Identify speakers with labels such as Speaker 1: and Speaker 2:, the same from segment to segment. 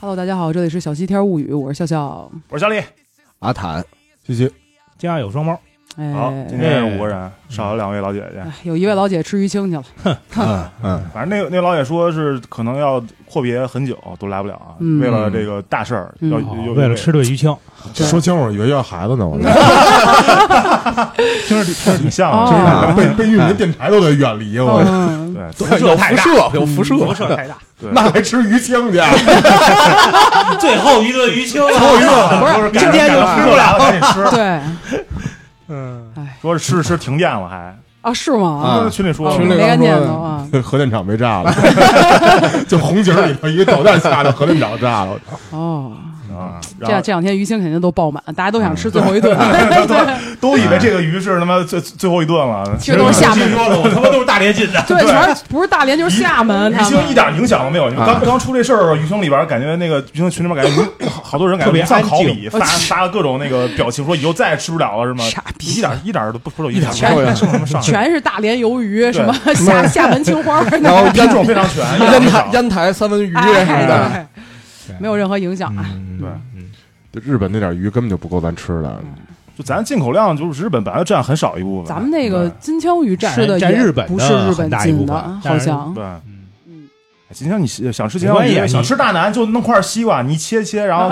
Speaker 1: Hello，大家好，这里是小西天物语，我是笑笑。
Speaker 2: 我是小李，
Speaker 3: 阿坦，
Speaker 4: 谢谢。
Speaker 2: 家有双猫，
Speaker 1: 哎，
Speaker 2: 好，今天是五个人，少了两位老姐姐。
Speaker 1: 哎有一位老姐吃鱼青去了，
Speaker 3: 嗯嗯，
Speaker 2: 反正那个那老姐说是可能要阔别很久，都来不了啊。
Speaker 1: 嗯
Speaker 2: 为了这个大事儿，
Speaker 1: 嗯
Speaker 2: 要
Speaker 1: 哦
Speaker 2: 有
Speaker 5: 为了吃顿鱼青，
Speaker 1: 对
Speaker 4: 说清楚，以为要孩子呢，我这
Speaker 2: 听着听着挺像
Speaker 1: 哦
Speaker 2: 的，
Speaker 1: 啊
Speaker 4: 真是被被玉米电台都得远离我，
Speaker 1: 嗯，
Speaker 2: 对，
Speaker 3: 对，有辐射，有辐射，
Speaker 5: 辐射太大。
Speaker 2: 对
Speaker 4: 那还吃鱼青去？啊
Speaker 5: 最后一顿鱼青，
Speaker 1: 不是，今天就
Speaker 2: 吃不了，赶紧吃。
Speaker 1: 对
Speaker 5: 嗯，
Speaker 2: 说是吃着吃停电了，还
Speaker 1: 啊，是吗？
Speaker 2: 不是群里说
Speaker 1: 啊
Speaker 4: 群里
Speaker 1: 没
Speaker 4: 刚
Speaker 1: 看见
Speaker 4: 说
Speaker 1: 呢啊，
Speaker 4: 核电厂被炸了， 就红警里头一个导弹下的核电厂炸 了，
Speaker 1: 哦，
Speaker 2: 啊，
Speaker 1: 这
Speaker 2: 然
Speaker 1: 这
Speaker 2: 后
Speaker 1: 两天鱼青肯定都爆满，大家都想吃最后一顿。对，
Speaker 2: 都以为这个鱼是他妈最最后一顿了。
Speaker 1: 其实都是厦门，
Speaker 2: 说了，我他妈
Speaker 5: 都是大连进的。
Speaker 1: 对，全是不是大连就是厦门，
Speaker 2: 鱼
Speaker 1: 他
Speaker 2: 星
Speaker 1: 们
Speaker 2: 一点影响都没有。你们
Speaker 3: 啊
Speaker 2: 刚刚出这事儿的时候，鱼星里边感觉 那个鱼星群里边感觉好多人感觉
Speaker 5: 特别
Speaker 2: 不像
Speaker 5: 安
Speaker 2: 好
Speaker 5: 静
Speaker 2: 比，发发了各种那个表情，说以后再也吃不了了 是吗？
Speaker 1: 傻逼
Speaker 2: 一点一点都不不有一点
Speaker 1: 全
Speaker 2: 没有什么上来
Speaker 1: 全是大连鱿鱼，什么厦厦门青花，
Speaker 3: 然后
Speaker 2: 品
Speaker 3: 烟
Speaker 2: 哦种非常全，
Speaker 3: 烟台烟台三文鱼
Speaker 1: 哎
Speaker 3: 什么的，
Speaker 1: 哎没有任何影响啊。
Speaker 2: 对，
Speaker 4: 就日本那点鱼根本就不够咱吃的，
Speaker 1: 嗯
Speaker 2: 就咱进口量就是日本本来就占很少一部分，
Speaker 1: 咱们那个金枪鱼吃的
Speaker 5: 占
Speaker 1: 也
Speaker 5: 日本
Speaker 1: 不
Speaker 5: 的
Speaker 1: 是日本
Speaker 5: 很大一
Speaker 1: 进
Speaker 5: 部
Speaker 1: 的，啊
Speaker 5: 分
Speaker 1: 好像
Speaker 2: 对。哎
Speaker 5: 嗯
Speaker 1: 嗯
Speaker 2: 今天你想吃金
Speaker 5: 没
Speaker 2: 枪
Speaker 5: 关系
Speaker 2: 鱼，
Speaker 5: 啊
Speaker 2: 想
Speaker 5: 你
Speaker 2: 吃大南就弄块西瓜，你切 切，然后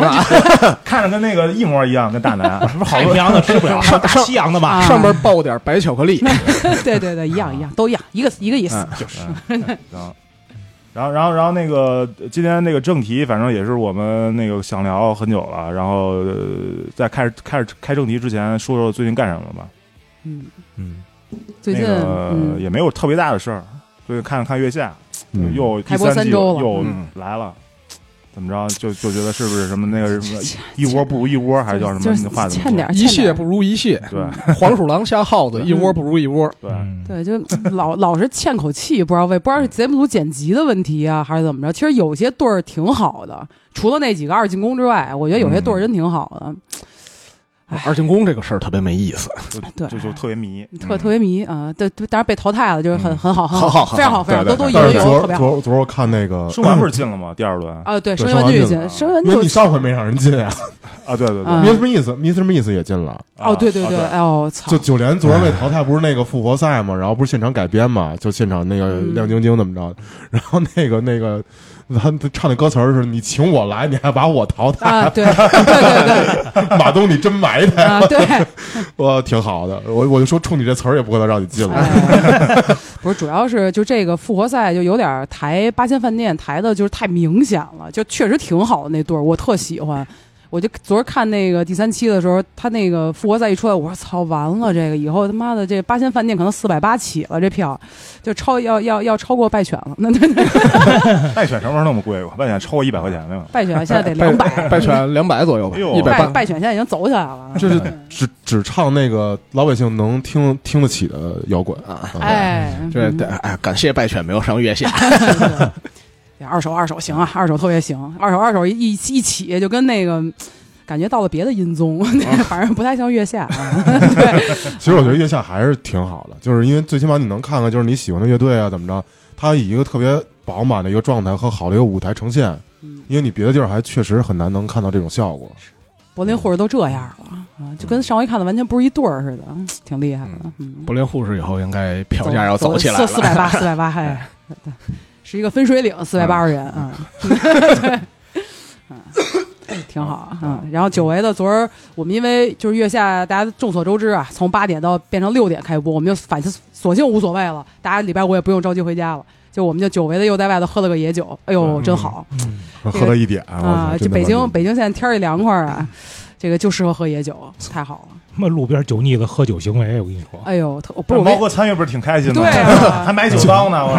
Speaker 2: 看着跟那个一模一样，跟大南是不是好
Speaker 5: 太
Speaker 2: 多
Speaker 5: 平？洋的吃不了，还有大西洋的嘛。
Speaker 1: 啊
Speaker 3: 上边爆点白巧克力，
Speaker 1: 对对对，一样一样，都一样，一个一个意思。
Speaker 2: 就是，嗯然后，然后，然后那个今天那个正题，反正也是我们那个想聊很久了。然后、呃在开始开始开正题之前，说说最近干什么吧。
Speaker 1: 嗯，
Speaker 5: 嗯，
Speaker 1: 最近
Speaker 2: 那个、
Speaker 1: 嗯
Speaker 2: 也没有特别大的事儿，最近看了看月下，
Speaker 4: 嗯
Speaker 2: 又第
Speaker 1: 开播
Speaker 2: 三
Speaker 1: 三
Speaker 2: 季
Speaker 1: 周了
Speaker 2: 又
Speaker 3: 嗯
Speaker 2: 来了。怎么着？就就觉得是不是什么那个 什么一窝不如一窝，还是叫什么？
Speaker 1: 就是
Speaker 2: 那话怎么说
Speaker 1: 欠点儿嗯
Speaker 3: 一蟹
Speaker 1: 欠点儿
Speaker 3: 不如一蟹，
Speaker 2: 对
Speaker 1: 哎
Speaker 3: 黄鼠狼下耗子，一窝不如一窝。
Speaker 2: 对，
Speaker 1: 对，就老老是欠口气，不知道为不知道是节目组剪辑的问题啊，还是怎么着？其实有些队儿挺好的，除了那几个二进宫之外，我觉得有些队儿真挺好的，哎
Speaker 3: 二进宫这个事儿特别没意思，
Speaker 1: 对
Speaker 2: 就就特别迷，嗯
Speaker 1: 特特别迷啊。对，对当然被淘汰了，就是很很好，很
Speaker 3: 好好好
Speaker 1: 非常好，非常
Speaker 3: 对
Speaker 1: 都
Speaker 3: 对
Speaker 1: 都
Speaker 3: 对
Speaker 1: 有有
Speaker 4: 但是
Speaker 1: 有
Speaker 4: 昨
Speaker 1: 特
Speaker 4: 儿
Speaker 1: 别
Speaker 4: 昨
Speaker 1: 好
Speaker 4: 儿昨儿我看那个，
Speaker 2: 生完不是进了吗？第二轮啊，
Speaker 1: 啊。对，
Speaker 4: 对
Speaker 1: 生完
Speaker 4: 生
Speaker 1: 剧
Speaker 4: 完剧
Speaker 1: 去，生完
Speaker 4: 因为你
Speaker 1: 剧
Speaker 4: 上回没让人进啊
Speaker 2: 对对对，
Speaker 1: 啊
Speaker 4: ，Miss Miss Miss Miss 也进了。
Speaker 1: 哦，对对
Speaker 2: 啊
Speaker 1: 对，
Speaker 2: 对，
Speaker 1: 哎呦，操
Speaker 4: 就！九连昨儿被淘汰，不是那个复活赛嘛？然后不是现场改编嘛？就现场那个
Speaker 1: 嗯
Speaker 4: 亮晶晶怎么着？然后那个那个，他唱那歌词儿是“你请我来，你还把我淘汰
Speaker 1: 啊，对对对”，
Speaker 4: 马东你真埋
Speaker 1: 对
Speaker 4: 汰，
Speaker 1: 啊，对，
Speaker 4: 我挺好的。我我就说冲你这词儿也不可能让你进了。
Speaker 1: 哎，不是，主要是就这个复活赛就有点抬八仙饭店抬的就是太明显了，就确实挺好的那对儿，我特喜欢。我就昨儿看那个第三期的时候，他那个复活赛一出来，我说操，完了，这个以后他妈的这八仙饭店可能四百八起了，这票就超要要要超过败犬了。那那那
Speaker 2: 外选什么时候那么贵过？外选超过一百块钱没有？
Speaker 1: 败犬现在得
Speaker 3: 败
Speaker 1: 两百，
Speaker 3: 败犬两百左右吧，
Speaker 2: 哎呦
Speaker 3: 一百
Speaker 1: 败
Speaker 3: 八。
Speaker 1: 败犬现在已经走起来了。
Speaker 4: 就是只只唱那个老百姓能听听得起的摇滚
Speaker 3: 啊
Speaker 4: 嗯
Speaker 1: 哎，
Speaker 3: 这
Speaker 1: 嗯
Speaker 3: 得哎，感谢败犬没有上月下，
Speaker 1: 对，二手二手行啊，二手特别行，二手二手一一起一起就跟那个。感觉到了别的音综，反正不太像月下啊。对，
Speaker 4: 其实我觉得月下还是挺好的，就是因为最起码你能看看，就是你喜欢的乐队啊，怎么着，它以一个特别饱满的一个状态和好的一个舞台呈现
Speaker 1: 嗯，
Speaker 4: 因为你别的地儿还确实很难能看到这种效果。
Speaker 1: 柏林护士都这样了啊，就跟上回看的完全不是一对儿似的，挺厉害的。嗯，
Speaker 3: 柏林护士以后应该票价要
Speaker 1: 走
Speaker 3: 走起来了
Speaker 1: 四。四百八，四百八，哎，对是一个分水岭，四百八十元啊。 对，嗯，挺好啊。嗯，然后久违的，昨儿我们因为就是月下，大家众所周知啊，从八点到变成六点开播，我们就反正索性无所谓了，大家礼拜五也不用着急回家了。就我们就久违的又在外头喝了个野酒，哎呦，真好
Speaker 4: 喝到一点我操
Speaker 1: 啊！这
Speaker 4: 真他妈
Speaker 1: 北京
Speaker 4: 牛
Speaker 1: 北京现在天儿一凉快儿啊，这个就适合喝野酒，太好了！
Speaker 5: 他妈路边酒腻子喝酒行为，我跟你说，
Speaker 1: 哎呦，特我不
Speaker 2: 不
Speaker 1: 是我
Speaker 2: 是猫
Speaker 1: 跟
Speaker 2: 哥参与不是挺开心的，
Speaker 1: 对啊
Speaker 2: 还买酒 糟呢，我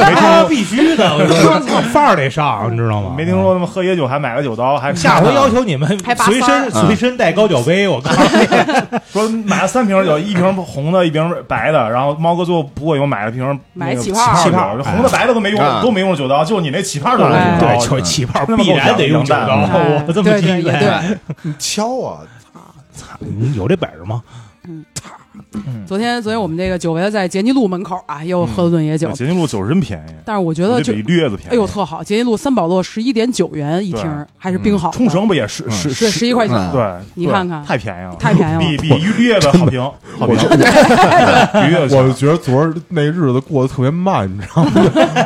Speaker 5: 那必须的，我跟你说范儿得上，你知道吗？
Speaker 2: 没听说他们喝野酒还买个酒糟，还
Speaker 5: 下回要求你们
Speaker 1: 还拔
Speaker 5: 随
Speaker 1: 丝儿
Speaker 5: 身随身带高脚杯，我告诉你，
Speaker 2: 说买了三瓶酒，一瓶红的，一瓶白的，然后猫哥最后不过又买了瓶
Speaker 1: 买
Speaker 2: 那个
Speaker 1: 起
Speaker 2: 起
Speaker 1: 泡儿
Speaker 2: 泡
Speaker 5: 起泡
Speaker 2: 酒
Speaker 5: 儿
Speaker 2: 红的白的都没用，
Speaker 3: 啊
Speaker 2: 都没用酒糟，就你那起泡儿用
Speaker 1: 哎
Speaker 2: 了酒
Speaker 5: 对，
Speaker 2: 糟
Speaker 5: 就。起泡
Speaker 2: 那么
Speaker 5: 必然得用酒糟
Speaker 2: 够呛，
Speaker 1: 哎
Speaker 5: 我这么
Speaker 1: 对对
Speaker 5: 记
Speaker 1: 也
Speaker 5: 得。
Speaker 1: 对，
Speaker 4: 敲啊！
Speaker 5: 你有这本事吗？
Speaker 2: 嗯
Speaker 1: 昨天昨天我们这个久违的在杰尼路门口啊，又喝了顿野酒，
Speaker 2: 捷径路酒是真便宜，
Speaker 1: 但是我觉
Speaker 2: 我
Speaker 1: 得就
Speaker 2: 觉得比驴子便宜。
Speaker 1: 哎呦特好，杰尼路三宝路十一点九元一
Speaker 2: 对
Speaker 1: 听，还是冰好的，
Speaker 2: 冲绳不也
Speaker 5: 嗯
Speaker 2: 是是
Speaker 1: 对十一块钱，
Speaker 3: 嗯
Speaker 2: 对，
Speaker 1: 你
Speaker 2: 对
Speaker 1: 看看
Speaker 2: 太便宜了，
Speaker 1: 太便宜了
Speaker 2: 比比驴子好评，好评。 对比驴子
Speaker 4: 我就
Speaker 2: 强
Speaker 4: 觉得昨儿那日子过得特别慢， 你知道吗？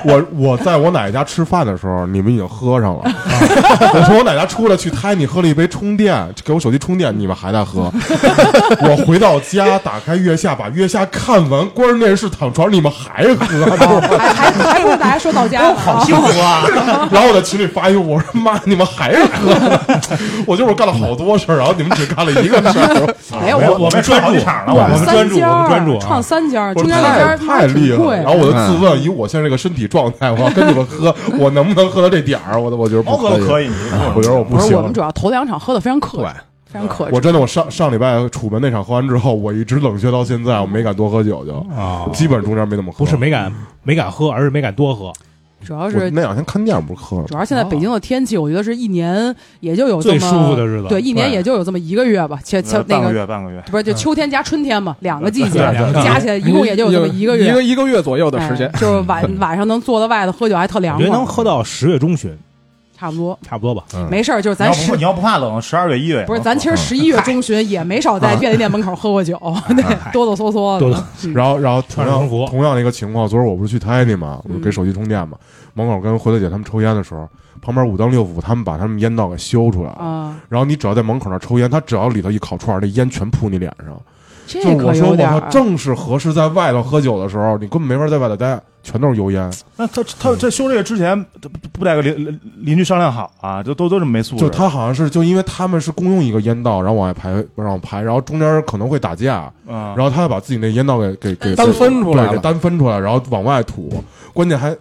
Speaker 4: 我我在我奶奶家吃饭的时候，你们已经喝上了。我从我奶奶家出来去胎，你喝了一杯充电，给我手机充电，你们还在喝。我回到家，打开月下，把月下看完，关上电视，躺床，上，你们还喝。
Speaker 1: 还还还跟大家说到家了，好
Speaker 5: 幸福啊！
Speaker 4: 然后我在群里发一个，我说妈，你们还是喝。我就是我干了好多事儿，然后你们只干了一个事儿，
Speaker 1: 没有
Speaker 2: 我
Speaker 1: 我
Speaker 2: 我们转好几场了，我们
Speaker 1: 哎
Speaker 2: 专
Speaker 1: 三
Speaker 2: 注，我
Speaker 1: 家
Speaker 2: 们专注
Speaker 1: 儿
Speaker 2: 啊。
Speaker 1: 创三家儿，
Speaker 4: 我
Speaker 1: 中
Speaker 4: 说
Speaker 1: 间那家
Speaker 4: 太
Speaker 1: 儿
Speaker 4: 太厉害了。嗯
Speaker 1: 贵
Speaker 4: 然后我就自问，以我现在这个身体状态，我要跟你们喝，我能不能喝到这点儿？我我觉得
Speaker 2: 猫
Speaker 4: 不
Speaker 2: 哥都
Speaker 4: 可
Speaker 2: 可
Speaker 4: 以。
Speaker 2: 以，你
Speaker 4: 我觉得我不
Speaker 1: 不是
Speaker 4: 行
Speaker 1: 我。们主要头两场喝的非常克制，非常克
Speaker 4: 我
Speaker 1: 制。
Speaker 4: 真的，我上上礼拜楚门那场喝完之后，我一直冷却到现在，我没敢多喝酒，就
Speaker 1: 哦
Speaker 5: 啊，
Speaker 4: 基本中间没怎么喝。
Speaker 5: 不是没敢没敢喝，而是没敢多喝，
Speaker 1: 主要
Speaker 4: 我
Speaker 1: 是
Speaker 4: 那两天看电影不是喝了吗，
Speaker 1: 主要是现在北京的天气，我觉得是一年也就有这
Speaker 5: 最
Speaker 1: 么
Speaker 5: 舒服的日子
Speaker 1: 对，一年
Speaker 4: 对
Speaker 1: 也就有这么一个月吧，前前那
Speaker 2: 呃半个
Speaker 1: 个
Speaker 2: 月半个月，
Speaker 1: 不是就秋天加春天嘛，两个季节
Speaker 5: 对两个季节
Speaker 1: 加起来一共也就有这么
Speaker 3: 一
Speaker 1: 个
Speaker 3: 一
Speaker 1: 月
Speaker 3: 个一个月左右的时间
Speaker 1: 哎。就是 晚晚上能坐在外头喝酒，还特
Speaker 5: 我
Speaker 1: 凉
Speaker 5: 觉得
Speaker 1: 快，
Speaker 5: 能喝到十月中旬，
Speaker 1: 差不多
Speaker 5: 差不多吧。
Speaker 1: 没事儿，就是
Speaker 2: 你要
Speaker 1: 咱
Speaker 2: 不
Speaker 1: 十
Speaker 2: 你要不怕冷，十二月一月也
Speaker 1: 不是
Speaker 2: 能
Speaker 1: 咱
Speaker 2: 喝
Speaker 1: 其实十一月中旬也没少在便利店门口喝过酒， 对，哆哆嗦嗦
Speaker 5: 哆
Speaker 1: 的
Speaker 5: 哆，
Speaker 1: 嗯
Speaker 4: 然后，然后同
Speaker 5: 穿着
Speaker 4: 样
Speaker 5: 横幅
Speaker 4: 同样的一个情况，昨儿我不是去 Tiny 嘛，我
Speaker 1: 嗯
Speaker 4: 给手机充电嘛，门口跟回头姐他们抽烟的时候，旁边五当六腑他们把他们烟道给修出来了。
Speaker 1: 啊，
Speaker 4: 然后你只要在门口那儿抽烟，他只要里头一烤串儿，那烟全扑你脸上。
Speaker 1: 这
Speaker 4: 就是
Speaker 1: 可
Speaker 4: 我说
Speaker 1: 有
Speaker 4: 我
Speaker 1: 点
Speaker 4: 操，
Speaker 1: 儿。啊
Speaker 4: 正是合适在外头喝酒的时候，你根本没法在外头待，全都是油烟。
Speaker 2: 那他他这修这个之前不不得跟邻邻居商量好啊？这都都是没素质。
Speaker 4: 就他好像是就因为他们是共用一个烟道，然后往外排，往上排，然后中间可能会打架，
Speaker 2: 啊，
Speaker 4: 然后他还把自己那烟道给给给
Speaker 3: 单分出来了
Speaker 4: 对给单分出来，然后往外吐，关键还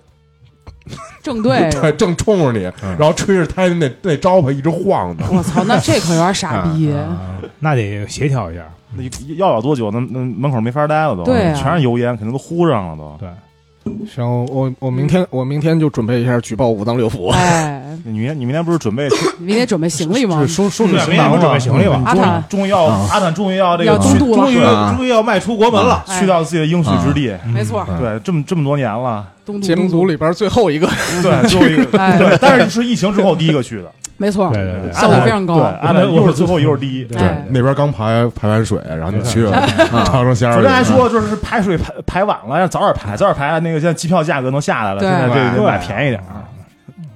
Speaker 1: 正 对着。
Speaker 4: 对，正冲着你，
Speaker 3: 嗯
Speaker 4: 然后吹着他那那招牌一直晃的。
Speaker 1: 我操，那这可有点傻逼。
Speaker 5: 那得协调一下。
Speaker 2: 那要了多久？那那门口没法待了都，
Speaker 1: 对啊
Speaker 2: 全是油烟，肯定都呼上了都。
Speaker 5: 对，
Speaker 3: 行，我我明天我明天就准备一下举报五脏六腑。
Speaker 1: 哎，
Speaker 2: 你明天你明天不是准备
Speaker 1: 你得准备行李吗
Speaker 2: 是？收收拾
Speaker 5: 对
Speaker 2: 行
Speaker 5: 明天
Speaker 2: 囊
Speaker 5: 我准
Speaker 2: 了？
Speaker 5: 备行李了
Speaker 2: 你
Speaker 1: 阿
Speaker 2: 终于
Speaker 1: 坦
Speaker 2: 终于要
Speaker 3: 啊
Speaker 2: 阿坦终于要这
Speaker 1: 要
Speaker 2: 个
Speaker 1: 东
Speaker 2: 去
Speaker 1: 渡了
Speaker 5: 终于
Speaker 3: 啊
Speaker 5: 终于要迈出国门了。
Speaker 1: 哎
Speaker 2: 去到自己的应许之地。
Speaker 1: 没错，
Speaker 3: 嗯
Speaker 2: 对，这么这么多 年了，
Speaker 1: 东渡
Speaker 3: 节目组，里边最后一个，
Speaker 2: 对，最后一个，
Speaker 1: 哎
Speaker 2: 对，但是是疫情之后第一个去的，
Speaker 1: 没错，
Speaker 5: 对对对
Speaker 1: 效果非常高
Speaker 2: 对，。阿坦又是最后又是第一。
Speaker 1: 对哎
Speaker 4: 那边刚排排完水，然后你去了
Speaker 3: 啊
Speaker 4: 尝尝鲜儿
Speaker 2: 昨
Speaker 4: 去
Speaker 2: 天还
Speaker 4: 了。
Speaker 2: 说就是排水排排晚了，要早点排，早点排，那个现在机票价格能下来了，
Speaker 1: 对
Speaker 2: 现在这个
Speaker 5: 对
Speaker 2: 买便宜点儿。啊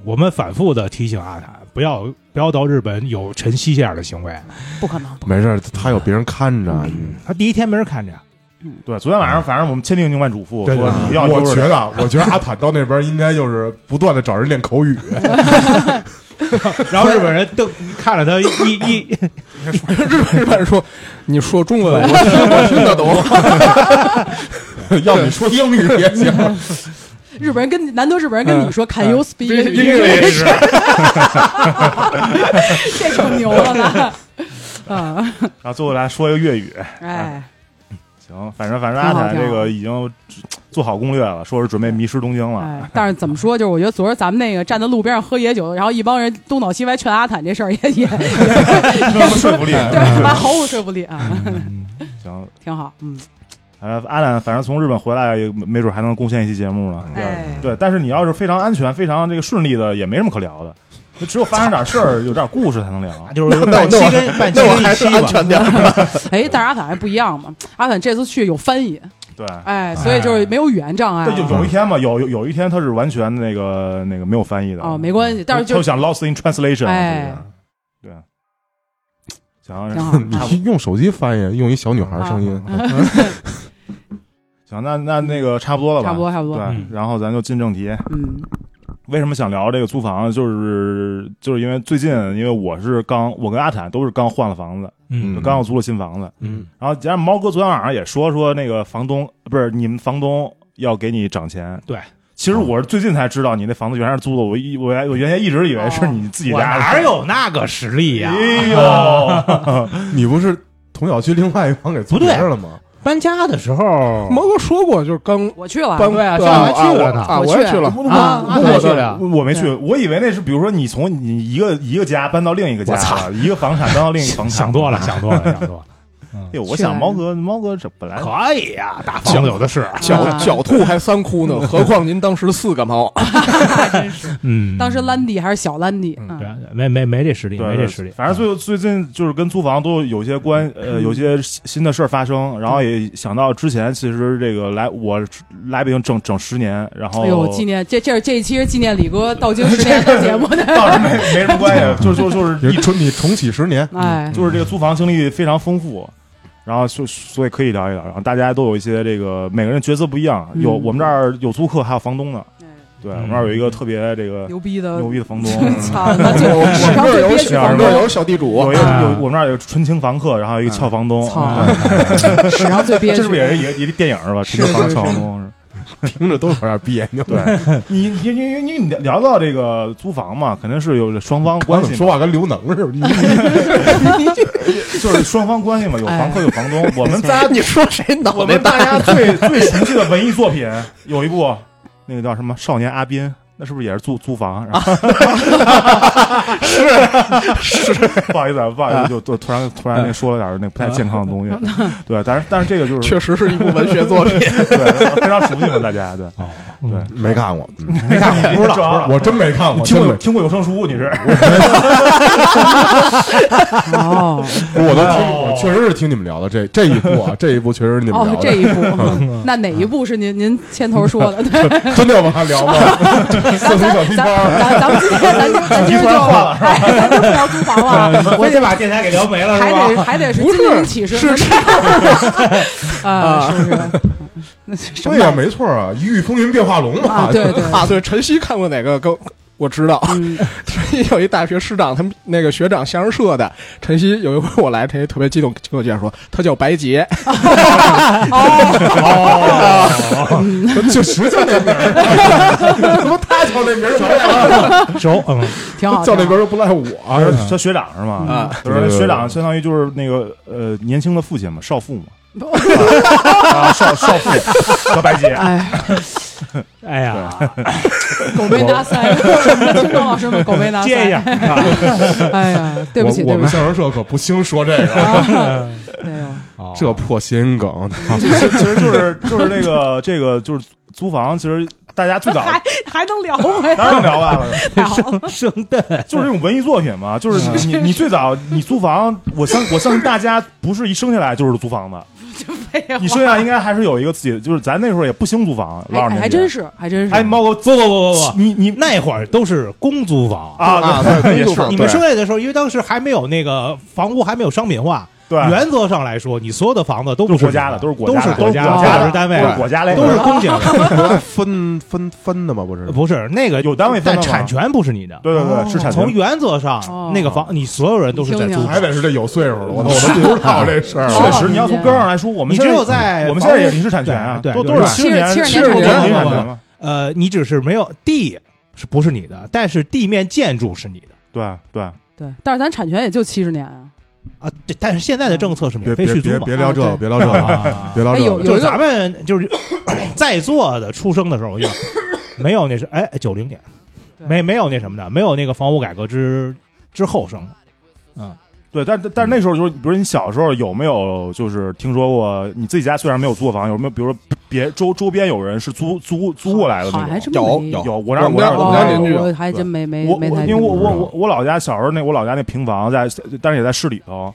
Speaker 5: 我们反复的提醒阿坦，不要不要到日本有晨曦这样的行为。
Speaker 1: 不可能，
Speaker 4: 没事儿，他有别人看着。
Speaker 3: 嗯
Speaker 5: 他第一天没人看着，
Speaker 2: 对，昨天晚上反正我们千叮咛万嘱咐
Speaker 5: 对对
Speaker 2: 说
Speaker 5: 对
Speaker 2: 你要悠
Speaker 4: 我
Speaker 2: 着
Speaker 4: 觉
Speaker 2: 点儿
Speaker 4: 得啊，我觉得阿坦到那边应该就是不断的找人练口语，
Speaker 5: 然后日本人瞪看了他一一
Speaker 3: 日本日本人说，你说中文我听我听得懂，
Speaker 4: 要你说英语也行。
Speaker 1: 日本人跟难得日本人跟你说 “Can you speak
Speaker 3: 嗯
Speaker 1: English”，这 可牛了呢。 嗯，
Speaker 2: 然后最后来说一个粤语，
Speaker 1: 哎，
Speaker 2: 行，反正反正阿
Speaker 1: 挺好
Speaker 2: 坦
Speaker 1: 挺
Speaker 2: 这
Speaker 1: 好
Speaker 2: 个已经做好攻略了，说是准备迷失东京了。
Speaker 1: 哎，但是怎么说，就是我觉得昨儿咱们那个站在路边上喝野酒，然后一帮人东倒西歪劝阿坦这事儿，也 也也
Speaker 2: 没什么说服 力。
Speaker 1: 对，他妈毫无说服力啊，
Speaker 2: 行，
Speaker 1: 挺好，嗯，
Speaker 2: 反正阿兰，反正从日本回来，也没准还能贡献一期节目呢。
Speaker 1: 哎
Speaker 2: 嗯对，但是你要是非常安全、非常这个顺利的，也没什么可聊的。就只有发生点事儿，有点故事才能聊。
Speaker 5: 就是半期跟半期
Speaker 3: 那我还
Speaker 5: 跟一
Speaker 3: 是
Speaker 5: 期
Speaker 3: 安
Speaker 5: 吧。
Speaker 3: 全点儿。
Speaker 1: 哎，但是阿坦还不一样嘛，阿坦这次去有翻译，
Speaker 2: 对，
Speaker 1: 哎，所以就是没有语言障碍
Speaker 2: 对，有
Speaker 1: 了
Speaker 2: 有一天嘛，有有有一天他是完全那个那个没有翻译的
Speaker 1: 哦，没关系，但是
Speaker 2: 他
Speaker 1: 就
Speaker 2: 就想 lost in translation，
Speaker 1: 哎
Speaker 2: 就是，对，行，
Speaker 1: 挺好
Speaker 2: 差不多
Speaker 4: 你用手机翻译，用一小女孩声音，
Speaker 1: 啊
Speaker 2: 行，那那那个差不多了吧？
Speaker 1: 差不多差不多
Speaker 2: 对
Speaker 5: 嗯，
Speaker 2: 然后咱就进正题。
Speaker 1: 嗯，
Speaker 2: 为什么想聊这个租房？就是就是因为最近，因为我是刚，我跟阿坦都是刚换了房子，
Speaker 5: 嗯
Speaker 2: 就刚又租了新房子。
Speaker 5: 嗯，
Speaker 2: 然后加上猫哥昨天晚上也说说那个房东不是你们房东要给你涨钱。
Speaker 5: 对，
Speaker 2: 其实我是最近才知道你那房子原来是租的，我一我原我原先一直以为是你自己
Speaker 5: 哦我
Speaker 2: 家的。
Speaker 5: 哪有那个实力呀？
Speaker 2: 哎呦，
Speaker 4: 你不是同小区另外一房给租
Speaker 5: 不对
Speaker 4: 别人了吗？
Speaker 5: 搬家的时候
Speaker 3: 毛哥说过，就是刚
Speaker 1: 我去了，
Speaker 3: 搬
Speaker 5: 对啊
Speaker 3: 对
Speaker 5: 上回还去了
Speaker 3: 啊
Speaker 5: 呢
Speaker 3: 啊，
Speaker 1: 我
Speaker 3: 我也
Speaker 1: 去
Speaker 3: 去了。
Speaker 5: 啊
Speaker 2: 我
Speaker 5: 那
Speaker 2: 没
Speaker 5: 不得
Speaker 2: 去
Speaker 5: 了，
Speaker 2: 我没去，我以为那是比如说你从你一个一个家搬到另一个家
Speaker 3: 我操
Speaker 5: 嗯
Speaker 2: 了，一个房产搬到另一个房产，
Speaker 5: 想多了，想多了，想多了。嗯
Speaker 2: 哎呦，我
Speaker 1: 啊
Speaker 2: 想猫哥，猫哥这本来
Speaker 5: 可以呀，大房子有的是。
Speaker 1: 啊
Speaker 3: 狡狡兔还三窟呢，何况您当时四个猫，
Speaker 1: 啊还真是。
Speaker 5: 嗯，
Speaker 1: 当时兰迪还是小兰迪，
Speaker 3: 嗯
Speaker 1: 嗯
Speaker 5: 对，没没没这实力，
Speaker 2: 对
Speaker 5: 没这实力。嗯
Speaker 2: 反正最最近就是跟租房都有一些关呃有一些新的事儿发生，然后也想到之前其实这个来我来北京整整十年，然后
Speaker 1: 哎呦，纪念这这这一期是纪念李哥到京十年的节目的，
Speaker 2: 倒是没没什么 关系，就就就是
Speaker 4: 你
Speaker 2: 一
Speaker 4: 重你重启十年，
Speaker 1: 哎，
Speaker 2: 就是这个租房经历非常丰富，然后就所以可以聊一聊，然后大家都有一些这个每个人角色不一样，
Speaker 1: 嗯
Speaker 2: 有我们这儿有租客还有房东呢，
Speaker 1: 哎
Speaker 2: 对
Speaker 5: 嗯
Speaker 2: 我们这儿有一个特别这个
Speaker 1: 牛逼的，
Speaker 2: 牛逼的房东。
Speaker 1: 操，那就
Speaker 3: 我
Speaker 1: 史
Speaker 3: 整
Speaker 1: 上
Speaker 3: 个
Speaker 1: 最
Speaker 3: 有
Speaker 1: 憋哦屈
Speaker 2: 这样
Speaker 3: 整
Speaker 1: 房
Speaker 2: 的
Speaker 3: 个
Speaker 1: 东，
Speaker 3: 有小地主
Speaker 2: 有一，个
Speaker 5: 啊
Speaker 2: 有我们那儿有纯情房客，然后有一个俏房东，
Speaker 1: 操
Speaker 2: 对，
Speaker 1: 史上最憋
Speaker 2: 这
Speaker 1: 屈，
Speaker 2: 是不是也是也也电影是吧？纯情房俏房东是。
Speaker 4: 听着都有点别扭。
Speaker 2: 对，你你你你你聊到这个租房嘛，肯定是有双方
Speaker 4: 我
Speaker 2: 关
Speaker 4: 怎
Speaker 2: 系嘛，
Speaker 4: 么说话跟刘能似的？ 你
Speaker 2: 就是双方关系嘛，有
Speaker 1: 哎
Speaker 2: 房客有房东。我们大
Speaker 3: 你说谁脑
Speaker 2: 我
Speaker 3: 袋
Speaker 2: 们大
Speaker 3: 大？
Speaker 2: 家最最熟悉的文艺作品有一部，那个叫什么《少年阿宾》，那是不是也是租租房？然后是 是，不好意思啊，不好意思，就就突然突然那说了点儿那不太健康的东西。 对，但是但是这个就是
Speaker 3: 确实是一部文学作品，
Speaker 2: 对非常熟悉嘛，大家对
Speaker 5: 哦
Speaker 2: 对。
Speaker 4: 没看过，嗯
Speaker 2: 没看过，不知道，
Speaker 4: 我真没看过，
Speaker 2: 听
Speaker 4: 真
Speaker 2: 过
Speaker 4: 没
Speaker 2: 有，听过有声书，你是？
Speaker 1: 哦
Speaker 4: 我都听过，确实是听你们聊的这这一部啊，这一部确实是你们
Speaker 1: 哦
Speaker 4: 聊，
Speaker 1: 这
Speaker 4: 的，
Speaker 1: 一部，那哪一部是您您牵头说的？
Speaker 4: 真的要往下 聊吗？色
Speaker 1: 咱
Speaker 4: 情
Speaker 1: 咱
Speaker 4: 小屁
Speaker 1: 咱
Speaker 4: 摊儿，
Speaker 1: 咱咱们今天咱就咱今儿就哎，咱就不聊租房了，我
Speaker 5: 非得把电台给聊没了
Speaker 1: 还得？还得是
Speaker 3: 不
Speaker 1: 金
Speaker 3: 是
Speaker 1: 陵启示
Speaker 3: 是
Speaker 1: 啊，是是，那是什
Speaker 4: 对
Speaker 1: 么
Speaker 4: 呀，没错啊，一遇风云变化龙嘛
Speaker 1: 啊？，对对，
Speaker 3: 啊，对，晨曦看过哪个？跟我知道，
Speaker 1: 嗯，
Speaker 3: 有一大学师长，他们那个学长相声社的晨曦，有一回我来，晨曦特别激动，跟我介绍说，他叫白洁，
Speaker 1: 哦
Speaker 4: 就实叫那名儿，他妈他叫那名儿谁呀？
Speaker 5: 熟，嗯，
Speaker 1: 挺好，
Speaker 4: 叫那
Speaker 1: 挺好
Speaker 4: 名儿又不赖我，啊
Speaker 2: 他学长是吗？
Speaker 3: 啊
Speaker 2: 就是学长，相当于就是那个呃年轻的父亲嘛，少妇嘛，啊少少妇和白洁。
Speaker 1: 哎，
Speaker 5: 哎呀，
Speaker 1: 狗没拿腮，听众老师们狗没拿
Speaker 5: 接一
Speaker 1: 腮
Speaker 5: 下，，
Speaker 1: 哎呀，对不起，
Speaker 4: 我
Speaker 1: 对
Speaker 4: 我
Speaker 1: 不
Speaker 4: 们
Speaker 1: 起，
Speaker 4: 相声社可不兴说这个，
Speaker 1: 啊，哎呦，
Speaker 4: 这破谐 音梗，
Speaker 2: 其实其实就是就是那个这个就是租房，其实大家最 早
Speaker 1: 还还能聊回 来，
Speaker 2: 当然聊完了，
Speaker 1: 太好了，
Speaker 5: 生蛋，
Speaker 2: 就是这种文艺作品 嘛，就是你你最早你租房，我相我相信大家不是一生下来就是租房的，
Speaker 1: 废
Speaker 2: 你
Speaker 1: 话，
Speaker 2: 生下来应该还是有一个自己，就是咱那时候也不兴租房，多少
Speaker 1: 哎，
Speaker 2: 年
Speaker 1: 还真。是，还真是，
Speaker 2: 哎，猫哥，
Speaker 5: 不不不不不，
Speaker 2: 你你
Speaker 5: 哦那会儿都是公租房。
Speaker 2: 啊，
Speaker 3: 啊，对，
Speaker 2: 也是
Speaker 3: 工作坊
Speaker 5: 你们
Speaker 3: 对
Speaker 5: 生下来的时候，因为当时还没有那个房屋还没有商品化，
Speaker 2: 对，
Speaker 5: 原则上来说，你所有的房子都
Speaker 2: 都
Speaker 5: 不
Speaker 2: 是国家的，
Speaker 5: 都
Speaker 2: 都是国
Speaker 5: 都
Speaker 2: 家
Speaker 5: 是
Speaker 2: 的，
Speaker 5: 国
Speaker 1: 的都是
Speaker 2: 都是
Speaker 5: 家的
Speaker 1: 国
Speaker 5: 单单位
Speaker 2: 都是国家类的，
Speaker 5: 都是公家 的，
Speaker 4: 分分分的吗？不是，
Speaker 5: 不是那个
Speaker 2: 有单位分
Speaker 5: 但
Speaker 2: 的吗
Speaker 5: 产权不是你的。
Speaker 2: 对对对，是产
Speaker 5: 哦从
Speaker 2: 权。
Speaker 5: 原则上
Speaker 1: 哦，
Speaker 5: 那个房你所有人都是在
Speaker 1: 你听
Speaker 5: 租
Speaker 1: 听
Speaker 4: 还得是这有岁数了， 我都我都不知道这事儿
Speaker 1: 哦
Speaker 2: 确
Speaker 4: 了。
Speaker 2: 实，你要从根儿上来说，我们
Speaker 5: 你
Speaker 2: 现
Speaker 5: 只有在
Speaker 2: 我们现在也
Speaker 5: 房屋
Speaker 2: 是产权啊，
Speaker 5: 对
Speaker 2: 都
Speaker 5: 对对
Speaker 2: 都是
Speaker 1: 对
Speaker 2: 年
Speaker 1: 70
Speaker 2: 七
Speaker 1: 70
Speaker 2: 年
Speaker 3: 年
Speaker 2: 产
Speaker 3: 产
Speaker 2: 权
Speaker 5: 权
Speaker 2: 嘛，
Speaker 5: 呃，你只是没有地是不是你的，但是地面建筑是你的
Speaker 2: 对对，
Speaker 1: 对，但是咱产权也就七十年啊，
Speaker 5: 啊。对，但是现在的政策是免
Speaker 4: 别
Speaker 5: 费
Speaker 4: 别
Speaker 5: 续租
Speaker 4: 别
Speaker 5: 嘛。
Speaker 4: 别聊这
Speaker 1: 啊
Speaker 4: 个，别聊这个，
Speaker 5: 啊，
Speaker 4: 别聊
Speaker 1: 哎
Speaker 4: 这
Speaker 1: 有
Speaker 4: 个。
Speaker 5: 就
Speaker 1: 一
Speaker 5: 是
Speaker 1: 个
Speaker 5: 咱们就是 在座的出生的时候，我就没有那是哎九零年，
Speaker 1: 对
Speaker 5: 没没有那什么的，没有那个房屋改革之之后生的。
Speaker 2: 对，但但那时候就是，比如你小时候有没有就是听说过你自己家虽然没有租房，有没有比如说别周周边有人是租租租过来的
Speaker 1: 好像
Speaker 2: 那
Speaker 1: 还
Speaker 2: 种？
Speaker 1: 真没
Speaker 3: 有有
Speaker 2: 有，我那儿
Speaker 3: 我们
Speaker 2: 那
Speaker 3: 家
Speaker 2: 儿
Speaker 1: 哦
Speaker 3: 我们家
Speaker 2: 有
Speaker 3: 邻居
Speaker 1: 我还真没没
Speaker 2: 我
Speaker 1: 没
Speaker 2: 我
Speaker 1: 太哦
Speaker 2: 因
Speaker 1: 听
Speaker 2: 为我
Speaker 1: 过
Speaker 2: 我我我老家小时候那我老家那平房在，但是也在市里头。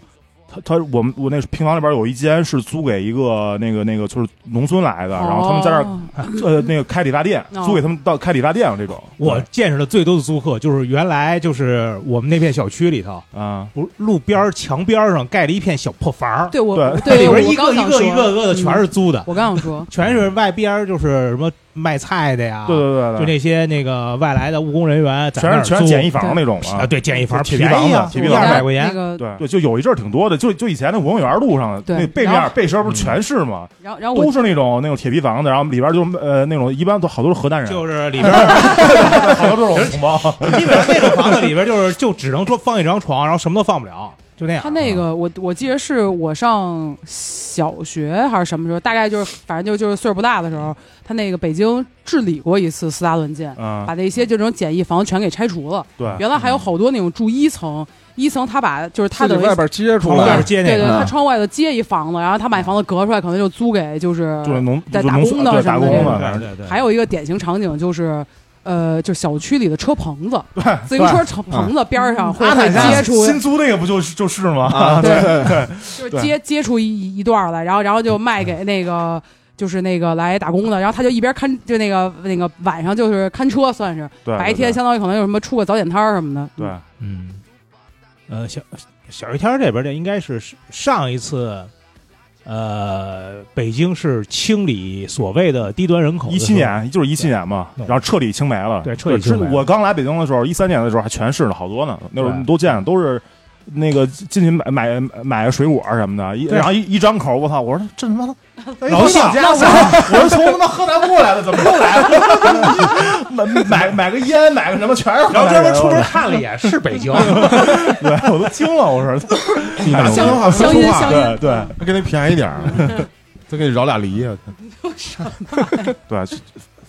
Speaker 2: 他他我们我那平房里边有一间是租给一个那个那个就是农村来的，然后他们在那儿
Speaker 1: 哦
Speaker 2: 呃那个开理发店，
Speaker 1: 哦
Speaker 2: 租给他们到开理发店了这种。
Speaker 5: 我见识的最多的租客就是原来就是我们那片小区里头，
Speaker 2: 啊，
Speaker 5: 不是路边儿墙边儿上盖了一片小破房儿，
Speaker 1: 对我
Speaker 2: 对
Speaker 1: 对
Speaker 5: 里
Speaker 1: 我
Speaker 5: 边一
Speaker 1: 刚
Speaker 5: 个一
Speaker 1: 想
Speaker 5: 个一
Speaker 1: 说
Speaker 5: 个一个的全
Speaker 1: 嗯
Speaker 5: 是租的，
Speaker 1: 我刚想说，
Speaker 5: 全是外边儿就是什么卖菜的呀，
Speaker 2: 对对对
Speaker 5: 就
Speaker 2: 对，
Speaker 5: 那些那个外来的务工人员在
Speaker 2: 全
Speaker 5: 那儿
Speaker 2: 是全
Speaker 5: 租
Speaker 2: 是简易房那种
Speaker 5: 啊，
Speaker 2: 嘛。
Speaker 5: 对，建一房
Speaker 2: 铁
Speaker 5: 便
Speaker 2: 皮房
Speaker 5: 宜啊
Speaker 2: 子，铁皮
Speaker 5: 一
Speaker 1: 我
Speaker 2: 房
Speaker 5: 二
Speaker 2: 子
Speaker 5: 百
Speaker 1: 家
Speaker 5: 块
Speaker 1: 那
Speaker 5: 钱，
Speaker 1: 个，
Speaker 2: 呃对对，就有一阵儿挺多的，就就以前那文物园路上
Speaker 1: 对
Speaker 2: 那背
Speaker 1: 然后
Speaker 2: 面背身
Speaker 5: 嗯
Speaker 2: 不是全是吗？
Speaker 1: 然后然后
Speaker 2: 都
Speaker 1: 我
Speaker 2: 是那种那种铁皮房子，然后里边就是呃那种一般都好多是河南 人，嗯
Speaker 5: 就是里边儿
Speaker 2: 好多都是我们同胞。
Speaker 5: 基本上那种房子里边就是就只能说放一张床，然后什么都放不了，就那样。
Speaker 1: 他那个，我我记得是我上小学还是什么时候，大概就是反正就就是岁数不大的时候，他那个北京治理过一次四大乱建，
Speaker 2: 啊
Speaker 1: 把，那些就这种简易房全给拆除了。
Speaker 2: 对，
Speaker 1: 原来还有好多那种住一层，一层他把就是他
Speaker 3: 自己
Speaker 1: 等于
Speaker 3: 外边接出
Speaker 5: 从外
Speaker 3: 来
Speaker 5: 边，接
Speaker 1: 对
Speaker 5: 那
Speaker 1: 对，
Speaker 5: 个，
Speaker 1: 他窗外头接一房子，然后他把房子隔出来，可能就租给就是
Speaker 2: 就是农
Speaker 1: 在
Speaker 2: 就是
Speaker 1: 打
Speaker 2: 农村
Speaker 1: 工的
Speaker 2: 对
Speaker 1: 什
Speaker 2: 打
Speaker 1: 么
Speaker 2: 工
Speaker 1: 的
Speaker 2: 嘛，
Speaker 5: 对
Speaker 2: 反正
Speaker 5: 嗯对对，
Speaker 1: 还有一个典型场景就是，呃，就小区里的车棚子，自行车车棚子边儿上啊会
Speaker 2: 阿
Speaker 1: 会
Speaker 2: 坦家
Speaker 1: 接出，
Speaker 2: 新租那个不就是就是吗？
Speaker 3: 啊，对，
Speaker 1: 就是接接出一一段儿来，然后然后就卖给那个。就是那个来打工的，然后他就一边看，就那个那个晚上就是看车，算是
Speaker 2: 对，
Speaker 1: 白天相当于可能有什么出个早点摊儿什么的。
Speaker 2: 对，
Speaker 5: 嗯，呃，小小鱼天儿这边儿这应该是上一次，呃，北京市清理所谓的低端人口的
Speaker 2: 一
Speaker 5: 时候
Speaker 2: 七，年就是一七年嘛，
Speaker 5: 对
Speaker 2: 然后彻底清没了，
Speaker 5: 对彻底
Speaker 2: 是
Speaker 5: 清没了
Speaker 2: 我刚来北京的时候，一三年的时候还全是呢，好多呢，那时候
Speaker 5: 对
Speaker 2: 都见了，都是。那个进去买买买个水果什么的，一
Speaker 5: 对
Speaker 2: 然后一一张口，我操！我说这他妈
Speaker 4: 哎
Speaker 2: 老想
Speaker 4: 家乡， 我是从他妈河南过来的，怎么又来了？
Speaker 2: 买买买个烟，买个什么全是河南人。
Speaker 5: 然后专门出门看了一眼，是北京，
Speaker 2: 对，我都惊了，我说你
Speaker 4: 哪
Speaker 1: 乡
Speaker 4: 说话不
Speaker 1: 乡
Speaker 4: 说
Speaker 1: 音
Speaker 4: 话
Speaker 1: 乡
Speaker 2: 对
Speaker 1: 音，
Speaker 2: 对
Speaker 4: 还给你便宜点儿，啊再给你饶俩梨啊！
Speaker 2: 对，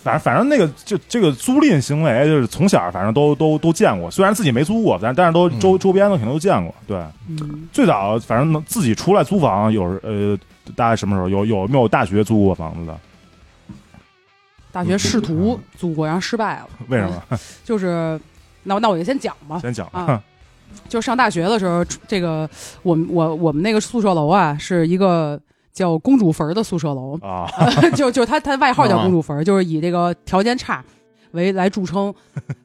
Speaker 2: 反正反正那个就这个租赁行为，就是从小反正都都都见过，虽然自己没租过，但但是都周周边的肯定都见过。对，
Speaker 1: 嗯，
Speaker 2: 最早反正能自己出来租房，有时呃大概什么时候有有没有大学租过房子的？
Speaker 1: 大学试图租过，然后失败了。
Speaker 2: 为什么？
Speaker 1: 就是，那我那我就先讲吧。
Speaker 2: 先讲，
Speaker 1: 啊就是上大学的时候，这个我们我我们那个宿舍楼啊，是一个叫公主坟儿的宿舍楼
Speaker 2: 啊，
Speaker 1: 就就是它它外号叫公主坟儿，就是以这个条件差为来著称，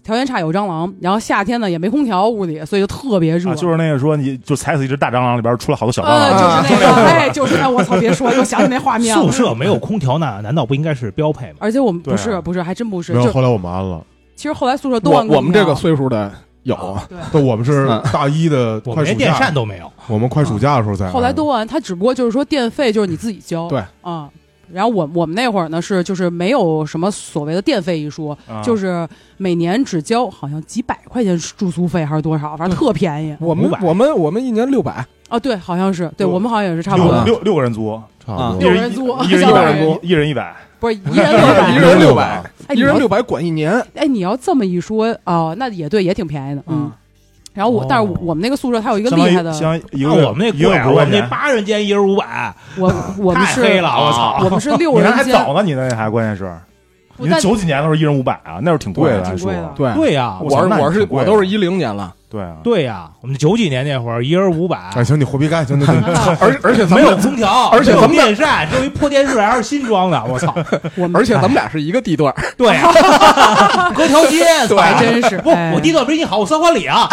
Speaker 1: 条件差有蟑螂，然后夏天呢也没空调屋里，所以就特别热。
Speaker 2: 啊就是那个说你就踩死一只大蟑螂，里边出来好多小蟑
Speaker 1: 呃，
Speaker 2: 螂。
Speaker 1: 就是那个，哎，就是哎，我操，别说，又想起那画面
Speaker 5: 宿
Speaker 1: 了。
Speaker 5: 舍没有空调，那难道不应该是标配吗？
Speaker 1: 而且我们
Speaker 2: 对啊
Speaker 1: 不是不是，还真不是，
Speaker 4: 没有，
Speaker 1: 就
Speaker 4: 后来我们安了，
Speaker 1: 其实后来宿舍都
Speaker 3: 我
Speaker 1: 安
Speaker 3: 我们
Speaker 1: 空
Speaker 3: 这
Speaker 1: 调
Speaker 3: 个岁数的有，
Speaker 4: 但我们是 大一的
Speaker 5: 我
Speaker 4: 快
Speaker 5: 们
Speaker 4: 暑
Speaker 5: 连电
Speaker 4: 假
Speaker 5: 扇，都没有，
Speaker 4: 我们快暑假的时候才安。
Speaker 1: 嗯后来都完，他只不过就是说电费就是你自己交，
Speaker 3: 对
Speaker 1: 啊。然后我我们那会儿呢是就是没有什么所谓的电费一说，
Speaker 2: 啊
Speaker 1: 就是每年只交好像几百块钱住宿费还是多少，反正特便宜
Speaker 3: 我们
Speaker 5: 500
Speaker 3: 我们我们一年六百，
Speaker 1: 啊。对，好像是对
Speaker 2: 就
Speaker 1: 我们好像也是差不
Speaker 2: 啊
Speaker 1: 多，
Speaker 2: 六六六个人租，
Speaker 4: 差不
Speaker 3: 啊
Speaker 2: 一
Speaker 4: 多
Speaker 1: 六人租
Speaker 2: 一人一
Speaker 1: 相
Speaker 2: 百
Speaker 1: 当于，
Speaker 2: 一人一百。
Speaker 1: 不是一人六
Speaker 3: 一
Speaker 1: 百。
Speaker 3: 人六
Speaker 4: 百
Speaker 3: 百，一
Speaker 1: 哎，你
Speaker 3: 人
Speaker 1: 要
Speaker 3: 六百管一年，
Speaker 1: 哎你要这么一说啊，那也对，也挺便宜的，嗯。然后我
Speaker 5: 哦，
Speaker 1: 但是我们那个宿舍它有一个
Speaker 2: 相当
Speaker 1: 厉
Speaker 2: 于
Speaker 1: 害的，
Speaker 2: 相当于一
Speaker 5: 那
Speaker 2: 个
Speaker 5: 我们那
Speaker 2: 一个月
Speaker 5: 贵啊，
Speaker 2: 五
Speaker 5: 我
Speaker 2: 块
Speaker 5: 们那
Speaker 2: 钱，
Speaker 5: 八人间一人五百，
Speaker 1: 我我们
Speaker 5: 太
Speaker 1: 是啊
Speaker 5: 黑了，我操！
Speaker 1: 我们是六
Speaker 2: 你那
Speaker 1: 人
Speaker 2: 还
Speaker 1: 间，
Speaker 2: 早呢，你那还关键是，
Speaker 1: 不
Speaker 2: 你那
Speaker 1: 但
Speaker 2: 九几年的时候一人五百啊，那时候挺贵的，
Speaker 3: 对
Speaker 2: 还
Speaker 1: 挺
Speaker 2: 说
Speaker 1: 贵的，
Speaker 3: 对，
Speaker 5: 对呀，
Speaker 2: 我
Speaker 3: 我是
Speaker 2: 操那
Speaker 3: 我
Speaker 2: 你
Speaker 3: 是
Speaker 2: 挺贵
Speaker 3: 我
Speaker 2: 的
Speaker 3: 都是一零年了，
Speaker 2: 对啊，
Speaker 5: 对呀，我们九几年那会儿一人五百，
Speaker 4: 哎，行，你活逼 该，行行行，
Speaker 3: 而而且咱
Speaker 5: 没有
Speaker 3: 们
Speaker 5: 空调，
Speaker 3: 而且咱
Speaker 5: 没有
Speaker 3: 们
Speaker 5: 电扇，只有一破电视，还是新装的。我操！
Speaker 1: 我们
Speaker 3: 而且咱们俩是一个地段儿，
Speaker 5: 对呀，隔条街，
Speaker 3: 对
Speaker 1: 还真是
Speaker 5: 不，
Speaker 1: 哎
Speaker 5: 我地段比你好，我三环里啊。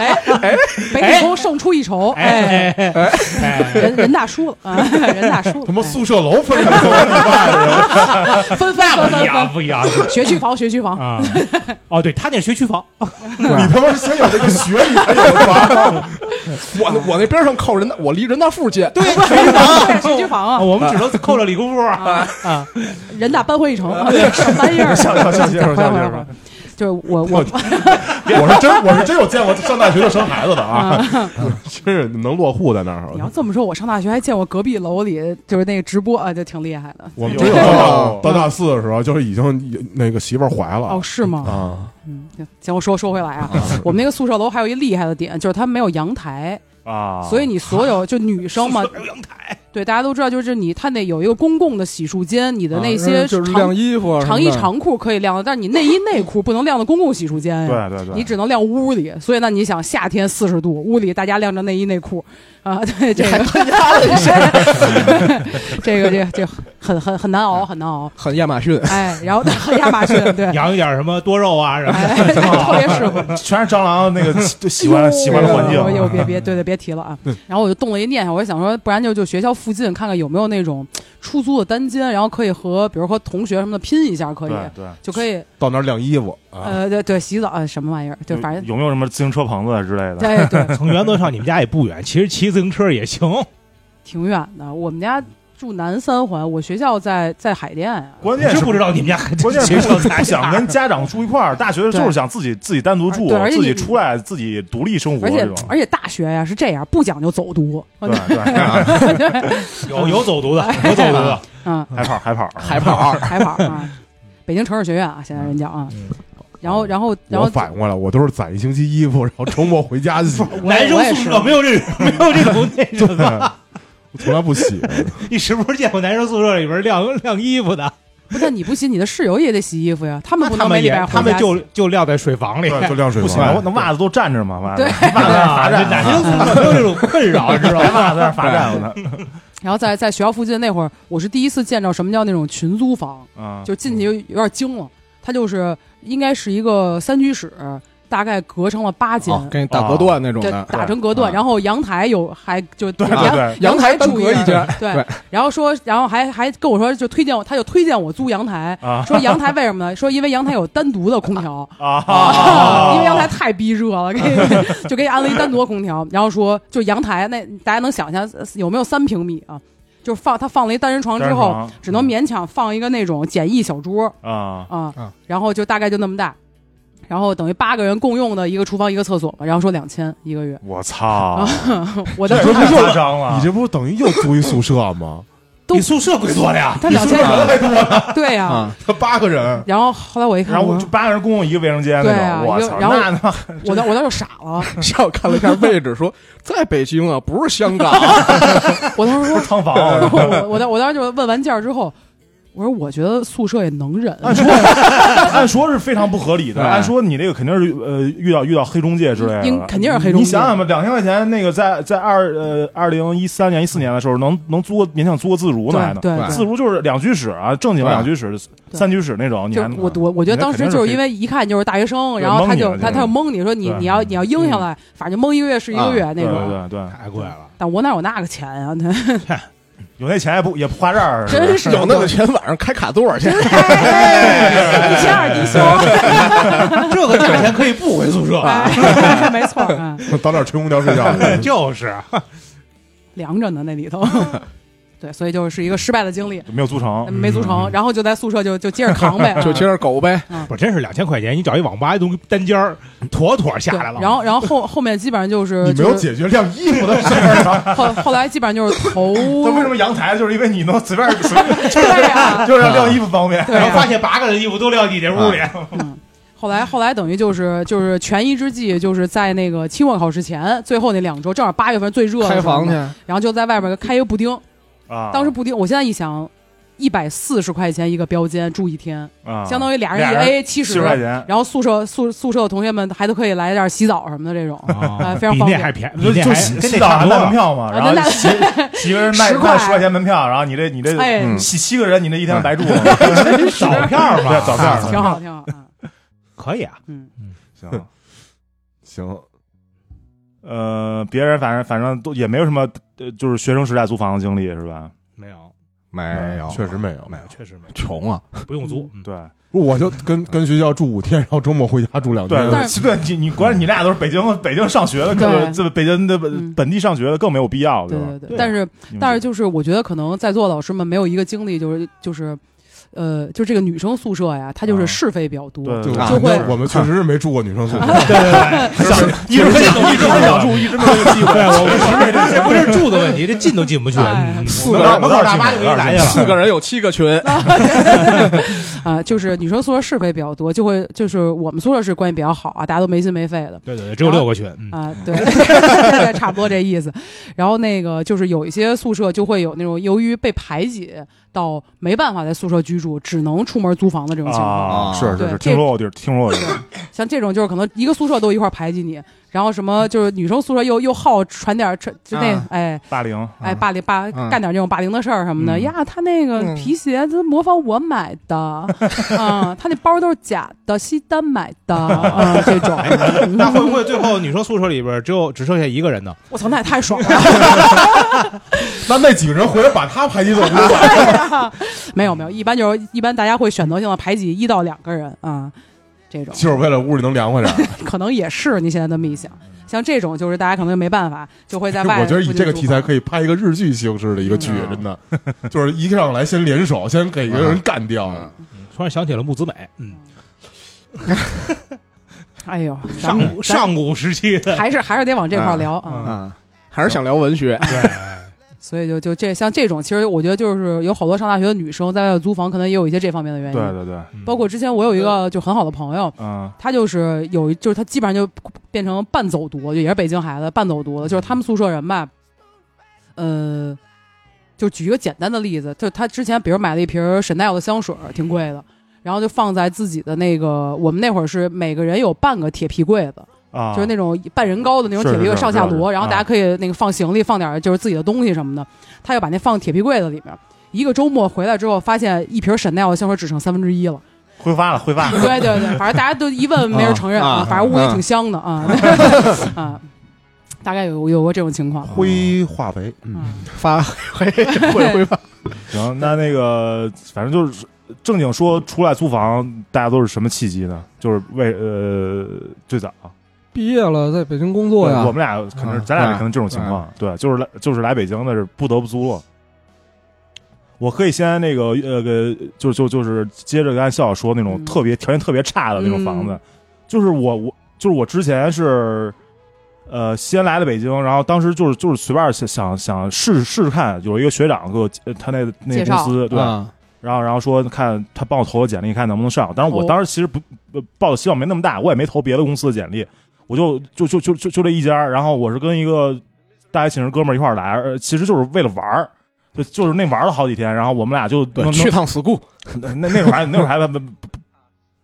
Speaker 1: 哎，北理工胜出一筹，哎，
Speaker 5: 哎哎 哎，
Speaker 1: 人人大输了，啊，人大输了，
Speaker 4: 他妈
Speaker 1: 哎
Speaker 4: 宿舍楼分什么办？
Speaker 1: 分分分
Speaker 5: 不一
Speaker 1: 分
Speaker 5: 样，
Speaker 1: 分，
Speaker 5: 不一样
Speaker 1: 学区房学区房，
Speaker 5: 啊！哦，对他那是学区房，
Speaker 4: 你他妈是先有这个学历，才有的房。
Speaker 3: 我那我那边上靠人大，我离人大附近，对，
Speaker 1: 学区房学区房 啊，
Speaker 5: 我们只能扣着理工部啊。
Speaker 1: 啊人大扳回一城，啊什么玩意儿？
Speaker 2: 笑笑笑接着
Speaker 1: 快
Speaker 2: 笑
Speaker 1: 快
Speaker 2: 接
Speaker 1: 快
Speaker 2: 着，
Speaker 1: 就是我我
Speaker 4: 我是真我是真有见过上大学就 生孩子的啊，真是能落户在那儿
Speaker 1: 你。要这么说，我上大学还见我隔壁楼里就是那个直播啊，就挺厉害的
Speaker 4: 我们真有
Speaker 2: 哎呦
Speaker 4: 到到大四的时候，就是已经有那个媳妇儿怀了
Speaker 1: 哦，是吗？
Speaker 4: 啊，
Speaker 1: 嗯，行行，我说说回来啊，我们那个宿舍楼还有一厉害的点，就是它没有阳台，
Speaker 2: 啊，
Speaker 1: 所以你所有就女生嘛，
Speaker 5: 阳台，
Speaker 1: 对，大家都知道，就是你它得有一个公共的洗漱间，你的那些
Speaker 3: 啊就是
Speaker 1: 长、
Speaker 3: 晾衣服什么的，
Speaker 1: 长衣长裤可以晾的，但是你内衣内裤不能晾到公共洗漱间呀。
Speaker 2: 对对对，
Speaker 1: 你只能晾屋里，所以那你想夏天四十度，屋里大家晾着内衣内裤，啊，对这个， 这个这个这个很很很难熬，很难熬。
Speaker 3: 很亚马 逊，
Speaker 1: 哎，然后亚马逊对，
Speaker 5: 养一点什么多肉啊什么
Speaker 1: 啊哎，特别适合。
Speaker 2: 全是蟑螂那个喜喜欢喜欢的环
Speaker 1: 哎呦
Speaker 2: 境啊嗯
Speaker 1: 呦，别别，对对，别提了啊。然后我就动了一念想，我就想说，不然就就学校附近看看有没有那种出租的单间，然后可以和比如和同学什么的拼一下，可以
Speaker 2: 对对。
Speaker 1: 就可以
Speaker 4: 到那儿晾衣服啊，
Speaker 1: 呃，对对，洗澡啊什么玩意儿，对，反正
Speaker 2: 有有没有什么自行车棚子之类的？
Speaker 1: 对对，
Speaker 5: 的。从原则上，你们家也不远，其实骑自行车也行。
Speaker 1: 挺远的。我们家住南三环，我学校在在海淀啊呀、
Speaker 2: 关键
Speaker 5: 真
Speaker 2: 是
Speaker 5: 不知道你们家还
Speaker 2: 关键是
Speaker 5: 谁知道
Speaker 2: 不
Speaker 5: 咱
Speaker 2: 不想跟家长住一块儿，大学的时候就是想自己自己单独住
Speaker 1: 对而，且
Speaker 2: 自己
Speaker 1: 你
Speaker 2: 出来自己独立生活
Speaker 1: 而且
Speaker 2: 这种。
Speaker 1: 而且大学呀、是这样，不讲究走读，
Speaker 2: 对对，
Speaker 5: 有有走读的，有走读的，
Speaker 1: 嗯，
Speaker 2: 海跑海跑
Speaker 3: 害怕。
Speaker 1: 海跑 啊，北京城市学院啊，现在人叫啊
Speaker 5: 嗯，
Speaker 1: 然后然后然
Speaker 4: 我
Speaker 1: 后
Speaker 4: 反过来，我都是攒一星期衣服，然后周末回 家洗，
Speaker 5: 男生宿舍没有这种没有这种那
Speaker 4: 对
Speaker 5: 什么，
Speaker 4: 我从来不洗。
Speaker 5: 你是不是见过男生宿舍里边晾晾衣服的？
Speaker 1: 不但你不信，你的室友也得洗衣服呀，他们不
Speaker 5: 他
Speaker 1: 能每
Speaker 5: 们
Speaker 1: 礼
Speaker 5: 也
Speaker 1: 拜回
Speaker 5: 他们
Speaker 1: 家
Speaker 5: 就
Speaker 1: 洗
Speaker 5: 就晾在水房里。
Speaker 4: 对，就晾水
Speaker 2: 不行，
Speaker 4: 房
Speaker 2: 那。袜子都站着嘛，袜子
Speaker 1: 对
Speaker 2: 袜子在那罚
Speaker 5: 啊，这
Speaker 2: 站，
Speaker 5: 男生宿舍没有这种困扰，知道
Speaker 2: 白袜
Speaker 5: 吗？
Speaker 2: 子在那罚站呢。
Speaker 1: 然后在在学校附近那会儿，我是第一次见着什么叫那种群租房，
Speaker 2: 啊，
Speaker 1: 就进去有有点惊了，它就是应该是一个三居室，大概隔成了八间。
Speaker 3: 哦，跟你打隔断那种
Speaker 1: 对，
Speaker 3: 的，
Speaker 1: 打成隔断，
Speaker 3: 啊
Speaker 1: 然后阳台有还就对
Speaker 2: 对对，
Speaker 3: 阳台单
Speaker 1: 住
Speaker 3: 隔一间，
Speaker 1: 对
Speaker 3: 对，
Speaker 1: 然后说，然后还还跟我说，就推荐我，他就推荐我租阳台，
Speaker 2: 啊
Speaker 1: 说阳台为什么呢？说因为阳台有单独的空调，
Speaker 2: 啊，
Speaker 1: 因为阳台太逼热了，给你就给你安了一单独的空调，然后说就阳台那大家能想象有没有三平米啊？就放他放了一单人床之
Speaker 2: 单人
Speaker 1: 后
Speaker 2: 床，嗯
Speaker 1: 只能勉强放一个那种简易小桌
Speaker 2: 啊
Speaker 1: 啊
Speaker 3: 啊，
Speaker 1: 然后就大概就那么大，然后等于八个人共用的一个厨房一个厕所嘛，然后说两千一个月，
Speaker 2: 我操，
Speaker 1: 我的
Speaker 2: 这不就夸张了？
Speaker 4: 你这不等于又租一宿舍吗？
Speaker 1: 都
Speaker 5: 你宿舍贵多了呀！
Speaker 1: 他两千对呀、
Speaker 3: 啊，
Speaker 4: 他八个人，
Speaker 1: 然后后来我一看，
Speaker 2: 然后
Speaker 1: 我
Speaker 2: 就八个人公共一个卫生间
Speaker 1: 对
Speaker 2: 那
Speaker 1: 啊
Speaker 2: 种，我
Speaker 1: 一个
Speaker 2: 操，
Speaker 1: 然后
Speaker 2: 那那
Speaker 1: 我当我当时就傻了，
Speaker 3: 下午看了一下位置，说 在北京啊，不是香港，
Speaker 1: 我当时 说，
Speaker 2: 仓房，啊
Speaker 1: 我我当我当时就问完价之后，我说我觉得宿舍也能忍，
Speaker 2: 按 说按说是非常不合理的，
Speaker 3: 对
Speaker 2: 按说你这个肯定是呃遇到遇到黑中介之类
Speaker 1: 应
Speaker 2: 的，
Speaker 1: 肯定是黑中介
Speaker 2: 你想想吧，两千块钱那个在在二呃二零一三年一四年的时候能能租个勉强租个自如呢还
Speaker 1: 对
Speaker 2: 能，
Speaker 1: 对对
Speaker 2: 自如就是两居室啊，正经
Speaker 3: 对
Speaker 2: 两居室、三居室那种，你
Speaker 1: 就
Speaker 2: 还能
Speaker 1: 我我我觉得当时就是因为一看就是大学生，
Speaker 2: 对
Speaker 1: 然后他
Speaker 2: 蒙你
Speaker 1: 就
Speaker 2: 了
Speaker 1: 他
Speaker 2: 就是
Speaker 1: 他就蒙你说你
Speaker 2: 对啊
Speaker 1: 你要你要应下来，反正蒙一个月是一个月那
Speaker 2: 对对
Speaker 1: 种。
Speaker 2: 对对，
Speaker 5: 太 贵了，
Speaker 1: 但我哪有那个钱啊？
Speaker 2: 有那钱也不也不花这儿，是吧
Speaker 1: 真是
Speaker 3: 有那个钱晚上开卡座 去，
Speaker 1: 一千二 低消，
Speaker 5: 这个价钱可以不回宿 舍，
Speaker 1: 哎 没错，嗯
Speaker 4: 到那儿吹空调睡觉去。
Speaker 5: 就是
Speaker 1: 凉着呢那里头。 对，所以就是一嗯个失败的经历，
Speaker 2: 没有租成，
Speaker 1: 没租成，然后就在宿舍就就接着扛呗，啊
Speaker 3: 就接着狗呗，
Speaker 5: 不是真是两千块钱，你找一网吧东西单间儿，妥妥下
Speaker 1: 对
Speaker 5: 来了。
Speaker 1: 然后然后后后面基本上就是
Speaker 4: 你没有
Speaker 1: 呃就是
Speaker 4: 解决晾衣服的事儿啊！
Speaker 1: 后后来基本上就是头
Speaker 2: 那为什么阳台就是因为你能随便随便
Speaker 1: 对啊，
Speaker 2: 就是要晾衣服方便，
Speaker 1: 对
Speaker 5: 然后发
Speaker 1: 啊。
Speaker 5: 现八个人的衣服都撂你这屋里，
Speaker 2: 啊
Speaker 1: 后来后来等于就是就是权宜之计，就是在那个期末考试前最后那两周，正好八月份最热的时
Speaker 3: 开
Speaker 1: 候
Speaker 3: 房去
Speaker 1: 嘛，，然后就在外边开一个布丁。
Speaker 2: 啊，
Speaker 1: 当时布丁，我现在一想，一百四十块钱一个标间住一天，
Speaker 2: 啊
Speaker 1: 相当于俩人一
Speaker 2: 俩人
Speaker 1: A 七
Speaker 2: 七十
Speaker 1: 十。
Speaker 2: 块钱。
Speaker 1: 然后宿舍宿宿舍的同学们还都可以来点洗澡什么的这种， 啊，非常方
Speaker 5: 比那
Speaker 1: 便。
Speaker 5: 还便宜，
Speaker 2: 就
Speaker 5: 比那
Speaker 2: 就
Speaker 5: 还
Speaker 2: 洗
Speaker 5: 跟
Speaker 2: 洗
Speaker 5: 那
Speaker 2: 澡
Speaker 5: 差
Speaker 2: 还
Speaker 5: 不多
Speaker 2: 卖
Speaker 5: 了
Speaker 2: 门票嘛，
Speaker 1: 啊
Speaker 2: 然后
Speaker 1: 那那
Speaker 2: 洗 洗个人卖
Speaker 1: 10块
Speaker 2: 卖十块钱门票，然后你这你这
Speaker 1: 哎
Speaker 2: 嗯洗七个人，你这一天白住了。
Speaker 5: 早票 嘛，啊
Speaker 2: 对早票
Speaker 1: 挺好挺好，嗯
Speaker 5: 可以啊。
Speaker 1: 嗯，
Speaker 2: 行，
Speaker 4: 行，
Speaker 2: 呃，别人反正反正都也没有什么，呃，就是学生时代租房的经历是吧？
Speaker 5: 没有，
Speaker 3: 没有，
Speaker 4: 确实没有。
Speaker 5: 没有，确实没
Speaker 3: 穷啊，
Speaker 5: 有，不用租。嗯
Speaker 2: 对
Speaker 4: 我就跟跟学校住五天，然后周末回家住两天。
Speaker 1: 但
Speaker 2: 对
Speaker 1: 是
Speaker 2: 对，你你关键你俩都是北京北京上学的，
Speaker 1: 对
Speaker 2: 更这北京的本
Speaker 1: 嗯
Speaker 2: 本地上学的更没有必要，
Speaker 1: 对
Speaker 2: 吧？
Speaker 1: 对对。但是
Speaker 2: 你们
Speaker 1: 但是就是我觉得可能在座老师们没有一个经历，就是就是，呃，就这个女生宿舍呀，它就
Speaker 2: 啊
Speaker 1: 是是非比较多。
Speaker 2: 对
Speaker 4: 就
Speaker 2: 对
Speaker 3: 啊
Speaker 4: 就
Speaker 1: 会
Speaker 4: 我们确实是没住过女生宿舍，
Speaker 2: 一直很想一直很想住， 一直没有这个 机会。
Speaker 5: 对，哎我我这不是住的问题，这进都进不去嗯
Speaker 1: 哎。
Speaker 5: 四
Speaker 3: 个
Speaker 5: 门口大妈就给你来去
Speaker 3: 四
Speaker 5: 了。
Speaker 3: 个人有七个群，
Speaker 1: 啊、就是女生宿舍是非比较多，就会就是我们宿舍是关系比较好啊，大家都没心没肺的。
Speaker 5: 对对对，只有六个群。嗯
Speaker 1: 啊，对，对， 差不多这意思。然后那个就是有一些宿舍就会有那种由于被排挤到没办法在宿舍居住，只能出门租房的这种情况。
Speaker 2: 啊，是
Speaker 1: 对
Speaker 2: 是
Speaker 1: 这
Speaker 2: 是，听说过地儿，听说过地儿。
Speaker 1: 像这种就是可能一个宿舍都一块儿排挤你，然后什么就是女生宿舍又又好传点儿传就那、
Speaker 3: 啊
Speaker 1: 哎
Speaker 2: 霸凌，
Speaker 1: 哎，霸凌霸
Speaker 3: 嗯
Speaker 1: 干点这种霸凌的事儿什么的、
Speaker 2: 嗯
Speaker 1: 呀，他那个
Speaker 3: 嗯
Speaker 1: 皮鞋都模仿我买的，啊、他那包都是假的，西单买的，啊、这种，嗯
Speaker 5: 那会不会最后女生宿舍里边只有只剩下一个人呢？
Speaker 1: 我操，那也太爽了！
Speaker 4: 那那几个人回来把他排挤走不就完了？
Speaker 1: 没有没有，一般就是一般大家会选择性的排挤一到两个人啊，这种
Speaker 4: 就是为了屋里能凉快点儿。
Speaker 1: 可能也是你现在这么一想，像这种就是大家可能没办法，就会在外。
Speaker 4: 我觉得以这个题材可
Speaker 1: 以。
Speaker 4: 以拍一个日剧形式的一个剧，
Speaker 2: 嗯
Speaker 4: 真的，就是一上来先联手，先给一个人干掉。
Speaker 5: 突然想起了木子美，嗯，
Speaker 1: 哎呦，咱
Speaker 5: 上
Speaker 1: 们
Speaker 5: 古上古时期的，
Speaker 1: 还是还是得往这块儿聊啊。
Speaker 3: 啊，还是想聊文学，
Speaker 5: 对，
Speaker 1: 所以就就这像这种，其实我觉得就是有好多上大学的女生在外租房，可能也有一些这方面的原
Speaker 2: 对
Speaker 1: 因。
Speaker 2: 对对，
Speaker 5: 嗯
Speaker 1: 包括之前我有一个就很好的朋友，
Speaker 2: 嗯
Speaker 1: 他就是有一，就是他基本上就变成半走读，就也是北京孩子，半走读的，就是他们宿舍人吧，呃，就举一个简单的例子，就他之前比如买了一瓶沈奈的香水，挺贵的，然后就放在自己的那个，我们那会儿是每个人有半个铁皮柜子，
Speaker 2: 啊，
Speaker 1: 就是那种半人高的那种
Speaker 2: 是
Speaker 1: 铁皮
Speaker 2: 是
Speaker 1: 柜
Speaker 2: 是
Speaker 1: 上下
Speaker 2: 知道
Speaker 1: 摞，
Speaker 2: 是
Speaker 1: 然后
Speaker 2: 啊
Speaker 1: 大家可以那个放行李，放点儿就是自己的东西什么的，他就把那放铁皮柜子里面。一个周末回来之后，发现一瓶沈奈的香水只剩三分之一了。
Speaker 2: 挥发了，挥发了，
Speaker 1: 对对对，反正大家都一问没人承认
Speaker 3: 啊啊
Speaker 1: 反正屋里挺香的啊 啊，大概有有过这种情况。
Speaker 4: 灰化肥，嗯，
Speaker 1: 嗯
Speaker 3: 发黑会会发，
Speaker 2: 行，那那个反正就是正经说出来租房，大家都是什么契机呢？就是为呃最早
Speaker 3: 毕业了在北京工作
Speaker 2: 我
Speaker 3: 呀
Speaker 2: 们，俩可能
Speaker 3: 啊
Speaker 2: 咱俩可能这种情况，对，就是来就是来北京的是不得不租了。我可以先那个呃，个就就就是接着刚才笑笑说那种
Speaker 1: 嗯
Speaker 2: 特别、条件特别差的那种房子，
Speaker 1: 嗯
Speaker 2: 就是我我就是我之前是呃先来的北京，然后当时就是就是随便想想想试试试看，有一个学长给我呃他那那
Speaker 1: 介
Speaker 2: 公
Speaker 1: 绍
Speaker 2: 司对，
Speaker 3: 啊
Speaker 2: 然后然后说看他帮我投个简历，看能不能上。但是我
Speaker 1: 哦
Speaker 2: 当时其实不、呃抱的希望没那么大，我也没投别的公司的简历，我就就就就就就这一家。然后我是跟一个大学寝室哥们儿一块儿来，呃其实就是为了玩儿。就就是那玩了好几天，然后我们俩就
Speaker 3: 对
Speaker 2: 能，
Speaker 3: 去趟 school
Speaker 2: 能那那会儿还那会儿还不不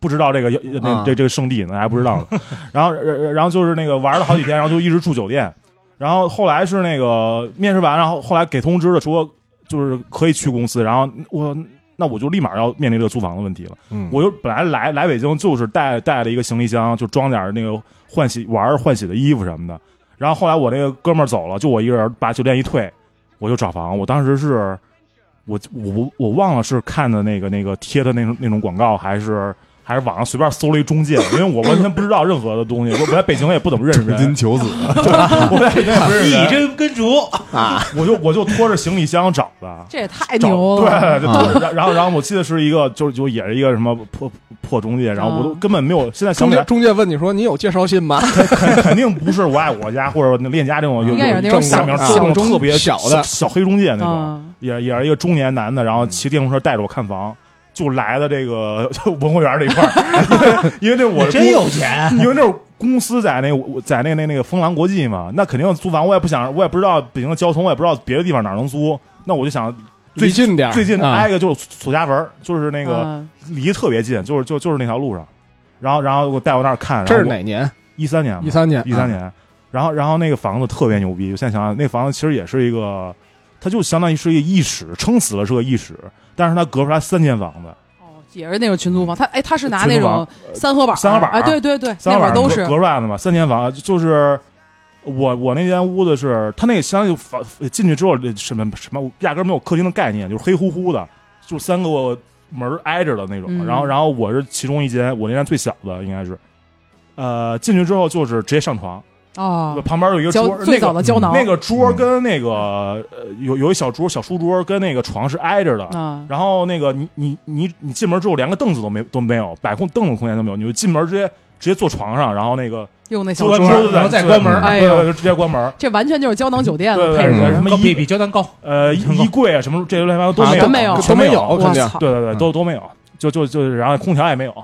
Speaker 2: 不知道这个那
Speaker 3: 啊
Speaker 2: 这这个圣地呢，还不知道呢。然后呃然后就是那个玩了好几天，然后就一直住酒店。然后后来是那个面试完，然后后来给通知了，说就是可以去公司。然后我那我就立马要面临这个租房的问题了。
Speaker 4: 嗯
Speaker 2: 我就本来来来北京就是带带了一个行李箱，就装点那个换洗玩儿换洗的衣服什么的。然后后来我那个哥们儿走了，就我一个人把酒店一退，我就找房。我当时是，我我我忘了是看的那个那个贴的那种那种广告，还是还是网上随便搜了一中介，因为我完全不知道任何的东西。我我在北京也不怎么认识
Speaker 4: 重金
Speaker 2: 人，
Speaker 4: 求子，
Speaker 2: 我在北京也不认识
Speaker 5: 一
Speaker 2: 人，
Speaker 5: 针根竹，
Speaker 3: 啊，
Speaker 2: 我就我就拖着行李箱找的。
Speaker 1: 这也太
Speaker 2: 找
Speaker 1: 牛了！
Speaker 2: 对，就
Speaker 3: 啊
Speaker 2: 然然后然后我记得是一个，就是就也是一个什么破破中介，然后我都
Speaker 1: 啊
Speaker 2: 根本没有，现在
Speaker 3: 中
Speaker 2: 想起
Speaker 3: 介
Speaker 2: 来
Speaker 3: 中介问你说你有介绍信吗？
Speaker 2: 肯定不是我爱我家或者那链家这种有
Speaker 1: 应该也是那
Speaker 2: 有
Speaker 1: 种
Speaker 2: 大名
Speaker 1: 小
Speaker 2: 这种
Speaker 3: 小中
Speaker 2: 特别
Speaker 3: 小的
Speaker 2: 小黑中介那种，
Speaker 1: 嗯，
Speaker 2: 也也是一个中年男的，然后骑电动车带着我看房，就来的这个 文汇园这一块儿， 因为因为那我
Speaker 5: 你真有钱，
Speaker 2: 因为那会儿公司在那我在那那那个枫兰国际嘛，那肯定租房，我也不想，我也不知道北京的交通，我也不知道别的地方哪儿能租，那我就想最
Speaker 3: 离近点儿，
Speaker 2: 最近
Speaker 3: 啊
Speaker 2: 挨个就是左家坟，就是那个
Speaker 1: 嗯
Speaker 2: 离得特别近，就是就就是那条路上，然后然后我带我那儿看，
Speaker 3: 这是哪年？
Speaker 2: 一三年嘛
Speaker 3: 一三年，
Speaker 2: 一三年，然后然后那个房子特别牛逼，我现在想想，那房子其实也是一个，它就相当于是一个一室，撑死了是个一室，但是它隔出来三间房子，
Speaker 1: 哦，也是那种群租房。他哎，他是拿
Speaker 2: 群
Speaker 1: 那
Speaker 2: 租房呃
Speaker 1: 种三合板儿，
Speaker 2: 三合板儿
Speaker 1: 哎，对对对，那
Speaker 2: 三间
Speaker 1: 会儿
Speaker 2: 房
Speaker 1: 都
Speaker 2: 隔
Speaker 1: 是
Speaker 2: 隔出来的嘛，三间房就是。我我那间屋子是，它那个相当于房进去之后什么什么，压根儿没有客厅的概念，就是黑乎乎的，就三个门儿挨着的那种。
Speaker 1: 嗯
Speaker 2: 然后然后我是其中一间，我那间最小的应该是，呃，进去之后就是直接上床，
Speaker 1: 哦，
Speaker 2: 旁边有一个桌
Speaker 1: 胶
Speaker 2: 儿，那
Speaker 1: 最
Speaker 2: 个
Speaker 1: 早的胶囊
Speaker 2: 那个桌跟那个呃有有一小桌小书桌跟那个床是挨着的，
Speaker 1: 啊，
Speaker 2: 然后那个你你你你进门之后连个凳子都没都没有，摆空凳子空间都没有，你就进门直接直接坐床上，然后那个
Speaker 1: 用那小
Speaker 2: 坐
Speaker 1: 桌
Speaker 2: 完桌
Speaker 1: 儿，
Speaker 2: 子
Speaker 5: 然后再
Speaker 2: 对
Speaker 5: 关门
Speaker 1: 哎
Speaker 2: 对
Speaker 1: 呦
Speaker 2: 对对直接关门，
Speaker 1: 这完全就是胶囊酒店
Speaker 2: 对
Speaker 1: 的
Speaker 2: 对
Speaker 1: 配
Speaker 2: 对
Speaker 1: 置。
Speaker 2: 什么
Speaker 5: 比
Speaker 2: 衣
Speaker 5: 比胶囊高，
Speaker 2: 呃衣衣柜啊什么这些乱七八
Speaker 3: 啊
Speaker 2: 糟
Speaker 1: 都
Speaker 2: 都
Speaker 1: 没
Speaker 2: 没
Speaker 1: 有
Speaker 2: 有
Speaker 3: 都没
Speaker 2: 有，
Speaker 3: 有，肯
Speaker 1: 我
Speaker 3: 定
Speaker 1: 操，
Speaker 2: 对对对
Speaker 4: 嗯
Speaker 2: 都都没有，就就就然后空调也没有，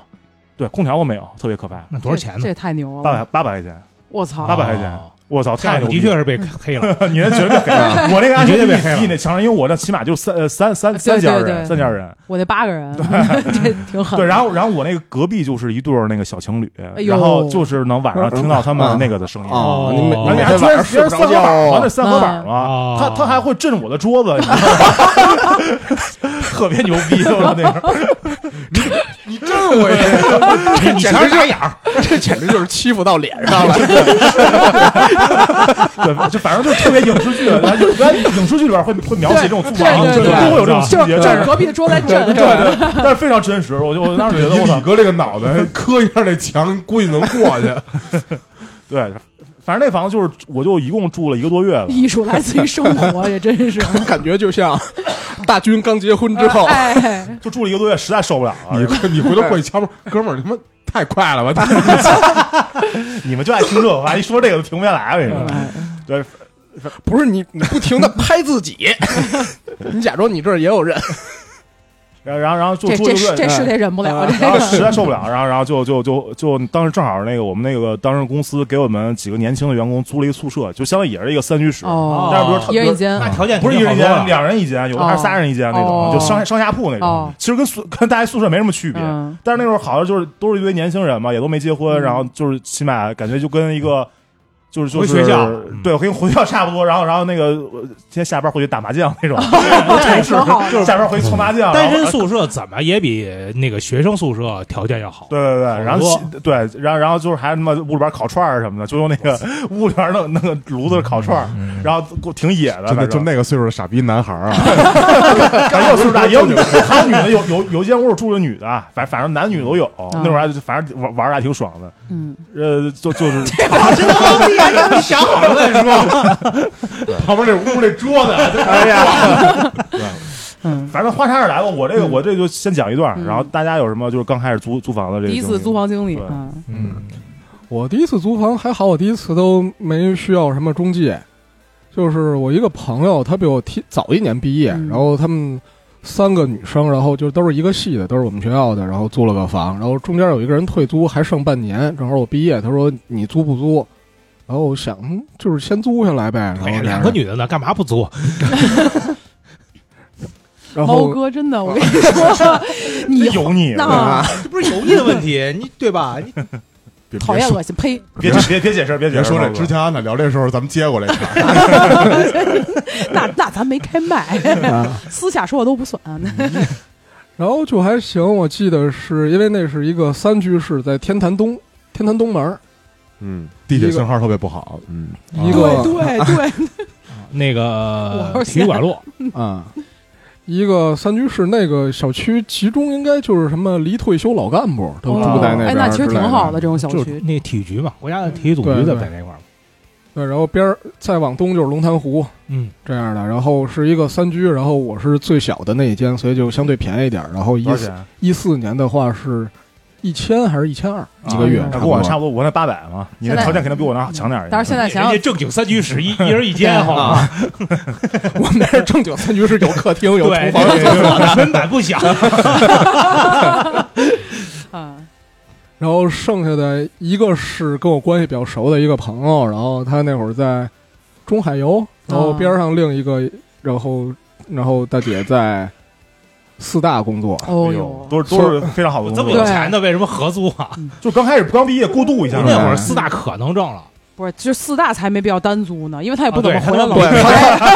Speaker 2: 对空调都没有，特别可怕，
Speaker 5: 那多少钱
Speaker 1: 这
Speaker 5: 呢？
Speaker 1: 也太牛
Speaker 2: 八
Speaker 1: 了！
Speaker 2: 百八百块钱，
Speaker 1: 我操，
Speaker 2: 八百块钱
Speaker 5: 哦，
Speaker 2: 我操
Speaker 5: 这
Speaker 2: 太
Speaker 5: 样
Speaker 2: 牛
Speaker 5: 的
Speaker 2: 逼
Speaker 5: 确
Speaker 2: 了，
Speaker 5: 是被黑了，
Speaker 2: 你那绝对黑了，我那个按
Speaker 5: 你
Speaker 2: 说
Speaker 5: 绝
Speaker 2: 比
Speaker 5: 对被黑了
Speaker 2: 比你那强，因为我那起码就三呃三三三
Speaker 1: 对对
Speaker 2: 家
Speaker 1: 对
Speaker 2: 人，三家人。
Speaker 1: 我那八个 人， 这挺狠。
Speaker 2: 对，然后然后我那个隔壁就是一对儿那个小情侣，
Speaker 1: 呦
Speaker 2: 然后就是能晚上听到他们那个的声音。
Speaker 3: 啊，你每
Speaker 5: 哦
Speaker 2: 然
Speaker 3: 你
Speaker 2: 后你
Speaker 3: 每
Speaker 2: 还
Speaker 3: 天
Speaker 2: 说
Speaker 3: 晚上睡
Speaker 2: 别
Speaker 3: 不
Speaker 2: 人三合
Speaker 3: 着
Speaker 2: 板儿嘛，
Speaker 3: 觉啊
Speaker 2: 那，三合板嘛
Speaker 5: 嗯，
Speaker 2: 他他还会震我的桌子，你知道吗特别牛逼，我那个。
Speaker 3: 你真我 一这简直就是眼儿， 这简直就是欺负到脸上 了。
Speaker 2: 对，就反正就特别影视剧，然后原来影视剧里边会会描写这种租房，
Speaker 1: 对
Speaker 2: 就
Speaker 1: 对对
Speaker 2: 都会有这种情
Speaker 1: 就
Speaker 2: 节，
Speaker 1: 是
Speaker 2: 但是
Speaker 1: 隔壁的桌在震，
Speaker 2: 对对，对但是非常真实。我就我当时觉得
Speaker 4: 以
Speaker 2: 我操
Speaker 4: 李，哥这个脑袋磕一下那墙，估计能过去。
Speaker 2: 对，反正那房子就是我就一共住了一个多月吧，
Speaker 1: 艺术来自于生活，也真是。
Speaker 3: 感觉就像大军刚结婚之后，
Speaker 1: 哎，
Speaker 2: 就住了一个多月，实在受不了了。然后
Speaker 4: 你你回头过去敲门，哥们儿，他妈太快 了吧！
Speaker 2: 你们就爱听这个，我一说这个就停不下来了。跟你说，
Speaker 1: 哎
Speaker 2: 对，
Speaker 3: 不是你，你不停的拍自己， 你假装你这儿也有人，
Speaker 2: 然后然后然后就
Speaker 1: 这
Speaker 2: 住
Speaker 1: 这
Speaker 2: 一个多
Speaker 1: 是这
Speaker 2: 月，
Speaker 1: 是得忍不了，啊这
Speaker 2: 然后
Speaker 1: 个
Speaker 2: 实在受不了，然后然后就就就就当时正好那个我们那个当时公司给我们几个年轻的员工租了一个宿舍，就相当于也是一个三居室，
Speaker 1: 哦，
Speaker 2: 啊
Speaker 1: 啊
Speaker 2: 但是比如他
Speaker 1: 一人一间
Speaker 5: 那条件
Speaker 2: 不是一人一
Speaker 5: 肯定好
Speaker 2: 间，啊
Speaker 5: 多了
Speaker 2: 两人一间，有的还是三人一间那
Speaker 1: 哦
Speaker 2: 种，就上上下铺那种
Speaker 1: 哦。
Speaker 2: 其实跟宿跟大家宿舍没什么区别，
Speaker 1: 嗯
Speaker 2: 但是那时候好像就是都是一堆年轻人嘛，也都没结婚，
Speaker 1: 嗯
Speaker 2: 然后就是起码感觉就跟一个。就是就
Speaker 5: 回
Speaker 2: 是
Speaker 5: 学校
Speaker 2: 对，跟回学校差不多。然后，然后那个呃今天下班回去打麻将 那种，
Speaker 1: 哎挺好的
Speaker 2: 下班回去搓麻将。
Speaker 5: 单
Speaker 2: 然
Speaker 5: 身
Speaker 2: 后
Speaker 5: 宿舍怎么也比那个学生宿舍条件要好。
Speaker 2: 对对对，然后
Speaker 5: 好
Speaker 2: 其对，然后然后就是还他妈屋里边烤串儿什么的，就用那 个屋里边弄弄个炉子烤串儿，
Speaker 5: 嗯
Speaker 2: 然后给我挺野的，
Speaker 4: 真的
Speaker 2: 反
Speaker 4: 就
Speaker 2: 正
Speaker 4: 那个岁数的傻逼男孩儿啊，
Speaker 2: 反正有岁数大，也有女的，还有女的，有有有一间屋住着女的，啊反反正男女都有。那会儿还反正玩玩的还挺爽的，
Speaker 1: 嗯，
Speaker 2: 呃，就就是
Speaker 5: 你想好了再说。
Speaker 4: 旁边那屋那桌子，
Speaker 2: 哎呀，
Speaker 1: 嗯，
Speaker 2: 反正花差点来吧。我这个我这就先讲一段，
Speaker 1: 嗯
Speaker 2: 然后大家有什么就是刚开始租租房的这个
Speaker 1: 第一次
Speaker 2: 经历
Speaker 1: 租房经历，
Speaker 2: 嗯对
Speaker 1: 嗯，
Speaker 5: 嗯，
Speaker 3: 我第一次租房还好，我第一次都没需要什么中介，就是我一个朋友，他比我提早一年毕业，
Speaker 1: 嗯
Speaker 3: 然后他们三个女生，然后就都是一个系的，都是我们学校的，然后租了个房，然后中间有一个人退租，还剩半年，正好我毕业，他说你租不租？然后我想，嗯就是先租下来呗。然后
Speaker 5: 哎呀，
Speaker 3: 这样
Speaker 5: 两个，女的呢，干嘛不租？
Speaker 3: 然
Speaker 1: 猫
Speaker 3: 后
Speaker 1: 哥真的，我跟你说，你
Speaker 2: 有哎你，啊
Speaker 1: 那
Speaker 5: 这不是油腻的问题， 你对吧？你
Speaker 4: 别
Speaker 1: 讨厌
Speaker 4: 别说
Speaker 1: 恶心，呸！
Speaker 2: 别别别解释，别解
Speaker 4: 别
Speaker 2: 释，
Speaker 4: 说这
Speaker 2: 毛哥
Speaker 4: 之前俺俩聊这时候，咱们接过 来一茬，
Speaker 1: 那那咱没开麦，
Speaker 3: 啊
Speaker 1: 私下说的都不算。
Speaker 3: 然后就还行，我记得是因为那是一个三居室，在天坛东天坛东门儿，
Speaker 2: 啊
Speaker 4: 嗯，地铁信号特别不 好，嗯，
Speaker 3: 一
Speaker 1: 对
Speaker 3: 个
Speaker 1: 对对，
Speaker 5: 那
Speaker 1: 我
Speaker 5: 个
Speaker 1: 是
Speaker 5: 体育馆路，
Speaker 3: 啊，一个三居室那个小区，其中应该就是什么离退休老干部都
Speaker 1: 哦
Speaker 3: 住在那边、
Speaker 1: 哎，那其实挺好。的这种小
Speaker 5: 就是
Speaker 1: 区，
Speaker 5: 那体育局嘛，国家的体育总局在在那块儿嘛。
Speaker 3: 对，然后边儿再往东就是龙潭湖
Speaker 5: 嗯，
Speaker 3: 这样的，然后是一个三居，然后我是最小的那一间，所以就相对便宜一点。然后一
Speaker 2: 多少
Speaker 3: 四
Speaker 4: 啊
Speaker 2: 钱？
Speaker 3: 一四年的话是一千还是一千二一个月
Speaker 1: 啊，
Speaker 3: 差
Speaker 2: 那跟
Speaker 3: 不
Speaker 2: 我
Speaker 3: 多
Speaker 2: 差。不多，我那八百嘛，你那
Speaker 1: 现在
Speaker 2: 条件肯定比我那啊强点儿。嗯
Speaker 1: 但是现在想
Speaker 5: 人
Speaker 1: 想
Speaker 5: 家，正经三居室，一一人一间，好吗？
Speaker 3: 我们那是正经三居室，有客厅，有厨
Speaker 5: 对，
Speaker 3: 房，有厕所。
Speaker 5: 门板不响。
Speaker 1: 啊，
Speaker 3: 然后剩下的一个是跟我关系比较熟的一个朋友，然后他那会儿在中海油，然后边上另一个，然后然后大姐在四大工作，
Speaker 1: 哦
Speaker 4: 呦
Speaker 1: 呦，
Speaker 2: 都是都是非常好的工
Speaker 5: 这么
Speaker 2: 作
Speaker 5: 有，钱的，为什么合租啊？
Speaker 2: 就刚开始刚毕业过渡一下
Speaker 5: 那
Speaker 2: 嘛，
Speaker 5: 会儿四大可能挣了，
Speaker 1: 不是，就四大才没必要单租呢，因为他也不
Speaker 5: 啊
Speaker 1: 怎
Speaker 5: 对
Speaker 1: 么
Speaker 5: 他
Speaker 1: 回来老
Speaker 5: 都
Speaker 1: 家。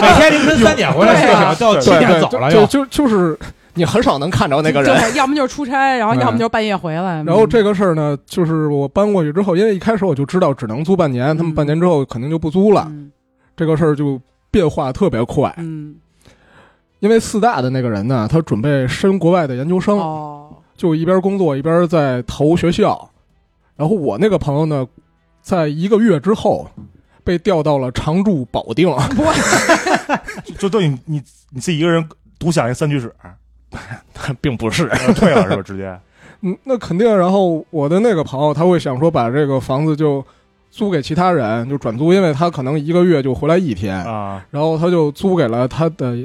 Speaker 5: 每每天凌晨三点回来睡
Speaker 1: 对
Speaker 5: 觉，
Speaker 1: 啊
Speaker 5: 到七
Speaker 3: 对
Speaker 5: 点
Speaker 3: 对，
Speaker 5: 走了
Speaker 3: 就
Speaker 5: 又。
Speaker 3: 就就是你很少能看着那个人。
Speaker 1: 对，要么就是出嗯差，然后要么就是半夜回来。
Speaker 3: 然后这个事儿呢，就是我搬过去之后，因为一开始我就知道只能租半年，他们
Speaker 1: 嗯
Speaker 3: 半年之后肯定就不租了，
Speaker 1: 嗯
Speaker 3: 这个事儿就变化特别快。
Speaker 1: 嗯
Speaker 3: 因为四大的那个人呢，他准备申国外的研究生，
Speaker 1: 哦，
Speaker 3: 就一边工作一边在投学校。然后我那个朋友呢，在一个月之后被调到了常驻保定，
Speaker 2: 就对你你你自己一个人独享一个三居室，
Speaker 3: 并不是。
Speaker 2: 呃退了是吧？直接
Speaker 3: 嗯，那肯定。然后我的那个朋友他会想说，把这个房子就租给其他人，就转租，因为他可能一个月就回来一天，
Speaker 2: 啊，
Speaker 3: 然后他就租给了他的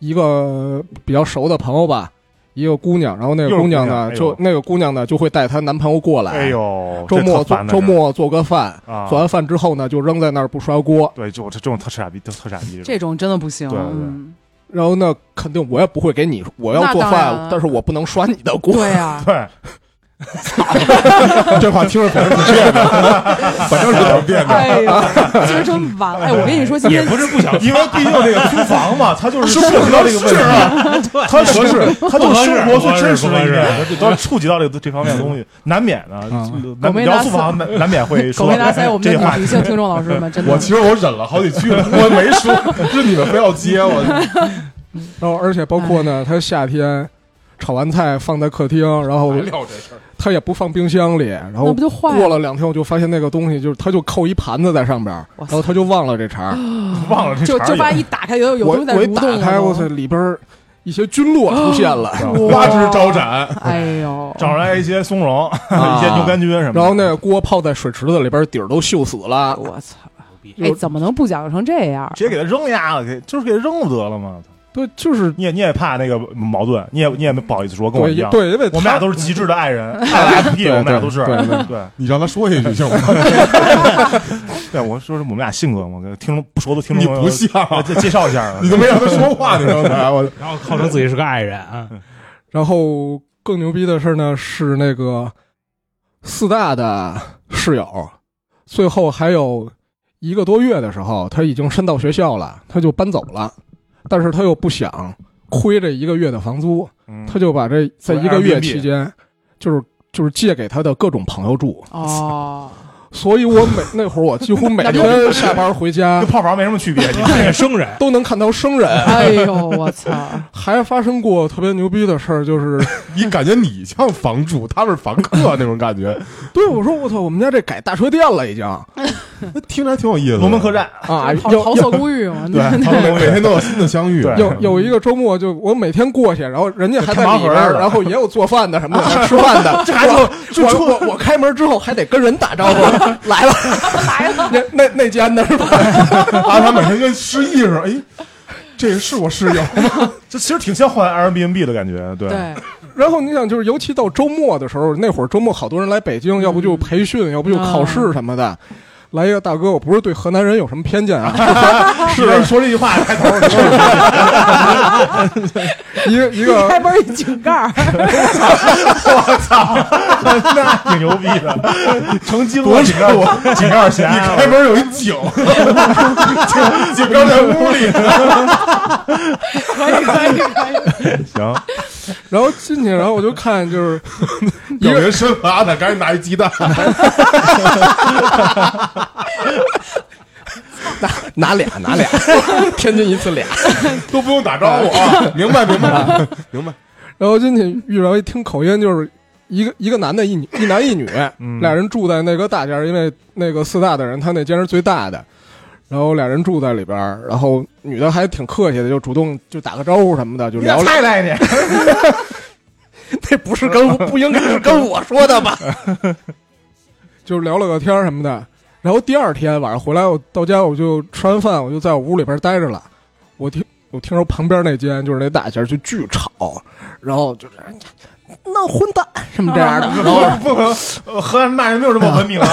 Speaker 3: 一个比较熟的朋友吧。一个姑娘，然后那个
Speaker 2: 又是
Speaker 3: 姑娘
Speaker 2: 姑娘
Speaker 3: 呢，
Speaker 2: 哎呦
Speaker 3: 就那个姑娘呢，就会带她男朋友过来。
Speaker 2: 哎，呦，
Speaker 3: 周末
Speaker 2: 这特
Speaker 3: 做
Speaker 2: 烦的
Speaker 3: 周
Speaker 2: 事儿
Speaker 3: 末做个饭，
Speaker 2: 啊，
Speaker 3: 做完饭之后呢，就扔在那儿不刷锅。
Speaker 2: 对，就这这种特傻逼，特特傻逼
Speaker 1: 这种真的不行。
Speaker 2: 对对
Speaker 1: 嗯
Speaker 3: 然后那肯定我也不会给你，我要
Speaker 1: 那
Speaker 3: 做
Speaker 1: 当然
Speaker 3: 饭
Speaker 1: 了，
Speaker 3: 但是我不能刷你的锅。
Speaker 1: 对呀，
Speaker 2: 对，
Speaker 4: 这话听着反正挺别扭，反正是挺别扭。
Speaker 1: 哎呀，今儿真完了。哎，我跟你说，今
Speaker 5: 也
Speaker 1: 天
Speaker 5: 不是不想
Speaker 2: 因为毕竟这个租房嘛，它 就是啊
Speaker 4: 不
Speaker 2: 涉及到
Speaker 4: 合
Speaker 2: 这个问
Speaker 4: 适
Speaker 2: 题，
Speaker 4: 啊，
Speaker 2: 它合适，它就
Speaker 5: 不
Speaker 2: 是
Speaker 5: 合适
Speaker 2: 生活最真实的一
Speaker 5: 不合适不
Speaker 2: 面，都要触及到这个这方面的东西，难免的
Speaker 3: 嗯，
Speaker 2: 难
Speaker 1: 狗没
Speaker 2: 你要
Speaker 1: 拉
Speaker 2: 租
Speaker 1: 丝
Speaker 2: 房难难免会
Speaker 1: 狗
Speaker 2: 说
Speaker 1: 没拉塞，我们
Speaker 2: 这
Speaker 1: 的
Speaker 2: 些话
Speaker 1: 女女性听众老师们真的
Speaker 4: 我其实我忍了好几句了，我没 说，是你们非要接我。
Speaker 1: 哎
Speaker 3: 然后而且包括呢，他夏天炒完菜放在客厅，然后
Speaker 4: 还聊这事儿，
Speaker 3: 他也不放冰箱里，然
Speaker 1: 哎那
Speaker 3: 后
Speaker 1: 不就坏
Speaker 3: 过了两天我就发现那个东西就是他就扣一盘子在上边儿，
Speaker 1: 哇
Speaker 3: 然
Speaker 1: 塞
Speaker 3: 后他就忘了这茬儿。
Speaker 2: 忘了这
Speaker 1: 就
Speaker 2: 茬
Speaker 1: 就
Speaker 2: 儿
Speaker 1: 发
Speaker 2: 也
Speaker 1: 现一打开有有
Speaker 3: 我
Speaker 1: 东西在
Speaker 3: 我一
Speaker 1: 蠕
Speaker 3: 打
Speaker 1: 动了
Speaker 3: 开，
Speaker 1: 都
Speaker 3: 我操，里边儿一些菌落出现了，
Speaker 4: 花枝招展，
Speaker 1: 哎呦，
Speaker 2: 找出来一些松茸、
Speaker 1: 哦
Speaker 3: 啊
Speaker 2: 一些牛肝菌什么的。
Speaker 3: 然后那个锅泡在水池子里边儿，底儿都锈死了。
Speaker 1: 我操！
Speaker 5: 牛逼
Speaker 1: 哎，怎么能不讲究成这样？
Speaker 2: 直接给它扔呀，给就是给它扔了得了嘛。
Speaker 3: 对，就是
Speaker 2: 你也你也怕那个矛盾，你也你也不好意思说跟我一
Speaker 3: 对
Speaker 2: 样。
Speaker 3: 对，因为
Speaker 2: 我们俩都是极致的爱人，爱了 FP，
Speaker 3: 对
Speaker 2: 我们俩都是。
Speaker 3: 对对对
Speaker 2: 对
Speaker 4: 你让他说下去行吗？
Speaker 2: 对，我说是我们俩性格嘛，跟听众不熟的听
Speaker 4: 你
Speaker 2: 众
Speaker 4: 不像，
Speaker 2: 我介介绍一下啊
Speaker 4: 你。都没让他说话，你刚 才我
Speaker 5: 然后号称自己是个爱人啊，
Speaker 3: 然后更牛逼的事儿呢是那个四大的室友，最后还有一个多月的时候，他已经申到学校了，他就搬走了，但是他又不想亏这一个月的房租，
Speaker 2: 嗯
Speaker 3: 他就把这在一个月
Speaker 2: Airbnb
Speaker 3: 期间，就是就是借给他的各种朋友住，
Speaker 1: 哦，
Speaker 3: 所以我每那会儿我几乎每天下班回家
Speaker 2: 跟泡泡没什么区别。你
Speaker 5: 看见生人，
Speaker 3: 都能看到生人，
Speaker 1: 哎呦，我操！
Speaker 3: 还发生过特别牛逼的事儿，就是
Speaker 4: 你感觉你像房主，他是房客那种感觉，
Speaker 3: 对我说我操，我们家这改大车店了已经啊，
Speaker 4: 那听着还挺有意思。
Speaker 2: 龙门客，栈，
Speaker 1: 桃
Speaker 3: 要
Speaker 1: 桃色公寓嘛，
Speaker 2: 对，
Speaker 1: 那
Speaker 2: 桃
Speaker 4: 每
Speaker 2: 色公
Speaker 4: 每
Speaker 2: 寓
Speaker 4: 天都有新的相 遇，
Speaker 2: 对
Speaker 3: 有有一个周末就我每天过去，然后人家还在
Speaker 2: 开盲
Speaker 3: 里边
Speaker 2: 盒儿
Speaker 3: 儿，
Speaker 2: 了
Speaker 3: 然后也有做饭的什么的， 吃饭的，这还 我我我我开门之后还得跟人打招 呼，来了来了， 那那那间的是吧？
Speaker 4: 啊，他每天跟失忆似的，哎，这是 我室友吗？
Speaker 2: 这其实挺像换 Airbnb 的感觉。对，
Speaker 1: 对，
Speaker 3: 然后你想就是尤其到周末的时候，那会儿周末好多人来北京，要不就培训，要不就考试什么的。来一个大哥，我不是对河南人有什么偏见 啊，
Speaker 2: 是 你说这句话开头，
Speaker 3: 一个一
Speaker 1: 开
Speaker 3: 个
Speaker 1: 门一井盖儿，
Speaker 2: 那挺牛逼的，成精
Speaker 4: 多
Speaker 2: 了，井盖
Speaker 4: 我
Speaker 2: 儿井盖儿侠
Speaker 4: 你开门有一 井，井井盖在屋里，
Speaker 1: 可以可以可以，
Speaker 2: 行，
Speaker 3: 然后进去，然后我就看就是一
Speaker 4: 有
Speaker 3: 个
Speaker 4: 人生阿他赶紧拿一鸡蛋，
Speaker 3: 拿俩拿俩， 天津一次俩。
Speaker 4: 都不用打招呼
Speaker 2: 哎
Speaker 4: 啊！明白明白明白，
Speaker 3: 然后进去遇着一听口音就是一个一个男的，一女一男一女，
Speaker 2: 嗯
Speaker 3: 俩人住在那个大间儿，因为那个四大的人他那间是最大的，然后俩人住在里边儿，然后女的还挺客气的，就主动就打个招呼什么的，就聊聊。
Speaker 2: 太来你，
Speaker 3: 那不是跟不应该是跟我说的吧？ 就是聊了个天儿什么的。然后第二天晚上回来，我到家我就吃完饭，我就在我屋里边待着了。我听我听说旁边那间就是那大间就巨吵，然后就是那混蛋什么这样 的，然后
Speaker 2: 不能，呃河南骂人没有这么文明啊，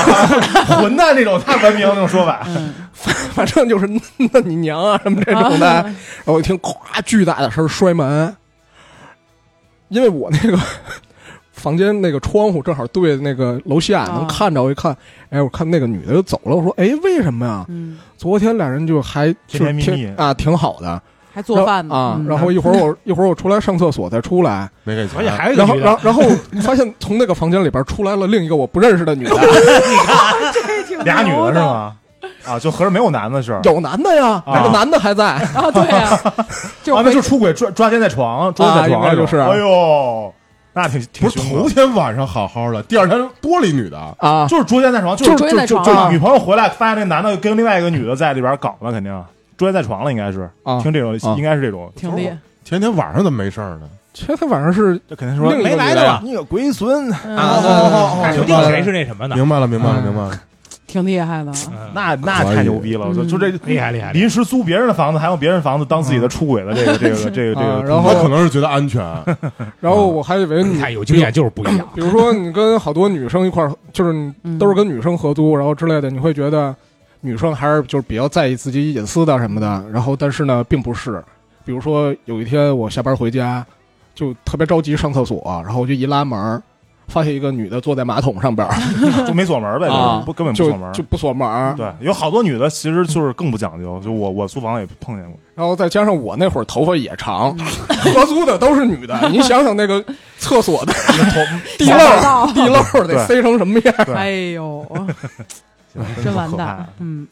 Speaker 2: 混蛋这种太文明了这种说法。
Speaker 1: 嗯
Speaker 3: 反正就是那你娘啊什么这种的。然后我一听，咵，巨大的声儿摔门，因为我那个 房间那个窗户正好对那个楼下，
Speaker 1: 啊
Speaker 3: 能看着。我一看，哎，我看那个女的就走了。我说，哎，为什么呀？
Speaker 1: 嗯，
Speaker 3: 昨天俩人就还就
Speaker 2: 甜
Speaker 3: 是
Speaker 2: 蜜蜜
Speaker 3: 挺啊挺好的，
Speaker 1: 还做饭
Speaker 3: 然
Speaker 1: 呢
Speaker 3: 后啊
Speaker 1: 嗯。
Speaker 3: 然后一会儿我一会儿我出来上厕所再出来，
Speaker 4: 没给
Speaker 2: 哎
Speaker 5: 而且
Speaker 4: 钱，
Speaker 5: 还有一个
Speaker 3: 然后
Speaker 5: 女
Speaker 3: 然
Speaker 5: 的
Speaker 3: 后，然后发现从那个房间里边出来了另一个我不认识的女的，
Speaker 1: 这挺
Speaker 2: 俩女
Speaker 1: 牛
Speaker 2: 的是？吗？啊，就合着没有男的是。
Speaker 3: 有男的呀，
Speaker 2: 啊
Speaker 3: 那个男的还在。
Speaker 1: 啊，对 呀，就
Speaker 2: 啊，那
Speaker 1: 回
Speaker 2: 就出轨抓抓奸在床，抓奸在床
Speaker 3: 啊应
Speaker 2: 那
Speaker 3: 该
Speaker 2: 种
Speaker 3: 就是
Speaker 2: 哎呦，那挺挺
Speaker 4: 不是
Speaker 2: 凶的
Speaker 4: 头天晚上好好的，第二天多了一女的，
Speaker 3: 啊，
Speaker 2: 就是捉奸在床，就
Speaker 1: 就是
Speaker 2: 就
Speaker 1: 捉奸在
Speaker 2: 就
Speaker 1: 床
Speaker 2: 就
Speaker 1: 啊
Speaker 2: 女朋友回来发现那男的跟另外一个女的在里边搞呢，肯定捉奸在床了，应该是
Speaker 3: 啊
Speaker 2: 听这种
Speaker 3: 啊
Speaker 2: 应该是这种，
Speaker 1: 挺厉害，
Speaker 4: 前天晚上怎么没事儿呢？
Speaker 3: 前天晚上是
Speaker 2: 这肯定是说
Speaker 3: 另一个
Speaker 2: 没来
Speaker 3: 女的
Speaker 2: 的
Speaker 3: 呀
Speaker 2: 吧，你个龟孙，
Speaker 5: 啊
Speaker 1: 嗯
Speaker 3: 哦
Speaker 5: 看
Speaker 3: 哦
Speaker 5: 指定谁是那什么的，
Speaker 4: 明白了明白了
Speaker 3: 嗯
Speaker 4: 明白了，
Speaker 1: 挺厉害的。
Speaker 5: 嗯
Speaker 2: 那那
Speaker 4: 可以
Speaker 2: 太牛逼了，就就这
Speaker 5: 厉害厉害厉害。
Speaker 2: 临时租别人的房子，还用别人房子当自己的出轨的这个这个这个这
Speaker 3: 啊
Speaker 2: 个，
Speaker 3: 然后
Speaker 4: 他可能是觉得安全，啊
Speaker 3: 然后我还以为你
Speaker 5: 太有经验就是不一样，
Speaker 3: 比如说你跟好多女生一块儿，就是你
Speaker 1: 嗯
Speaker 3: 都是跟女生合租，然后之类的，你会觉得女生还是就是比较在意自己隐私的什么的。然后但是呢，并不是。比如说有一天我下班回家，就特别着急上厕所，然后我就一拉门儿，发现一个女的坐在马桶上边儿，
Speaker 2: 就没锁门呗，
Speaker 3: 啊
Speaker 2: 就是不根本不
Speaker 3: 就
Speaker 2: 锁门
Speaker 3: 就。不锁门儿。
Speaker 2: 对，有好多女的其实就是更不讲究，就我我租房也碰见过，
Speaker 3: 然后再加上我那会儿头发也长， 合租的都是女的，你想想那个厕所的
Speaker 2: 那头
Speaker 3: 地
Speaker 1: 想
Speaker 3: 漏
Speaker 1: 不
Speaker 3: 儿，
Speaker 1: 到
Speaker 3: 地漏儿得塞成什么样儿？
Speaker 2: 对
Speaker 1: 哎呦，
Speaker 2: 行
Speaker 1: 真
Speaker 2: 可
Speaker 1: 完
Speaker 2: 怕
Speaker 1: 蛋。嗯，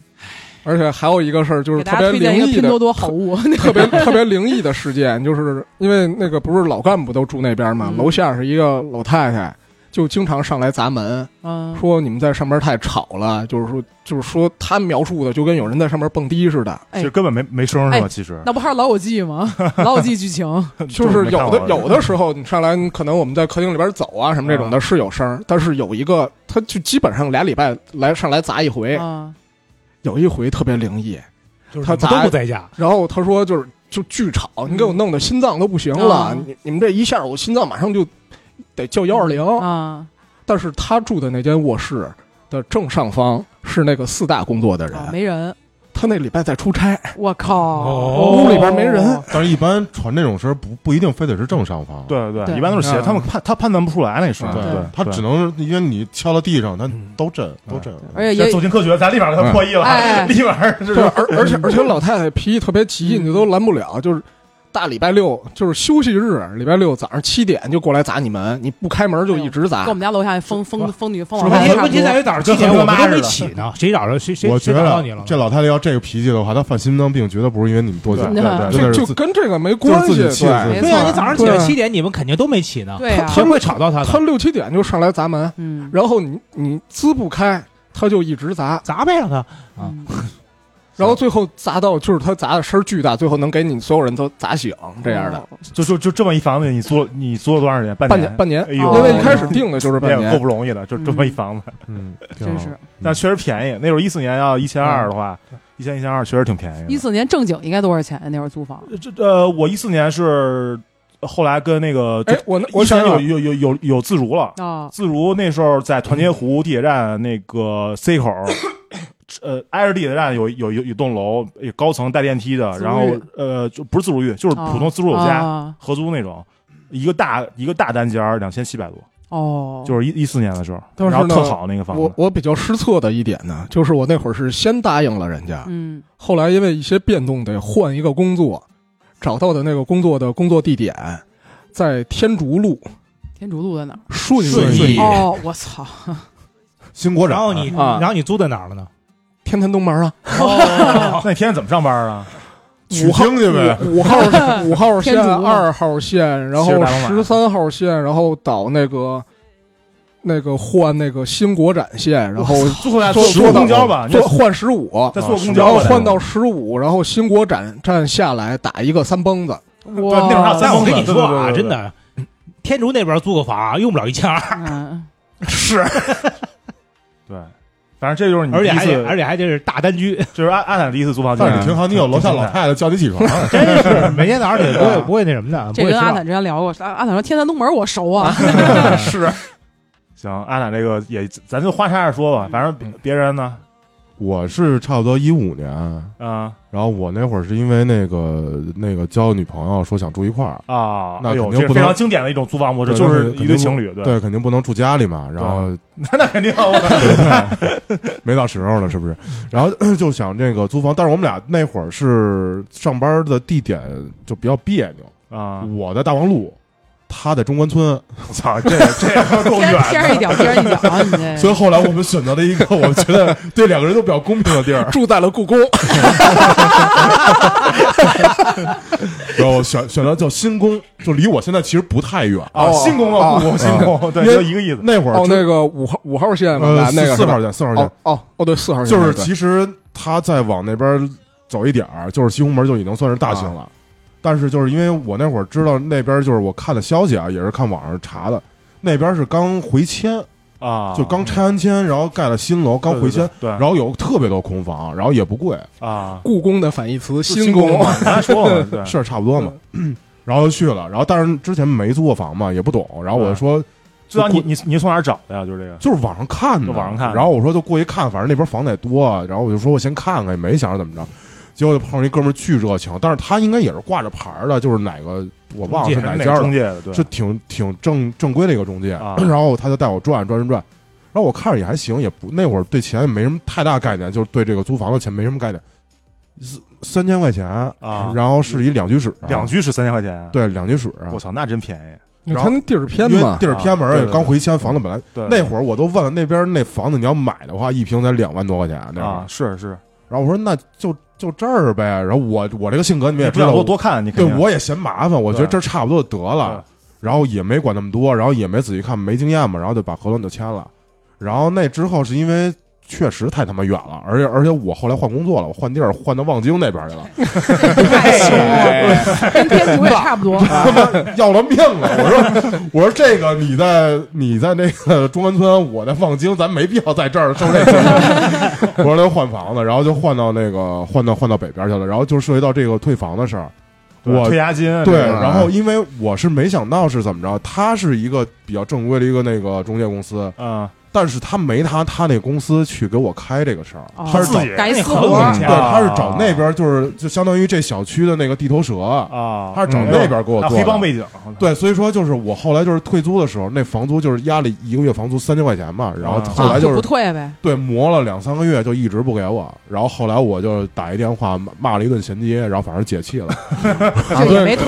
Speaker 3: 而且还有一个事儿啊就是
Speaker 1: 给
Speaker 3: 特
Speaker 1: 大家
Speaker 3: 别
Speaker 1: 推荐一个
Speaker 3: 灵异
Speaker 1: 拼
Speaker 3: 的
Speaker 1: 多，多好物，
Speaker 3: 特别特别灵异的事件，就是因为那个不是老干部都住那边嘛，
Speaker 1: 嗯
Speaker 3: 楼下是一个老太太，就经常上来砸门，
Speaker 1: 嗯，
Speaker 3: 说你们在上面太吵了，就是说就是说她描述的就跟有人在上面蹦迪似的，
Speaker 1: 哎
Speaker 2: 其实根本没没声是吧？
Speaker 1: 哎
Speaker 2: 其实
Speaker 1: 那不还是老友记 吗？老友记剧情，
Speaker 3: 就是
Speaker 2: 没看
Speaker 3: 有
Speaker 2: 过
Speaker 3: 的有的时候你上来，你可能我们在客厅里边走啊什么这种的，是有声儿，但是有一个他就基本上俩礼拜来上来砸一回，
Speaker 1: 啊，
Speaker 3: 有一回特别灵异，
Speaker 5: 就是
Speaker 3: 他
Speaker 5: 你们
Speaker 3: 砸
Speaker 5: 都不在家，
Speaker 3: 然后他说就是就巨吵，你给我弄得心脏都不行了，
Speaker 1: 嗯
Speaker 3: 你你们这一下我心脏马上就得叫幺二零，
Speaker 1: 啊，
Speaker 3: 但是他住的那间卧室的正上方是那个四大工作的人，
Speaker 1: 啊没人，
Speaker 3: 他那礼拜在出差，
Speaker 1: 我靠，
Speaker 5: 哦
Speaker 3: 屋里边没人，
Speaker 4: 但是一般传这种声儿不不一定非得是正上方，
Speaker 2: 对
Speaker 1: 对
Speaker 2: 对对，一般都是斜，
Speaker 3: 嗯
Speaker 2: 他们判他判断不出来那声，
Speaker 4: 对
Speaker 1: 对
Speaker 2: 对，
Speaker 4: 他只能因为你敲到地上，他
Speaker 5: 嗯
Speaker 4: 都震都震。
Speaker 1: 而且
Speaker 2: 这
Speaker 1: 也
Speaker 2: 走进科学，咱立马给他破译了，
Speaker 1: 哎哎哎
Speaker 2: 立马是
Speaker 3: 对，而而且而且老太太脾气特别急，
Speaker 1: 嗯
Speaker 3: 你都拦不了，就是。大礼拜六就是休息日，礼拜六早上七点就过来砸你门，你不开门就一直砸
Speaker 1: 跟我。们家楼下疯疯疯女疯老
Speaker 5: 问
Speaker 1: 太
Speaker 5: 题
Speaker 1: 差不
Speaker 5: 问题
Speaker 1: 多
Speaker 5: 在于早上七点我们都没起呢，谁找着谁谁
Speaker 4: 我觉
Speaker 5: 谁找到你
Speaker 4: 得啊
Speaker 5: 了？
Speaker 4: 这老太太要这个脾气的话，她犯心脏病，绝对不是因为你们多
Speaker 2: 对
Speaker 4: 讲，
Speaker 1: 对
Speaker 2: 对对
Speaker 4: 真的
Speaker 3: 这
Speaker 4: 是
Speaker 3: 就
Speaker 4: 自
Speaker 3: 跟这个没关系。
Speaker 4: 就是自己气的
Speaker 3: 对啊
Speaker 4: 自己
Speaker 5: 对呀，啊你早上起来
Speaker 3: 对
Speaker 5: 七点，你们肯定都没起呢，
Speaker 1: 对呀，
Speaker 5: 谁会吵到他
Speaker 3: 他
Speaker 5: 呢？
Speaker 3: 六七点就上来砸门，
Speaker 1: 嗯，
Speaker 3: 然后你你滋不开，他就一直砸，
Speaker 5: 砸呗，让他啊
Speaker 1: 嗯
Speaker 3: 然后最后砸到就是他砸的声儿巨大，最后能给你所有人都砸醒这样
Speaker 1: 哦
Speaker 3: 的。，
Speaker 2: 就就就这么一房子，你租你租了多长时间？半
Speaker 3: 半
Speaker 2: 年
Speaker 3: 年，半年，
Speaker 2: 哎
Speaker 1: 哦
Speaker 2: 呦，哎
Speaker 3: 因为一开始定的就是半
Speaker 2: 也够
Speaker 3: 年，
Speaker 2: 不容易的，就这么一房子，
Speaker 4: 嗯，挺好
Speaker 1: 真是。
Speaker 2: 但确实便宜。那时候一四年要一千二的话，一千一千二确实挺便宜
Speaker 1: 一
Speaker 2: 的。
Speaker 1: 四年正经应该多少钱啊？那会儿租房，
Speaker 2: 这呃，我一四年是后来跟那个，
Speaker 3: 哎，我
Speaker 2: 一
Speaker 3: 我
Speaker 2: 四
Speaker 3: 想
Speaker 2: 年
Speaker 3: 有
Speaker 2: 有有有有有自如了，
Speaker 1: 啊，
Speaker 2: 自如那时候在团结湖地铁站那个 C 口，呃，挨着地铁站有有有有栋楼，有高层带电梯的，
Speaker 1: 自如
Speaker 2: 然后
Speaker 1: 寓
Speaker 2: 呃，就不是自如寓，
Speaker 1: 哦
Speaker 2: 就是普通自如有家、
Speaker 1: 啊
Speaker 2: 合租那种，一个大一个大单间两千七百多，
Speaker 1: 哦，
Speaker 2: 就是一一四年的时候，
Speaker 3: 但是
Speaker 2: 然后
Speaker 3: 呢
Speaker 2: 特好那个房
Speaker 3: 我
Speaker 2: 子，
Speaker 3: 我比较失策的一点呢，就是我那会儿是先答应了人家，
Speaker 1: 嗯
Speaker 3: 后来因为一些变动得换一个工作，找到的那个工作的工作地点在天竺路
Speaker 1: 天竺路在哪儿？
Speaker 3: 顺
Speaker 4: 顺
Speaker 3: 义
Speaker 4: 义
Speaker 1: 哦，我操，
Speaker 4: 新国
Speaker 5: 然
Speaker 4: 长，
Speaker 5: 后你
Speaker 3: 啊
Speaker 5: 然后你租在哪儿了呢？
Speaker 3: 天坛东门啊，
Speaker 2: 那你天天怎么上班啊？
Speaker 4: 取
Speaker 3: 五号
Speaker 4: 经去 呗，
Speaker 3: 五号五号
Speaker 1: 天
Speaker 3: 线、
Speaker 1: 竺嘛
Speaker 3: 二号线，然
Speaker 2: 西直
Speaker 3: 后
Speaker 2: 大龙
Speaker 3: 十
Speaker 2: 马
Speaker 3: 三号线，然后到那个那个换那个新国展线，然后
Speaker 2: 最后来坐
Speaker 3: 坐
Speaker 2: 坐
Speaker 3: 坐
Speaker 2: 公交吧，你
Speaker 3: 坐换十五，
Speaker 2: 再坐公
Speaker 3: 然
Speaker 2: 交
Speaker 3: 后
Speaker 2: 吧，
Speaker 3: 换到十五，然后新国展站下来打一个三蹦子，
Speaker 2: 那会儿还有
Speaker 5: 但
Speaker 2: 三
Speaker 5: 我
Speaker 1: 哇，
Speaker 5: 跟你说啊，
Speaker 2: 对对对对对
Speaker 5: 真的，天竺那边租个房用不了一千二，
Speaker 1: 嗯，
Speaker 5: 是，
Speaker 2: 对。反正这就是你
Speaker 5: 而且
Speaker 2: 第一
Speaker 5: 还得
Speaker 2: 次，
Speaker 5: 而且还得是大单居，
Speaker 2: 这是阿阿坦第一次租房经
Speaker 4: 但
Speaker 2: 历，
Speaker 4: 是你挺好，你有楼下老太太叫你起床，
Speaker 5: 真是每天早上 起来不会不会那什么的，不
Speaker 1: 这
Speaker 5: 会迟
Speaker 1: 跟阿
Speaker 5: 到
Speaker 1: 坦之前聊过，阿阿坦说天坛东门我熟啊，
Speaker 2: 是。行，阿奶这个也，咱就花叉着说吧，反正别
Speaker 4: 嗯
Speaker 2: 别人呢，
Speaker 4: 我是差不多一五年，
Speaker 2: 啊
Speaker 4: 然后我那会儿是因为那个那个交女朋友说想住一块儿，
Speaker 2: 啊，
Speaker 4: 那
Speaker 2: 哎呦，
Speaker 4: 肯
Speaker 2: 这
Speaker 4: 定
Speaker 2: 是
Speaker 4: 不
Speaker 2: 非
Speaker 4: 能
Speaker 2: 常经典的一种租房模式，
Speaker 4: 对
Speaker 2: 就是一对
Speaker 4: 那肯定不
Speaker 2: 情侣，对，
Speaker 4: 对，肯定不能住家里嘛，然后
Speaker 2: 那那肯定啊，我
Speaker 4: 没到时候了，是不是？然后 就想这个租房，但是我们俩那会儿是上班的地点就比较别扭，
Speaker 2: 啊，
Speaker 3: 嗯
Speaker 4: 我在大望路，他在中关村，
Speaker 2: 我操，这这够
Speaker 1: 天
Speaker 2: 远
Speaker 1: 儿天儿一
Speaker 2: 的，
Speaker 1: 脚天儿一脚啊，你这
Speaker 4: 所以后来我们选择了一个我觉得对两个人都比较公平的地 儿，
Speaker 3: 住在了故宫，
Speaker 4: 然后选选择叫新宫，就离我现在其实不太远。
Speaker 2: 啊，
Speaker 3: 哦
Speaker 2: 新宫啊，故宫新宫，对，
Speaker 4: 哦因为
Speaker 2: 就一个意思，
Speaker 4: 那会儿
Speaker 3: 哦，
Speaker 4: 就
Speaker 3: 那个五号五号线往
Speaker 4: 呃
Speaker 3: 南那个
Speaker 4: 四
Speaker 3: 是吧
Speaker 4: 号线，四号
Speaker 3: 哦
Speaker 4: 线
Speaker 3: 哦哦对四号线
Speaker 4: 就是
Speaker 3: 对
Speaker 4: 其实他再往那边走一点儿，就是西红门就已经算是大型了。但是就是因为我那会儿知道那边就是我看的消息啊，也是看网上查的，那边是刚回迁，
Speaker 2: 啊，
Speaker 4: 就刚拆完迁，然后盖了新楼，刚回迁，
Speaker 2: 对，对
Speaker 4: 然后有特别多空房，然后也不贵，
Speaker 2: 对啊，
Speaker 3: 故宫的反义词
Speaker 2: 就
Speaker 3: 新
Speaker 2: 宫嘛，刚才说了，哎对，
Speaker 4: 是差不多嘛。 然后就去了，然后但是之前没租过房嘛，也不懂。然后
Speaker 2: 哎
Speaker 4: 我就说，
Speaker 2: 知道你你你从哪儿找的呀？就是这个，
Speaker 4: 就是网上看的，
Speaker 2: 就网上看
Speaker 4: 然后我说就过去看，反正那边房子也多，然后我就说我先看看，也没想着怎么着。结果就碰上一哥们儿巨热情，但是他应该也是挂着牌儿的，就是哪个我忘了是哪
Speaker 2: 哪
Speaker 4: 家
Speaker 2: 中
Speaker 4: 了，
Speaker 2: 介的？对，
Speaker 4: 是挺挺正正规的一个中介。
Speaker 2: 啊
Speaker 4: 然后他就带我转转转转，然后我看着也还行，也不那会儿对钱也没什么太大概念，就是对这个租房的钱没什么概念，三三千块钱
Speaker 2: 啊
Speaker 4: 然后是一两居室，啊
Speaker 2: 两居是三千块钱，，
Speaker 4: 对两居室，啊
Speaker 2: 我操，那真便宜，
Speaker 3: 你看那地儿偏
Speaker 4: 因为
Speaker 3: 嘛，
Speaker 4: 地儿偏门
Speaker 2: 啊
Speaker 4: 儿，
Speaker 2: 对
Speaker 4: 也
Speaker 2: 对
Speaker 4: 刚回迁，房子本来
Speaker 2: 对，
Speaker 4: 那会儿我都问了，那边那房子你要买的话，一平才两万多块钱，那会儿
Speaker 2: 啊，是是，
Speaker 4: 然后我说那就就这儿呗。然后我我这个性格你们也
Speaker 2: 不
Speaker 4: 知道
Speaker 2: 想多
Speaker 4: 我，
Speaker 2: 多看，你肯
Speaker 4: 对
Speaker 2: 定
Speaker 4: 我也嫌麻烦，我觉得
Speaker 2: 对
Speaker 4: 这儿差不多就得了。然后也没管那么多，然后也没仔细看，没经验嘛，然后就把合同就签了。然后那之后是因为确实太他妈远了，而且而且我后来换工作了，我换地儿换到望京那边去了，
Speaker 1: 太凶了，跟天竺也差不多。
Speaker 4: 他妈要了命了！我说我说这个你在你在那个中关村，我在望京，咱没必要在这儿受这气。 我说那换房子，然后就换到那个换到换到北边去了，然后就涉及到这个退房的事儿。
Speaker 2: 对
Speaker 4: 我
Speaker 2: 退押金啊，
Speaker 4: 对，
Speaker 2: 这个
Speaker 4: 然后因为我是没想到是怎么着，他是一个比较正规的一个那个中介公司，
Speaker 2: 啊，
Speaker 4: 但是他没他他那公司去给我开这个事儿，
Speaker 2: 啊
Speaker 1: 哦
Speaker 4: 他是找
Speaker 2: 自己
Speaker 1: 改死
Speaker 5: 那
Speaker 1: 活
Speaker 5: 合
Speaker 1: 儿
Speaker 5: 理
Speaker 4: 对，
Speaker 2: 啊
Speaker 4: 他是找那边就是就相当于这小区的那个地头蛇，
Speaker 2: 啊，
Speaker 4: 他是找
Speaker 2: 嗯
Speaker 4: 那边给我
Speaker 2: 啊
Speaker 4: 做
Speaker 2: 黑帮
Speaker 4: 的。
Speaker 2: 背景，
Speaker 4: 对，所以说就是我后来就是退租的时候，那房租就是压了一个月房租三千块钱嘛，然后
Speaker 2: 啊
Speaker 4: 后来
Speaker 1: 就
Speaker 4: 就是
Speaker 1: 不退呗。
Speaker 4: 对磨了两三个月就一直不给我，然后后来我就打一电话骂骂了一顿衔接，然后反正解气了，
Speaker 2: 啊
Speaker 1: 就也没退，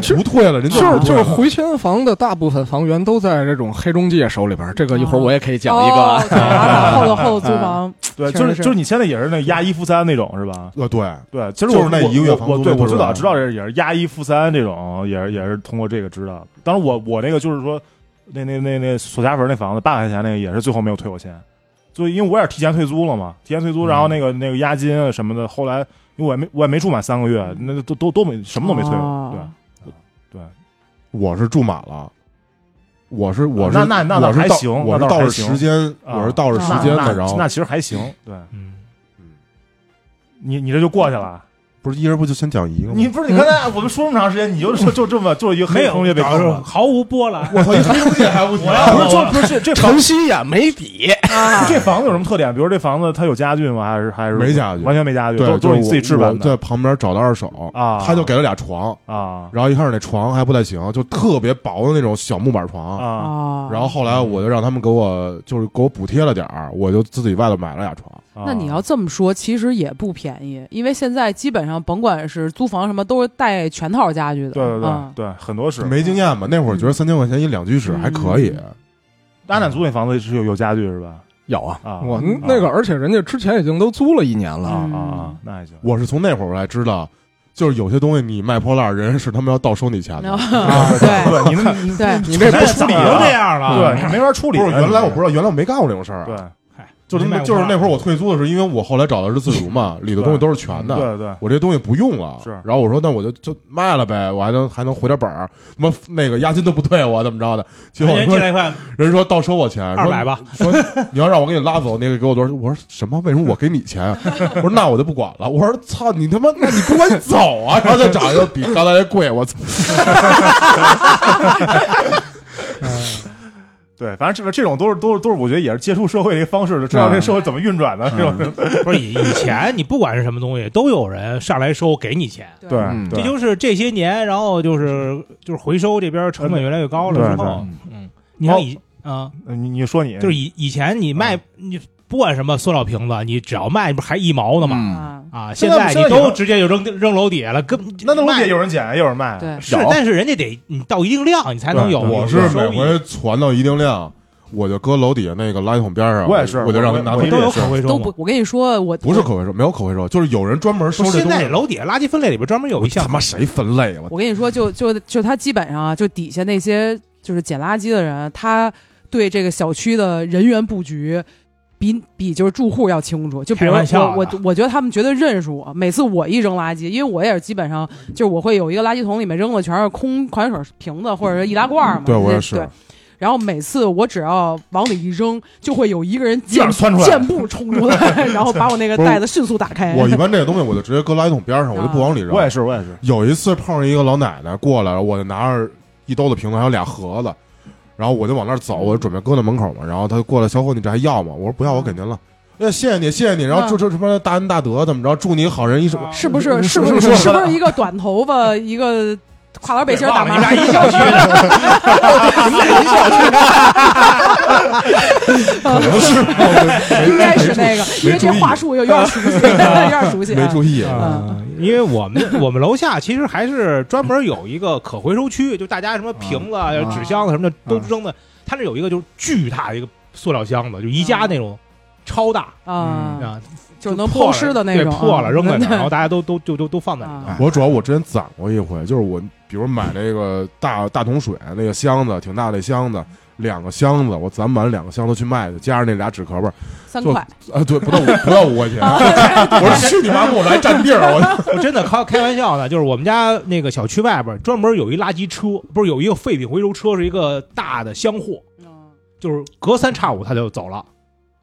Speaker 4: 就不退了，人
Speaker 3: 就是
Speaker 4: 不
Speaker 3: 就
Speaker 4: 退
Speaker 3: 是
Speaker 4: 了
Speaker 3: 回迁房的大部分房源都在这种黑中介手里边儿，这个一会儿我也可以讲一个啊
Speaker 1: 哦，对啊后头后头租房，
Speaker 2: 对，
Speaker 1: 确
Speaker 2: 就
Speaker 1: 实
Speaker 2: 是
Speaker 1: 是
Speaker 2: 就是你现在也是那押一付三那种是吧？
Speaker 4: 呃对，
Speaker 2: 对，其实
Speaker 4: 就是
Speaker 2: 我
Speaker 4: 那
Speaker 2: 我
Speaker 4: 一个月
Speaker 2: 我
Speaker 4: 房
Speaker 2: 我
Speaker 4: 租
Speaker 2: 对
Speaker 4: 都
Speaker 2: 我
Speaker 4: 是
Speaker 2: 知
Speaker 4: 吧
Speaker 2: 道知道这也是押一付三这种，也是也是通过这个知道的。当然我我那个就是说，那那那那索家坟那房子八百块钱那个也是最后没有退我钱，所以因为我也是提前退租了嘛，提前退租，
Speaker 4: 嗯
Speaker 2: 然后那个那个押金啊什么的，后来因为我也没我也没住满三个月，那都都都没什么都没退过，对
Speaker 1: 哦
Speaker 2: 对。
Speaker 4: 我是住满了。我是我是
Speaker 2: 啊那那那倒
Speaker 4: 我是
Speaker 2: 还
Speaker 4: 到
Speaker 2: 行
Speaker 4: 我
Speaker 2: 那
Speaker 4: 是
Speaker 2: 倒
Speaker 4: 到
Speaker 2: 还
Speaker 4: 了
Speaker 2: 行
Speaker 4: 时间，
Speaker 2: 啊
Speaker 4: 我是到了时
Speaker 1: 那
Speaker 4: 间
Speaker 2: 那
Speaker 4: 的，然后
Speaker 2: 那其实还行，对
Speaker 5: 嗯，
Speaker 2: 你你这就过去了。
Speaker 4: 不是一人不就先讲一个吗？
Speaker 2: 你不是你刚才我们说那么长时间，你就就就这么就是一个
Speaker 5: 没
Speaker 2: 黑
Speaker 5: 有
Speaker 2: 同学被坑了，
Speaker 5: 毫无波 澜。
Speaker 4: 我操，一黑中介还无敌，
Speaker 5: 要
Speaker 2: 不是就不是这这
Speaker 3: 晨曦呀，没比
Speaker 1: 啊
Speaker 2: 这房子有什么特点？比如这房子它有家具吗？还是还是
Speaker 4: 没家具
Speaker 2: 完全没家具，
Speaker 4: 对，
Speaker 2: 都
Speaker 4: 就
Speaker 2: 都是你自己
Speaker 4: 我
Speaker 2: 置办
Speaker 4: 我
Speaker 2: 的
Speaker 4: 在旁边找的二手
Speaker 2: 啊
Speaker 4: 他就给了俩床，
Speaker 2: 啊
Speaker 4: 然后一开始那床还不太行，就特别薄的那种小木板床。
Speaker 2: 啊
Speaker 1: 哦，
Speaker 4: 然后后来我就让他们给我就是给我补贴了点儿，我就自己外头买了俩床。
Speaker 2: 啊！
Speaker 1: 那你要这么说，其实也不便宜，因为现在基本上甭管是租房什么，都是带全套家具的。
Speaker 2: 对对对
Speaker 1: 嗯
Speaker 2: 对，很多是嗯
Speaker 4: 没经验嘛，那会儿觉得三千块钱一两居室还可以，
Speaker 2: 阿南租那房子是有有家具是吧？
Speaker 3: 有啊
Speaker 2: 啊
Speaker 3: 我
Speaker 2: 啊
Speaker 3: 那个，而且人家之前已经都租了一年
Speaker 2: 啊
Speaker 3: 了，
Speaker 2: 啊
Speaker 1: 嗯
Speaker 2: 啊，那还行。
Speaker 4: 我是从那会儿我才知道，就是有些东西你卖破烂儿，人是他们要倒收你钱
Speaker 1: 哦
Speaker 4: 的。
Speaker 1: 对
Speaker 2: 啊对，你那你
Speaker 1: 对，
Speaker 3: 你这不
Speaker 2: 不处理
Speaker 5: 都这
Speaker 2: 啊，
Speaker 5: 样了，
Speaker 2: 对，你没法处理。
Speaker 4: 不是，原来我不知道，原来我没干过这种事儿啊。
Speaker 2: 对
Speaker 5: 嗨，
Speaker 4: 就是那就是那会儿
Speaker 2: 啊
Speaker 4: 我退租的时候，因为我后来找的是自 如嘛，里头东西都是全的。
Speaker 2: 对对
Speaker 4: 我这东西不用了，
Speaker 2: 是
Speaker 4: 然后我说那我就就卖了呗，我还能还能回点本儿，什么那个押金都不退我怎么着的？结果
Speaker 5: 人
Speaker 2: 哎
Speaker 5: 进
Speaker 4: 说
Speaker 5: 来一看
Speaker 4: 人说倒收我钱，
Speaker 5: 二百吧，
Speaker 4: 说，说你要让我给你拉走，那个给我多少？我说什么？为什么我给你钱啊？我说那我就不管了。我说操你他妈，那你跟我走啊！然后就找一个比刚才那贵，我操！
Speaker 2: 对，反正这这种都是都是都是，我觉得也是接触社会的一个方式，就知
Speaker 4: 嗯
Speaker 2: 道这社会怎么运转的，是吧？
Speaker 5: 不是以以前你不管是什么东西，都有人上来收给你钱。
Speaker 1: 对
Speaker 2: 对
Speaker 3: 嗯，
Speaker 5: 这
Speaker 2: 对
Speaker 5: 就是这些年，然后就是就是回收这边成本越来越高了之后，嗯，你像以啊，
Speaker 2: 你你说你
Speaker 5: 就是以以前你卖你不管什么塑料瓶子，你只要卖不还一毛呢
Speaker 2: 嗯
Speaker 5: 嘛
Speaker 1: 啊，
Speaker 5: 啊，
Speaker 2: 现
Speaker 5: 现
Speaker 2: 在
Speaker 5: 在你
Speaker 2: 现在有
Speaker 5: 都直接就扔扔楼底下了，根
Speaker 2: 那那东西
Speaker 5: 卖
Speaker 2: 有人捡，啊有人卖，
Speaker 1: 对，
Speaker 5: 是
Speaker 4: 有，
Speaker 5: 但是人家得你到一定量你才能有
Speaker 2: 对
Speaker 4: 我
Speaker 5: 有
Speaker 4: 是
Speaker 5: 收
Speaker 4: 每
Speaker 5: 益
Speaker 4: 回攒到一定量，我就搁楼底下那个垃圾桶边上，
Speaker 2: 我也是
Speaker 4: 我就让他拿
Speaker 2: 我
Speaker 4: 走
Speaker 2: 我。
Speaker 5: 都有可回收
Speaker 1: 都
Speaker 5: 嘛
Speaker 1: 不。，我跟你说，我
Speaker 4: 不是可回收，没有可回收，就是有人专门收
Speaker 5: 不是
Speaker 4: 这
Speaker 5: 现
Speaker 4: 东
Speaker 5: 在
Speaker 4: 西。
Speaker 5: 楼底下垃圾分类里边专门有一项
Speaker 4: 他，妈谁分类啊？我
Speaker 1: 我跟你说，就就就他基本上啊，就底下那些就是捡垃圾的人，他对这个小区的人员布局。比比就是住户要清楚，就比如
Speaker 5: 开玩笑
Speaker 1: 我
Speaker 5: 的
Speaker 1: 我我觉得他们绝对认识我。每次我一扔垃圾，因为我也是基本上就是我会有一个垃圾桶，里面扔的全是空矿泉水瓶子或者是易拉罐嘛。
Speaker 4: 对
Speaker 1: 这
Speaker 4: 我也是
Speaker 1: 对然后每次我只要往里一扔，就会有一个人
Speaker 2: 一
Speaker 1: 箭
Speaker 2: 下窜出来
Speaker 1: 箭步冲出来，然后把我那个
Speaker 4: 不是
Speaker 1: 袋子迅速打开。
Speaker 4: 我一般这个东西我就直接搁垃圾桶边上，我就不往里扔。
Speaker 2: 我也是我也是，
Speaker 4: 有一次碰上一个老奶奶过来，我就拿着一兜子瓶子，还有俩盒子，然后我就往那儿走，我就准备搁那门口嘛。然后她就过来，小伙，你这还要吗？我说不要，我给您了。哎，谢谢你，谢谢你。然后这这什么大恩大德，怎么着？祝你好人一 生。
Speaker 1: 是不是
Speaker 4: 是
Speaker 1: 是
Speaker 4: 不
Speaker 1: 不是
Speaker 4: 是是不是
Speaker 1: 是不是一个短头发一个跨栏背心儿大
Speaker 5: 忘了
Speaker 1: 妈
Speaker 5: 你？俩一小区的，
Speaker 4: 可能是 啊
Speaker 1: 应该是那个，因为这
Speaker 4: 没注意
Speaker 1: 话术有有点熟 悉，有点熟悉啊。
Speaker 4: 没注意。
Speaker 5: 嗯，因为我们我们楼下其实还是专门有一个可回收区，就大家什么瓶子、啊、纸箱子什么的都扔的，它那有一个就是巨大的一个塑料箱子，就宜家那种超大
Speaker 1: 啊
Speaker 5: 嗯啊，
Speaker 1: 就是能
Speaker 5: 破
Speaker 1: 抛
Speaker 5: 了
Speaker 1: 尸的那
Speaker 5: 对
Speaker 1: 种，嗯啊
Speaker 5: 破了扔在那儿，
Speaker 1: 对
Speaker 5: 然后大家都都就都都放在那
Speaker 1: 啊
Speaker 5: 儿。
Speaker 4: 我主要我之前攒过一回，就是我比如买那个大大桶水那个箱子，挺大的箱子，两个箱子，我攒满两个箱子去卖去，加上那俩纸壳儿，
Speaker 1: 三块，
Speaker 4: 啊，对，不到五不到五块钱，我说去你妈，给我来占地儿，啊我
Speaker 5: 我真的开开玩笑呢，就是我们家那个小区外边专门有一垃圾车，不是有一个废品回收车，是一个大的箱货，
Speaker 1: 嗯
Speaker 5: 就是隔三差五他就走了，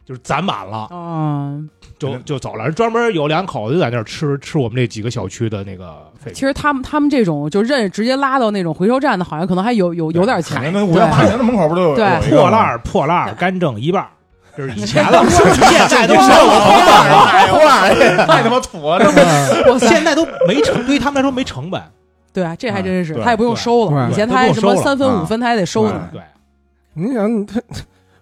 Speaker 5: 就是攒满了
Speaker 1: 嗯，
Speaker 5: 就就走了。人专门有两口子就在那儿吃吃我们这几个小区的那个废
Speaker 1: 其
Speaker 5: 品。
Speaker 1: 实他们他们这种就认直接拉到那种回收站的，好像可能还有有有点
Speaker 2: 你
Speaker 1: 钱，
Speaker 2: 那五元八元的门口不都有
Speaker 1: 对
Speaker 2: 有一个
Speaker 5: 破烂
Speaker 2: 吗？
Speaker 5: 儿破烂儿干挣一半儿，这是以前 了， 现在都
Speaker 2: 你上我头
Speaker 5: 烂
Speaker 2: 了，海花太他妈土啊了，
Speaker 3: 嗯
Speaker 5: 我现在都没成，对于他们来说没成本。
Speaker 1: 对啊，这还真是
Speaker 2: 对
Speaker 1: 他也不用收了，
Speaker 3: 对
Speaker 1: 以前他
Speaker 5: 对
Speaker 1: 还什么
Speaker 5: 都不用收了
Speaker 1: 三分
Speaker 4: 啊
Speaker 1: 五分他还得收呢，
Speaker 5: 对，
Speaker 3: 你想他，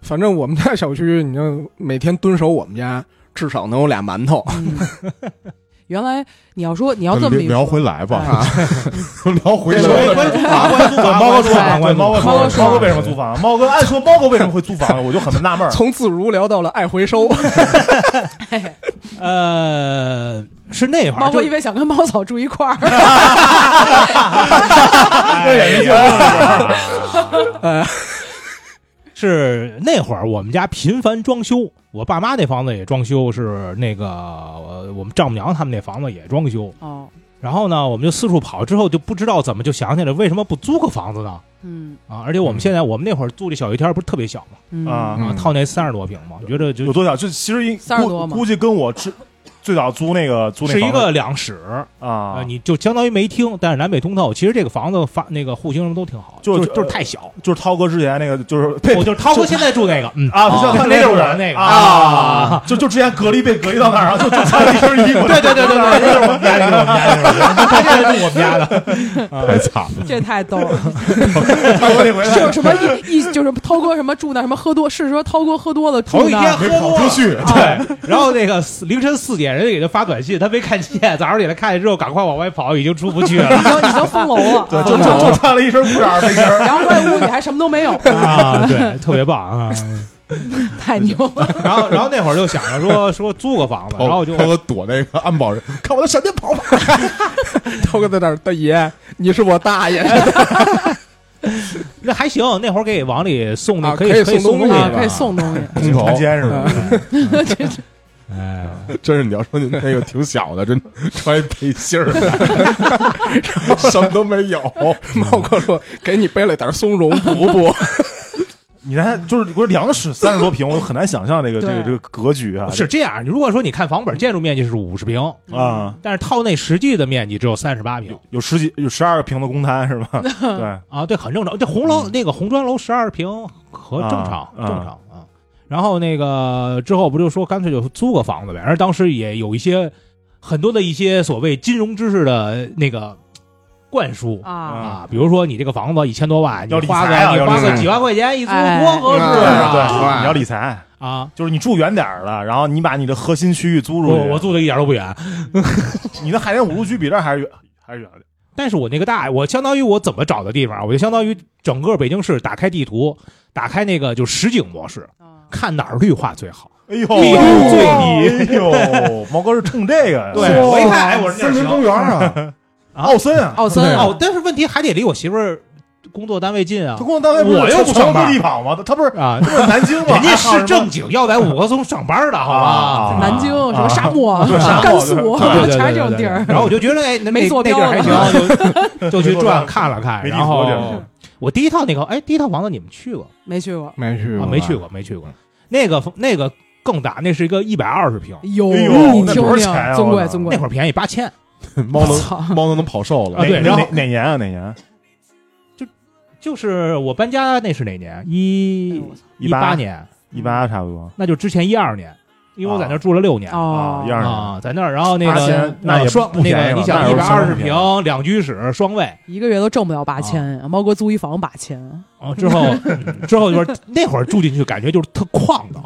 Speaker 3: 反正我们家小区，你就每天蹲守我们家，至少能有俩馒头。
Speaker 1: 嗯 原来你要说你要这
Speaker 4: 聊
Speaker 1: 么一
Speaker 4: 聊
Speaker 1: 说，
Speaker 4: 回来吧，
Speaker 3: 啊
Speaker 4: 聊回
Speaker 2: 这
Speaker 4: 来吧。
Speaker 5: 法官
Speaker 2: 猫哥租
Speaker 1: 对
Speaker 2: 房，对猫
Speaker 1: 猫哥
Speaker 2: 哥说猫哥为什么租房？猫哥按说猫哥为什么会租房？我就很纳闷 儿。
Speaker 3: 从自如聊到了爱回收，
Speaker 5: 呃，是那会儿
Speaker 1: 猫
Speaker 5: 就
Speaker 1: 哥因为想跟猫草住一块儿，
Speaker 2: 这也是结婚了
Speaker 5: 是那会儿我们家频繁装修，我爸妈那房子也装修，是那个呃我们丈母娘他们那房子也装修。
Speaker 1: 哦，
Speaker 5: 然后呢，我们就四处跑，之后就不知道怎么就想起来为什么不租个房子呢？
Speaker 1: 嗯
Speaker 5: 啊！而且我们现在我们那会儿租这小一天不是特别小嘛，
Speaker 1: 嗯
Speaker 2: 啊
Speaker 5: 啊，
Speaker 4: 嗯
Speaker 5: 套那三十多平嘛，觉得
Speaker 2: 有
Speaker 5: 就
Speaker 2: 多小？就其实应
Speaker 1: 30多
Speaker 2: 估
Speaker 1: 嘛
Speaker 2: 估计跟我之最早租那个租那
Speaker 5: 是一
Speaker 2: 房子
Speaker 5: 个两室呃
Speaker 2: 啊，
Speaker 5: 你就相当于没厅，但是南北通透。其实这个房子发那个户型什么都挺好，
Speaker 2: 就
Speaker 5: 就是就是太小。
Speaker 2: 就是涛哥之前那个就是 呸
Speaker 5: 我就是涛哥现在住那个，嗯
Speaker 2: 啊，就像他
Speaker 5: 那
Speaker 2: 种
Speaker 5: 我
Speaker 2: 人
Speaker 5: 哦那个
Speaker 2: 啊，就就之前隔离被隔离到那儿，然后就就穿了一身衣服，对对对对对，就是我们家那个。
Speaker 5: 他现在住我们家的，
Speaker 4: 太惨了，
Speaker 1: 这太逗了，
Speaker 2: 涛哥那回
Speaker 1: 就是什么一一就是涛哥什么住那什么喝多，是说涛哥喝多了
Speaker 5: 头
Speaker 1: 住
Speaker 5: 一
Speaker 1: 那
Speaker 5: 天
Speaker 1: 儿，
Speaker 5: 喝
Speaker 4: 没跑
Speaker 5: 多
Speaker 4: 出
Speaker 5: 了。
Speaker 4: 去，
Speaker 5: 对，然后那个四凌晨四点，人家给他发短信，他没看见，早上起来看见之后，赶快往外跑，已经出不去了
Speaker 1: 已经已经封楼了，
Speaker 2: 对，
Speaker 1: 啊
Speaker 2: 就就就穿了一身裤衩背心儿。
Speaker 1: 然后外屋里还什么都没有，
Speaker 5: 啊！对，特别棒啊！
Speaker 1: 太牛了，
Speaker 5: 然后，然后那会儿就想着说说租个房子，然后
Speaker 4: 涛
Speaker 5: 就嗯
Speaker 4: 哥躲那个安保人，看我的闪电跑吧。
Speaker 3: 涛哥在那儿，大爷，你是我大爷，
Speaker 2: 哎
Speaker 5: 那还行。那会儿给往里送那
Speaker 3: 啊可
Speaker 5: 可
Speaker 3: 以
Speaker 5: 可以
Speaker 3: 送
Speaker 5: 送
Speaker 3: 东西
Speaker 1: 啊
Speaker 5: 西，
Speaker 1: 可以送东西，
Speaker 4: 空投
Speaker 2: 汉奸是吧？
Speaker 5: 哎，
Speaker 4: 真是你要说你那个挺小的，真穿一背心儿，什么都没有。
Speaker 3: 猫哥说给你背了点松茸补 补。
Speaker 2: 你看，就是不是两室三十多平，我很难想象这个这个
Speaker 1: 对
Speaker 2: 这个格局啊。
Speaker 5: 是这样。如果说你看房本建筑面积是五十平，
Speaker 2: 啊，
Speaker 5: 但是套内实际的面积只有三十八平
Speaker 2: 有十几有十二平的公摊是 吧？对，
Speaker 5: 啊，对，很正常。这红楼那个红砖楼十二平和正常
Speaker 2: 嗯啊
Speaker 5: 正常啊。然后那个之后不就说干脆就租个房子呗，而当时也有一些很多的一些所谓金融知识的那个灌输。
Speaker 1: 啊，
Speaker 5: 啊，比如说你这个房子一千多万，你
Speaker 2: 要理
Speaker 5: 花
Speaker 2: 财啊
Speaker 5: 个你
Speaker 2: 要理
Speaker 5: 花个
Speaker 2: 财嗯
Speaker 5: 几万块钱一租，
Speaker 1: 哎
Speaker 5: 多合适
Speaker 3: 啊
Speaker 5: 啊！
Speaker 2: 对，你要理财，
Speaker 5: 啊，
Speaker 2: 就是你住远点儿了，然后你把你的核心区域租出
Speaker 5: 我
Speaker 2: 去。
Speaker 5: 我住的一点都不远，
Speaker 2: 你的海淀五路区比这儿还是远，还是远的。
Speaker 5: 但是我那个大，我相当于我怎么找的地方，我就相当于整个北京市打开地图，打开那个就实景模式，
Speaker 1: 啊
Speaker 5: 看哪儿绿化最好。
Speaker 2: 哎呦，
Speaker 5: 密度最
Speaker 2: 低。哎呦，毛哥是冲这个呀？
Speaker 5: 对，我一看，哎，我
Speaker 4: 森林公
Speaker 5: 园
Speaker 4: 园 啊，
Speaker 2: 奥森啊，
Speaker 1: 奥森
Speaker 5: 哦，但是问题还得离我媳妇儿工作单位近啊
Speaker 2: 他工作单位不
Speaker 5: 我
Speaker 2: 是
Speaker 5: 又
Speaker 2: 全
Speaker 5: 不
Speaker 2: 全国
Speaker 5: 上班
Speaker 2: 各地跑吗？他他不是
Speaker 5: 啊
Speaker 2: 他。不是南京吗？
Speaker 5: 人家是 正经要在五棵松上班的，好吧？
Speaker 2: 啊
Speaker 1: 南京
Speaker 2: 啊
Speaker 1: 什么沙漠、
Speaker 2: 对沙漠
Speaker 1: 甘肃啊
Speaker 5: 对对，对
Speaker 1: 全是这种
Speaker 5: 对
Speaker 1: 地
Speaker 5: 对
Speaker 1: 儿。
Speaker 5: 然后我就觉得，哎，那
Speaker 1: 没
Speaker 5: 那
Speaker 1: 坐
Speaker 5: 那地
Speaker 1: 标
Speaker 5: 儿还
Speaker 1: 呢
Speaker 5: 行，就就去
Speaker 2: 没坐标
Speaker 5: 转看了看。
Speaker 2: 没地
Speaker 5: 然
Speaker 2: 图这
Speaker 5: 后
Speaker 2: 是
Speaker 5: 我第一套那个，哎，第一套房子你们去过
Speaker 1: 没去过，
Speaker 3: 没去
Speaker 5: 啊？没去过，没去过。那个那个更大，那是一个一百二十平，
Speaker 1: 有
Speaker 2: 哎呦
Speaker 1: 你
Speaker 2: 那
Speaker 1: 听
Speaker 2: 多少
Speaker 1: 听
Speaker 2: 钱啊，
Speaker 1: 尊
Speaker 2: 我
Speaker 1: 贵
Speaker 2: 操
Speaker 1: 尊贵
Speaker 5: 那，会儿便宜八千，
Speaker 4: 猫
Speaker 1: 操
Speaker 4: 能猫能能跑瘦
Speaker 5: 啊
Speaker 4: 了，
Speaker 5: 对
Speaker 2: 哪
Speaker 5: 然后
Speaker 2: 哪哪年啊？哪年？
Speaker 5: 就是我搬家那是哪年？
Speaker 1: 哎
Speaker 5: 一一
Speaker 2: 18
Speaker 5: 八年，
Speaker 2: 一八差不多
Speaker 5: 那就之前一二年，因为我在那儿住了六年
Speaker 1: 哦
Speaker 2: 啊，一二年。
Speaker 5: 啊，在那儿，然后那
Speaker 2: 八
Speaker 5: 个
Speaker 2: 千那也
Speaker 5: 呃双
Speaker 2: 不
Speaker 5: 那
Speaker 2: 便宜了
Speaker 5: 个你
Speaker 2: 那
Speaker 5: 想
Speaker 2: 有
Speaker 5: 一
Speaker 2: 什
Speaker 5: 百
Speaker 2: 么
Speaker 5: 二十
Speaker 2: 不便宜
Speaker 5: 平两居室双卫，
Speaker 1: 一个月都挣不了八
Speaker 2: 啊
Speaker 1: 千，啊猫哥租一房八千，
Speaker 5: 啊，之后嗯之后就是那会儿住进去感觉就是特旷的，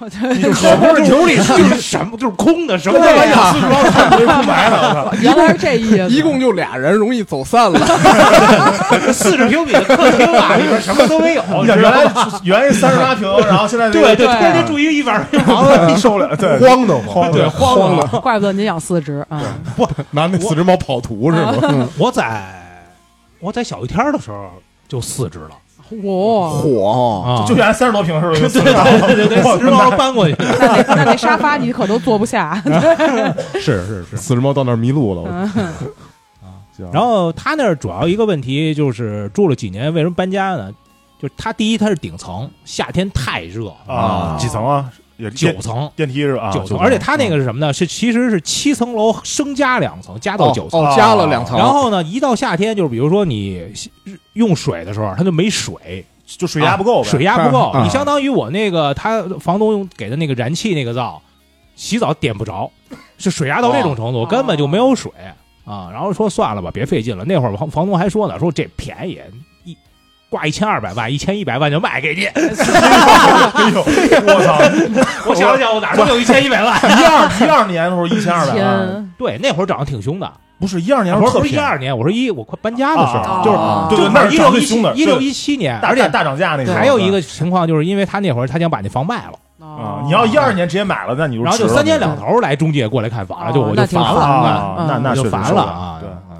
Speaker 1: 我觉
Speaker 5: 你就
Speaker 1: 得
Speaker 5: 可不是有理，就是什么就是空的，什么玩意儿？
Speaker 2: 四十八看不空白了，我操！
Speaker 1: 原来是这意思。
Speaker 3: 一共就俩人，容易走散了。
Speaker 5: 四十平米的客厅啊，里边什么都没有。
Speaker 2: 原来原来三十八平，然后现在这个
Speaker 5: 对
Speaker 1: 对
Speaker 5: 对，突然间住一个一百平房子，
Speaker 2: 受不了，对，
Speaker 4: 慌的慌，
Speaker 2: 对
Speaker 5: 慌了。
Speaker 1: 怪不得您养四只啊，
Speaker 4: 拿那四只猫跑图是吗？
Speaker 5: 我在我在小一天的时候就四只了
Speaker 1: 哇！
Speaker 3: 火
Speaker 5: 啊
Speaker 2: 就原来三十多平的时候就
Speaker 5: 对
Speaker 2: 四
Speaker 5: 对
Speaker 2: 十八
Speaker 5: 对对对，四只猫搬过去。
Speaker 1: 那那那沙发你可都坐不 下。
Speaker 5: 是是是。
Speaker 4: 四只猫到那儿迷路了我
Speaker 2: 哦
Speaker 1: 嗯
Speaker 4: 行，
Speaker 5: 然后他那儿主要一个问题就是住了几年，为什么搬家呢？就是他第一，他是顶层，夏天太热了，
Speaker 2: 啊，几层啊？也
Speaker 5: 九
Speaker 2: 电
Speaker 5: 层。
Speaker 2: 电梯是吧？啊
Speaker 5: 九层，而且他那个是什么呢？是其实是七层楼升加两层，加到九层。
Speaker 3: 哦，加了两层，
Speaker 5: 然后呢，一到夏天，就是比如说你用水的时候，它就没水，
Speaker 2: 就水压不够呗，
Speaker 5: 水压不够。
Speaker 3: 啊
Speaker 5: 你相当于我那个他房东用给的那个燃气那个灶，洗澡点不着，是水压到这种程度，
Speaker 1: 哦
Speaker 5: 根本就没有水啊。然后说算了吧，别费劲了。那会儿房房东还说呢，说这便宜一。挂一千二百万，一千一百万就卖 给你。
Speaker 2: 哎呦，我操！
Speaker 5: 我想了想，我哪能有一千一 百万？
Speaker 2: 一二一二年的啊时候一千二百万，
Speaker 1: 天，
Speaker 5: 对，那会儿涨得挺凶的，
Speaker 2: 不是一二年
Speaker 5: 不
Speaker 2: 的
Speaker 5: 是
Speaker 2: 时候
Speaker 5: 不
Speaker 2: 特
Speaker 5: 是一
Speaker 2: 便宜，
Speaker 5: 二年，我说一我快搬家的时
Speaker 2: 啊
Speaker 5: 候，就是
Speaker 1: 啊
Speaker 2: 对
Speaker 5: 就
Speaker 2: 对，
Speaker 5: 是
Speaker 2: 那
Speaker 5: 一
Speaker 2: 涨
Speaker 5: 六
Speaker 2: 最
Speaker 5: 一七
Speaker 2: 凶的，
Speaker 5: 一六一七年，
Speaker 2: 大
Speaker 5: 而且
Speaker 2: 大大涨价那时候
Speaker 5: 还有一个情况，就是因为他那会儿他想把那房卖了，
Speaker 1: 啊，
Speaker 2: 啊你要一二年直接买了，那你就
Speaker 5: 嗯然后就
Speaker 2: 迟了
Speaker 5: 三天两头来中介过来看房了，就
Speaker 1: 哦
Speaker 5: 我
Speaker 1: 那
Speaker 5: 就
Speaker 1: 挺
Speaker 5: 烦
Speaker 1: 烦
Speaker 5: 了，
Speaker 1: 了
Speaker 2: 啊，那
Speaker 1: 嗯
Speaker 2: 那
Speaker 5: 我
Speaker 2: 确
Speaker 5: 就
Speaker 2: 实
Speaker 5: 烦
Speaker 2: 受
Speaker 5: 了
Speaker 2: 不
Speaker 5: 啊。
Speaker 2: 对
Speaker 5: 嗯，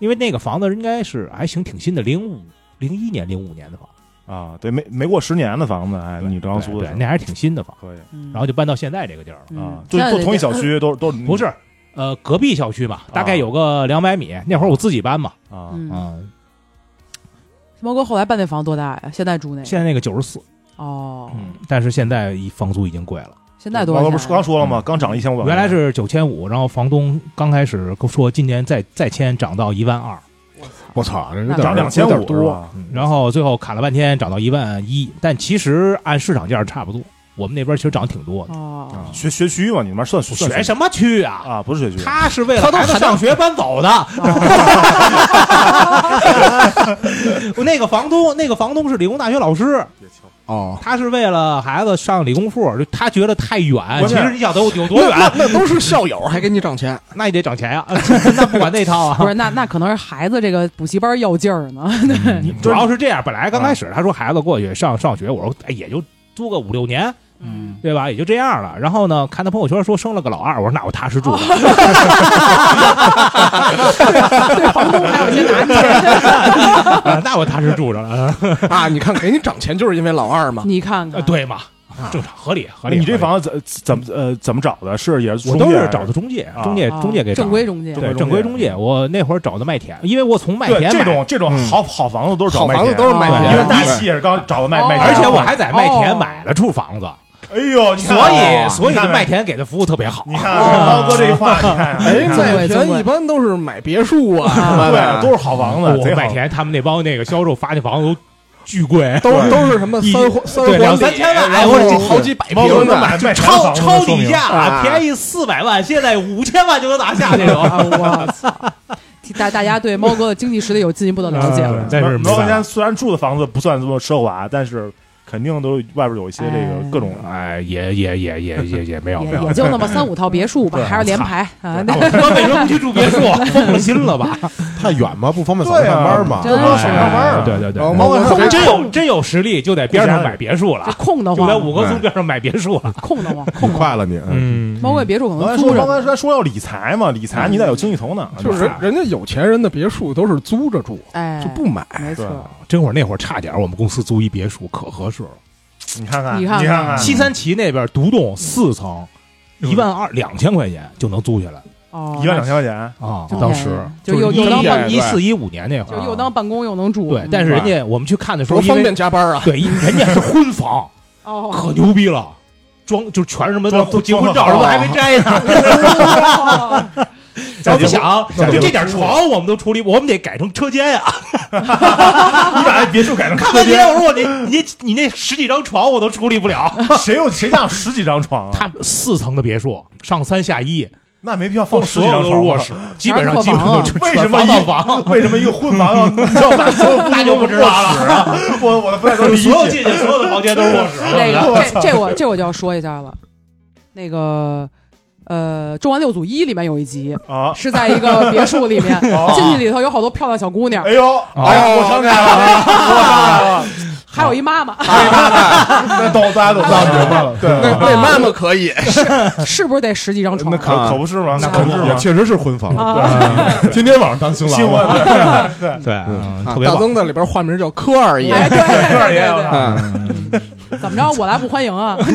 Speaker 5: 因为那个房子应该是还行，挺新的，零五零一年零五年的房，
Speaker 2: 啊，对，没没过十年的房子，哎，你刚租的时
Speaker 5: 对，对
Speaker 2: 候
Speaker 5: 那还是挺新的房，
Speaker 2: 可以
Speaker 1: 嗯
Speaker 5: 然后就搬到现在这个地儿了，
Speaker 2: 啊
Speaker 1: 嗯，
Speaker 2: 就
Speaker 1: 那
Speaker 2: 就
Speaker 1: 得
Speaker 2: 同一小区都都
Speaker 5: 不是。呃，隔壁小区嘛，大概有个两百米。那会儿我自己搬嘛，
Speaker 2: 啊，
Speaker 1: 嗯，
Speaker 5: 啊，
Speaker 1: 猫哥后来办那房多大呀？现在住那个？
Speaker 5: 现在那个九十四，
Speaker 1: 哦，
Speaker 5: 嗯，但是现在一房租已经贵了。
Speaker 1: 现在多
Speaker 2: 老
Speaker 1: 少
Speaker 2: 哥不
Speaker 1: 钱啊
Speaker 2: 是刚说了吗？刚涨了一千五百，
Speaker 5: 嗯原来是九千五，然后房东刚开始跟我说今年再再签涨到一万二，
Speaker 4: 我操，这有
Speaker 1: 涨
Speaker 4: 点
Speaker 2: 涨两千
Speaker 4: 有
Speaker 2: 五
Speaker 4: 点多，
Speaker 5: 然后最后砍了半天涨到一万一，但其实按市场价差不多，我们那边其实涨挺多的。
Speaker 1: 哦，
Speaker 5: 啊
Speaker 2: 学学区嘛，你们那算算
Speaker 5: 学什么区啊？
Speaker 2: 啊？不是学区，
Speaker 5: 他是为了孩子上学搬走的。我那个房东，那个房东是理工大学老师，
Speaker 3: 哦，
Speaker 5: 他是为了孩子上理工附，就他觉得太远。
Speaker 2: 关
Speaker 5: 其
Speaker 2: 键
Speaker 5: 实你想得有有多 远，
Speaker 3: 那都是校友，还给你涨钱，
Speaker 5: 那也得涨钱呀、 那不管那套啊
Speaker 1: 不。是，那那可能是孩子这个补习班要劲儿呢。
Speaker 5: 你主要是这样，本来刚开始他说孩子过去上上学，我说哎也就租个五六年，
Speaker 1: 嗯，
Speaker 5: 对吧？也就这样了。然后呢，看他朋友圈说生了个老二，我说那我踏实住了。
Speaker 1: 对，房东 还有些拿 捏。
Speaker 5: 啊那我踏实住着了。
Speaker 3: 啊！你看，给你涨钱就是因为老二 嘛。
Speaker 1: 你看
Speaker 5: 呃
Speaker 1: 看，，
Speaker 5: 对嘛，正常合理合理。
Speaker 2: 哎你这
Speaker 5: 合理
Speaker 2: 房子怎怎么呃怎么找的？是也是
Speaker 5: 我
Speaker 2: 中
Speaker 5: 都
Speaker 2: 介
Speaker 5: 是找的中介，
Speaker 2: 啊
Speaker 5: 中介
Speaker 1: 啊
Speaker 5: 中介给找
Speaker 1: 正规中介，
Speaker 5: 对
Speaker 2: 中介
Speaker 5: 正规中介。我那会儿找的麦田，因为我从麦
Speaker 2: 对
Speaker 5: 田
Speaker 2: 这
Speaker 5: 买
Speaker 2: 种这种
Speaker 4: 嗯
Speaker 2: 好好房子都是找
Speaker 3: 好
Speaker 2: 麦
Speaker 3: 房
Speaker 2: 田
Speaker 3: 子都是卖
Speaker 5: 对
Speaker 3: 田，
Speaker 2: 因为大
Speaker 3: 对
Speaker 2: 气也是刚找的麦
Speaker 1: 哦
Speaker 2: 麦田，
Speaker 5: 而且我还在麦田
Speaker 1: 哦
Speaker 5: 买了处房子，
Speaker 2: 哎呦，你看啊
Speaker 5: 所以所
Speaker 2: 你
Speaker 5: 以这
Speaker 2: 看
Speaker 5: 麦田哦给的服务特别好
Speaker 2: 你。看啊猫哥这一话，你看
Speaker 3: 哎，
Speaker 1: 那
Speaker 3: 麦田一般都是买别墅啊，什么
Speaker 2: 对，
Speaker 3: 的
Speaker 2: 都是好房子，
Speaker 5: 嗯我
Speaker 2: 贼好
Speaker 5: 哦麦田他们那帮那个销售发那房子都巨贵，
Speaker 3: 都都是什么三环三
Speaker 5: 对
Speaker 3: 环
Speaker 5: 两
Speaker 3: 里
Speaker 5: 三千万
Speaker 3: 然
Speaker 5: 哎我这
Speaker 3: 后好几百
Speaker 2: 猫
Speaker 3: 平
Speaker 2: 哥能
Speaker 3: 的，
Speaker 2: 买麦田
Speaker 5: 超
Speaker 2: 房子，
Speaker 5: 超
Speaker 2: 说明
Speaker 5: 底价，
Speaker 3: 啊
Speaker 5: 便宜四百万，现在五千万就能拿下 那种。
Speaker 1: 啊， 我操！大大家对猫哥的经济实力有进一步的了解了。
Speaker 5: 呃但是没
Speaker 2: 猫哥
Speaker 5: 办法
Speaker 2: 家虽然住的房子不算这么奢华，但是肯定都外边有一些这个各种。
Speaker 5: 哎，也也也也也也没有没
Speaker 1: 也
Speaker 5: 有
Speaker 1: 也，就那么三五套别墅吧，还是联排啊。那
Speaker 5: 我为什么不去住别墅？啊疯了心了吧？
Speaker 4: 太远吗？不方便早上上班嘛。
Speaker 1: 对啊
Speaker 2: 上班啊
Speaker 5: 哎对对对
Speaker 3: 然后，猫哥
Speaker 5: 真
Speaker 3: 还
Speaker 5: 真有真有实力，就在边上买别墅
Speaker 1: 这
Speaker 5: 了，
Speaker 1: 空得
Speaker 5: 就在
Speaker 1: 慌，
Speaker 5: 五棵松边上买别墅了。
Speaker 1: 空得慌，
Speaker 4: 你
Speaker 1: 空得慌。
Speaker 4: 快了你，
Speaker 5: 嗯
Speaker 1: 猫哥别墅可
Speaker 2: 刚才
Speaker 1: 能
Speaker 2: 说
Speaker 1: 租
Speaker 2: 刚
Speaker 1: 着
Speaker 2: 才说说要理财嘛，理财你得有经济头脑，啊
Speaker 3: 就是人人家有钱人的别墅都是租着住，
Speaker 1: 哎，
Speaker 3: 就不买。
Speaker 1: 没
Speaker 2: 对
Speaker 1: 错。
Speaker 5: 真会儿那会儿差点，我们公司租一别墅可合适了。
Speaker 2: 你看看，
Speaker 1: 你
Speaker 2: 你
Speaker 1: 看看
Speaker 2: 看看，
Speaker 5: 西三旗那边独栋四层，一万二两千块钱就能租下来
Speaker 1: 哦，
Speaker 2: 一万两千块钱，
Speaker 5: 啊
Speaker 1: 真！
Speaker 5: 当
Speaker 1: 便宜
Speaker 5: 时
Speaker 1: 哦就又
Speaker 5: 一
Speaker 1: 又当办
Speaker 5: 一四一五年那会
Speaker 1: 就
Speaker 5: 儿，
Speaker 1: 又当办公又能住。
Speaker 5: 对
Speaker 1: 嗯，
Speaker 5: 但是人家我们去看的时候，
Speaker 3: 多
Speaker 5: 因
Speaker 3: 方便
Speaker 5: 为
Speaker 3: 加班啊！
Speaker 5: 对人家是婚房，
Speaker 1: 哦，
Speaker 5: 可牛逼了。装就全是什么
Speaker 2: 装
Speaker 5: 结婚照什啊么还没摘呢，咱们想
Speaker 2: 假结婚
Speaker 5: 就这点床我们都处理，我们得改成车间呀。
Speaker 2: 你把别墅改成
Speaker 5: 看
Speaker 2: 客
Speaker 5: 半
Speaker 2: 厅
Speaker 5: 天，，我说我那你你那十几张床我都处理不了。
Speaker 2: 谁有谁家有十几张床啊？
Speaker 5: 他四层的别墅，上三下一，
Speaker 2: 那没必要放十几张
Speaker 5: 所有都
Speaker 2: 床
Speaker 5: 是卧
Speaker 2: 吧
Speaker 5: 室，基本上
Speaker 1: 全是
Speaker 5: 基本
Speaker 1: 破房啊啊
Speaker 2: 为
Speaker 5: 上就
Speaker 2: 什么一
Speaker 5: 到房？
Speaker 2: 为什么一个婚房 要要把所有啊
Speaker 5: 那就不知道了。
Speaker 2: 我我都不太能理
Speaker 5: 所有
Speaker 2: 解。
Speaker 5: 进去所有的房间都是 卧室。
Speaker 2: 啊
Speaker 1: 那个这这我这我就要说一下了，那个呃，《重案六组一》里面有一集
Speaker 2: 啊！
Speaker 1: 是在一个别墅里面，
Speaker 5: 哦
Speaker 2: 啊
Speaker 1: 进去里头有好多漂亮小姑娘
Speaker 2: 哎，呦，哎呀，我想起来了，我想起来了，
Speaker 1: 还有一妈妈，
Speaker 5: 啊
Speaker 2: 啊那懂，大家都
Speaker 4: 那明白了，
Speaker 2: 对，
Speaker 6: 那那妈妈可
Speaker 5: 啊
Speaker 6: 以，
Speaker 1: 是不是得十几张
Speaker 2: 那
Speaker 1: 床？啊
Speaker 2: 可可不是吗？
Speaker 1: 那
Speaker 2: 可不是
Speaker 4: 也
Speaker 2: 吗？
Speaker 4: 确实是婚房， 哎
Speaker 1: 啊，
Speaker 4: 今天晚上当新
Speaker 2: 新
Speaker 4: 郎
Speaker 2: 闻
Speaker 4: 了。
Speaker 2: 对对，
Speaker 5: 对，嗯
Speaker 3: 啊
Speaker 5: 特别
Speaker 3: 大
Speaker 5: 棒。
Speaker 3: 增在里边化名叫柯二爷，
Speaker 1: 哎对对
Speaker 2: 这儿
Speaker 1: 对
Speaker 2: 也有
Speaker 1: 对
Speaker 2: 呢。
Speaker 5: 嗯
Speaker 3: 啊，
Speaker 1: 对，怎么着我来不欢迎 啊？
Speaker 2: 行，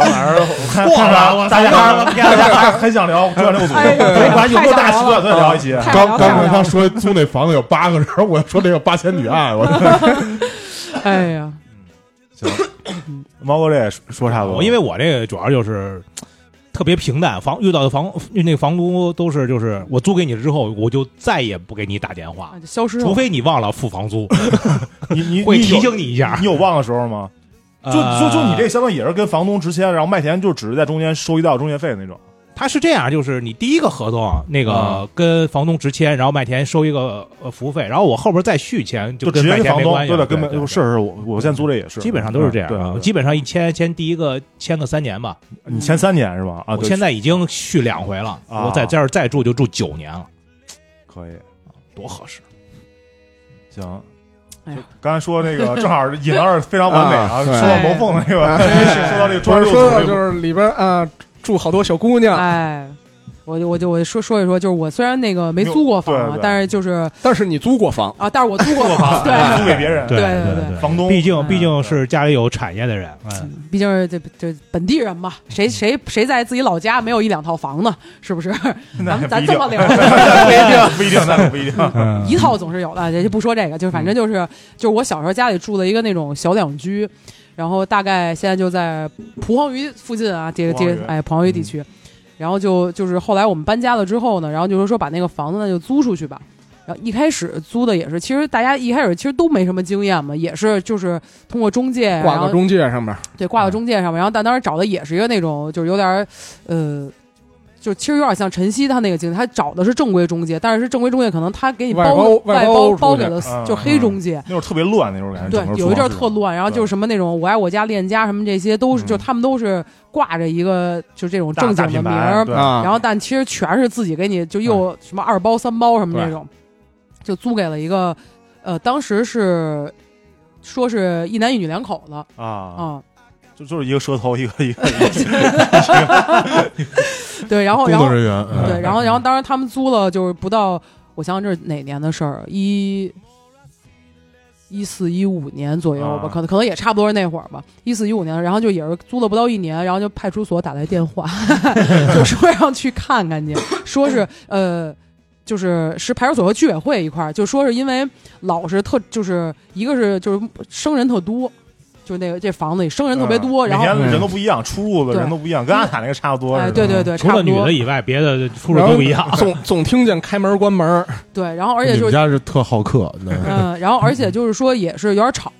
Speaker 2: 反正我看
Speaker 5: 过
Speaker 2: 看
Speaker 5: 了我
Speaker 2: 了，
Speaker 5: 操
Speaker 2: 大家还大家还很想聊转六组，
Speaker 1: 哎呦
Speaker 2: 对把有多大习惯再聊一期。
Speaker 1: 太
Speaker 4: 刚
Speaker 1: 无聊
Speaker 4: 刚
Speaker 1: 太无
Speaker 4: 才
Speaker 1: 聊
Speaker 4: 他
Speaker 1: 了
Speaker 4: 说租那房子有八个人，我要说这个八仙女爱，我
Speaker 1: 哎呀，
Speaker 2: 毛哥这也说差不多，
Speaker 5: 因为我这个主要就是特别平淡，房遇到的房那个房东都是就是我租给你之后，我就再也不给你打电话
Speaker 1: 啊，就消失了
Speaker 5: 除。非你忘了付房租，
Speaker 2: 你你
Speaker 5: 会
Speaker 2: 你有
Speaker 5: 提醒你一呃下
Speaker 2: 你。有忘的时候吗？就就就你这，相当于也是跟房东直签，然后麦田就只是在中间收一道中介费那种。
Speaker 5: 他是这样，就是你第一个合同那
Speaker 2: 啊
Speaker 5: 个跟房东直签，然后麦田收一个呃服务费，然后我后边再续签
Speaker 2: 就
Speaker 5: 跟
Speaker 2: 直接
Speaker 5: 麦
Speaker 2: 跟
Speaker 5: 田
Speaker 2: 房
Speaker 5: 没
Speaker 2: 东
Speaker 5: 关系
Speaker 2: 对
Speaker 5: 了。
Speaker 2: 的，根本
Speaker 5: 对对
Speaker 2: 是是，我我现在租这也是，
Speaker 5: 基本上都是这样
Speaker 2: 对
Speaker 5: 啊，，
Speaker 2: 对
Speaker 5: 基本上一签签第一个签个三年吧，
Speaker 2: 你前三年是吧？啊，
Speaker 5: 我
Speaker 2: 对
Speaker 5: 现在已经续两回了，
Speaker 2: 啊
Speaker 5: 我在这儿再住就住九年了，
Speaker 2: 可以，
Speaker 5: 多合适。
Speaker 2: 行。
Speaker 1: 哎呀
Speaker 2: 刚才说那个正 好引到这儿非常完美啊，
Speaker 3: 啊
Speaker 2: 说
Speaker 3: 对
Speaker 2: 到楼凤那个，
Speaker 3: 哎
Speaker 2: 说到这个
Speaker 3: 主
Speaker 2: 装
Speaker 3: 要
Speaker 2: 修
Speaker 3: 说到就是里边啊住好多小姑
Speaker 2: 啊
Speaker 3: 娘，
Speaker 1: 哎，我就我就我就说说一说，就是我虽然那个没
Speaker 2: 没有
Speaker 1: 租过房
Speaker 2: 对
Speaker 1: 啊
Speaker 2: 对，
Speaker 1: 但是就是
Speaker 3: 但是你租过房，
Speaker 1: 啊，但是我租过房，
Speaker 2: 租哎
Speaker 1: 对，
Speaker 2: 给别人，
Speaker 1: 对对
Speaker 5: 对
Speaker 1: 对
Speaker 2: 房东
Speaker 5: 毕竟
Speaker 1: 嗯
Speaker 5: 毕竟是家里有产业的人，嗯，
Speaker 1: 毕竟是这这本地人嘛，谁谁谁在自己老家没有一两套房呢？是不是？咱
Speaker 2: 那
Speaker 1: 们
Speaker 2: 不一
Speaker 1: 咱
Speaker 2: 定
Speaker 1: 这么聊，
Speaker 2: 不一定，那可不一定。
Speaker 1: 一套总是有的，也就不说这个，就是
Speaker 2: 嗯
Speaker 1: 反正就是、就是我小时候家里住的一个那种小两居，然后大概现在就在蒲黄榆附近啊，这个这
Speaker 2: 蒲黄
Speaker 1: 个
Speaker 2: 榆嗯
Speaker 1: 哎蒲黄榆地区，然后就就是后来我们搬家了之后呢，然后就说说把那个房子那就租出去吧。然后一开始租的也是，其实大家一开始其实都没什么经验嘛，也是就是通过中介，然
Speaker 3: 挂
Speaker 1: 后
Speaker 3: 到中介上面，
Speaker 1: 对，挂到中介上面。然后但当时找的也是一个那种，就是有点儿，呃，就其实有点像晨曦他那个经历，他找的是正规中介，但是是正规中介可能他给你
Speaker 3: 外
Speaker 1: 包
Speaker 3: 包
Speaker 1: 的
Speaker 3: 外
Speaker 1: 外
Speaker 3: 包
Speaker 1: 包包
Speaker 3: 出去
Speaker 1: 给了
Speaker 2: 嗯
Speaker 1: 就黑中介。
Speaker 2: 那会儿特别乱，那会儿感觉
Speaker 1: 对
Speaker 2: 整个，
Speaker 1: 有一阵儿
Speaker 2: 厨
Speaker 1: 特
Speaker 2: 房是
Speaker 1: 乱，然后就是什么那种“我爱我家”“恋家”什么这些，都是
Speaker 2: 嗯
Speaker 1: 就他们都是挂着一个就这种
Speaker 2: 大
Speaker 1: 正经
Speaker 2: 大
Speaker 1: 的
Speaker 2: 品
Speaker 1: 名
Speaker 2: 牌
Speaker 1: 儿，
Speaker 2: 对
Speaker 3: 啊，
Speaker 1: 然后但其实全是自己给你就又什么二包三包什么那种，就租给了一个，呃，当时是说是一男一女两口子
Speaker 2: 啊，
Speaker 1: 啊，
Speaker 2: 就就是一个舌头，一个一个
Speaker 1: 对，然后
Speaker 4: 工
Speaker 1: 然后
Speaker 4: 作人员，嗯
Speaker 1: 对，然后然后当时他们租了，就是不到，我想想这是哪年的事儿，一。一四一五年左右吧，
Speaker 2: 啊
Speaker 1: 可能可能也差不多是那会儿吧，一四一五年，然后就也是租了不到一年，然后就派出所打来电话， 就说让去看看去，说是呃，就是是派出所和居委会一块儿，就说是因为老是特就是一个是就是生人特多，就是那个这房子里生人特别多，
Speaker 2: 嗯
Speaker 1: 然后
Speaker 2: 每天人都不一样，出入的
Speaker 1: 对
Speaker 2: 人都不一样，跟阿塔那个差不多似
Speaker 1: 哎
Speaker 2: 的。
Speaker 1: 对对对，
Speaker 5: 除
Speaker 1: 差
Speaker 5: 了
Speaker 1: 不
Speaker 5: 女
Speaker 1: 多
Speaker 5: 的以外，别的出入
Speaker 3: 然后
Speaker 5: 都
Speaker 2: 啊
Speaker 5: 不一样。
Speaker 3: 总总听见开门关门，
Speaker 1: 对，然后而且
Speaker 4: 你
Speaker 1: 就
Speaker 4: 们
Speaker 1: 是
Speaker 4: 家是特好客，那
Speaker 1: 嗯， 然后而且就是说也是有点吵，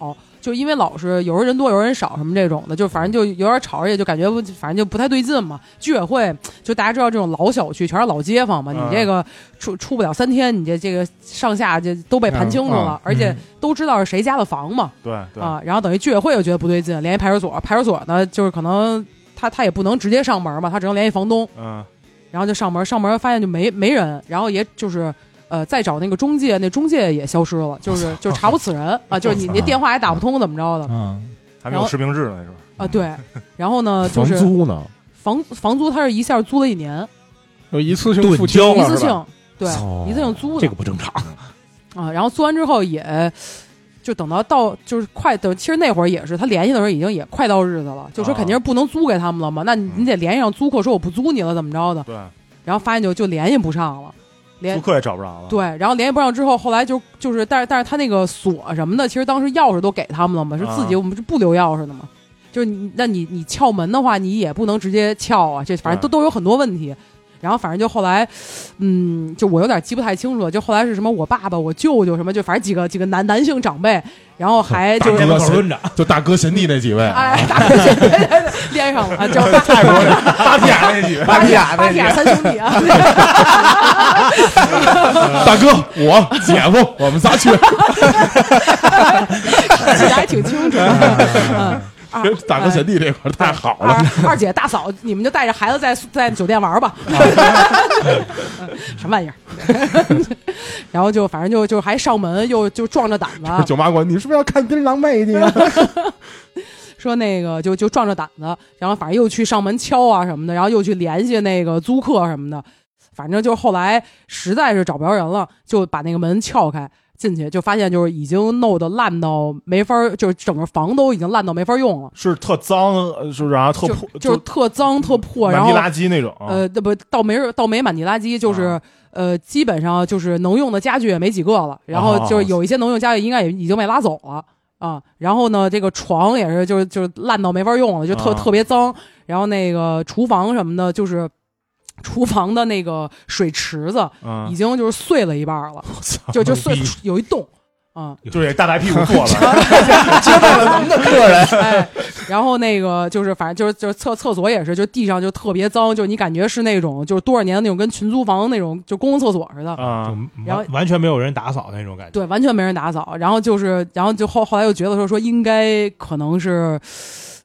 Speaker 1: 就因为老是有时候人多有时候人少什么这种的，就反正就有点吵，而且就感觉不反正就不太对劲嘛。居委会就大家知道这种老小区全是老街坊嘛，你
Speaker 2: 嗯
Speaker 1: 这个出出不了三天，你这这个上下就都被盘清楚了，而且都知道是谁家的房嘛
Speaker 2: 对嗯对
Speaker 1: 啊。然后等于居委会又觉得不对劲，联系派出所，派出所呢就是可能他他也不能直接上门嘛，他只能联系房东。
Speaker 2: 嗯
Speaker 1: 然后就上门，上门发现就没没人，然后也就是呃再找那个中介，那中介也消失了，就是就查无此人啊，就是你那电话也打不通，怎么着的
Speaker 5: 嗯，
Speaker 2: 还没有实名制呢，那时候
Speaker 1: 啊？对，然后呢呃就
Speaker 4: 房
Speaker 1: 是
Speaker 4: 租呢？
Speaker 1: 房房租，他是一下租了一年，
Speaker 3: 有一次性
Speaker 5: 对
Speaker 3: 付清了
Speaker 1: 一次
Speaker 3: 是吧
Speaker 1: 性对
Speaker 4: 哦
Speaker 1: 一次性租
Speaker 5: 这
Speaker 1: 的
Speaker 5: 个不正常。
Speaker 1: 啊，然后租完之后也。就等到到就是快等，其实那会儿也是他联系的时候已经也快到日子了，就说
Speaker 2: 啊
Speaker 1: 肯定是不能租给他们了嘛，那你你得联系上租客说我不租你了怎么着的，
Speaker 2: 对，
Speaker 1: 然后发现就就联系不上了，联
Speaker 2: 租客也找不着了。
Speaker 1: 对，然后联系不上之后，后来就就是，但是但是他那个锁什么的，其实当时钥匙都给他们了嘛，是自己
Speaker 2: 啊
Speaker 1: 我们是不留钥匙的嘛。就是你，那你你撬门的话，你也不能直接撬啊，这反正都
Speaker 2: 对
Speaker 1: 都有很多问题。然后反正就后来，嗯，就我有点记不太清楚了，就后来是什么我爸爸、我舅舅什么，就反正几个几个男男性长辈，然后还就
Speaker 4: 大
Speaker 5: 家
Speaker 1: 是
Speaker 4: 哥
Speaker 5: 门口抡着，
Speaker 4: 就大哥贤弟那几位，
Speaker 1: 哎，大哥 连上了，啊，叫
Speaker 4: 泰国人芭提雅那 几位，
Speaker 1: 巴
Speaker 2: 哎
Speaker 6: 提
Speaker 1: 雅
Speaker 6: 雅
Speaker 1: 巴提雅三兄弟啊，
Speaker 4: 大哥我姐夫，我们仨去，
Speaker 1: 记得还挺清楚。嗯，二
Speaker 4: 大哥贤弟这块儿太好了，
Speaker 1: 二二姐大嫂，你们就带着孩子在在酒店玩吧，什么玩意儿？ 然后就反正就就还上门，又就壮着胆子，
Speaker 4: 舅妈管你是不是要看《槟榔妹》去呀？
Speaker 1: 说那个就就壮着胆子，然后反正又去上门敲啊什么的，然后又去联系那个租客什么的，反正就后来实在是找不着人了，就把那个门撬开进去，就发现就是已经弄得烂到没法儿，就是整个房都已经烂到没法儿用了，
Speaker 2: 是特脏，呃是然后特破
Speaker 1: 就，就是特脏特破，然
Speaker 2: 满地
Speaker 1: 后
Speaker 2: 垃圾那种。
Speaker 1: 呃，那不倒霉倒霉满地垃圾，就是、
Speaker 2: 啊
Speaker 1: 呃，基本上就是能用的家具也没几个了，然后就是有一些能用家具应该也已经被拉走了啊。然后呢，这个床也是就是就是烂到没法用了，就特、
Speaker 2: 啊
Speaker 1: 特别脏。然后那个厨房什么的，就是厨房的那个水池子已
Speaker 2: 嗯，
Speaker 1: 经就是碎了一半了，就就碎
Speaker 5: 牛逼
Speaker 1: 有一洞。啊、
Speaker 2: 就是也大白屁股坐了，
Speaker 1: 哎，然后那个就是，反正就是就是厕厕所也是，就地上就特别脏，就你感觉是那种就是多少年的那种跟群租房那种就公共厕所似 的，
Speaker 2: 啊，
Speaker 5: 就
Speaker 1: 然后
Speaker 5: 嗯完完全没有人打扫那种感觉。
Speaker 1: 对，完全没人打扫。然后就是，然后就后后来又觉得说说应该可能是，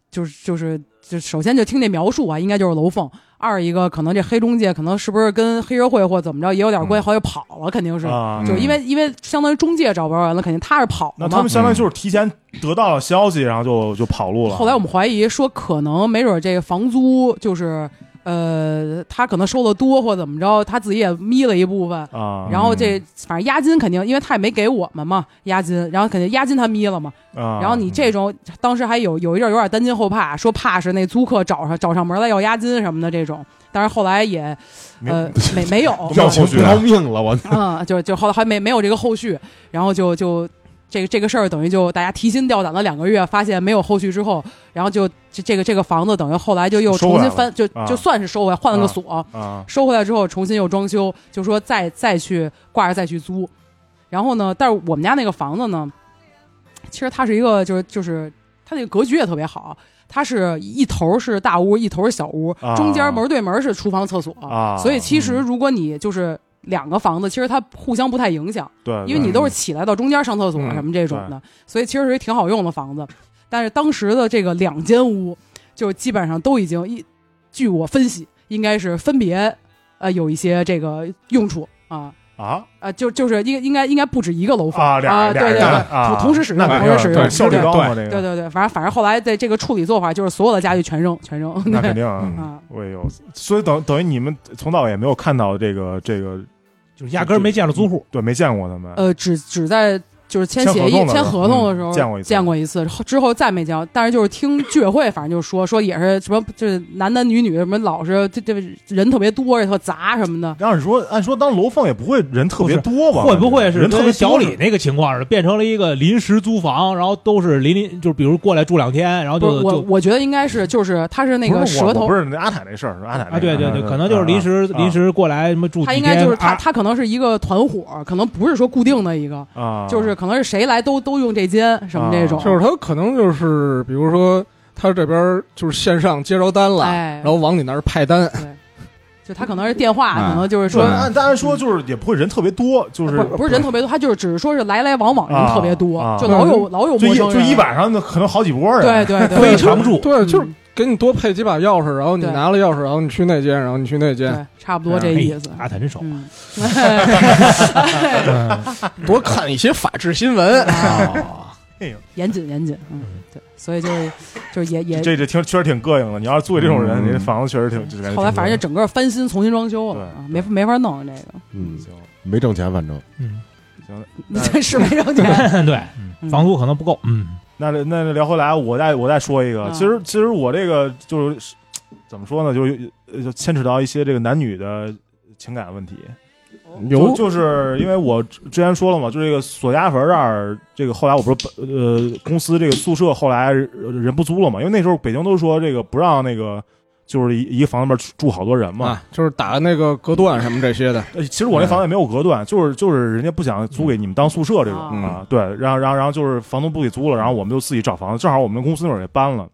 Speaker 1: 就是就是就首先就听这描述啊，应该就是楼凤。二一个可能这黑中介可能是不是跟黑社会或怎么着也有点关系，后来就跑了，肯定是。
Speaker 2: 嗯啊
Speaker 1: 就因为因为相当于中介找不着人了，肯定他是跑
Speaker 2: 那
Speaker 1: 了
Speaker 2: 他
Speaker 1: 嘛
Speaker 2: 们。相当于就是提前得到了消息，然后就就跑路了。
Speaker 1: 后来我们怀疑说，可能没准这个房租就是呃，他可能收的多或怎么着，他自己也眯了一部分，
Speaker 2: 啊，
Speaker 1: 然后这反正押金肯定，因为他也没给我们嘛押金，然后肯定押金他眯了嘛。
Speaker 2: 啊
Speaker 1: 然后你这种当时还有有一阵儿有点担惊受怕，说怕是那租客找上找上门来要押金什么的这种，但是后来也
Speaker 2: 没
Speaker 1: 呃没 没有，
Speaker 4: 要不不要命了我？
Speaker 1: 嗯，就就后来还没没有这个后续，然后就就这个这个事儿等于就大家提心吊胆了两个月，发现没有后续之后，然后就这这个这个房子等于后来就又
Speaker 2: 收回
Speaker 1: 重
Speaker 2: 来
Speaker 1: 新
Speaker 2: 了
Speaker 1: 翻，就
Speaker 2: 啊
Speaker 1: 就算是收回来换了个
Speaker 2: 啊
Speaker 1: 锁，
Speaker 2: 啊
Speaker 1: 收回来之后重新又装修，就说再再去挂着再去租。然后呢，但是我们家那个房子呢，其实它是一个就是就是它那个格局也特别好，它是一头是大屋，一头是小屋，
Speaker 2: 啊
Speaker 1: 中间门对门是厨房厕所，
Speaker 2: 啊，
Speaker 1: 所以其实如果你就是。两个房子其实它互相不太影响，
Speaker 2: 对，对
Speaker 1: 因为你都是起来到中间上厕
Speaker 2: 嗯
Speaker 1: 所什么这种的，所以其实是一挺好用的房子。但是当时的这个两间屋，就基本上都已经一，据我分析，应该是分别呃有一些这个用处啊。
Speaker 2: 啊
Speaker 1: 呃，就就是应应该应该不止一个楼房
Speaker 2: 啊俩
Speaker 1: 啊，
Speaker 2: 俩
Speaker 1: 对对对，
Speaker 2: 人啊
Speaker 1: 同同时使用，
Speaker 2: 那
Speaker 1: 同时使用，
Speaker 2: 对效率
Speaker 1: 对
Speaker 2: 高嘛，这
Speaker 1: 对
Speaker 2: 个
Speaker 1: 对对，反正反正后来在这个处理做法就是所有的家具全扔全扔，
Speaker 2: 那肯
Speaker 1: 对
Speaker 2: 定啊。
Speaker 4: 嗯
Speaker 1: 啊，
Speaker 2: 我也有，所以等等于你们从到也没有看到这个这个，
Speaker 5: 就是压根儿没见着租户，
Speaker 2: 对，没见过他们。
Speaker 1: 呃，只只在就是签
Speaker 2: 签
Speaker 1: 协
Speaker 2: 合
Speaker 1: 议、
Speaker 2: 同的
Speaker 1: 签
Speaker 2: 时候
Speaker 1: 合同的时候
Speaker 2: 嗯见过一次
Speaker 1: 见过一次，之后之后再没见过。但是就是听居委会，反正就说说也是什么，就是男男女女什么老是这这人特别多，也特杂什么的。
Speaker 2: 按说按说当楼凤也不会人特别多吧？
Speaker 5: 会不会是
Speaker 2: 人特别多
Speaker 5: 跟小李那个情况似的，变成了一个临时租房，然后都是临临，就是比如过来住两天，然后
Speaker 1: 不是
Speaker 5: 就
Speaker 1: 我，
Speaker 5: 就
Speaker 1: 我觉得应该是就是他是那
Speaker 2: 不
Speaker 1: 个
Speaker 2: 是我
Speaker 1: 舌头
Speaker 2: 我不，是那阿坦那事儿，是阿坦那
Speaker 5: 啊，对对对，
Speaker 2: 啊
Speaker 5: 可能就是临时
Speaker 2: 啊
Speaker 5: 临时过来什么住几
Speaker 1: 他
Speaker 5: 天，
Speaker 1: 应该就是他
Speaker 5: 啊
Speaker 1: 他可能是一个团伙，可能不是说固定的一个，
Speaker 2: 啊，
Speaker 1: 就是可能是谁来都都用这间什么这种
Speaker 2: 啊。
Speaker 3: 就是他可能就是，比如说他这边就是线上接着单了，
Speaker 1: 哎嗯
Speaker 3: 然后往你那儿派单，
Speaker 1: 对，就他可能是电话，
Speaker 4: 嗯
Speaker 2: 哎
Speaker 1: 可能就是
Speaker 2: 说
Speaker 1: 说。
Speaker 2: 按按说就是也不会人特别多，就
Speaker 1: 不
Speaker 2: 是
Speaker 1: 是不是人特别多，他就是只是说是来来往往人
Speaker 2: 啊
Speaker 1: 特别多，
Speaker 2: 啊
Speaker 1: 就老有老有
Speaker 2: 就
Speaker 1: 陌
Speaker 2: 一
Speaker 1: 生人，
Speaker 2: 就一晚上那可能好几波人。
Speaker 1: 对 对对，
Speaker 5: 非常住，
Speaker 3: 对，
Speaker 1: 嗯
Speaker 3: 就是给你多配几把钥匙，然后你
Speaker 1: 对
Speaker 3: 拿了钥匙，然后你去那间，然后你去那间，
Speaker 1: 对，差不多这意思
Speaker 5: 哎。阿坦真熟，
Speaker 1: 嗯，
Speaker 2: 哎
Speaker 6: 多看一些法制新闻。
Speaker 2: 哎
Speaker 1: 严谨严谨，嗯，对，所以就是就是也也
Speaker 2: 这这挺确实挺膈应的。你要是租给这种人，
Speaker 4: 嗯
Speaker 2: 你这房子确实挺。就感觉
Speaker 1: 后来反正就
Speaker 2: 挺
Speaker 1: 整个翻新重新装修了，
Speaker 2: 对
Speaker 1: 啊没没法弄这个，
Speaker 4: 嗯，
Speaker 2: 行
Speaker 4: 没挣钱，反正
Speaker 5: 嗯，
Speaker 2: 行的。
Speaker 1: 这 是没挣
Speaker 2: 哎
Speaker 1: 钱。
Speaker 5: 对，
Speaker 1: 嗯
Speaker 5: 房租可能不够，嗯，
Speaker 2: 那那那聊回来，我再我再说一个
Speaker 1: 嗯，
Speaker 2: 其实其实我这个就是怎么说呢，就是呃就牵扯到一些这个男女的情感问题。就
Speaker 1: 嗯
Speaker 3: 有
Speaker 2: 就是因为我之之前说了嘛，就这个索家坟这儿，这个后来我不是呃公司这个宿舍后来呃人不租了嘛，因为那时候北京都说这个不让那个就是一一个房子里面住好多人嘛。
Speaker 6: 啊，就是打那个隔断什么这些的，
Speaker 2: 呃，其实我那房子也没有隔断，就是就是人家不想租给你们当宿舍这种、
Speaker 1: 嗯
Speaker 2: 啊，对，然后然后然后就是房东不给租了，然后我们就自己找房子，正好我们公司那会儿也搬了，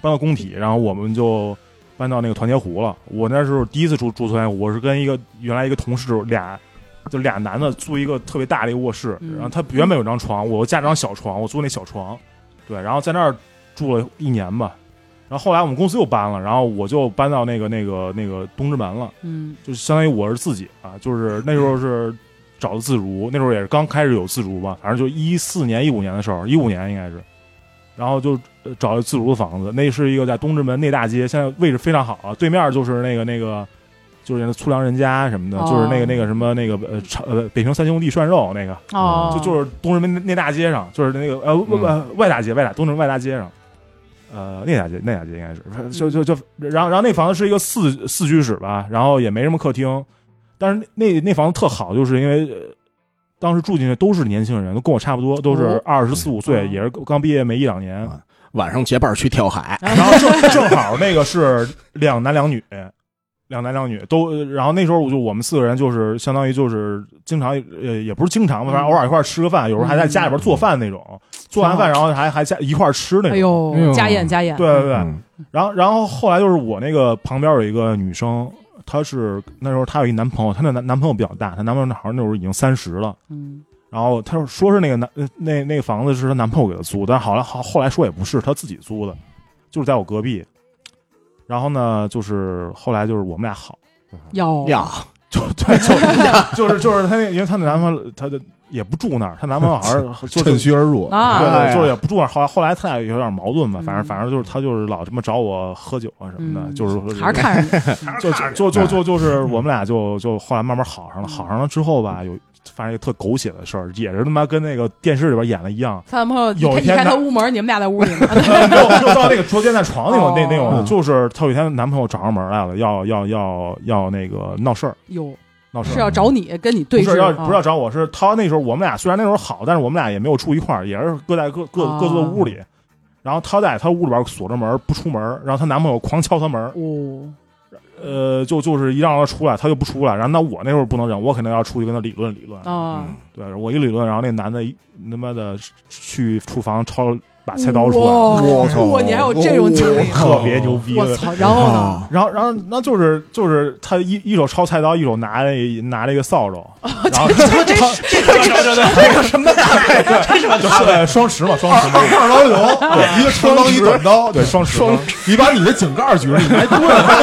Speaker 2: 搬到工体，然后我们就搬到那个团结湖了。我那时候第一次住住团结湖，我是跟一个原来一个同事俩。就俩男的租一个特别大的一个卧室，
Speaker 1: 嗯
Speaker 2: 然后他原本有张床，我又加张小床，我租那小床，对，然后在那儿住了一年吧，然后后来我们公司又搬了，然后我就搬到那个那个那个东直门了，
Speaker 1: 嗯
Speaker 2: 就是相当于我是自己啊，就是那时候是找的自如，那时候也是刚开始有自如吧，反正就一四年一五年的时候，一五年应该是，然后就呃找了自如的房子，那是一个在东直门内大街，现在位置非常好啊，对面就是那个那个。就是那个粗粮人家什么的，
Speaker 1: 哦
Speaker 2: 就是那个那个什么那个呃长呃北平三兄弟涮肉那个，
Speaker 1: 哦，
Speaker 2: 嗯就就是东直门内大街上，就是那个呃
Speaker 1: 嗯
Speaker 2: 外外外大街外大东直门外大街上，呃内大街内大街应该是，就就就然后然后那房子是一个四四居室吧，然后也没什么客厅，但是那那房子特好，就是因为。呃当时住进去都是年轻人，都跟我差不多，都是
Speaker 1: 哦
Speaker 2: 二十四五岁，
Speaker 1: 嗯
Speaker 2: 也是刚毕业没一两年。
Speaker 6: 啊晚上结伴去跳海，
Speaker 2: 然后正正好那个是两男两女，两男两女都。呃然后那时候我就我们四个人就是相当于就是经常呃也不是经常吧，反正偶尔一块儿吃个饭，有时候还在家里边做饭那种，做完饭然后还还在一块儿吃 那
Speaker 1: 哎
Speaker 2: 种。
Speaker 3: 哎呦
Speaker 1: 呦，家宴家宴，
Speaker 2: 对对对，
Speaker 4: 嗯
Speaker 2: 然后然后后来就是我那个旁边有一个女生，她是那时候她有一男朋友，她那男男朋友比较大，她男朋友好像那时候已经三十了。
Speaker 1: 嗯
Speaker 2: 然后她说说是那个男呃那那个房子是她男朋友给她租，但好来好后来说也不是，她自己租的，就是在我隔壁。然后呢，就是后来就是我们俩好，
Speaker 1: 要
Speaker 6: 呀，
Speaker 2: 就对， 就就是就是她那，因为她的男朋友，她的也不住那儿，她男朋友 好像就
Speaker 4: 趁
Speaker 2: 是
Speaker 4: 虚而入
Speaker 1: 啊
Speaker 2: 对
Speaker 6: 哎
Speaker 2: 对，
Speaker 6: 呀
Speaker 2: 就是也不住那儿。后来后来他俩有点矛盾吧，反
Speaker 1: 嗯
Speaker 2: 正反正就是他就是老他妈找我喝酒啊什么的，
Speaker 1: 嗯
Speaker 2: 就是
Speaker 1: 还是看嗯上你，
Speaker 2: 就就就
Speaker 4: 哎
Speaker 2: 就就就是我们俩就就后来慢慢好上了，好上了之后吧，有反正一个特狗血的事儿，也是他妈跟那个电视里边演的一样，
Speaker 1: 她男朋友
Speaker 2: 有一
Speaker 1: 你
Speaker 2: 天
Speaker 1: 开
Speaker 2: 她
Speaker 1: 他屋门，你们俩在屋里 呢，
Speaker 2: 没有就到那个捉奸在床那种那那
Speaker 1: 哦
Speaker 2: 种，就是她有一天男朋友找上门来了，要要要要那个闹事儿
Speaker 1: 哟，
Speaker 2: 闹事儿
Speaker 1: 是。要找你跟你对
Speaker 2: 不
Speaker 1: 峙
Speaker 2: 是要
Speaker 1: 啊
Speaker 2: 不是要找我，是他那时候我们俩虽然那时候好，但是我们俩也没有住一块儿，也是各在各各
Speaker 1: 哦
Speaker 2: 各自的屋里。然后她在她屋里边锁着门不出门，然后她男朋友狂敲她门，
Speaker 1: 哦，
Speaker 2: 呃，就就是一让她出来，她就不出来。然后那我那时候不能忍，我肯定要出去跟她理论理论。
Speaker 1: 啊，
Speaker 2: 对我一理论，然后那男的一他妈的去厨房抄把菜刀出来，
Speaker 1: 哇
Speaker 4: 我靠
Speaker 1: 哇，你还有这种经历，
Speaker 2: 特别牛逼。
Speaker 1: 我操！然后呢？
Speaker 2: 然后，然后，那就是就是他一一手抄菜刀，一手拿那拿那个扫
Speaker 1: 哦
Speaker 2: 帚，然 后
Speaker 1: 这
Speaker 4: 这个什么呀？
Speaker 1: 啊
Speaker 2: 就是双十嘛，双十嘛，
Speaker 4: 二刀 流，一个长刀，一短刀，
Speaker 2: 对，双十嘛，
Speaker 4: 你把你的井盖举着，你还对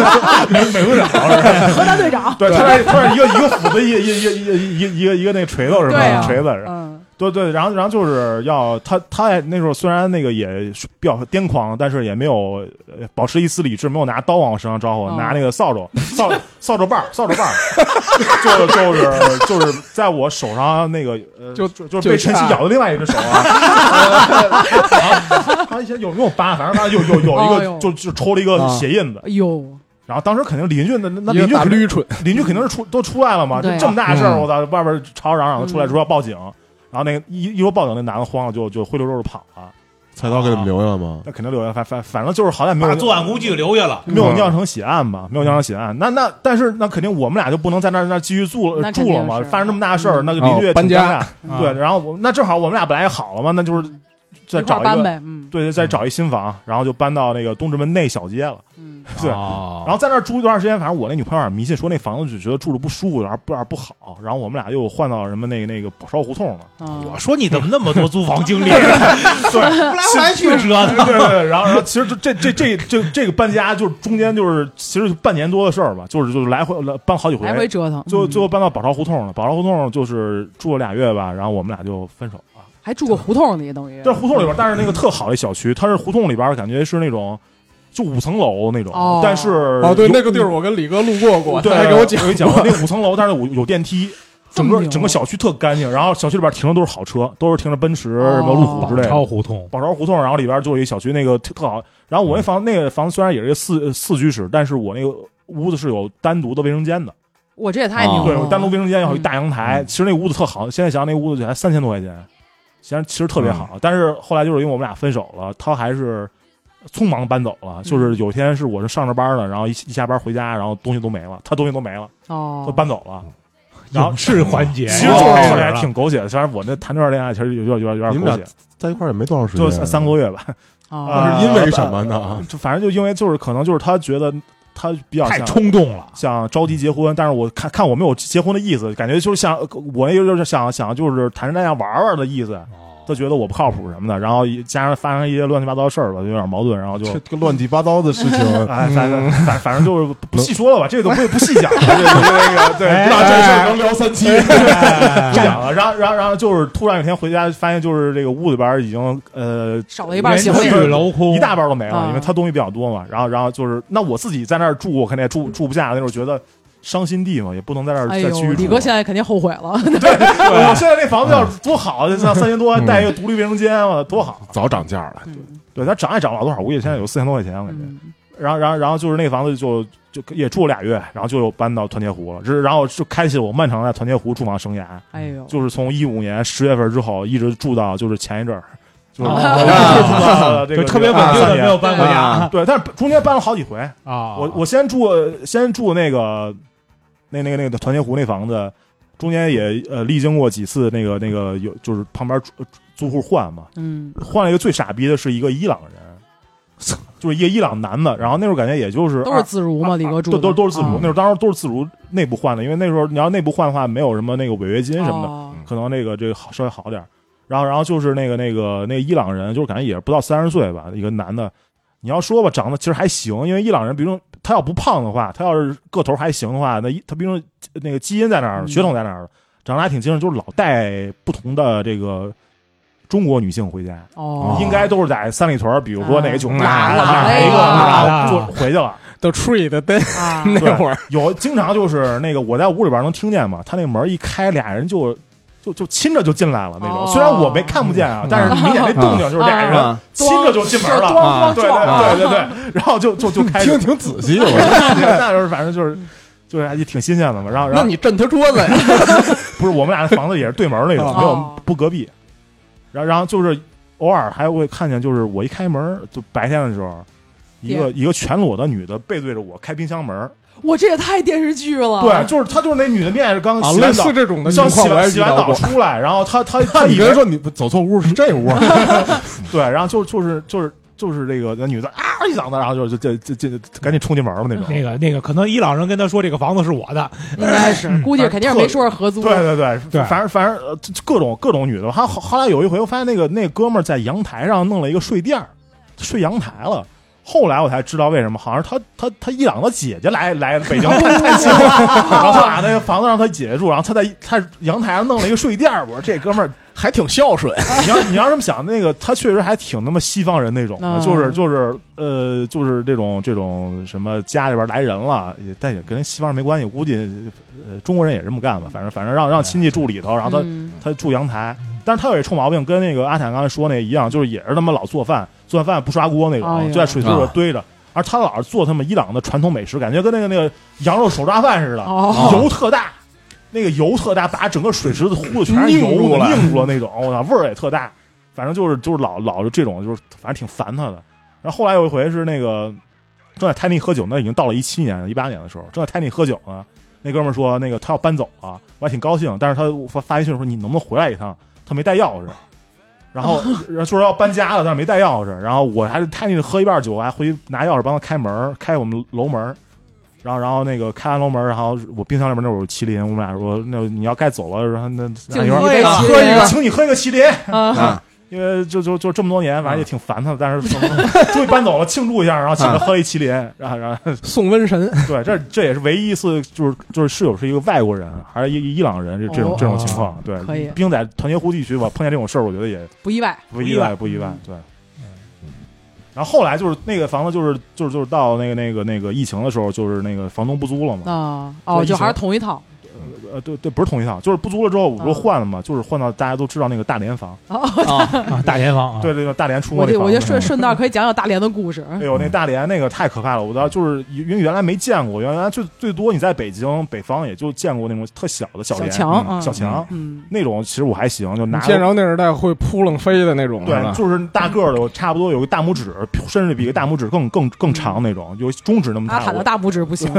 Speaker 4: 美美国长是吧？
Speaker 1: 河南队长，
Speaker 2: 对，他是他是一个一个斧子，一一一一一一个一个那锤子是
Speaker 1: 对啊
Speaker 2: 吧？锤子，然后
Speaker 1: 嗯，
Speaker 2: 对对，然后然后就是要他他也那时候虽然那个也是比较癫狂，但是也没有呃保持一丝理智，没有拿刀往我身上招呼，
Speaker 1: 哦
Speaker 2: 拿那个扫帚扫扫帚把儿扫帚把儿， 就就是就是在我手上那个呃
Speaker 3: 就
Speaker 2: 就就是被
Speaker 3: 就
Speaker 2: 晨曦
Speaker 3: 差
Speaker 2: 咬的另外一只手啊， 然后他一些有没有疤，反正他有有有一
Speaker 1: 哦
Speaker 2: 个
Speaker 1: 呦
Speaker 2: 就就抽了一个血印子，
Speaker 1: 哎呦，
Speaker 2: 然后当时肯定邻居那那那
Speaker 3: 啊一
Speaker 2: 邻
Speaker 3: 个
Speaker 2: 居
Speaker 3: 大
Speaker 2: 肯定
Speaker 3: 绿蠢，
Speaker 2: 邻居肯定是出都出来了嘛，
Speaker 1: 对啊
Speaker 2: 这这么大事儿，
Speaker 4: 嗯
Speaker 2: 我操，外边吵吵嚷嚷的出来
Speaker 1: 嗯
Speaker 2: 说要报警，然后那个一一说报警，那男的慌了，就就灰溜溜就跑了，啊
Speaker 4: 菜刀给你们留下了吗？
Speaker 2: 那肯定留下，反反反正就是好歹没
Speaker 5: 把
Speaker 2: 有
Speaker 5: 作案工具留下了，
Speaker 2: 没
Speaker 4: 嗯
Speaker 2: 有酿成血案吧，没有酿成血案，那那但是那肯定我们俩就不能在那儿那儿继续住
Speaker 1: 那
Speaker 2: 了
Speaker 1: 肯
Speaker 2: 住
Speaker 1: 定
Speaker 2: 了嘛，
Speaker 1: 是
Speaker 2: 发生这么大事儿，
Speaker 1: 嗯
Speaker 2: 那个邻居也
Speaker 3: 哦搬
Speaker 2: 挺尴
Speaker 3: 家
Speaker 2: 尬，
Speaker 5: 嗯
Speaker 2: 对，然后我那正好我们俩本来也好了嘛，那就是再
Speaker 1: 一块
Speaker 2: 找
Speaker 1: 儿
Speaker 2: 一
Speaker 1: 搬
Speaker 2: 个
Speaker 1: 呗，嗯
Speaker 2: 对，再找一新房，然后就搬到那个东直门内小街了。
Speaker 1: 嗯，
Speaker 2: 对
Speaker 5: 然
Speaker 2: 然后在那儿住一段时间，反正我那女朋友有啊点迷信，说那房子就觉得住着不舒服，有点不有点不好。然后我们俩又换到什么那个那个宝钞胡同了，
Speaker 1: 我
Speaker 5: 我说你怎么那么多租房经历？对，来回来去折腾。
Speaker 2: 对对对。然后然后其实这这这这这这个搬家就是中间就是其实就半年多的事儿吧，就是就是来回来搬好几回，
Speaker 1: 来回折腾，
Speaker 2: 最后
Speaker 1: 嗯
Speaker 2: 最后搬到宝钞胡同了。宝钞胡同就是住了俩月吧，然后我们俩就分手了。
Speaker 1: 还住过胡同里，等于
Speaker 2: 在胡同里边，但是那个特好的小区，它是胡同里边感觉是那种就五层楼那种，
Speaker 1: 哦
Speaker 2: 但是
Speaker 3: 哦，对，
Speaker 2: 有
Speaker 3: 那个地儿我跟李哥路过过，
Speaker 2: 对，
Speaker 3: 他还给我讲
Speaker 2: 我
Speaker 3: 过，
Speaker 2: 过那五层楼，但是有有电梯，
Speaker 1: 这
Speaker 2: 整
Speaker 1: 么
Speaker 2: 个
Speaker 1: 牛啊
Speaker 2: 整个小区特干净，然后小区里边停的都是好车，都是停着奔驰、
Speaker 1: 哦
Speaker 2: 什么路虎之类
Speaker 5: 超
Speaker 2: 的。
Speaker 5: 胡同，
Speaker 2: 宝钞胡同，然后里边就有一个小区，那个特特好。然后
Speaker 3: 嗯
Speaker 2: 我那房那个房子虽然也是一个四呃四居室，但是我那个屋子是有单独的卫生间的，
Speaker 1: 我这也太牛
Speaker 2: 对，
Speaker 1: 了，
Speaker 2: 有单独卫生
Speaker 1: 嗯
Speaker 2: 间，要有一大阳
Speaker 3: 嗯
Speaker 2: 台。其实那屋子特好，现在想想那屋子才
Speaker 3: 嗯
Speaker 2: 三千多块钱，其实其实特别好。但是后来就是因为我们俩分手了，他还是匆忙搬走了。
Speaker 1: 嗯
Speaker 2: 就是有天是我是上着班呢，然后一一下班回家，然后东西都没了，他东西都没了，都
Speaker 1: 哦，
Speaker 2: 搬走了。然后
Speaker 5: 影视环节，
Speaker 2: 其实就是这个还挺狗血的。虽然我那谈这段恋爱，其实有点有点有
Speaker 4: 你
Speaker 2: 点
Speaker 4: 们
Speaker 2: 狗
Speaker 4: 俩
Speaker 2: 血，
Speaker 4: 在一块儿也没多长时间，
Speaker 2: 就三三个月吧。
Speaker 1: 哦，
Speaker 2: 啊
Speaker 4: 那是因为什么 呢？
Speaker 2: 就反正就因为就是可能就是他觉得他比较
Speaker 5: 太
Speaker 2: 像
Speaker 5: 冲动了。
Speaker 2: 想着急结婚，但是我看看我没有结婚的意思，感觉就是像我也就是想想就是谈恋爱玩玩的意思，他觉得我不靠谱什么的，然后加上发生一些乱七八糟的事儿吧，就有点矛盾，然后就
Speaker 4: 这个乱七八糟的事 情，
Speaker 2: 哎，反正反反正就是不不细说了吧，这个不不细讲了，这个这个对，
Speaker 4: 那这事儿能聊三期。
Speaker 2: 不讲哎了。然后然后然后就是突然有一天回家，发现就是这个屋里边已经呃
Speaker 1: 少了一半行
Speaker 5: 人去
Speaker 1: 李，
Speaker 5: 楼空，
Speaker 2: 一大半都没了，
Speaker 1: 啊
Speaker 2: 因为他东西比较多嘛。然后，然后就是，那我自己在那儿住，我肯定也住住不下。那时候觉得伤心地嘛，也不能在那儿
Speaker 1: 哎
Speaker 2: 再继
Speaker 1: 呦，
Speaker 2: 续住。
Speaker 1: 李哥现在肯定后悔了，
Speaker 2: 我我现在那房子要是多好，就像三千多带一个独立卫生间，我多好。
Speaker 4: 早涨价了，
Speaker 2: 对，它涨也涨不了多少，我估计现在有四千多块钱，我感觉。
Speaker 1: 嗯
Speaker 2: 然后，然后，然后就是那房子就就也住了俩月，然后就搬到团结湖了。这是然后就开启了我漫长的在团结湖住房生涯，
Speaker 1: 哎呦，
Speaker 2: 就是从一五年十月份之后一直住到就是前一阵儿，就是
Speaker 5: 哦
Speaker 2: 一直住
Speaker 3: 哦
Speaker 2: 到这个
Speaker 5: 就特别稳定
Speaker 2: 23
Speaker 5: 的
Speaker 2: 年
Speaker 5: 没有搬过
Speaker 1: 啊
Speaker 5: 家
Speaker 2: 对，但是中间搬了好几回。
Speaker 5: 啊。
Speaker 2: 我我先住先住那个那那个那个团结湖那房子，中间也呃历经过几次那个那个有就是旁边住租户换嘛，
Speaker 1: 嗯，
Speaker 2: 换了一个最傻逼的是一个伊朗人， 就是一个伊朗男的，然后那时候感觉也就是
Speaker 1: 都是自如嘛，李哥住
Speaker 2: 都
Speaker 1: 的
Speaker 2: 都都是自如，
Speaker 1: 啊
Speaker 2: 那时候当时都是自如内部换的，因为那时候你要内部换的话，没有什么那个违约金什么的，
Speaker 1: 哦
Speaker 2: 可能那个这个好稍微好点儿。然后，然后就是那个那个那个伊朗人，就是感觉也是不到三十岁吧，一个男的。你要说吧，长得其实还行，因为伊朗人，比如说他要不胖的话，他要是个头还行的话，那一他比如说那个基因在那儿了，
Speaker 1: 嗯
Speaker 2: 血统在那儿了，长得还挺精神，就是老带不同的这个中国女性回家，
Speaker 1: 哦，
Speaker 2: 应该都是在三里屯儿，比如说哪个酒吧
Speaker 1: 啊
Speaker 2: 哪儿一个，
Speaker 1: 哪
Speaker 5: 儿
Speaker 2: 然后
Speaker 5: 啊
Speaker 2: 就回去了。
Speaker 3: The Tree 的 Day
Speaker 1: 啊，
Speaker 3: 那会儿，
Speaker 2: 有经常就是那个我在屋里边能听见嘛，他那门一开，俩人就就就亲着就进来了那种。
Speaker 1: 哦
Speaker 2: 虽然我没看不见啊，但是明显那动静就是俩人
Speaker 3: 嗯
Speaker 6: 啊
Speaker 2: 亲着就进门
Speaker 1: 咣
Speaker 2: 了。
Speaker 1: 咣咣
Speaker 2: 对
Speaker 1: 撞啊
Speaker 2: 对对对对，然后就就就开始
Speaker 4: 听，挺仔细的。
Speaker 2: 那就是反正就是。就是还挺新鲜的嘛，然后
Speaker 1: 啊
Speaker 2: 然
Speaker 6: 那
Speaker 2: 后
Speaker 6: 你震他桌子 呀？
Speaker 2: 不是我们俩那房子也是对门那种，
Speaker 1: 哦
Speaker 2: 没有不隔壁，然后然后就是偶尔还会看见，就是我一开门就白天的时候，一个一个全裸的女的背对着我开冰箱门儿，
Speaker 1: 我这也太电视剧了，
Speaker 2: 对，就是她就是那女的面是刚
Speaker 4: 哦
Speaker 3: 啊，
Speaker 2: 洗
Speaker 3: 类
Speaker 2: 完澡
Speaker 3: 似，这种的情
Speaker 2: 像洗
Speaker 3: 况我也
Speaker 2: 完
Speaker 3: 遇
Speaker 2: 洗完
Speaker 3: 到
Speaker 2: 澡
Speaker 3: 过。
Speaker 2: 出来，然后他他他
Speaker 4: 你
Speaker 2: 以
Speaker 4: 跟人
Speaker 2: 为
Speaker 4: 说你走错屋是这屋，
Speaker 2: 对，然后就就是就是就是这个那女的啊一嗓子，然后就就就就就赶紧冲进门了那种。
Speaker 5: 那个那个，可能伊朗人跟他说这个房子是我的，
Speaker 1: 应
Speaker 2: 嗯
Speaker 1: 该是，估计肯定是没说是合租，
Speaker 2: 对对对
Speaker 5: 对
Speaker 2: 反正反正呃就各种各种女的，还后后来有一回，我发现那个那哥们儿在阳台上弄了一个睡垫儿，睡阳台了。后来我才知道为什么，好像是他他他伊朗的姐姐来来北京探探亲了，然后他把那个房子让他姐姐住，然后他在他阳台上弄了一个睡垫儿。我说这哥们儿
Speaker 6: 还挺孝顺，
Speaker 2: 你要你要这么想，那个他确实还挺那么西方人那种的，
Speaker 1: 嗯
Speaker 2: 就是就是呃，就是这种这种什么家里边来人了，也但也跟西方人没关系，估计呃中国人也这么干吧，反正反正让让亲戚住里头，然后他、
Speaker 1: 嗯
Speaker 2: 他住阳台，但是他有一臭毛病，跟那个阿坦刚才说那一样，就是也是他妈老做饭，做完饭不刷锅那种，
Speaker 1: 哎呀
Speaker 2: 就在水槽里堆着。而他老是做他们伊朗的传统美食，感觉跟那个那个羊肉手抓饭似的，
Speaker 1: 哦
Speaker 2: 油特大，那个油特大，把整个水池子糊的全是油，
Speaker 6: 凝
Speaker 2: 凝
Speaker 6: 住了
Speaker 2: 住了那种，我操，味儿也特大。反正就是就是老老是这种，就是反正挺烦他的。然后后来有一回是那个正在泰尼喝酒，那已经到了一七年、一八年的时候，正在泰尼喝酒呢。那哥们儿说那个他要搬走了，我还挺高兴，但是他发发一讯说你能不能回来一趟？他没带钥匙，然后然后说要搬家了，但是没带钥匙。然后我还泰尼喝一半酒，我还回去拿钥匙帮他开门儿，开我们楼门儿。然后，然后那个开完楼门儿，然后我冰箱里面那会儿有麒麟，我们俩说那你要该走了，然后那
Speaker 1: 敬
Speaker 2: 那一会儿
Speaker 1: 你杯
Speaker 6: 啊
Speaker 1: 麒
Speaker 2: 哎喝一
Speaker 1: 麟
Speaker 2: 个，请你喝一个麒麟。
Speaker 1: 啊，
Speaker 2: 因为就就就这么多年，反正也挺烦他的，但是终于搬走了，庆祝一下，然后请他喝一麒麟，然后然后
Speaker 3: 送瘟神，
Speaker 2: 对，这这也是唯一一次，就是就是室友是一个外国人，还是一伊朗人，这这种
Speaker 1: 哦
Speaker 2: 这种情况，对
Speaker 1: 可以，
Speaker 2: 毕竟在团结湖地区吧，碰见这种事儿，我觉得也
Speaker 1: 不意外，嗯
Speaker 2: 不意外，不意外，对。然后后来就是那个房子，就是就是就是到那个那个那个疫情的时候，就是那个房东不租了嘛，
Speaker 1: 啊，哦，
Speaker 2: 对
Speaker 1: 就
Speaker 2: 一
Speaker 1: 还是
Speaker 2: 层
Speaker 1: 同一套，
Speaker 2: 呃，对对，不是同一套，就是不租了之后，我
Speaker 1: 嗯
Speaker 2: 不是换了嘛，就是换到大家都知道那个大连房，
Speaker 5: 啊，大前方啊，
Speaker 2: 对对对，大连出没
Speaker 1: 哦嗯我
Speaker 2: 那
Speaker 1: 就
Speaker 2: 房
Speaker 1: 我
Speaker 2: 子
Speaker 1: 就顺顺道可以讲讲大连的故事。
Speaker 2: 哎呦，那大连那个太可怕了！我倒就是因为原来没见过，原来最最多你在北京北方也就见过那种特小的小
Speaker 1: 小
Speaker 2: 连
Speaker 1: 强
Speaker 2: 嗯
Speaker 1: 嗯
Speaker 2: 小强
Speaker 1: 嗯，
Speaker 2: 那种，其实我还行，就拿
Speaker 3: 你见着那时代会扑棱飞的那种，是
Speaker 2: 对，
Speaker 3: 吧？
Speaker 2: 就是大个儿的，我差不多有个大拇指， 甚至比个大拇指更更更长那种，有中指那么
Speaker 1: 阿
Speaker 2: 大。
Speaker 1: 坦的
Speaker 2: 我
Speaker 1: 啊大拇指不 行，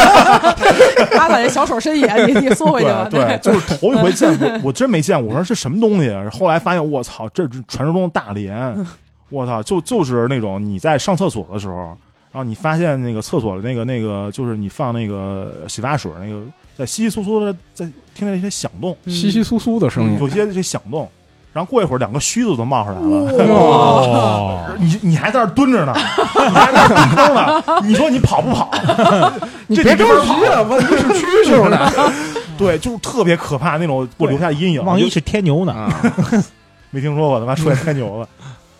Speaker 1: 阿坦那小手伸野，你你缩回去吧。
Speaker 2: 对对，就是头一回见过，我真没见过。我说这什么东西？后来发现，我操，这是传说中的大连，我操，就就是那种你在上厕所的时候，然后你发现那个厕所的那个那个，就是你放那个洗发水那个，在稀稀疏疏的在听见一些响动，
Speaker 1: 嗯
Speaker 3: 稀稀疏疏的声音，
Speaker 2: 有些这响动，然后过一会儿两个须子都冒出来了。
Speaker 1: 嗯
Speaker 5: 哦，
Speaker 2: 你你还在那儿蹲着呢，你还在那儿蹲着呢，你说你跑不跑？
Speaker 3: 你
Speaker 2: 这
Speaker 3: 别
Speaker 2: 你
Speaker 3: 着
Speaker 2: 这边
Speaker 3: 急啊，问题是蛐蛐呢。
Speaker 2: 对，就是特别可怕那种，给我留下阴影。
Speaker 5: 万一是天牛呢？
Speaker 3: 啊，
Speaker 2: 没听说过，他妈出来太牛了。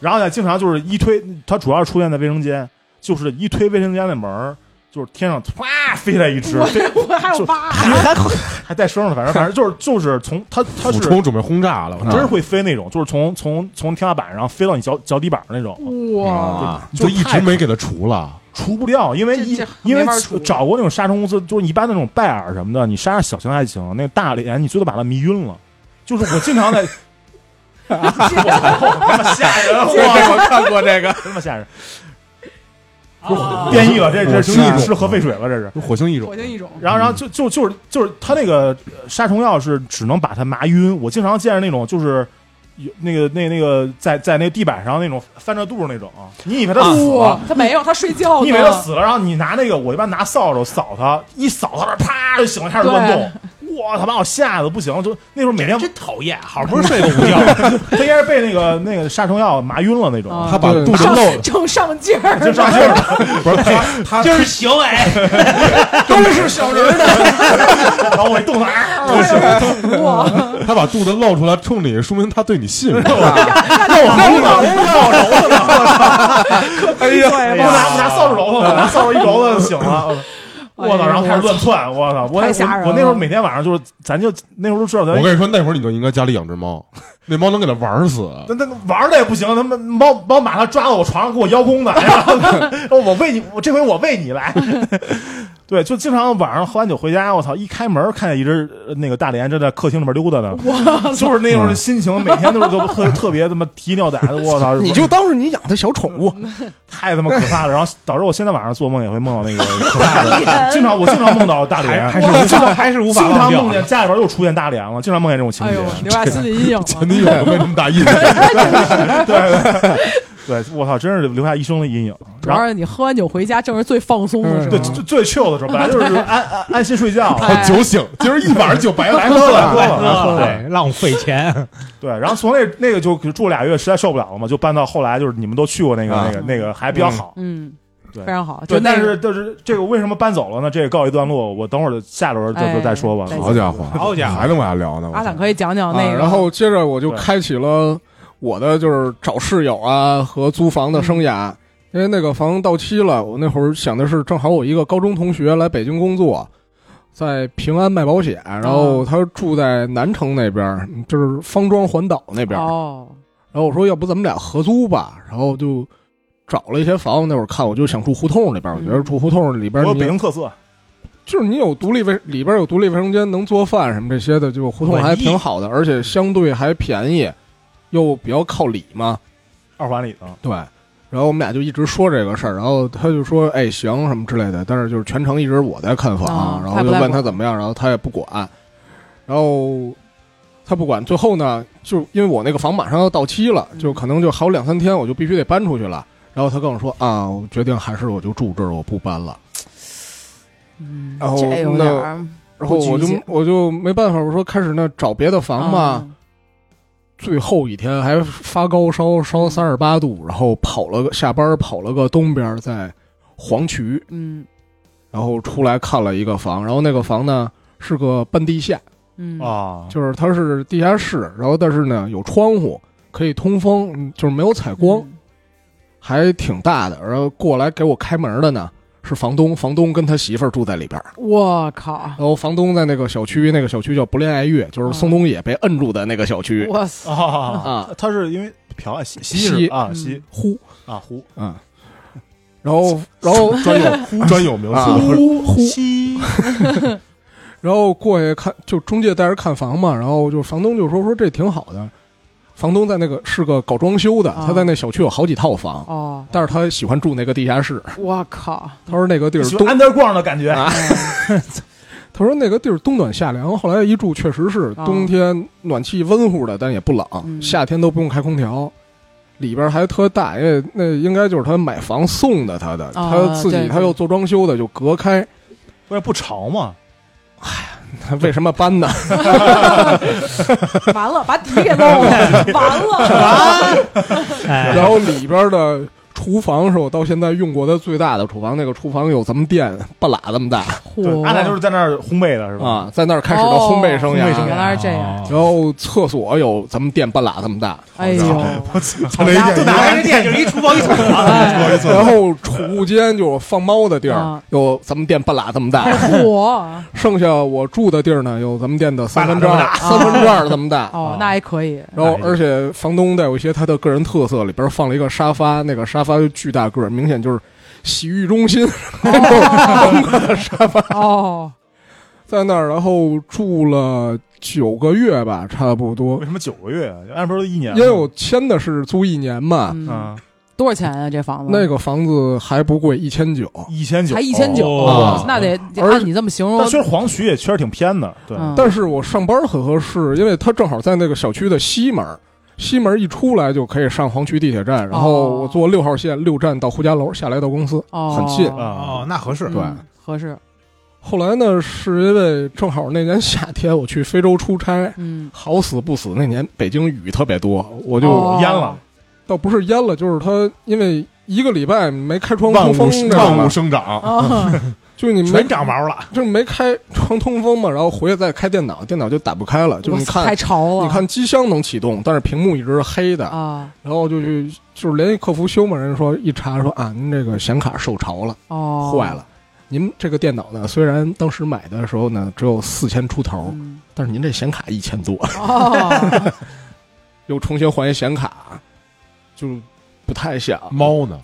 Speaker 2: 然后呢，经常就是一推，它主要是出现在卫生间，就是一推卫生间的门儿，就是天上啪飞来一只，这
Speaker 1: 我还有疤，
Speaker 2: 还带声呢，反正反正就是就是从它它
Speaker 4: 俯
Speaker 2: 是
Speaker 4: 冲准啊备轰炸了，
Speaker 2: 真是会飞那种，就是从从从天花板上飞到你脚脚底板儿那种，
Speaker 1: 哇，
Speaker 4: 啊，
Speaker 2: 就
Speaker 4: 就一直
Speaker 2: 太
Speaker 4: 没给它除了，
Speaker 2: 除不掉，因为
Speaker 1: 这
Speaker 2: 一
Speaker 1: 这
Speaker 2: 因为
Speaker 1: 没法除
Speaker 2: 找过那种杀虫公司，就是一般那种拜耳什么的，你杀小型还行，那个大连你最多把它迷晕了。就是我经常在，他妈吓人， 我
Speaker 3: 我看过这个，
Speaker 2: 他妈 吓人，
Speaker 1: 不是
Speaker 2: 变异了，这这
Speaker 4: 我
Speaker 2: 是
Speaker 4: 啊是一种
Speaker 2: 是核废水了，这是。
Speaker 4: 火星异种
Speaker 1: 哦火，箭一种，
Speaker 2: 然后，然后就就就是就是他那个呃杀虫药是只能把它麻晕。我经常见着那种就是有那个那那个在在那地板上那种翻着肚那种，啊你以为他
Speaker 4: 啊
Speaker 2: 死了
Speaker 1: 哇，，他没有，他睡觉呢，
Speaker 2: 啊你以为他死了，然后你拿那个我一般拿扫帚扫他，一扫他这啪就醒了，开始乱动。哇，他把我吓得不行，就那时候每天
Speaker 5: 真讨厌，好不容易睡 个午觉，
Speaker 2: 他应该是被那个那个杀虫药麻晕了那种，
Speaker 1: 啊
Speaker 4: 它把
Speaker 3: 对
Speaker 4: 肚子
Speaker 1: 上
Speaker 4: 露，
Speaker 1: 正上劲儿，
Speaker 2: 就上劲儿了。
Speaker 4: 不是它它
Speaker 5: 今儿行哎，
Speaker 3: 都是小人儿的，
Speaker 2: 然后我一动他，啊不行，
Speaker 1: 哇，
Speaker 4: 它把肚子露出来，冲你说明它对你 信任。
Speaker 3: 露头呢，
Speaker 1: 哎
Speaker 2: 我
Speaker 1: 呀
Speaker 2: 拿拿扫帚揉他，拿扫帚一揉他就醒了。我操！然后开始乱窜，我操！我
Speaker 1: 哎太吓人了
Speaker 2: 我那时候每天晚上就是，咱就那时候都知道咱
Speaker 4: 我跟你说，那会儿你就应该家里养只猫，那猫能给它玩死。
Speaker 2: 那那玩儿的也不行，他们猫猫马上抓到我床上给我邀功的，然后然后我喂你，我这回我喂你来。 对，就经常晚上喝完酒回家，我操，一开门看见一只呃那个大连正在客厅里面溜达呢，就是那
Speaker 5: 嗯
Speaker 2: 种心情，每天都是都特特别他妈提尿胆子，我操，
Speaker 3: 你就当是你养的小宠物，
Speaker 2: 太他妈可怕了。然后导致我现在晚上做梦也会 梦到那个可怕的，经常我经常梦到大连，
Speaker 5: 还是无法还是无法
Speaker 2: 经
Speaker 5: 忘
Speaker 2: 常
Speaker 5: 掉
Speaker 2: 梦。见家里边又出现大连了，经常梦见这种情
Speaker 1: 哎
Speaker 2: 节
Speaker 1: 呦，。留下心理阴影
Speaker 4: 前
Speaker 1: 了。
Speaker 4: 女友没那么大印象，
Speaker 2: 对，我操，真是留下一生的阴影。
Speaker 1: 主
Speaker 2: 然后
Speaker 1: 要是你喝完酒回家，正是最放松的时
Speaker 2: 对
Speaker 1: 候。
Speaker 2: 最最 chill 的时候，本来就是安安安心睡觉，
Speaker 1: 哎
Speaker 4: 酒醒，今儿一晚上酒白
Speaker 2: 白
Speaker 4: 来
Speaker 2: 喝了，
Speaker 5: 怪
Speaker 2: 白喝了。对
Speaker 5: 对，浪费钱，
Speaker 2: 对，然后从那那个就住俩月，实在受不了了嘛，就搬到后来就是你们都去过那个
Speaker 4: 啊
Speaker 2: 那个那个还比较好。
Speaker 1: 嗯，
Speaker 2: 对
Speaker 1: 非常好。
Speaker 2: 对，
Speaker 1: 就那
Speaker 2: 但
Speaker 1: 个
Speaker 2: 是但是这个为什么搬走了呢？这个告一段落，我等会儿下轮再
Speaker 1: 哎
Speaker 2: 再说吧。
Speaker 1: 再
Speaker 4: 好家伙，
Speaker 5: 好家伙
Speaker 4: 还能往下聊呢。
Speaker 1: 阿坦可以讲讲
Speaker 3: 啊
Speaker 1: 那个，
Speaker 3: 然后接着我就
Speaker 2: 对
Speaker 3: 开启了我的就是找室友啊和租房的生涯，因为那个房到期了，我那会儿想的是，正好我一个高中同学来北京工作，在平安卖保险，然后他住在南城那边儿，就是方庄环岛那边儿，
Speaker 1: 哦，
Speaker 3: 然后我说要不咱们俩合租吧，然后就。找了一些房子，那会儿看我就想住胡同里边儿，我觉得住胡同里边
Speaker 2: 我
Speaker 3: 儿
Speaker 2: 有
Speaker 3: 你
Speaker 2: 北京特色，
Speaker 3: 就是你有独立卫里边有独立卫生间，能做饭什么这些的，就胡同还挺好的，而且相对还便宜，又比较靠里嘛。
Speaker 2: 二环里头，
Speaker 3: 对，然后我们俩就一直说这个事儿，然后他就说哎行什么之类的，但是就是全程一直我在看房，
Speaker 1: 啊
Speaker 3: 然后就问他怎么样，然后他也不管，然后他不管，最后呢，就因为我那个房马上要到期了，就可能就还有两三天，我就必须得搬出去了。然后他跟我说啊，我决定还是我就住这儿，我不搬了。
Speaker 1: 嗯
Speaker 3: 然后
Speaker 1: 这有
Speaker 3: 那
Speaker 1: 点儿
Speaker 3: 然后我就
Speaker 1: 不拘一戒
Speaker 3: 我就没办法，我说开始那找别的房吧。
Speaker 1: 嗯
Speaker 3: 最后一天还发高烧，
Speaker 1: 嗯
Speaker 3: 烧三十八度，然后跑了个下班跑了个东边，在黄渠，
Speaker 1: 嗯
Speaker 3: 然后出来看了一个房，然后那个房呢是个半地下，
Speaker 1: 嗯
Speaker 2: 啊，
Speaker 3: 就是它是地下室，然后但是呢有窗户可以通风，
Speaker 1: 嗯
Speaker 3: 嗯就是没有采光，还挺大的。然后过来给我开门的呢是房东，房东跟他媳妇儿住在里边儿，
Speaker 1: 我靠，
Speaker 3: 然后房东在那个小区，那个小区叫不恋爱域，就是
Speaker 1: 啊
Speaker 3: 宋冬野被摁住的那个小区
Speaker 1: 哇塞，
Speaker 2: 啊，
Speaker 3: 啊，
Speaker 2: 他是因为嫖啊，吸吸
Speaker 3: 吸
Speaker 2: 是啊
Speaker 1: 嗯
Speaker 2: 吸
Speaker 3: 呼
Speaker 2: 啊呼
Speaker 3: 啊，然 后然后
Speaker 4: 专有专有名
Speaker 3: 啊
Speaker 4: 词，
Speaker 2: 吸，
Speaker 3: 然后过去看，就中介带着看房嘛，然后就房东就说说这挺好的，房东在那个是个搞装修的，
Speaker 1: 啊
Speaker 3: 他在那小区有好几套房，
Speaker 1: 哦，
Speaker 3: 但是他喜欢住那个地下室，
Speaker 1: 我靠，
Speaker 3: 他说那个地儿
Speaker 2: 喜
Speaker 3: 冬
Speaker 2: 欢，安德逛的感觉
Speaker 3: 啊他说那个地儿冬暖夏凉，后来一住确实是
Speaker 1: 啊
Speaker 3: 冬天暖气温乎的，但也不冷，
Speaker 1: 嗯
Speaker 3: 夏天都不用开空调。里边还特大，因为那应该就是他买房送的，他的、
Speaker 1: 啊
Speaker 3: 他自
Speaker 1: 对
Speaker 3: 己他
Speaker 1: 对
Speaker 3: 又做装修的，就隔开。
Speaker 2: 不是不潮吗？
Speaker 3: 他为什么搬呢？
Speaker 1: 完了，把底给漏了，完了，
Speaker 5: 哎，
Speaker 3: 然后里边的厨房是我到现在用过的最大的厨房，那个厨房有咱们店半拉这么大
Speaker 2: 对，
Speaker 1: 嚯，
Speaker 2: 安娜就是在那儿烘焙的是 吧？
Speaker 3: 啊，在那儿开始的烘焙生
Speaker 1: 哦
Speaker 3: 涯。啊
Speaker 1: 烘焙生原涯来是这样
Speaker 5: 哦
Speaker 3: 然后厕所有咱们店半拉这么大，
Speaker 1: 哎呦，
Speaker 4: 他那一
Speaker 1: 好家伙
Speaker 4: 点
Speaker 5: 哪来的店就是一厨房一厕 所，
Speaker 1: 哎，
Speaker 3: 然后储物间就是放猫的地儿
Speaker 1: 啊，
Speaker 3: 有咱们店半拉这么大。
Speaker 1: 嚯，
Speaker 3: 剩下我住的地儿呢，有咱们店的三分之
Speaker 5: 半
Speaker 3: 二
Speaker 5: 拉，
Speaker 3: 三分之二这么大。
Speaker 1: 哦，那还可以，
Speaker 3: 然后，而且房东带有一些他的个人特色，里边放了一个沙发，那个沙发就巨大个儿，明显就是洗浴中心 风格的沙发。
Speaker 1: 哦，
Speaker 3: 在那儿，然后住了九个月吧，差不多
Speaker 2: 为。什么九个月啊？按不是都一年吗？
Speaker 3: 因为我签的是租一年嘛，
Speaker 1: 嗯，
Speaker 2: 啊，
Speaker 1: 多少钱啊？这房子
Speaker 3: 那个房子还不贵，一千九。
Speaker 2: 一千九
Speaker 1: 才，一千九啊
Speaker 5: 哦，
Speaker 1: 那得得
Speaker 3: 而
Speaker 1: 按你这么形容
Speaker 2: 但，确实黄区也确实挺偏的，对，
Speaker 1: 嗯
Speaker 3: 但是我上班很合适，因为它正好在那个小区的西门儿，西门儿一出来就可以上黄区地铁站，然后我坐六号线六站到呼家楼，下来到公司。
Speaker 1: 哦，
Speaker 3: 很近
Speaker 5: 哦，
Speaker 2: 啊，
Speaker 5: 那合适
Speaker 1: 嗯，
Speaker 3: 对
Speaker 1: 合适，
Speaker 3: 后来呢，是因为正好那年夏天我去非洲出差，
Speaker 1: 嗯，
Speaker 3: 好死不死那年北京雨特别多，我就、
Speaker 1: 哦
Speaker 2: 淹了，
Speaker 3: 倒不是淹了，就是它因为一个礼拜没开窗通
Speaker 4: 万物
Speaker 3: 风，
Speaker 4: 生
Speaker 3: 知道吗
Speaker 4: 万物生长，
Speaker 1: 啊，
Speaker 3: 就你没
Speaker 5: 全长毛了，
Speaker 3: 就是没开窗通风嘛，然后回去再开电脑，电脑就打不开了。就是你
Speaker 1: 太
Speaker 3: 看，
Speaker 1: 潮了，
Speaker 3: 你看机箱能启动，但是屏幕一直是黑的。
Speaker 1: 啊，
Speaker 3: 然后就去就是联系客服修嘛，人家说一查说啊，您这个显卡受潮了，
Speaker 1: 哦，
Speaker 3: 坏了。您这个电脑呢，虽然当时买的时候呢只有四千出头，
Speaker 1: 嗯，
Speaker 3: 但是您这显卡一千多，
Speaker 1: 哦，
Speaker 3: 又重新换一显卡，就不太想。
Speaker 4: 猫 呢？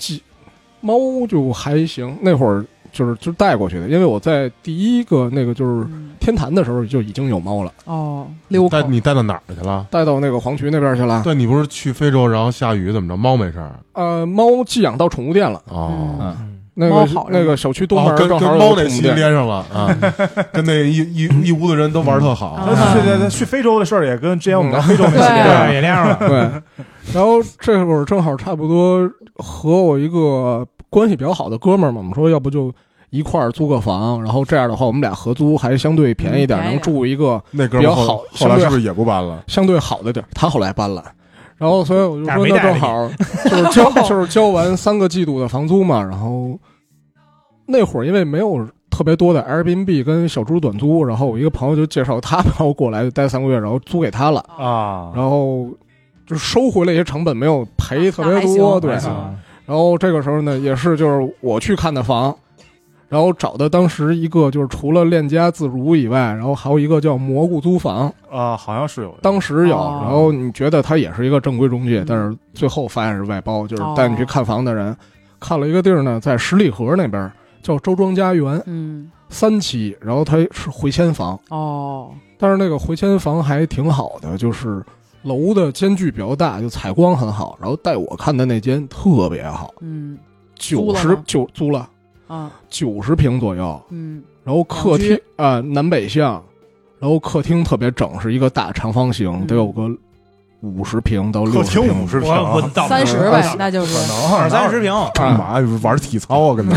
Speaker 3: 猫就还行，那会儿就是就带过去的，因为我在第一个那个就是
Speaker 1: 嗯
Speaker 3: 天坛的时候就已经有猫了。
Speaker 1: 哦，溜口
Speaker 4: 带，你带到哪儿去了？
Speaker 3: 带到那个黄渠那边去了。
Speaker 4: 对你不是去非洲，然后下雨怎么着？猫没事儿啊
Speaker 3: 呃，猫寄养到宠物店了。
Speaker 1: 嗯
Speaker 4: 哦，
Speaker 3: 那
Speaker 1: 猫
Speaker 3: 个
Speaker 1: 好着呢
Speaker 3: 那个小区嗯东
Speaker 4: 哦
Speaker 3: 门
Speaker 4: 跟
Speaker 3: 正
Speaker 4: 跟
Speaker 3: 好有
Speaker 4: 猫
Speaker 3: 个
Speaker 4: 那
Speaker 3: 宠
Speaker 4: 戏
Speaker 3: 物店。
Speaker 4: 连 上了啊，跟那一一一屋子人都玩儿特好
Speaker 1: 嗯。
Speaker 2: 那
Speaker 1: 啊
Speaker 2: 去去去去非洲的事儿也跟之前
Speaker 3: 嗯
Speaker 2: 我们聊非洲那
Speaker 1: 对
Speaker 2: 系列
Speaker 1: 啊
Speaker 5: 也亮了，
Speaker 3: 对，然后这会儿正好差不多和我一个关系比较好的哥们儿嘛，我们说要不就一块儿租个房，然后这样的话我们俩合租还相对便宜点，
Speaker 1: 嗯便宜
Speaker 3: 能住一个
Speaker 4: 那哥们儿
Speaker 3: 比较
Speaker 4: 后
Speaker 3: 好
Speaker 4: 后来是不是也不搬了？
Speaker 3: 相对好的地儿。他后来搬了。然后，所以我就
Speaker 5: 但是
Speaker 3: 说，
Speaker 5: 没
Speaker 3: 那
Speaker 5: 带
Speaker 3: 正好就是交 就是交完三个季度的房租嘛。然后那会儿因为没有特别多的 Airbnb 跟小猪短租，然后我一个朋友就介绍他把我过来，就待三个月，然后租给他了，
Speaker 2: 啊，
Speaker 3: 然后就收回了一些成本，没有赔特别
Speaker 1: 啊那还行
Speaker 3: 多，对
Speaker 2: 还。
Speaker 5: 行
Speaker 2: 行
Speaker 3: 然后这个时候呢，也是就是我去看的房，然后找的当时一个就是除了链家自如以外，然后还有一个叫蘑菇租房，
Speaker 2: 啊，好像是有的
Speaker 3: 当时有，
Speaker 1: 哦
Speaker 3: 然后你觉得他也是一个正规中介，
Speaker 1: 嗯
Speaker 3: 但是最后发现是外包，就是
Speaker 1: 哦
Speaker 3: 带你去看房的人，看了一个地儿呢，在十里河那边叫周庄家园
Speaker 1: 嗯，
Speaker 3: 三期，然后它是回迁房，
Speaker 1: 哦，
Speaker 3: 但是那个回迁房还挺好的，就是楼的间距比较大，就采光很好，然后带我看的那间特别好，
Speaker 1: 嗯，租
Speaker 3: 九
Speaker 1: 了
Speaker 3: 十
Speaker 1: 吗
Speaker 3: 九租了
Speaker 1: 啊，
Speaker 3: 九十平左右，
Speaker 1: 嗯，
Speaker 3: 然后客
Speaker 1: 两
Speaker 3: 厅啊、南北向，然后客厅特别整，是一个大长方形，
Speaker 1: 嗯
Speaker 3: 得有个五十平到
Speaker 2: 客
Speaker 3: 六十
Speaker 2: 厅
Speaker 3: 平
Speaker 2: 五。十平啊，
Speaker 5: 我我到
Speaker 1: 三十
Speaker 3: 二
Speaker 1: 呗
Speaker 3: 十，
Speaker 1: 那就是
Speaker 5: 二三十平，
Speaker 4: 干嘛呀玩体操啊？跟 他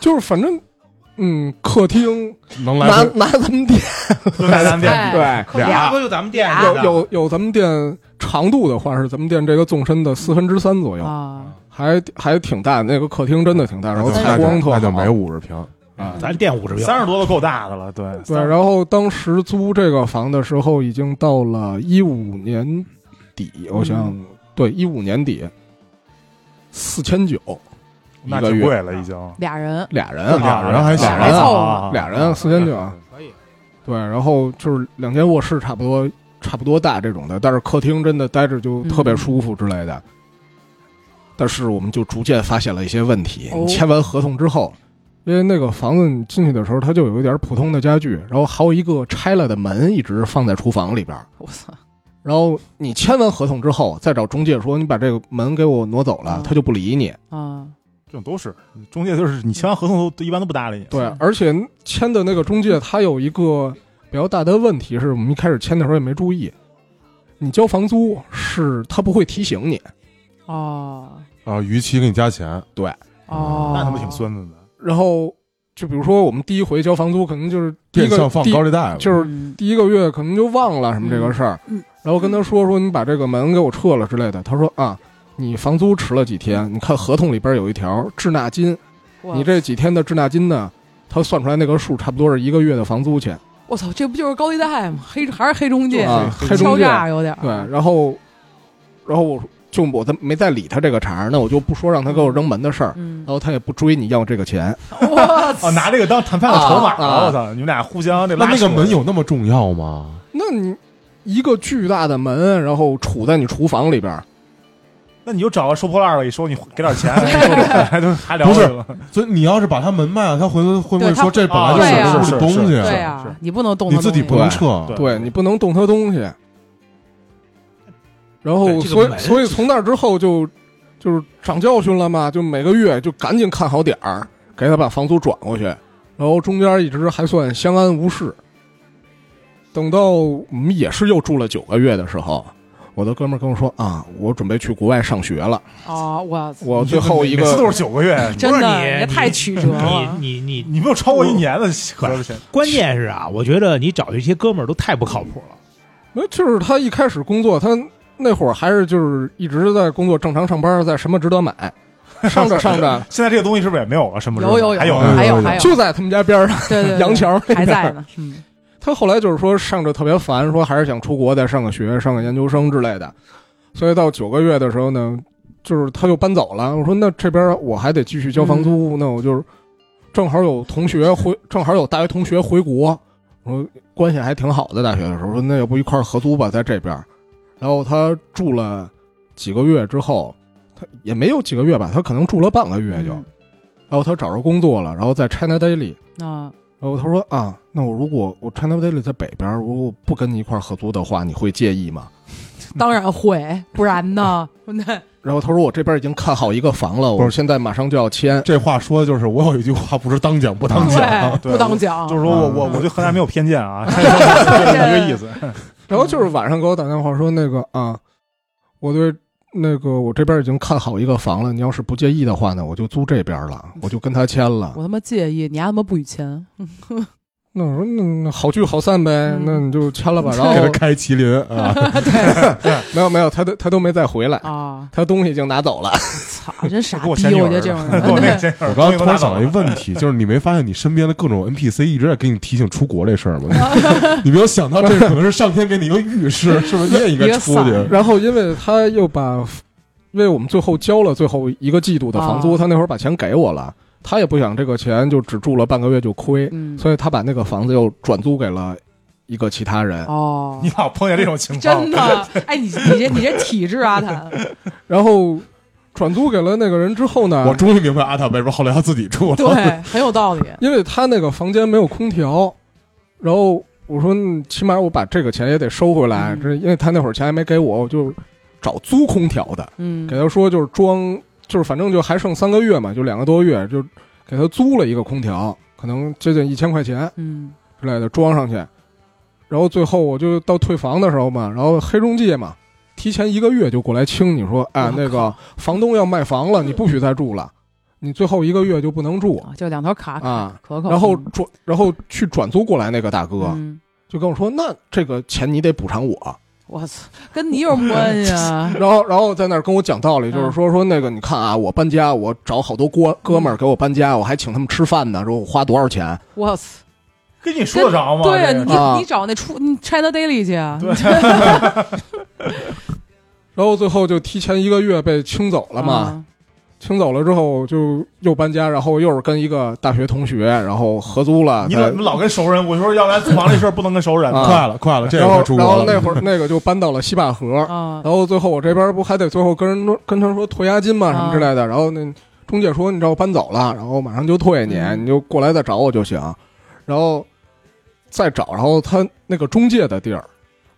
Speaker 3: 就是反正，嗯，客厅
Speaker 4: 能来
Speaker 3: 拿
Speaker 4: 回
Speaker 3: 拿咱们店
Speaker 2: 就在咱们店
Speaker 1: 哎
Speaker 3: 对
Speaker 1: 客
Speaker 4: 俩
Speaker 5: 俩不就咱们店
Speaker 1: 俩
Speaker 3: 有
Speaker 5: 有
Speaker 3: 有有咱们店长度的话是咱们店这个纵深的四分之三左右，
Speaker 1: 啊，
Speaker 3: 还还挺大，那个客厅真的挺大，然后
Speaker 4: 那就
Speaker 3: 采光特
Speaker 4: 那就
Speaker 3: 好
Speaker 4: 没五十平，
Speaker 3: 啊。
Speaker 5: 咱店五十平，
Speaker 2: 三十多都够大的了，对
Speaker 3: 对，然后当时租这个房的时候，已经到了一五年
Speaker 2: 嗯
Speaker 3: 底，我想、对一五年底四千九，
Speaker 2: 那
Speaker 4: 一个
Speaker 2: 挺
Speaker 4: 月，
Speaker 2: 贵了已经。
Speaker 1: 俩人，
Speaker 3: 俩人
Speaker 4: 那
Speaker 3: 啊，
Speaker 4: 俩人还行
Speaker 3: 俩人
Speaker 1: 还
Speaker 4: 啊，
Speaker 1: 凑
Speaker 2: 啊，
Speaker 3: 俩人四千九，
Speaker 5: 可以。
Speaker 3: 对，然后就是两间卧室差不多差不多大这种的，但是客厅真的待着就特
Speaker 2: 嗯
Speaker 3: 别舒服之类的。但是我们就逐渐发现了一些问题。
Speaker 1: 哦
Speaker 3: 你签完合同之后，因为那个房子你进去的时候，它就有一点普通的家具，然后还有一个拆了的门一直放在厨房里边儿。
Speaker 1: 我操，
Speaker 3: 然后你签完合同之后，再找中介说你把这个门给我挪走了
Speaker 1: 嗯，
Speaker 3: 他就不理你。
Speaker 1: 啊，
Speaker 2: 这种都是中介，就是你签完合同都一般都不搭理你。
Speaker 3: 对
Speaker 1: 是，
Speaker 3: 而且签的那个中介他有一个比较大的问题是，我们一开始签的时候也没注意，你交房租是他不会提醒你，
Speaker 1: 哦，
Speaker 4: 啊，逾期给你加钱，
Speaker 1: 哦，
Speaker 2: 那他妈挺孙子的。
Speaker 3: 然后就比如说我们第一回交房租，可能就是第一
Speaker 4: 变
Speaker 3: 个
Speaker 4: 相放
Speaker 3: 第
Speaker 4: 高利贷了，
Speaker 3: 就是
Speaker 1: 嗯
Speaker 3: 第一个月可能就忘了什么这个事儿，
Speaker 1: 嗯嗯
Speaker 3: 然后跟他说说你把这个门给我撤了之类的，他说啊。你房租迟了几天？你看合同里边有一条滞纳金，
Speaker 1: 我
Speaker 3: 你这几天的滞纳金呢，他算出来那个数差不多是一个月的房租钱。
Speaker 1: 我操，这不就是高利贷吗？黑还是黑中介，
Speaker 3: 啊，
Speaker 2: 对
Speaker 3: 黑中
Speaker 1: 敲
Speaker 3: 介
Speaker 1: 诈有点儿。
Speaker 3: 对，然后，然后我就我他没再理他这个茬儿，那我就不说让他给我扔门的事儿，
Speaker 1: 嗯
Speaker 3: 然，后他也不追你要这个钱，
Speaker 1: 我
Speaker 2: 哦，
Speaker 1: 操，
Speaker 2: 拿这个当谈判的筹码哦
Speaker 3: 啊
Speaker 2: 了，我操！你们俩互相这
Speaker 4: 那
Speaker 2: 拉
Speaker 4: 那个
Speaker 2: 扯
Speaker 4: 门有那么重要吗？
Speaker 3: 那你一个巨大的门，然后杵在你厨房里边儿，
Speaker 2: 那你就找个收破烂的，一收你给点 钱，还都还聊
Speaker 4: 不是
Speaker 2: 去了。
Speaker 4: 所以你要是把他门卖了，他回头会不
Speaker 1: 对
Speaker 4: 会
Speaker 1: 他
Speaker 4: 说这本来
Speaker 1: 对啊
Speaker 4: 就是
Speaker 2: 是
Speaker 4: 屋里东西？
Speaker 2: 是是
Speaker 1: 对呀，
Speaker 5: 啊
Speaker 1: 你不能动
Speaker 4: 你
Speaker 1: 他
Speaker 4: 自己
Speaker 1: 东西
Speaker 4: 不能撤，
Speaker 2: 对
Speaker 3: 对你不能动他东西。然后，
Speaker 5: 对这个
Speaker 3: 所以
Speaker 5: 门
Speaker 3: 所以从那之后就就是长教训了嘛，就每个月就赶紧看好点儿，给他把房租转过去，然后中间一直还算相安无事。等到我们也是又住了九个月的时候，我的哥们儿跟我说啊，我准备去国外上学了，
Speaker 1: 啊！我操，
Speaker 3: 我最后一
Speaker 2: 每次
Speaker 3: 个
Speaker 2: 都是九个月，
Speaker 1: 真
Speaker 5: 不是
Speaker 1: 的
Speaker 5: 你
Speaker 1: 也太曲折了。
Speaker 5: 你你你，
Speaker 2: 你没有超过一年的合
Speaker 5: 不
Speaker 2: 着钱。
Speaker 5: 关键是啊，我觉得你找这些哥们儿都太不靠谱了。
Speaker 3: 那就是他一开始工作，他那会儿还是就是一直在工作，正常上班，在什么值得买，上着上着
Speaker 2: 现在这个东西是不是也没有了？什么时候
Speaker 1: 有有有
Speaker 2: 还有
Speaker 4: 嗯
Speaker 1: 还有
Speaker 4: 有
Speaker 1: 还有，
Speaker 3: 就在他们家边上。
Speaker 1: 对对对，
Speaker 3: 杨桥那边
Speaker 1: 还在呢。嗯，
Speaker 3: 他后来就是说上着特别烦，说还是想出国再上个学、上个研究生之类的。所以到九个月的时候呢，就是他就搬走了。我说那这边我还得继续交房租，那我就是正好有同学回，正好有大学同学回国，我说关系还挺好的。大学的时候说那要不一块儿合租吧，在这边。然后他住了几个月之后，他也没有几个月吧，他可能住了半个月就。然后他找着工作了，然后在 China Daily
Speaker 1: 啊，
Speaker 3: 然后他说啊，那我如果我 China Daily 在北边，如果我不跟你一块儿合租的话，你会介意吗？
Speaker 1: 当然会，不然呢？那
Speaker 3: 然后他说我这边已经看好一个房了，
Speaker 4: 不
Speaker 3: 我
Speaker 4: 是
Speaker 3: 现在马上就要签。
Speaker 4: 这话说的就是我有一句话不是当讲不当讲，
Speaker 1: 对，
Speaker 2: 对
Speaker 1: 不当讲，
Speaker 2: 就是说我我
Speaker 1: 嗯
Speaker 2: 我对河南没有偏见 啊，就是一个意思。
Speaker 3: 然后就是晚上给我打电话说那个啊，我对那个我这边已经看好一个房了，你要是不介意的话呢，我就租这边了，我就跟他签了。
Speaker 1: 我他妈介意，你丫他妈不予签，
Speaker 3: 那我说那那好聚好散呗
Speaker 1: 嗯，
Speaker 3: 那你就签了 吧。然
Speaker 4: 给他
Speaker 3: 后
Speaker 4: 开麒麟啊！
Speaker 3: 没有没有，他都他都没再回来，
Speaker 1: 啊！
Speaker 3: 他东西已经拿走了。
Speaker 1: 操，真傻
Speaker 2: 给
Speaker 1: 逼！
Speaker 2: 我
Speaker 1: 我
Speaker 2: 前女友
Speaker 1: 觉得这种人，
Speaker 2: 跟我那这事儿
Speaker 4: 我刚才突然想到一个问题，就是你没发现你身边的各种 NPC 一直在给你提醒出国这事儿吗？你没有想到这可能是上天给你一个预示，是不是你也应该出
Speaker 1: 一
Speaker 4: 去
Speaker 1: 个？
Speaker 3: 然后因为他又把，因为我们最后交了最后一个季度的房租，
Speaker 1: 啊
Speaker 3: 他那会儿把钱给我了，他也不想这个钱就只住了半个月就亏，
Speaker 1: 嗯，
Speaker 3: 所以他把那个房子又转租给了一个其他人。
Speaker 1: 哦
Speaker 2: 你，老碰见这种情况，
Speaker 1: 真的，哎，你你这你这体质啊，谭，
Speaker 3: 然后转租给了那个人之后呢
Speaker 4: 我，终于明白阿塔为什么后来他自己住了。
Speaker 1: 对，很有道理。
Speaker 3: 因为他那个房间没有空调，然后我说嗯起码我把这个钱也得收回来，
Speaker 1: 嗯
Speaker 3: 这因为他那会儿钱还没给我，我就找租空调的。
Speaker 1: 嗯
Speaker 3: 给他说就是装，就是反正就还剩三个月嘛，就两个多月，就给他租了一个空调，可能接近一千块钱
Speaker 1: 嗯
Speaker 3: 之类的装上去。然后最后我就到退房的时候嘛，然后黑中介嘛，提前一个月就过来清你说，哎
Speaker 1: 我，靠
Speaker 3: 那个房东要卖房了，你不许再住了，你最后一个月就不能住
Speaker 1: 啊，就两头卡卡
Speaker 3: 啊。
Speaker 1: 可嗯可，
Speaker 3: 然后转，然后去转租过来那个大哥
Speaker 1: 嗯，
Speaker 3: 就跟我说，那这个钱你得补偿我。
Speaker 1: 我操，跟你有什么关系 啊？
Speaker 3: 然后，然后在那儿跟我讲道理，就是
Speaker 1: 嗯
Speaker 3: 说说那个，你看啊，我搬家，我找好多哥哥们儿给我搬家，我还请他们吃饭呢，说我花多少钱，
Speaker 1: 我操，
Speaker 2: 跟你说得着吗？
Speaker 1: 对啊，
Speaker 2: 这
Speaker 1: 你
Speaker 2: 个
Speaker 1: 就你找那出你 China Daily 去啊，
Speaker 3: 然后最后就提前一个月被清走了嘛。
Speaker 1: 啊？
Speaker 3: 清走了之后就又搬家，然后又是跟一个大学同学，然后合租了。
Speaker 2: 你
Speaker 3: 在
Speaker 2: 怎么老跟熟人？我说要不然租房这事儿不能跟熟人。
Speaker 3: 啊
Speaker 4: 快了，快了，这
Speaker 3: 然
Speaker 4: 个
Speaker 3: 后
Speaker 4: 快出
Speaker 3: 然
Speaker 4: 国
Speaker 3: 后
Speaker 4: 了。
Speaker 3: 那会儿那个就搬到了西坝河，
Speaker 1: 啊
Speaker 3: 然后最后我这边不还得最后跟人说跟他说退押金嘛什么之类
Speaker 1: 啊
Speaker 3: 的，然后那中介说你这我搬走了，然后马上就退你，
Speaker 1: 嗯
Speaker 3: 你就过来再找我就行，然后再找，然后他那个中介的地儿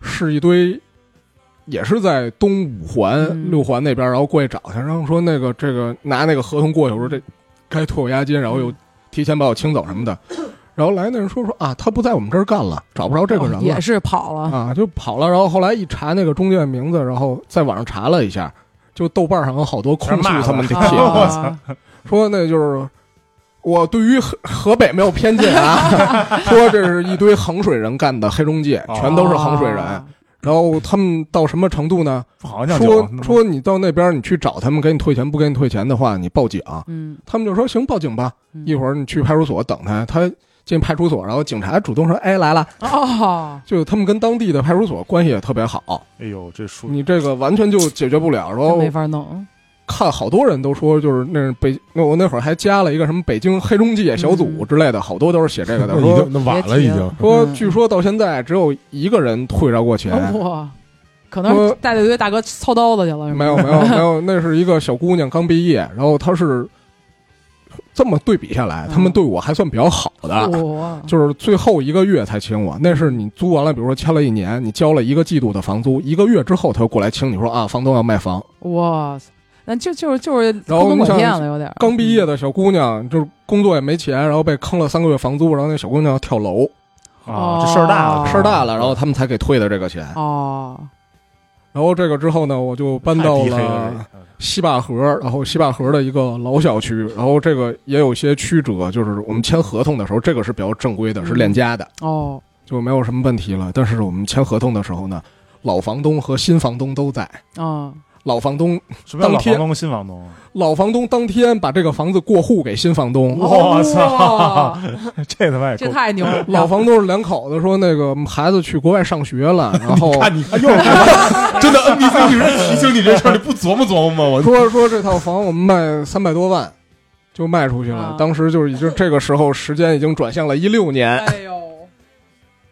Speaker 3: 是一堆。也是在东五环、
Speaker 1: 嗯
Speaker 3: 六环那边，然后过去找他，然后说那个这个拿那个合同过去，我说这该退我押金，然后
Speaker 1: 嗯
Speaker 3: 又提前把我清走什么的，然后来那人说说啊，他不在我们这儿干了，找不着这个人了，
Speaker 1: 哦也是跑了，
Speaker 3: 啊，就跑了。然后后来一查那个中介的名字，然后在网上查了一下，就豆瓣上有好多控诉他们的帖子，
Speaker 2: 我
Speaker 1: 操！
Speaker 3: 说那就是我对于河河北没有偏见啊，说这是一堆衡水人干的黑中介，全都是衡水人。
Speaker 1: 啊
Speaker 3: 然后他们到什么程度呢？
Speaker 2: 好像
Speaker 3: 说说你到那边你去找他们，给你退钱，不给你退钱的话，你报警。
Speaker 1: 嗯，
Speaker 3: 他们就说行，报警吧。一
Speaker 1: 儿
Speaker 3: 会儿你去派出所等他，他进派出所，然后警察主动说：“哎，来了。”
Speaker 1: 哦，
Speaker 3: 就他们跟当地的派出所关系也特别好，
Speaker 2: 哎呦，这书
Speaker 3: 你这个完全就解决不了。然
Speaker 1: 真
Speaker 3: 后
Speaker 1: 没法弄，
Speaker 3: 看好多人都说，就是那是北，那我那会儿还加了一个什么北京黑中介小组之类的，好多都是写这个
Speaker 4: 那
Speaker 3: 的。
Speaker 4: 已
Speaker 3: 说
Speaker 4: 经那晚了，已经。
Speaker 3: 说，
Speaker 1: 嗯哦
Speaker 3: 据说到现在只有一个人退着过钱，
Speaker 1: 哇，可能是带着一堆大哥操刀子去了，是吧
Speaker 3: 没有没有没有，那是一个小姑娘刚毕业，然后她是这么对比下来，
Speaker 1: 嗯哦
Speaker 3: 他们对我还算比较好的。
Speaker 1: 哇，
Speaker 3: 就是最后一个月才请我，那是你租完了，比如说签了一年，你交了一个季度的房租，一个月之后他就过来请你说啊，房东要卖房，
Speaker 1: 哇塞，那就就是就是
Speaker 3: 然
Speaker 1: 偷
Speaker 3: 后
Speaker 1: 工
Speaker 3: 你
Speaker 1: 拐
Speaker 3: 像
Speaker 1: 骗了，有点儿
Speaker 3: 刚毕业的小姑娘，就是工作也没钱，然后被坑了三个月房租，然后那小姑娘要跳楼，
Speaker 2: 啊，这事儿大了，
Speaker 1: 哦
Speaker 3: 事儿大了，然后他们才给退的这个钱。
Speaker 1: 哦，
Speaker 3: 然后这个之后呢，我就搬
Speaker 2: 太
Speaker 3: 到
Speaker 2: 低黑
Speaker 3: 了
Speaker 2: 了。
Speaker 3: 西坝河，然后西坝河的一个老小区，然后这个也有一些曲折，就是我们签合同的时候，这个是比较正规的，是链家的，
Speaker 1: 哦，
Speaker 3: 就没有什么问题了。但是我们签合同的时候呢，老房东和新房东都在，
Speaker 1: 哦，
Speaker 3: 老房东
Speaker 2: 什么叫老
Speaker 3: 当天
Speaker 2: 房东跟新房东？啊
Speaker 3: 老房东当天把这个房子过户给新房东，
Speaker 2: 我操
Speaker 1: 哇，
Speaker 2: 这他妈也
Speaker 1: 这
Speaker 2: 够！
Speaker 1: 太牛了，
Speaker 3: 老房东是两口子说，那个孩子去国外上学了，然后
Speaker 4: 看
Speaker 2: 啊
Speaker 4: 你看 又来了， 真的 NPC 一直提醒你这事儿，你不琢磨琢磨吗？我
Speaker 3: 说说这套房我们卖三百多万，就卖出去了
Speaker 1: 啊。
Speaker 3: 当时就是已经这个时候，时间已经转向了一六年，
Speaker 1: 哎呦，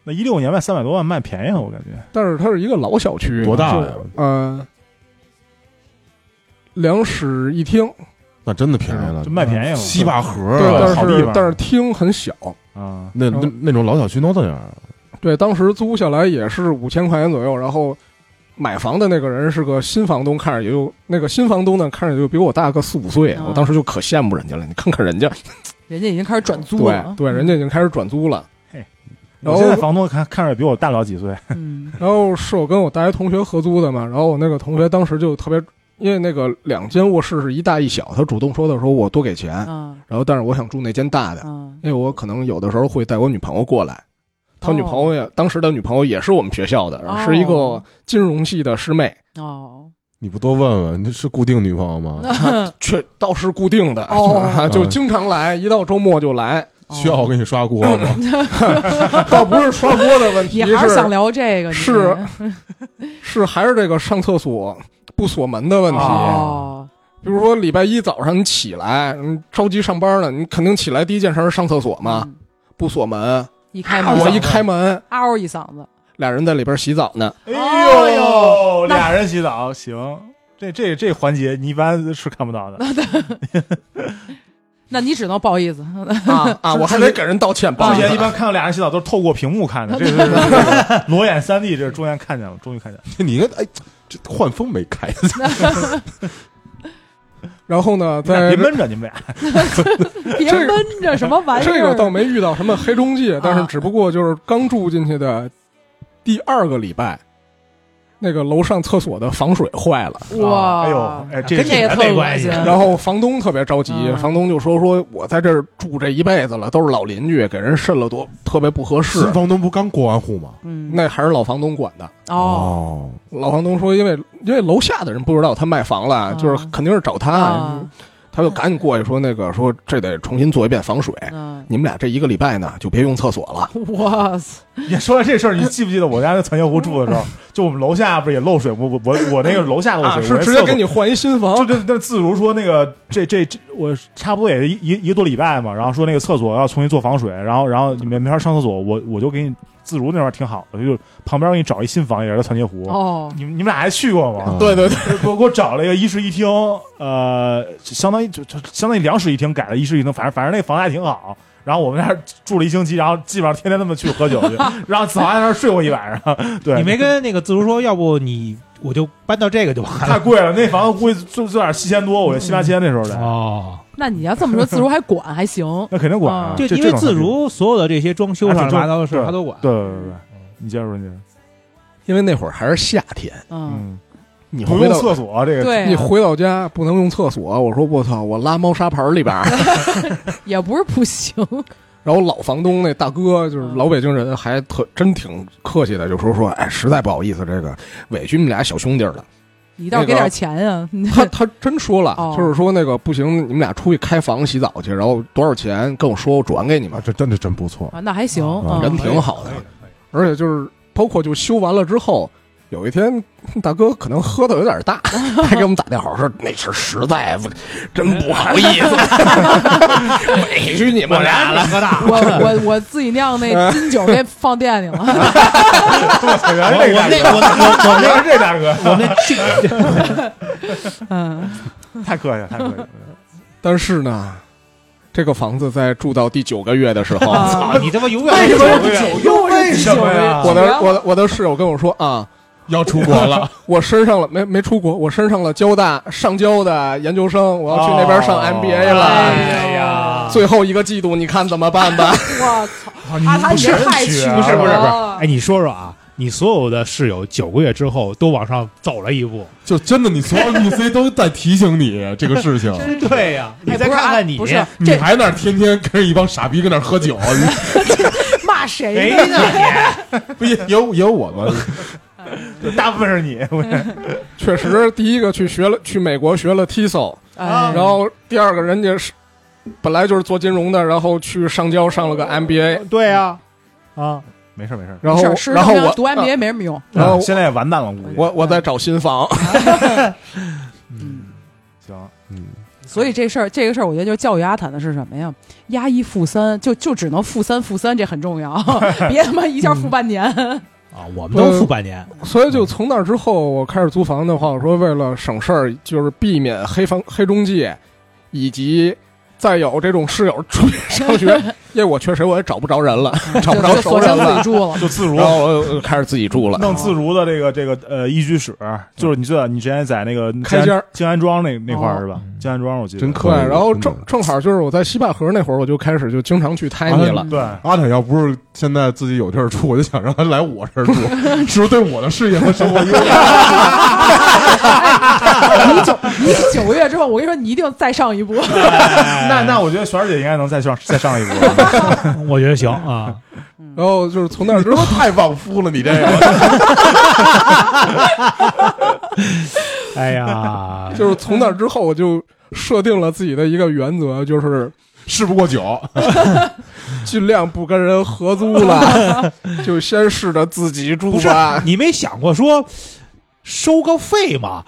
Speaker 2: 那一六年卖三百多万，卖便宜了，我感觉。
Speaker 3: 但是它是一个老小区，
Speaker 4: 多大
Speaker 3: 就
Speaker 4: 呀？
Speaker 3: 呃，两室一厅，
Speaker 4: 那真的便宜了
Speaker 2: 就，卖便宜了。
Speaker 4: 西坝河
Speaker 3: 对，
Speaker 4: 啊，
Speaker 3: 但
Speaker 2: 好地
Speaker 3: 是
Speaker 2: 方
Speaker 3: 但是厅很小，
Speaker 2: 啊，
Speaker 4: 那那那种老小区都这样。
Speaker 3: 对，当时租下来也是五千块钱左右，然后。买房的那个人是个新房东，看着也就那个新房东呢，看着就比我大个四五岁，
Speaker 1: 啊
Speaker 3: 我当时就可羡慕人家了。你看看人家，
Speaker 1: 人家已经开始转租了，啊
Speaker 3: 对对，人家已经开始转租了。然
Speaker 2: 我
Speaker 3: 后
Speaker 2: 现在房东看看着比我大不了几岁，
Speaker 1: 嗯，
Speaker 3: 然后是我跟我大学同学合租的嘛，然后我那个同学当时就特别，因为那个两间卧室是一大一小，他主动说的说我多给钱，
Speaker 1: 嗯
Speaker 3: 然后但是我想住那间大的，
Speaker 1: 嗯，
Speaker 3: 因为我可能有的时候会带我女朋友过来。他女朋友也、当时的女朋友也是我们学校的，
Speaker 1: 哦
Speaker 3: 是一个金融系的师妹，
Speaker 1: 哦，
Speaker 4: 你不多问问，那是固定女朋友吗？
Speaker 3: 却倒是固定的，
Speaker 1: 哦
Speaker 3: 就经常来，一到周末就来，
Speaker 4: 需要我给你刷锅吗？
Speaker 3: 倒不是刷锅的 问题，
Speaker 1: 你还是想聊这个？你
Speaker 3: 是是还是这个上厕所不锁门的问题。
Speaker 1: 哦，
Speaker 3: 比如说礼拜一早上你起来，嗯，着急上班呢，你肯定起来第一件事是上厕所嘛，
Speaker 1: 嗯，
Speaker 3: 不锁门，啊
Speaker 1: 一开门，
Speaker 3: 我一开门，
Speaker 1: 嗷一嗓子，
Speaker 3: 俩人在里边洗澡 呢，
Speaker 2: 哎呦，
Speaker 1: 那
Speaker 2: 俩人洗澡行，这这这环节你一般是看不到的。
Speaker 1: 那你只能不好意思，
Speaker 3: 啊啊，我还得给人道歉，
Speaker 1: 啊
Speaker 3: 抱
Speaker 2: 之前
Speaker 3: 歉
Speaker 2: 一，般看到俩人洗澡都是透过屏幕看的，这是裸眼三 D，这是中间看见了，终于看见了。
Speaker 4: 你应该哎，这换风没开，
Speaker 3: 然后呢，
Speaker 2: 你俩
Speaker 3: 在
Speaker 2: 别闷着，你们俩
Speaker 1: 别闷着什么玩意儿。
Speaker 3: 这个倒没遇到什么黑中介
Speaker 1: 啊，
Speaker 3: 但是只不过就是刚住进去的第二个礼拜，那个楼上厕所的防水坏了。
Speaker 1: 哇，
Speaker 2: 哎呦，哎，这
Speaker 1: 跟这个特
Speaker 5: 没
Speaker 1: 恶
Speaker 5: 关系
Speaker 1: 心。
Speaker 3: 然后房东特别着急，
Speaker 1: 嗯
Speaker 3: 房东就说：“说我在这儿住这一辈子了，都是老邻居，给人渗了多特别不合适
Speaker 4: 新。房东不刚过完户吗？
Speaker 1: 嗯，
Speaker 3: 那还是老房东管的。
Speaker 1: 哦，
Speaker 3: 老房东说，因为因为楼下的人不知道他卖房了，就是肯定是找他，
Speaker 1: 啊，
Speaker 3: 他就赶紧过去说那个说这得重新做一遍防水，
Speaker 1: 嗯，
Speaker 3: 你们俩这一个礼拜呢就别用厕所了。
Speaker 1: 哇塞，
Speaker 2: 也说到这 事儿，你记不记得我家那窜天湖住的时候，就我们楼下不是也漏水吗？我我我那个楼下漏水，
Speaker 3: 啊，
Speaker 2: 我
Speaker 3: 是
Speaker 2: 那
Speaker 3: 直
Speaker 2: 厕
Speaker 3: 接
Speaker 2: 所
Speaker 3: 给你换一新
Speaker 2: 就
Speaker 3: 房，
Speaker 2: 就那自如说那个这这这，我差不多也一一一个多礼拜嘛，然后说那个厕所要重新做防水，然后然后你没没法上厕所，我我就给你自如那边挺好的，就旁边给你找一新房，也是在团结湖。
Speaker 1: 哦，
Speaker 2: 你们你们俩还去过吗？
Speaker 4: 啊
Speaker 3: 对对对，
Speaker 2: 给我给我找了一个一室一厅，呃，相当于就就相当于两室一厅改了一室一厅，反正反正那房子还挺好。然后我们那儿住了一星期，然后基本上天天那么去喝酒去，然后早上在那儿睡过一晚上。对，
Speaker 5: 你没跟那个自如说，要不你我就搬到这个就完
Speaker 2: 太
Speaker 5: 了。
Speaker 2: 贵了，那房子估计最最少七千多，我这七八千那时候的，
Speaker 5: 哦，
Speaker 1: 那你要这么说，自如还管还行。
Speaker 2: 那肯定管啊
Speaker 1: 啊。
Speaker 5: 就
Speaker 2: 这
Speaker 5: 因
Speaker 2: 这
Speaker 5: 为
Speaker 2: 种
Speaker 5: 自
Speaker 2: 还是
Speaker 5: 如所有的这些装修
Speaker 2: 啊
Speaker 5: 上
Speaker 2: 这
Speaker 5: 乱七八糟的事
Speaker 2: 对
Speaker 5: 儿他都管。
Speaker 2: 对对对对，你接着说，你接着
Speaker 5: 嗯
Speaker 2: 说。
Speaker 6: 因为那会儿还是夏天，
Speaker 1: 嗯，
Speaker 2: 嗯，
Speaker 6: 你
Speaker 2: 不
Speaker 6: 回
Speaker 2: 用
Speaker 6: 到
Speaker 2: 厕所这个，
Speaker 1: 对
Speaker 3: 你
Speaker 1: 啊，
Speaker 3: 回到家不能用厕所，我说我操，我拉猫砂盆里边儿，
Speaker 1: 也不是不行。
Speaker 3: 然后老房东那大哥就是
Speaker 1: 嗯
Speaker 3: 老北京人，还特真挺客气的，就说说，哎，实在不好意思，这个委屈你们俩小兄弟了。
Speaker 1: 你倒是给点钱啊呀、
Speaker 3: 他他真说了
Speaker 1: 哦，
Speaker 3: 就是说那个不行，你们俩出去开房洗澡去，然后多少钱跟我说，我转给你们
Speaker 4: 啊，。这真的真不错。
Speaker 1: 啊，那还行，
Speaker 4: 啊
Speaker 1: 嗯
Speaker 3: 哦人挺好的
Speaker 5: 可以，
Speaker 3: 而且就是包括就修完了之后，有一天大哥可能喝的有点大，还给我们打电话说那是实在不真不好意思，委屈你们俩了。
Speaker 5: 喝大。
Speaker 1: 我我我自己 酿那金酒给放店里了，
Speaker 2: 我
Speaker 5: 我
Speaker 2: 原来这
Speaker 5: 我
Speaker 2: 大
Speaker 5: 那我我我
Speaker 2: 哥，这 大哥
Speaker 5: 那我那这个
Speaker 1: 嗯，
Speaker 2: 太客气了，太客气了。
Speaker 3: 但是呢，这个房子在住到第九个月的时候，
Speaker 5: 操，你他妈永远
Speaker 2: 为什么
Speaker 5: 不
Speaker 2: 酒
Speaker 1: 又
Speaker 2: 为什么呀
Speaker 3: 我的我的我的室友跟我说啊，
Speaker 4: 要出国了，
Speaker 3: 我身上了没没出国，我身上了交大上交的研究生，我要去那边上
Speaker 2: 哦
Speaker 3: MBA 了。
Speaker 1: 哎
Speaker 5: 呀
Speaker 3: 最后一个季度，你看怎么办吧？
Speaker 1: 我操，
Speaker 2: 啊你
Speaker 1: 啊他
Speaker 2: 不
Speaker 1: 也太
Speaker 2: 学
Speaker 1: 曲
Speaker 2: 啊
Speaker 1: 折了，
Speaker 5: 是不是不是哎，你说说啊，你所有的室友九个月之后都往上走了一步，
Speaker 4: 就真的你所有 NPC 都在提醒你这个事情。
Speaker 5: 真对呀、
Speaker 1: 哎
Speaker 5: 你再
Speaker 1: 不是啊
Speaker 5: 看看你，
Speaker 1: 不是
Speaker 4: 你
Speaker 1: 这
Speaker 4: 还那儿天天跟着一帮傻逼跟那儿喝酒，你
Speaker 1: 骂
Speaker 5: 谁
Speaker 1: 谁
Speaker 5: 呢
Speaker 1: 呢？
Speaker 5: 你？
Speaker 4: 不也也有也有我吗？
Speaker 2: 大部分是你，我
Speaker 3: 确实，第一个去学了，去美国学了 TESOL，
Speaker 1: 哎
Speaker 3: 然后第二个人家是本来就是做金融的，然后去上交上了个 MBA，
Speaker 5: 对呀、啊，
Speaker 2: 没事没事。
Speaker 3: 然后
Speaker 1: 是是，
Speaker 3: 然后我啊
Speaker 1: 读 MBA 没什么用，
Speaker 3: 然后
Speaker 2: 现在也完蛋了，估计
Speaker 3: 我我在找新房，
Speaker 1: 嗯，
Speaker 2: 行，
Speaker 4: 嗯，
Speaker 1: 所以这事儿这个事儿，我觉得就是教育阿坦的是什么呀？压一负三，就就只能负三负三，这很 重要，别他妈一下负半年。
Speaker 5: 啊，我们都负半年，
Speaker 3: 所以就从那之后，我开始租房的话，我说为了省事儿，就是避免黑房黑中介，以及再有这种室友出去上学，因为我确实我也找不着人了，找不着
Speaker 1: 就
Speaker 3: 熟
Speaker 1: 索
Speaker 3: 人
Speaker 1: 性自己
Speaker 3: 了，
Speaker 1: 住了。
Speaker 2: 就自如
Speaker 3: 然后我就开始自己住了。
Speaker 2: 弄自如的这个这个呃一居室，就是你最早你之前在那个
Speaker 3: 开间儿
Speaker 2: 静安庄那那块儿
Speaker 1: 哦
Speaker 2: 是吧
Speaker 5: 嗯？
Speaker 2: 静安庄我记得
Speaker 4: 真可
Speaker 3: 对
Speaker 4: 以，。
Speaker 3: 然后
Speaker 4: 真的
Speaker 3: 正正好就是我在西坝河那会儿，我就开始就经常去 Tiny 了。
Speaker 2: 对，
Speaker 4: 阿坦要不是现在自己有地儿住，我就想让他来我这儿住，是不是对我的事业和生活影响？
Speaker 1: 你九你九个月之后，我跟你说，你一定再上一哎步。
Speaker 2: 那那我觉得璇儿姐应该能再上再上一步。
Speaker 5: 我觉得行啊。
Speaker 3: 然后就是从那之后，
Speaker 4: 太旺夫了，你这个。
Speaker 5: 哎 呀，
Speaker 3: 就是从那之后，我就设定了自己的一个原则，就是
Speaker 4: 事不过久，
Speaker 3: 尽量不跟人合租了，就先试着自己住
Speaker 5: 不是
Speaker 3: 吧。
Speaker 5: 你没想过说收个费吗？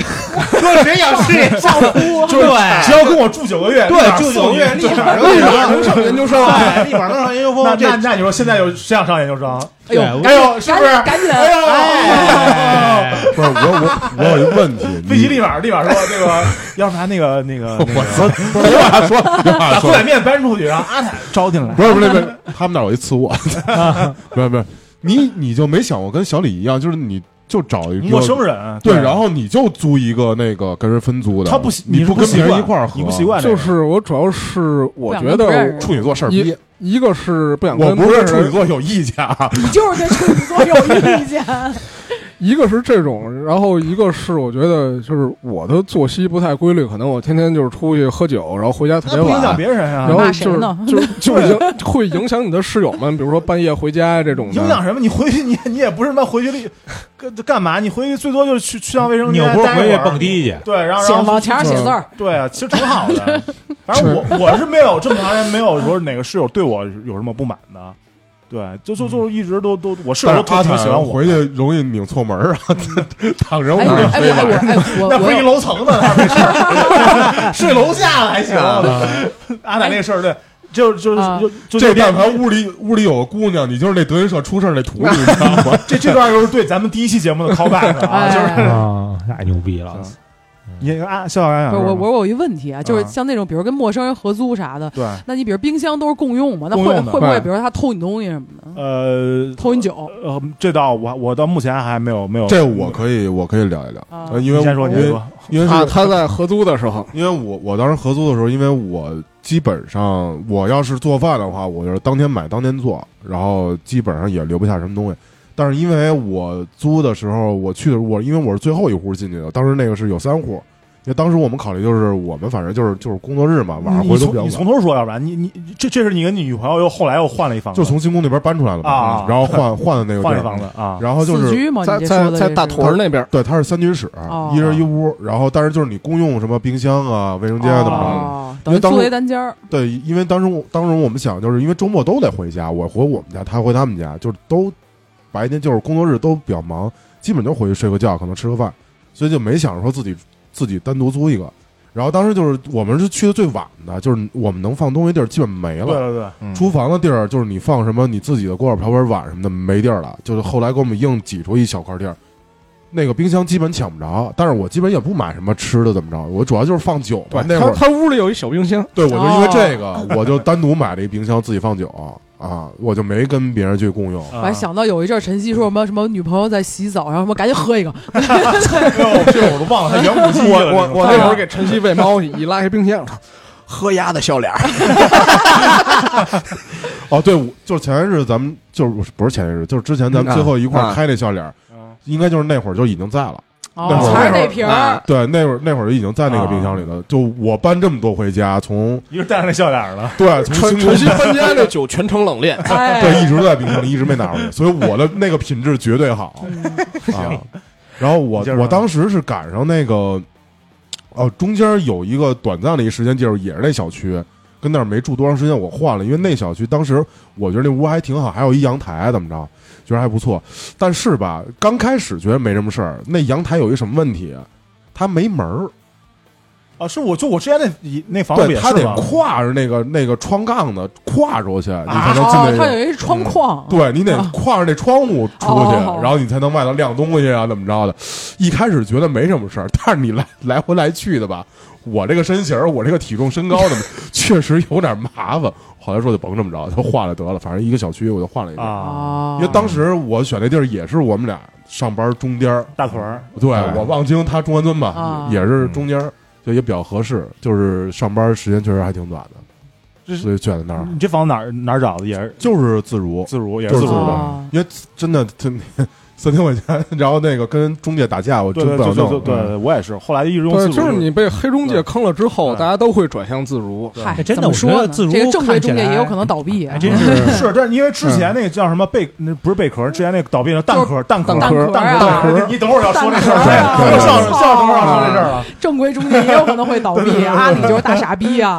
Speaker 5: 说谁想 吃也照顾，
Speaker 2: 只
Speaker 5: 对
Speaker 2: 要跟我住九个月，立马
Speaker 5: 对，就
Speaker 2: 送
Speaker 5: 九
Speaker 2: 你
Speaker 5: 月立马就
Speaker 3: 立马能上研究生
Speaker 5: 对，立马能上研究
Speaker 2: 那
Speaker 5: 生，
Speaker 2: 那
Speaker 5: 这
Speaker 2: 那你说现在有谁想上研究生？
Speaker 1: 哎呦，
Speaker 5: 对
Speaker 2: 哎呦，是
Speaker 1: 赶
Speaker 2: 不是
Speaker 1: 紧？赶紧，
Speaker 2: 哎呦，
Speaker 5: 哎
Speaker 4: 不是我我我有一个 问题，你
Speaker 2: 飞机哦立马立马说这个，要不然那个那个，那个
Speaker 4: 我操，不是别往 下说，别往
Speaker 2: 把
Speaker 4: 下
Speaker 2: 锅
Speaker 4: 说，
Speaker 2: 仔面搬出去，然后阿坦招进来。
Speaker 4: 不是不是不是，他们那儿有一次 卧，不是不是，你你就没想过跟小李一样，就是你就找一个
Speaker 2: 陌生人
Speaker 4: 对，然后你就租一个那个跟人分租的，
Speaker 2: 他不习
Speaker 4: 你
Speaker 2: 是不
Speaker 4: 跟别
Speaker 2: 习
Speaker 4: 人
Speaker 2: 惯
Speaker 4: 一块儿合，
Speaker 2: 你不习惯这
Speaker 3: 就
Speaker 2: 个，
Speaker 3: 是我主要是我觉
Speaker 1: 不想跟不认识
Speaker 3: 得
Speaker 1: 人
Speaker 4: 处女座事儿
Speaker 3: 一
Speaker 4: 逼。
Speaker 3: 一个是不想
Speaker 4: 我
Speaker 3: 跟
Speaker 4: 不是
Speaker 3: 认
Speaker 4: 对
Speaker 3: 识
Speaker 4: 处女
Speaker 3: 人，
Speaker 4: 座有意见啊，
Speaker 1: 你就是对处女座有意 见。
Speaker 3: 一个是这种，然后一个是我觉得就是我的作息不太规律，可能我天天就是出去喝酒，然后回家特别
Speaker 2: 那不
Speaker 3: 晚
Speaker 2: 影。响别人
Speaker 3: 然
Speaker 2: 啊。
Speaker 3: 后
Speaker 1: 骂
Speaker 3: 就
Speaker 1: 谁
Speaker 3: 是
Speaker 1: 呢
Speaker 3: 就是就是影会影响你的室友们，比如说半夜回家这种的。
Speaker 2: 影响什么？你回去你你也不是他妈回去了干干嘛？你回去最多就是去去趟卫生
Speaker 5: 扭
Speaker 2: 间，
Speaker 5: 脖
Speaker 2: 待一
Speaker 5: 回去
Speaker 2: 会儿
Speaker 5: 蹦。迪去，
Speaker 2: 对，然后
Speaker 1: 写
Speaker 2: 然后
Speaker 1: 往墙上写字儿，
Speaker 2: 对啊，其实挺好的。反正我我是没有这么长时间没有说哪个室友对我有什么不满的，对，就就就是一直都都，我室
Speaker 4: 但
Speaker 2: 友
Speaker 4: 是
Speaker 2: 都特
Speaker 4: 阿
Speaker 2: 挺喜欢
Speaker 4: 坦
Speaker 2: 我
Speaker 4: 回
Speaker 2: 的。
Speaker 4: 去容易拧错门啊，躺人屋
Speaker 5: 嗯
Speaker 1: 哎
Speaker 4: 里
Speaker 1: 我哎
Speaker 4: 飞
Speaker 1: 我哎我
Speaker 4: 了。
Speaker 1: 哎我
Speaker 2: 嗯
Speaker 4: 那
Speaker 1: 我
Speaker 4: 回一
Speaker 1: 有
Speaker 4: 楼层呢，没事儿睡楼下了还行。
Speaker 2: 阿坦那事儿，对，就就
Speaker 1: 啊
Speaker 2: 就就就
Speaker 4: 这但凡屋里屋里有个姑娘，你就是那德云社出事儿 那徒弟，你知道吗？
Speaker 2: 这这段就是对咱们第一期节目的 callback 啊，
Speaker 1: 哎
Speaker 2: 就是
Speaker 5: 啊，太牛逼了！
Speaker 2: 你啊，笑安
Speaker 1: 不
Speaker 2: 雅
Speaker 1: 是
Speaker 2: 是
Speaker 1: 我
Speaker 2: 吧
Speaker 1: 我我有一问题啊，就是
Speaker 2: 啊
Speaker 1: 像那种比如跟陌生人合租啥的，
Speaker 2: 对，
Speaker 1: 那你比如冰箱都是共用嘛，那
Speaker 2: 共
Speaker 1: 会
Speaker 2: 用的
Speaker 1: 会不会
Speaker 3: 对
Speaker 1: 比如他偷你东西什么的，
Speaker 2: 呃，
Speaker 1: 偷你酒？
Speaker 2: 呃，这倒我我到目前还没有没有
Speaker 4: 这我可以，我可以聊一聊，
Speaker 1: 啊
Speaker 4: 呃因为
Speaker 2: 你先说，你
Speaker 4: 因
Speaker 2: 先
Speaker 4: 为
Speaker 2: 说，
Speaker 4: 因为
Speaker 3: 啊，
Speaker 4: 是
Speaker 3: 他在合租的时候，
Speaker 4: 因为我我当时合租的时候，因为我基本上我要是做饭的话，我就是当天买当天做，然后基本上也留不下什么东西。但是因为我租的时候，我去的时候我因为我是最后一户进去的，当时那个是有三户，因为当时我们考虑就是我们反正就是就是工作日嘛，晚上
Speaker 2: 你
Speaker 4: 回都比较
Speaker 2: 从你。
Speaker 4: 晚
Speaker 2: 从头说，要不然你你这这是你跟你女朋友又后来又换了一房子，
Speaker 4: 就从新宫那边搬出来了嘛，嗯
Speaker 2: 啊
Speaker 4: 然后换换的那个
Speaker 2: 换了一
Speaker 4: 地儿
Speaker 2: 房子，啊，
Speaker 4: 然后哦就
Speaker 1: 四
Speaker 4: 是
Speaker 1: 居吗？你
Speaker 3: 在
Speaker 1: 这说
Speaker 3: 在
Speaker 1: 的
Speaker 3: 在
Speaker 1: 这
Speaker 3: 大
Speaker 1: 是
Speaker 3: 屯儿那边儿，
Speaker 4: 对，它是三居室，
Speaker 1: 哦
Speaker 4: 一人一屋，然后但是就是你公用什么冰箱啊、卫生间啊怎么着的。
Speaker 1: 哦，等
Speaker 4: 因为
Speaker 1: 于
Speaker 4: 当
Speaker 1: 租了
Speaker 4: 时
Speaker 1: 一单间儿，
Speaker 4: 对，因为当时我当时我们想，就是因为周末都得回家，我回我们家，他回他们家，就是都白天就是工作日都比较忙，基本就回去睡个觉，可能吃个饭，所以就没想着说自己自己单独租一个。然后当时就是我们是去的最晚的，就是我们能放东西地儿基本没
Speaker 2: 对
Speaker 4: 了。
Speaker 2: 对对，嗯
Speaker 4: 厨房的地儿，就是你放什么你自己的锅碗瓢盆、碗什么的没地儿了，就是后来给我们硬挤出一小块地儿。那个冰箱基本抢不着，但是我基本也不买什么吃的，怎么着？我主要就是放酒吧。那会
Speaker 3: 他
Speaker 4: 儿，啊
Speaker 3: 他屋里有一小冰箱，
Speaker 4: 对我就因为这个，我就单独买了一冰箱自己放酒啊，我就没跟别人去共用。
Speaker 1: 我还想到有一阵儿晨曦说什么什么女朋友在洗澡，然后什么赶紧喝一个，
Speaker 4: 哎
Speaker 2: 这我都忘了，他原武器
Speaker 3: 我
Speaker 2: 了
Speaker 3: 我
Speaker 2: 是吧
Speaker 3: 我那会儿给晨曦喂猫，一拉开冰箱，操
Speaker 6: 喝鸭的笑脸儿，
Speaker 4: 哦，对，我就是前些日咱们就是不是前些日，就是之前咱们最后一块儿
Speaker 6: 嗯啊
Speaker 4: 开那笑脸儿，
Speaker 2: 嗯
Speaker 4: 应该就是那会儿就已经在了。
Speaker 1: 哦
Speaker 4: 那会，儿
Speaker 1: 还是那瓶儿，
Speaker 6: 啊，
Speaker 4: 对，那会儿那会儿就已经在那个冰箱里了。就我搬这么多回家，从
Speaker 2: 一个是戴上那笑脸 了，
Speaker 4: 对从
Speaker 6: 纯
Speaker 4: 新
Speaker 6: 纯新搬家这酒全程冷链
Speaker 1: 哎，
Speaker 4: 对，一直都在冰箱里，一直没拿回去，所以我的那个品质绝对好
Speaker 1: 嗯
Speaker 4: 啊。然后我
Speaker 2: 你接啊着说
Speaker 4: 我当时是赶上那个，哦，中间有一个短暂的一时间介入，也是那小区，跟那儿没住多长时间，我换了，因为那小区当时我觉得那屋还挺好，还有一阳台，啊怎么着，觉得还不错。但是吧，刚开始觉得没什么事儿，那阳台有一什么问题？啊它没门儿，
Speaker 2: 啊，是我就我之前那那房子不
Speaker 4: 对，
Speaker 2: 也
Speaker 4: 它
Speaker 2: 是
Speaker 4: 得
Speaker 2: 吗？
Speaker 4: 跨着那个那个窗杠子跨出去，你才能进
Speaker 1: 哦
Speaker 4: 那，个。
Speaker 1: 它有一窗框，
Speaker 4: 嗯对你得
Speaker 1: 啊
Speaker 4: 跨着那窗户出去，
Speaker 1: 哦
Speaker 4: 然后你才能外头晾东西啊，怎么着的？一开始觉得没什么事儿，但是你来来回来去的吧，我这个身形儿，我这个体重身高的， 确实有点麻烦。后来说就甭这么着，就换了得了，反正一个小区我就换了一个。
Speaker 2: 啊，
Speaker 1: 哦，
Speaker 4: 因为当时我选那地儿也是我们俩上班中间儿，
Speaker 2: 大屯儿，
Speaker 4: 对
Speaker 2: 哎嗯
Speaker 4: 我望京，他中关村吧，
Speaker 1: 啊
Speaker 4: 也是中间儿，就也比较合适。就是上班时间确实还挺短
Speaker 2: 这
Speaker 4: 的，
Speaker 2: 是
Speaker 4: 所以选在那儿
Speaker 2: 你这房子哪儿哪儿找的？也是
Speaker 4: 就是自如。
Speaker 2: 自如，也
Speaker 4: 啊就是
Speaker 2: 自
Speaker 4: 自
Speaker 2: 如
Speaker 4: 如
Speaker 2: 的，
Speaker 1: 哦
Speaker 4: 因为真的真 三千块钱，然后那个跟中介打架，我
Speaker 2: 对
Speaker 4: 真
Speaker 2: 对
Speaker 4: 不
Speaker 2: 对
Speaker 4: 想
Speaker 2: 对
Speaker 4: 弄嗯
Speaker 2: 对，对，我也是，后来一直用自
Speaker 3: 对，
Speaker 2: 如，
Speaker 3: 就是你被黑中介坑了之后，
Speaker 2: 嗯
Speaker 3: 大家都会转向自如。
Speaker 1: 嗨，
Speaker 4: 啊
Speaker 5: 哎真的
Speaker 1: 怎么
Speaker 5: 我觉得
Speaker 1: 说呢
Speaker 5: 自如
Speaker 1: 这个正规
Speaker 5: 看起
Speaker 1: 中介也
Speaker 5: 来哎
Speaker 1: 有可能倒闭啊，
Speaker 5: 还真是
Speaker 2: 是，但是因为之前
Speaker 1: 嗯
Speaker 2: 那个叫什么贝，那不是贝壳，之前那个倒闭了蛋壳，蛋壳，
Speaker 1: 蛋壳
Speaker 2: 壳，蛋
Speaker 1: 啊
Speaker 2: 壳。你等会儿要说这事儿，
Speaker 1: 蛋壳啊
Speaker 2: 对，又上
Speaker 1: 对
Speaker 2: 上周要说这事儿了。
Speaker 1: 正规中介也有可能会倒闭啊，你就是大傻逼啊！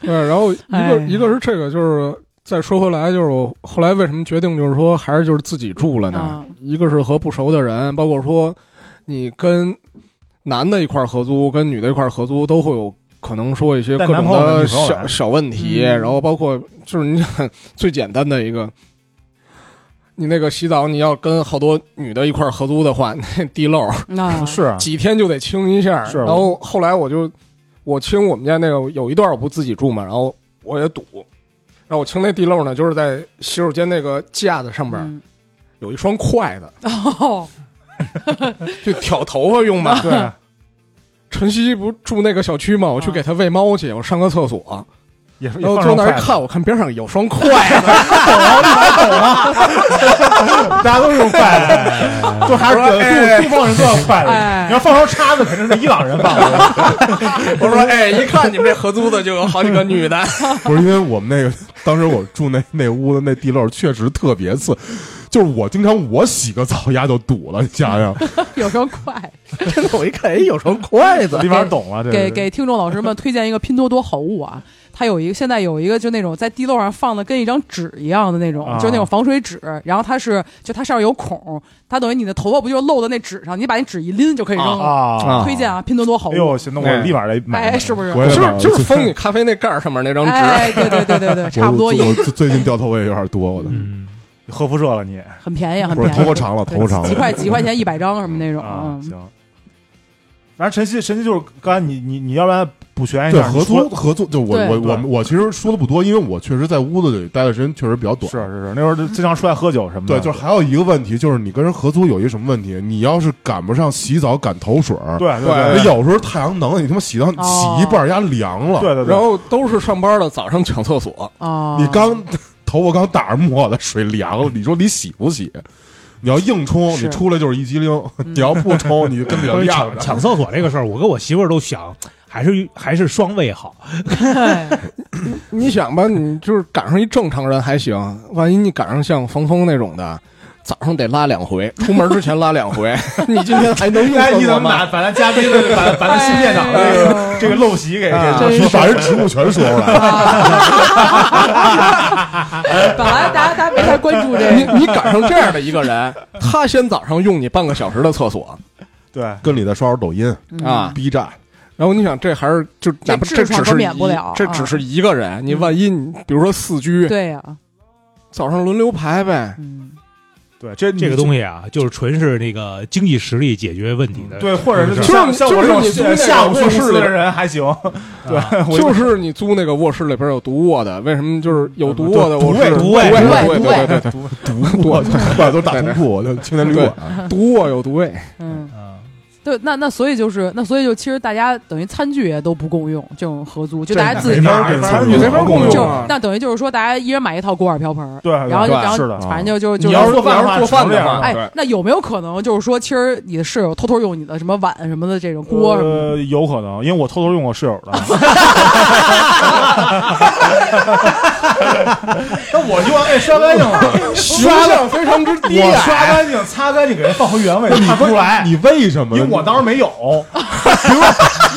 Speaker 3: 对，然后一
Speaker 1: 哎
Speaker 3: 个一个是这个，就是再说回来，就是我后来为什么决定就是说还是就是自己住了呢？
Speaker 1: 嗯
Speaker 3: 一个是和不熟的人，包括说你跟男的一块儿合租，跟女的一块儿合租，都会有可能说一些
Speaker 2: 带
Speaker 3: 各
Speaker 2: 男
Speaker 3: 种
Speaker 2: 朋友
Speaker 3: 的
Speaker 2: 女朋友来
Speaker 3: 小小问题，
Speaker 1: 嗯
Speaker 3: 然后包括就是你 想最简单的一个。你那个洗澡，你要跟好多女的一块儿合租的话，那地漏
Speaker 5: 嗯
Speaker 1: 那嗯
Speaker 2: 是 啊，
Speaker 3: 几天就得清一下。
Speaker 2: 是
Speaker 3: 然后后来我就我清我们家那个有一段我不自己住嘛，然后我也堵，然后我清那地漏呢，就是在洗手间那个架子上边
Speaker 1: 嗯
Speaker 3: 有一双筷子，
Speaker 1: 哦，
Speaker 3: 就挑头发用 嘛。
Speaker 2: 对，啊
Speaker 3: 晨曦不住那个小区嘛，我去给他喂猫去，我上个厕所，
Speaker 2: 也是。
Speaker 3: 然后
Speaker 2: 也
Speaker 3: 坐
Speaker 2: 放
Speaker 3: 那儿
Speaker 2: 上
Speaker 3: 一
Speaker 2: 筷子
Speaker 3: 看，我看边上有双筷子，
Speaker 2: 大家都用筷 子，就还是东东方人都要筷子。
Speaker 1: 哎
Speaker 2: 你要放双叉子，肯定是伊朗人 放的。
Speaker 6: 我说哎，一看你们这合租的就有好几个女 的，
Speaker 4: 不是因为我们那个 当时我住那那屋子那地漏确实特别次，就是我经常我洗个澡丫就堵了，你想想，
Speaker 1: 有双快，
Speaker 6: 真的我一看哎有双筷子
Speaker 2: 立，马懂了，这
Speaker 1: 给
Speaker 2: 是
Speaker 1: 给听众老师们推荐一个拼多多好物啊，它有一个现在有一个就那种在地漏上放的跟一张纸一样的那种，
Speaker 2: 啊
Speaker 1: 就是那种防水纸，然后它是就它上面有孔，它等于你的头发不就露在那纸上，你把那纸一拎就可以扔了。
Speaker 2: 啊
Speaker 3: 啊
Speaker 1: 嗯推荐啊，拼多多好
Speaker 2: 哎
Speaker 1: 物
Speaker 2: 呦，，行，那我立马来买。
Speaker 1: 哎，是不是？
Speaker 4: 我也
Speaker 3: 就
Speaker 4: 买了
Speaker 3: 是就是封你咖啡那盖儿上面那张纸，
Speaker 1: 哎，对对对对 对，差不多
Speaker 4: 我
Speaker 1: 也
Speaker 4: 我最近掉头发也有点多，我的
Speaker 5: 嗯，
Speaker 2: 核辐射了你
Speaker 1: 很便宜，很
Speaker 4: 不是
Speaker 1: 便宜。
Speaker 4: 头发长了，头发长
Speaker 1: 几
Speaker 4: 了。
Speaker 1: 块几块钱一百张什么那种，
Speaker 2: 啊，
Speaker 1: 嗯，
Speaker 2: 行。反正晨曦，晨曦就是刚才你你你要不然补全一
Speaker 4: 对
Speaker 2: 下
Speaker 4: 合
Speaker 2: 你说
Speaker 4: 租合租，就我
Speaker 1: 对
Speaker 4: 我我
Speaker 2: 对
Speaker 4: 我其实说的不多，因为我确实在屋子里待的时间确实比较短。
Speaker 2: 是是是，那会儿就经常出来喝酒什么的。
Speaker 4: 对，就是还有一个问题，就是你跟人合租有一什么问题？你要是赶不上洗澡、赶头水儿，
Speaker 2: 对对
Speaker 3: 对
Speaker 2: 对
Speaker 4: 有时候太阳能，你他妈洗到
Speaker 1: 哦
Speaker 4: 洗一半儿，压凉了。
Speaker 2: 对对对，
Speaker 3: 然后都是上班的，早上抢厕所，
Speaker 1: 哦，
Speaker 4: 你刚头发刚打上沫子，水凉了，你说你洗不洗？你要硬冲，
Speaker 1: 是嗯
Speaker 4: 你出来就是一激灵；你要不冲，你就跟别
Speaker 5: 关
Speaker 4: 人
Speaker 5: 于
Speaker 4: 压
Speaker 5: 抢抢厕所这个事儿，我跟我媳妇儿都想，还是还是双位好。
Speaker 1: 对
Speaker 3: 你想吧，你就是赶上一正常人还行，万一你赶上像冯峰那种的，早上得拉两回，出门之前拉两回，你今天还能用
Speaker 6: 哎，你
Speaker 3: 上
Speaker 6: 怎
Speaker 3: 我
Speaker 6: 么
Speaker 3: 吗？
Speaker 6: 把把咱嘉宾的把把咱新店长
Speaker 1: 哎
Speaker 6: 的
Speaker 1: 呦
Speaker 6: 这个陋习给
Speaker 2: 哎
Speaker 3: 啊
Speaker 6: 给
Speaker 4: 你
Speaker 1: 真是
Speaker 4: 把人职务全说出来了。
Speaker 1: 本来大家大家没太关注这
Speaker 3: 你
Speaker 1: 个，
Speaker 3: 你赶上这样的一个人，他先早上用你半个小时的厕所
Speaker 2: 对
Speaker 4: 跟你在刷会儿抖音、
Speaker 1: 嗯
Speaker 3: 啊，
Speaker 4: B 站，
Speaker 3: 然后你想这还是就哪怕
Speaker 1: 这
Speaker 3: 这
Speaker 1: 痔
Speaker 3: 只
Speaker 1: 疮都
Speaker 3: 是
Speaker 1: 免不
Speaker 3: 一
Speaker 1: 了
Speaker 3: 这
Speaker 1: 啊
Speaker 3: 只是一个人，你万一你比如说四居，
Speaker 1: 对呀，
Speaker 3: 早上轮流排呗，
Speaker 1: 嗯，
Speaker 2: 对，这
Speaker 5: 这个
Speaker 2: 西
Speaker 5: 东西啊，就是纯是那个经济实力解决问题的。
Speaker 2: 对，或者是
Speaker 5: 就是
Speaker 2: 像像我这种
Speaker 3: 就是你
Speaker 2: 下午去
Speaker 3: 就是你
Speaker 2: 公司的人还行，对，我
Speaker 3: 就是你租那个卧室里边有独卧的，为什么就是有独卧的
Speaker 4: 独
Speaker 3: 卧室？
Speaker 4: 卫
Speaker 5: 独卫
Speaker 3: 卫，
Speaker 1: 独
Speaker 3: 对
Speaker 1: 卫独
Speaker 3: 对
Speaker 1: 卫
Speaker 3: 对对
Speaker 4: 独卧，外都大通铺，那青年旅馆。
Speaker 3: 对，独卧有独卫，
Speaker 1: 嗯，
Speaker 5: 嗯，
Speaker 1: 对，那那所以就是那所以就其实大家等于餐具也都不共用，这种合租就大家自己
Speaker 2: 没
Speaker 1: 就
Speaker 2: 法给
Speaker 4: 参
Speaker 2: 参
Speaker 4: 与
Speaker 2: 与，
Speaker 3: 没法共用
Speaker 1: 是
Speaker 3: 啊
Speaker 1: 那等于就是说大家一人买一套锅碗瓢盆儿，
Speaker 2: 对，对
Speaker 1: 然后就
Speaker 3: 对
Speaker 1: 然
Speaker 2: 是的啊
Speaker 1: 后反正就就
Speaker 3: 你
Speaker 1: 就
Speaker 3: 要
Speaker 1: 是
Speaker 3: 是
Speaker 2: 做饭
Speaker 3: 你要是做饭
Speaker 2: 的
Speaker 3: 的
Speaker 2: 话
Speaker 3: 话，
Speaker 1: 哎，那有没有可能就是说，其实你的室友偷偷用你的什么碗什么的这种锅什么的？
Speaker 2: 呃，有可能，因为我偷偷用我室友 的，
Speaker 6: 那我就哎刷干净了，
Speaker 1: 嗯
Speaker 3: 刷量非常之低
Speaker 6: 我
Speaker 3: 啊。
Speaker 6: 刷干净擦干净，给人放回原位，看不出来。
Speaker 4: 你为什么？
Speaker 6: 因为我当时没有，因为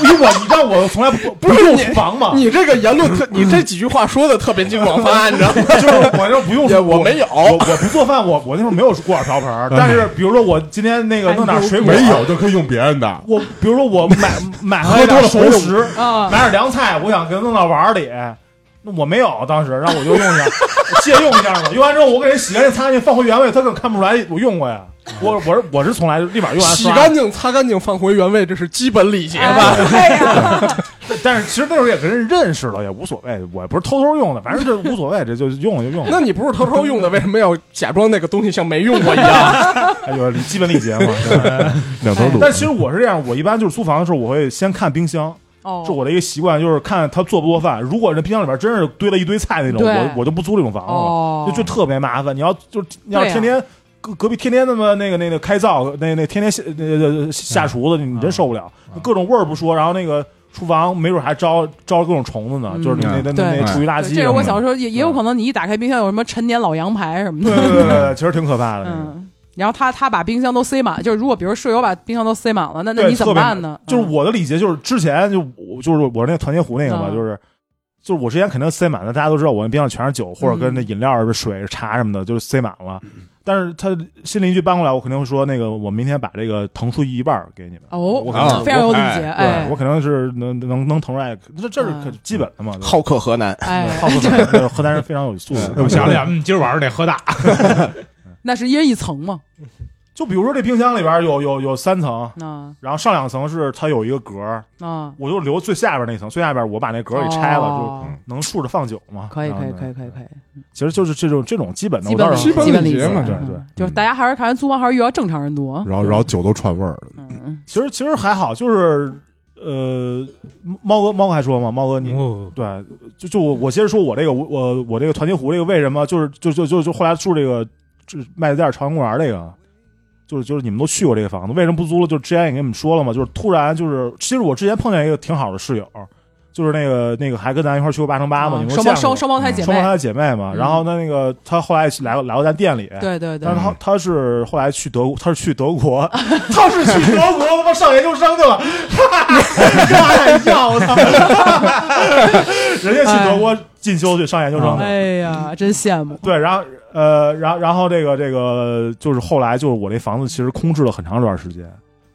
Speaker 6: 因为我你知道我从来不不
Speaker 3: 是
Speaker 6: 用
Speaker 3: 你
Speaker 6: 厨房嘛，
Speaker 3: 你这个言论特，你这几句话说的特别金广发，你知道 吗？
Speaker 6: 就是我就不用
Speaker 3: 也
Speaker 6: 说，
Speaker 3: 我没有
Speaker 6: 我我不做饭，我我那时候没有锅碗瓢盆儿，但是比如说我今天那个弄点水果，
Speaker 4: 没有就可以用别人的。
Speaker 6: 我比如说我买买回来
Speaker 4: 喝多
Speaker 6: 点
Speaker 4: 了
Speaker 6: 熟
Speaker 4: 回来
Speaker 6: 食，
Speaker 1: 啊
Speaker 6: 买点凉菜，我想给它弄到碗儿里，那我没有，当时，然后我就用一下，借用一下嘛。用完之后，我给人洗干净、擦干净，放回原位，他更看不出来我用过呀。我我是我是从来就立马用完
Speaker 3: 洗
Speaker 6: 刷
Speaker 3: 干净、擦干净、放回原位，这是基本礼节吧？
Speaker 1: 哎对 呀，
Speaker 2: 但是其实那时候也跟人认识了，也无所谓，我不是偷偷用的，反正这无所谓，这就用了就用
Speaker 3: 那
Speaker 2: 了，
Speaker 3: 你不是偷偷用的，为什么要假装那个东西像没用过一样？
Speaker 2: 哎有基本礼节嘛。对
Speaker 4: 两头堵。
Speaker 2: 但其实我是这样，我一般就是租房的时候，我会先看冰箱，
Speaker 1: 哦
Speaker 2: 是，我的一个习惯，就是看他做不做饭。如果这冰箱里边真是堆了一堆菜那种，
Speaker 1: 对
Speaker 2: 我我就不租这种房子了，
Speaker 1: 哦
Speaker 2: 就就特别麻烦。你要就是你要
Speaker 1: 对呀啊
Speaker 2: 天天。隔隔壁天天那么那个那个开灶，那那天天下那个下厨子，你真受不了，各种味儿不说，然后那个厨房没准还招招各种虫子呢，
Speaker 1: 嗯
Speaker 2: 就是你那那那
Speaker 1: 对
Speaker 2: 那厨余垃圾什么的。嗯
Speaker 1: 这是我小时候也也有可能，你一打开冰箱有什么陈年老羊排什么
Speaker 2: 对对
Speaker 1: 的，
Speaker 2: 对对 对，其实挺可怕的。那个
Speaker 1: 嗯。然后他他把冰箱都塞满，就是如果比如室友把冰箱都塞满了，那那
Speaker 2: 对
Speaker 1: 你怎么办呢？嗯
Speaker 2: 就是我的理解就是之前就我就是我那个团结湖那个嘛，
Speaker 1: 嗯
Speaker 2: 就是就是我之前肯定塞满了，大家都知道我那冰箱全是酒或者跟那饮料、水、茶什么的，就是塞满了。
Speaker 5: 嗯
Speaker 2: 但是他新邻居搬过来，我肯定会说那个我明天把这个腾出一半儿给你们。
Speaker 1: 嗯
Speaker 2: 我
Speaker 1: 哦，
Speaker 2: 可能
Speaker 3: 啊
Speaker 1: 非常有礼节，
Speaker 2: 对
Speaker 1: 哎
Speaker 2: 我肯定是能能能腾出来，这这是可
Speaker 1: 嗯
Speaker 2: 基本的嘛。对吧
Speaker 3: 好客河 南，
Speaker 1: 哎，
Speaker 2: 好客人对河南人非常有素质。
Speaker 5: 我想想，嗯，今儿晚上得喝大。
Speaker 1: 那是一人一层嘛，
Speaker 2: 就比如说这冰箱里边有有有三层，
Speaker 1: 啊
Speaker 2: 然后上两层是它有一个格儿，
Speaker 1: 啊，
Speaker 2: 我就留最下边那层，最下边我把那 格儿给拆了，就
Speaker 1: 哦
Speaker 2: 能竖着放酒嘛。
Speaker 1: 可以
Speaker 2: 然后
Speaker 1: 可以
Speaker 2: 呢
Speaker 1: 可以可以可以，
Speaker 2: 其实就是这种这种基本的，
Speaker 1: 基
Speaker 2: 我倒
Speaker 1: 本
Speaker 2: 是
Speaker 3: 基本
Speaker 1: 基本
Speaker 3: 礼
Speaker 1: 礼
Speaker 3: 节
Speaker 1: 节
Speaker 3: 嘛
Speaker 2: 对
Speaker 1: 嗯
Speaker 2: 对
Speaker 1: 就是大家还是看人租房还是遇到正常人多，
Speaker 4: 然后，然后酒都串味儿了。
Speaker 1: 嗯，
Speaker 2: 其实其实还好，就是呃，猫哥猫哥还说嘛，猫哥你。
Speaker 5: 哦
Speaker 2: 对，就就我我接着说我这个我我我这个团结湖这个为什么就是就就就就后来住这个这麦子店朝阳公园这个，就是就是你们都去过这个房子，为什么不租了？就之前也跟你们说了嘛，就是突然就是其实我之前碰见一个挺好的室友，就是那个那个还跟咱一块儿去过八乘八嘛，你们都
Speaker 1: 嗯啊双
Speaker 2: 见
Speaker 1: 胞
Speaker 2: 过
Speaker 1: 双
Speaker 2: 嗯
Speaker 1: 双胞胎姐
Speaker 2: 双胞
Speaker 1: 妹，
Speaker 2: 胎姐妹嘛。
Speaker 1: 嗯
Speaker 2: 然后她那个她后来来来过咱店里，
Speaker 1: 对对对
Speaker 2: 但是，她
Speaker 4: 嗯
Speaker 2: 她是后来去德国，她是去德 国，
Speaker 6: 他是去德国他妈上研究生去了，吓一跳，我操！
Speaker 2: 人家去德国进修去上研究生去。
Speaker 1: 哎呀，真羡慕。
Speaker 2: 对，然后呃，然后然后这个这个就是后来就是我那房子其实空置了很长一段时间，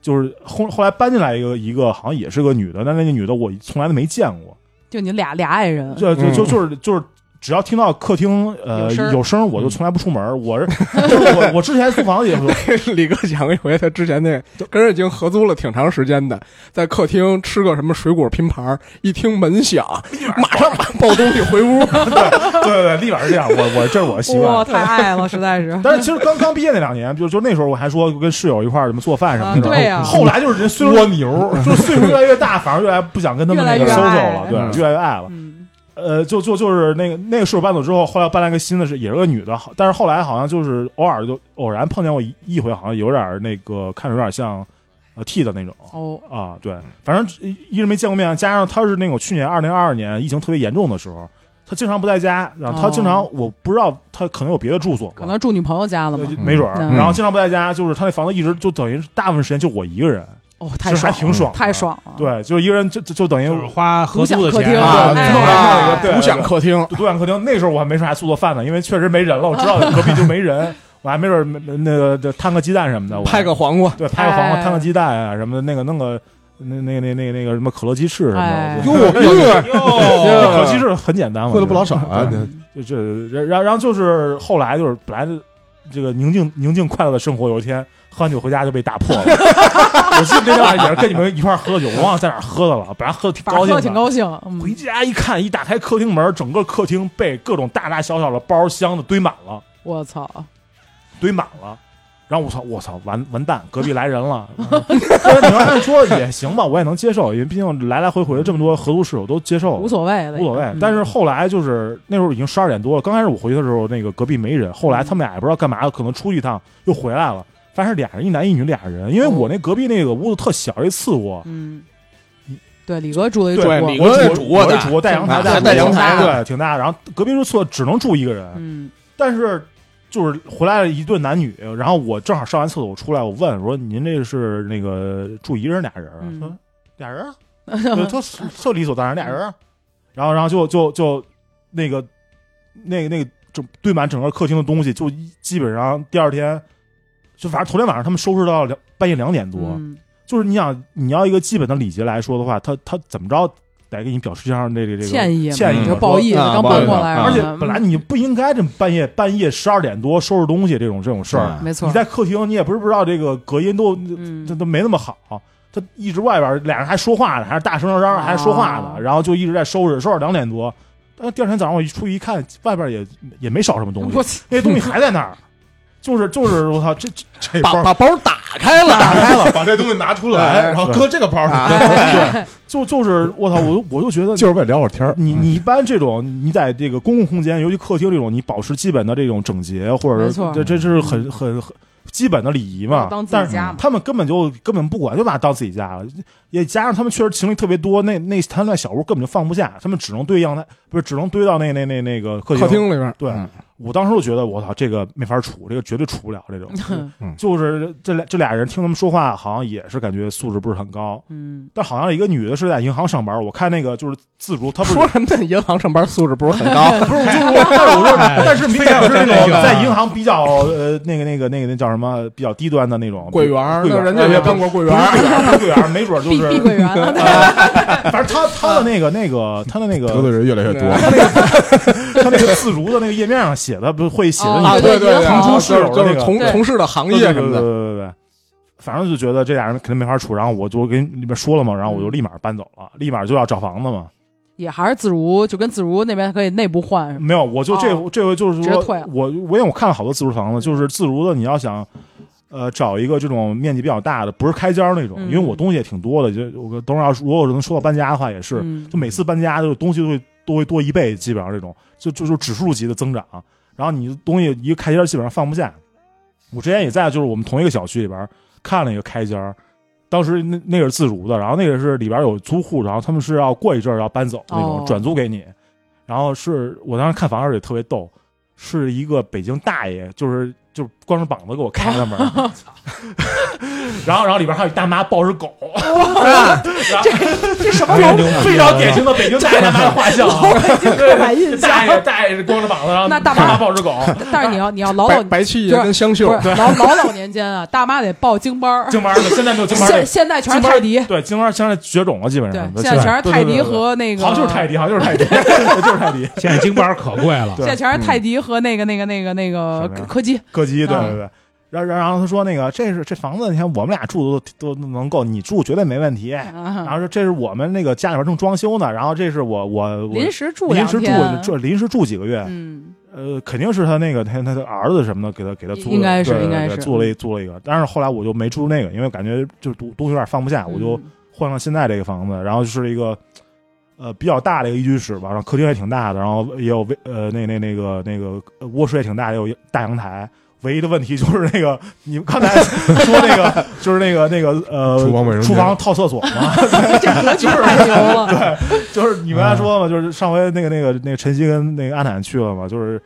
Speaker 2: 就是后后来搬进来一个一个好像也是个女的，但那个女的我从来都没见过，
Speaker 1: 就你俩俩爱人，
Speaker 2: 就就就
Speaker 4: 嗯
Speaker 2: 就是就是。只要听到客厅
Speaker 1: 有
Speaker 2: 呃
Speaker 1: 声儿
Speaker 2: 有声儿，我就从来不出门 儿。我是就是我我之前租房子也是，
Speaker 3: 李哥讲一回，他之前那跟人已经合租了挺长时间的，在客厅吃个什么水果拼盘儿，一听门响，马上把抱东西回屋。
Speaker 2: 对对对，立马是这样。我我这是我的习
Speaker 1: 哇，
Speaker 2: 惯。
Speaker 1: 太爱了，实 在是。
Speaker 2: 但是其实刚刚毕业那两年，就就那时候我还说跟室友一块儿什么做饭什么
Speaker 1: 啊
Speaker 2: 的。
Speaker 1: 对呀
Speaker 2: 后来就是人虽
Speaker 4: 蜗
Speaker 2: 然
Speaker 4: 牛，
Speaker 2: 就是岁数越来越大，反而越来不想跟他们那个
Speaker 1: 越
Speaker 2: social
Speaker 1: 来越爱
Speaker 2: 了，
Speaker 4: 嗯
Speaker 2: 对，越来越爱了。
Speaker 1: 嗯，
Speaker 2: 呃，就就就是那个那个室友搬走之后，后来搬来个新的是也是个女的，好但是后来好像就是偶尔就偶然碰见过一一回，好像有点儿那个看着有点像呃 T 的那种
Speaker 1: 哦，
Speaker 2: 啊，对，反正一一直没见过面，啊加上她是那种去年二零二二年疫情特别严重的时候，她经常不在家，然后她
Speaker 1: 哦
Speaker 2: 经常、我不知道她可能有别的住所吧，
Speaker 1: 可能住女朋友家了嘛
Speaker 2: 呃。没准儿，
Speaker 1: 嗯
Speaker 2: 然后经常不在家，就是她那房子一直就等于是大部分时间就我一个人，
Speaker 1: 哦，
Speaker 2: 其
Speaker 1: 太
Speaker 2: 实
Speaker 1: 爽了，
Speaker 2: 还挺爽，
Speaker 1: 太。爽了。
Speaker 2: 对，就是一个人就就就等于
Speaker 5: 就是花合租的
Speaker 1: 独享客
Speaker 5: 钱
Speaker 1: 厅
Speaker 5: 啊
Speaker 1: 啊，
Speaker 5: 对
Speaker 1: 哎
Speaker 5: 弄
Speaker 1: 哎
Speaker 5: 上那个
Speaker 2: 对
Speaker 3: 独享客厅，
Speaker 2: 独享客厅。那时候我还没事，还做做饭呢，因为确实没人了，我知道隔壁就没人，我还没准儿那个就摊个鸡蛋什么的，我
Speaker 3: 拍个黄瓜，
Speaker 2: 对拍个黄瓜
Speaker 1: 哎
Speaker 2: 摊个鸡蛋啊什么的，那个弄个那那那那那个什么可乐鸡翅什么
Speaker 1: 哎
Speaker 2: 的。
Speaker 4: 哟
Speaker 2: 就
Speaker 4: 哟，
Speaker 5: 哟，
Speaker 2: 可乐鸡翅很简单嘛，
Speaker 4: 哦喝的不老少
Speaker 2: 啊
Speaker 4: 啊！你
Speaker 2: 就这，然然然后就是后来就是本来这个宁静宁静快乐的生活，有一天喝完酒回家就被打破了。我记得那天晚上也是跟你们一块儿喝的酒，我忘了在哪儿喝的了，本来喝的挺
Speaker 1: 反正喝
Speaker 2: 高兴
Speaker 1: 得
Speaker 2: 的，
Speaker 1: 挺高兴。
Speaker 2: 回
Speaker 1: 嗯，
Speaker 2: 家一看，一打开客厅门，整个客厅被各种大大小小的包箱子堆满了，
Speaker 1: 我操，
Speaker 2: 堆满了。然后我操，我操，完完蛋，隔壁来人了。 嗯但是你要按说也行吧，我也能接受，因为毕竟来来回回这么多合租室友都接受
Speaker 1: 无，所谓的，
Speaker 2: 哦无所谓
Speaker 1: 嗯。
Speaker 2: 但是后来就是那时候已经十二点多了，刚开始我回去的时候，那个隔壁没人，后来他们俩也不知道干嘛，可能出去一趟又回来了，发现是俩人，一男一女俩人，因为我那隔壁那个屋子特小，一次卧，
Speaker 1: 嗯，对，李哥住了一
Speaker 2: 对
Speaker 1: 主卧
Speaker 3: 李
Speaker 2: 我
Speaker 3: 哥那
Speaker 2: 我
Speaker 3: 主卧
Speaker 2: 我是
Speaker 3: 大
Speaker 2: 主卧带阳台，
Speaker 1: 还
Speaker 2: 大
Speaker 1: 带阳台
Speaker 2: 对，挺大。然后隔壁是厕所只能住一个人，
Speaker 1: 嗯，
Speaker 2: 但是就是回来了一对男女，然后我正好上完厕所出来，我问我说：“您这是那个住一人俩人啊？”
Speaker 1: 嗯
Speaker 2: 说俩人啊，对特特理所当然俩人啊。然后然后就就就那个那个那个整堆满整个客厅的东西，就一基本上第二天就反正头天晚上他们收拾到两半夜两点多，
Speaker 1: 嗯
Speaker 2: 就是你想，你要一个基本的礼节来说的话，他他怎么着得给你表示一下这个这个
Speaker 1: 歉意嘛
Speaker 2: 歉意
Speaker 1: 就
Speaker 4: 嗯
Speaker 2: 说
Speaker 1: 是报意思，
Speaker 4: 啊
Speaker 1: 刚
Speaker 4: 报
Speaker 1: 搬
Speaker 4: 意
Speaker 1: 过
Speaker 4: 思
Speaker 1: 来，嗯
Speaker 4: 啊
Speaker 2: 而且
Speaker 1: 然后
Speaker 2: 本来你就不应该这么半夜半夜十二点多收拾东西这种这种事儿
Speaker 4: 嗯，
Speaker 1: 没错
Speaker 2: 你，在客厅你也不是不知道这个隔音都
Speaker 1: 嗯
Speaker 2: 这，都没那么好。他一直外边俩人还说话呢，还是大声嚷嚷，还说话呢
Speaker 1: 啊，
Speaker 2: 然后就一直在收拾，收拾两点多。但第二天早上我一出去一看，外边也也没少什么东西，
Speaker 1: 我操，
Speaker 2: 那些东西还在那儿，就是就是我操，这这
Speaker 4: 这
Speaker 3: 把
Speaker 4: 包
Speaker 3: 把包打开了，
Speaker 2: 打开了，
Speaker 4: 把这东西拿出
Speaker 3: 哎
Speaker 4: 来，然后搁这个包里，
Speaker 5: 啊
Speaker 2: 就就是我操，我就我就觉得
Speaker 4: 就是为了聊会 儿天儿。
Speaker 2: 你你一般这种，你在这个公共空间，尤其客厅这种，你保持基本的这种整洁，或者
Speaker 1: 没
Speaker 2: 是
Speaker 1: 错
Speaker 2: 这这是
Speaker 3: 嗯
Speaker 2: 很很很基本的礼仪
Speaker 1: 把
Speaker 2: 嘛
Speaker 1: 我。当自
Speaker 2: 但
Speaker 1: 己
Speaker 2: 是嗯
Speaker 1: 家嘛，
Speaker 2: 他们根本就根本不管，就把它当自己家了。也加上他们确实情侣特别多，那那他那小屋根本就放不下，他们只能堆阳台，不是只能堆到那那那那个客厅。
Speaker 3: 客厅里边
Speaker 2: 对
Speaker 4: 嗯
Speaker 2: 我当时就觉得我操，这个没法处，这个绝对处不了 这种。就是这俩这俩人听他们说话，好像也是感觉素质不是很高。
Speaker 1: 嗯，
Speaker 2: 但好像一个女的是在银行上班，我看那个就是自如，她不是
Speaker 3: 说什么银行上班素质不是很高，
Speaker 2: 不是，就是我，但是我说，
Speaker 5: 哎
Speaker 2: 但是明显是那
Speaker 5: 非要
Speaker 2: 种
Speaker 5: 这样
Speaker 2: 在银行比较呃那个那个那个那叫什么比较低端的那种
Speaker 3: 柜员儿，
Speaker 2: 柜员
Speaker 3: 那
Speaker 2: 儿
Speaker 3: 人家也当过柜
Speaker 2: 不
Speaker 3: 员儿，
Speaker 2: 是柜员，不是柜员，没准就
Speaker 1: 碧碧
Speaker 2: 是，
Speaker 1: 桂园啊，
Speaker 2: 反正他他的那个那个他的那
Speaker 4: 得罪
Speaker 2: 个
Speaker 4: 人越来越多，
Speaker 2: 他那个自如的那个页面上写的不是会写的
Speaker 1: 哦
Speaker 2: 你
Speaker 3: 啊，对对对，
Speaker 1: 腾出
Speaker 2: 室友的
Speaker 3: 就是
Speaker 2: 那个
Speaker 3: 从
Speaker 1: 对
Speaker 3: 从事的行
Speaker 2: 对
Speaker 3: 业什
Speaker 2: 对对
Speaker 3: 么
Speaker 2: 对
Speaker 3: 的，
Speaker 2: 对对，反正就觉得这俩人肯定没法处，然后我就跟里面说了嘛，然后我就立马搬走了，立马就要找房子嘛，
Speaker 1: 也还是自如，就跟自如那边可以内部换什么，
Speaker 2: 没有，我就这、这回就是
Speaker 1: 哦直接
Speaker 2: 说
Speaker 1: 退了，
Speaker 2: 我我因为我看了好多自如房子，就是自如的，你要想呃找一个这种面积比较大的，不是开间儿那种，
Speaker 1: 嗯
Speaker 2: 因为我东西也挺多的，就我等会儿要是如果能说到搬家的话，也是，
Speaker 1: 嗯
Speaker 2: 就每次搬家就东西都会都会多一倍，基本上这种就就就指数级的增长，然后你东西一个开间儿基本上放不下。我之前也在就是我们同一个小区里边儿看了一个开间儿。当时那那个是自如的，然后那个是里边有租户，然后他们是要过一阵儿要搬走那种、
Speaker 1: 哦
Speaker 2: 转租给你。然后是我当时看房时候也特别逗，是一个北京大爷，就是就是光着膀子给我开的门， 然后然后里边还有一大妈抱着狗，然后
Speaker 1: 这什么
Speaker 5: 太
Speaker 1: 老
Speaker 5: 牛逼了
Speaker 2: 非常啊典型的北京大爷大妈的画像啊，
Speaker 1: 刻板印象？
Speaker 2: 大爷大爷是光着膀子，然后
Speaker 1: 那大妈
Speaker 2: 妈抱着狗，
Speaker 1: 但是你要你要老老
Speaker 3: 白
Speaker 1: 不
Speaker 3: 白气也跟香秀，
Speaker 1: 是老老老年间啊，大妈得报京班儿，
Speaker 2: 京班儿的现在没有京班儿
Speaker 1: 现
Speaker 2: 的，
Speaker 1: 现在全是
Speaker 2: 京班
Speaker 1: 泰迪，
Speaker 2: 对，京班儿现在绝种了，基本
Speaker 1: 对
Speaker 2: 上，
Speaker 1: 现在全是泰迪
Speaker 2: 和。对对对对
Speaker 1: 和那个，
Speaker 2: 好像就是泰迪，好像就是 泰迪，就是泰迪。
Speaker 5: 现在京巴儿可贵了，
Speaker 2: 对
Speaker 1: 现
Speaker 2: 嗯
Speaker 1: 在全是泰迪和那个那个那个那个
Speaker 2: 什么呀
Speaker 1: 柯基，
Speaker 2: 柯基，对
Speaker 1: 嗯
Speaker 2: 对对。然然然后他说那个这是这房子，你看我们俩住都都能够，你住绝对没问题。然
Speaker 1: 啊
Speaker 2: 后说这是我们那个家里边正装修呢，然后这是我我我
Speaker 1: 临时住
Speaker 2: 临
Speaker 1: 两
Speaker 2: 时住
Speaker 1: 天，
Speaker 2: 这临时住几个月，
Speaker 1: 嗯，
Speaker 2: 呃，肯定是他那个他他的儿子什么的给他给他租的，
Speaker 1: 应该是
Speaker 2: 对对
Speaker 1: 应该
Speaker 2: 对
Speaker 1: 是嗯
Speaker 2: 租了一租了一个。但是后来我就没住那个，因为感觉就是东东西有点放不下，我就
Speaker 1: 嗯
Speaker 2: 换了现在这个房子，然后就是一个呃比较大的一个一居室吧，然后客厅也挺大的，然后也有微呃那那那个那个呃卧室也挺大，也有大阳台。唯一的问题就是那个，你们刚才说那个，就是那个那个呃，
Speaker 4: 厨房卫生间
Speaker 2: 厨房套厕所嘛，
Speaker 1: 嗯这格 局太牛了，
Speaker 2: 就是你们刚才说嘛，就是上回那个那个那个晨曦跟那个阿坦去了嘛，就是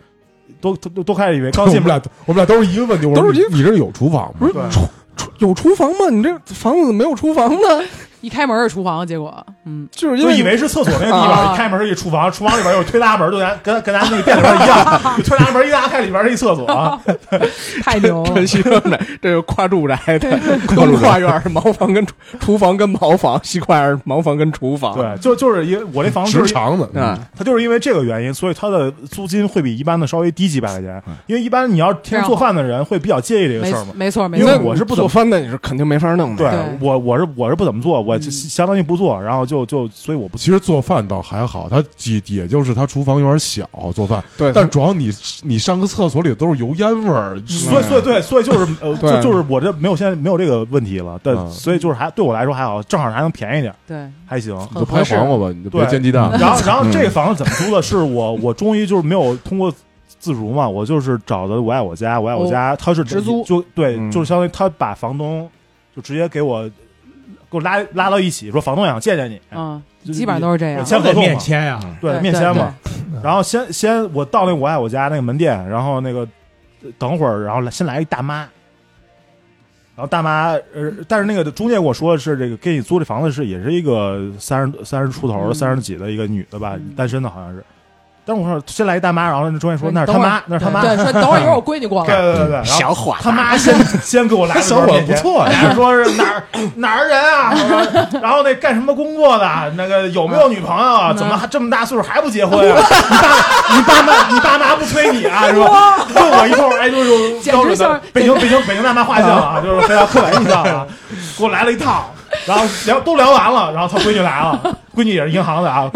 Speaker 2: 都都都都开始以为刚
Speaker 4: 我
Speaker 2: 进
Speaker 4: 们
Speaker 2: 门
Speaker 4: 俩我们俩都是一个问题，我说
Speaker 3: 都是一个
Speaker 4: 你你这有厨房
Speaker 3: 不
Speaker 4: 吗
Speaker 3: 是？厨厨有厨房吗？你这房子怎么没有厨房呢？
Speaker 1: 一开门是厨房，结果嗯，
Speaker 3: 就是因
Speaker 2: 就
Speaker 3: 为
Speaker 2: 以为是厕所那个地
Speaker 1: 啊
Speaker 2: 方，一开门是一厨房，厨房里边有推拉门，就咱跟跟咱那个店里边一样，推拉门一拉开，里边是一厕所啊。
Speaker 1: 太牛了
Speaker 3: 晨，曦说呢，这个跨住宅的，东跨院是茅房跟厨厨房跟茅房，西跨院是茅房跟厨房。
Speaker 2: 对，就就是因为我这房子
Speaker 4: 直
Speaker 2: 就是
Speaker 4: 肠子，
Speaker 3: 啊，
Speaker 2: 它就是因为这个原因，所以它的租金会比一般的稍微低几百块钱，因为一般你要天天做饭的人会比较介意这个
Speaker 1: 没
Speaker 2: 事儿嘛。
Speaker 1: 没错没
Speaker 2: 因
Speaker 1: 错
Speaker 2: 为，
Speaker 3: 那
Speaker 2: 我是不怎
Speaker 3: 做
Speaker 2: 么
Speaker 3: 饭的，你是肯定没法弄的。
Speaker 2: 对
Speaker 1: 对
Speaker 2: 我，我是我是不怎么做，我
Speaker 1: 嗯
Speaker 2: 相当于不做，然后就就所以我不
Speaker 4: 其实做饭倒还好，他也也就是他厨房有点小做饭，
Speaker 3: 对
Speaker 4: 但主要你你上个厕所里都是油烟味儿，
Speaker 3: 嗯
Speaker 2: 所以，所以，对，所以就是，呃，
Speaker 3: 对
Speaker 2: 就就是我这没有现在没有这个问题了，但
Speaker 4: 嗯
Speaker 2: 所以就是还对我来说还好，正好还能便宜点，
Speaker 1: 对，
Speaker 2: 还行。
Speaker 1: 嗯
Speaker 4: 你就拍黄瓜吧，你就别
Speaker 2: 对
Speaker 4: 煎鸡
Speaker 1: 啊
Speaker 4: 蛋。
Speaker 2: 然后， 然后这个房子怎么租的？是我，我终于就是没有通过自如嘛，我就是找的我爱我家，我爱我家，他是
Speaker 1: 哦直租
Speaker 2: 就对，
Speaker 4: 嗯
Speaker 2: 就是相当于他把房东就直接给我给我拉拉到一起，说房东想见见你，
Speaker 1: 嗯，
Speaker 2: 就
Speaker 1: 基本上都是这样
Speaker 2: 签合
Speaker 5: 得
Speaker 2: 同嘛
Speaker 5: 面签呀，
Speaker 2: 对
Speaker 1: 对
Speaker 2: 面
Speaker 1: 对
Speaker 2: 签
Speaker 1: 对
Speaker 2: 嘛。然后先先我到那我爱我家那个门店，然后那个呃等会儿，然后来先来一大妈，然后大妈呃，但是那个中介跟我说的是这个给你租这房子是也是一个三十三十出头的
Speaker 1: 嗯
Speaker 2: 三十几的一个女的吧
Speaker 1: 嗯，
Speaker 2: 单身的好像是。但是我说先来一大妈，然后那中介说
Speaker 1: 对
Speaker 2: 那是他
Speaker 1: 等会
Speaker 2: 妈，那是他妈，
Speaker 1: 对，说等会儿一会儿我闺女 过
Speaker 2: 对
Speaker 1: 来，
Speaker 2: 对对对，然后
Speaker 3: 伙
Speaker 2: 他妈先 先给我来了
Speaker 4: 小伙子不错呀，
Speaker 2: 俩人说是哪儿哪儿人啊？我说然后那干什么工作的？那个有没有女朋友啊？
Speaker 1: 嗯
Speaker 2: 怎么还这么大岁数还不结婚啊？你爸你爸妈你爸妈不催你啊？是吧？问我一通，哎，就是
Speaker 1: 简直像
Speaker 2: 北京北京北京大妈画像啊，就是非常刻板印象啊，给我来了一套。然后聊都聊完了，然后他闺女来了，闺女也是银行 的啊，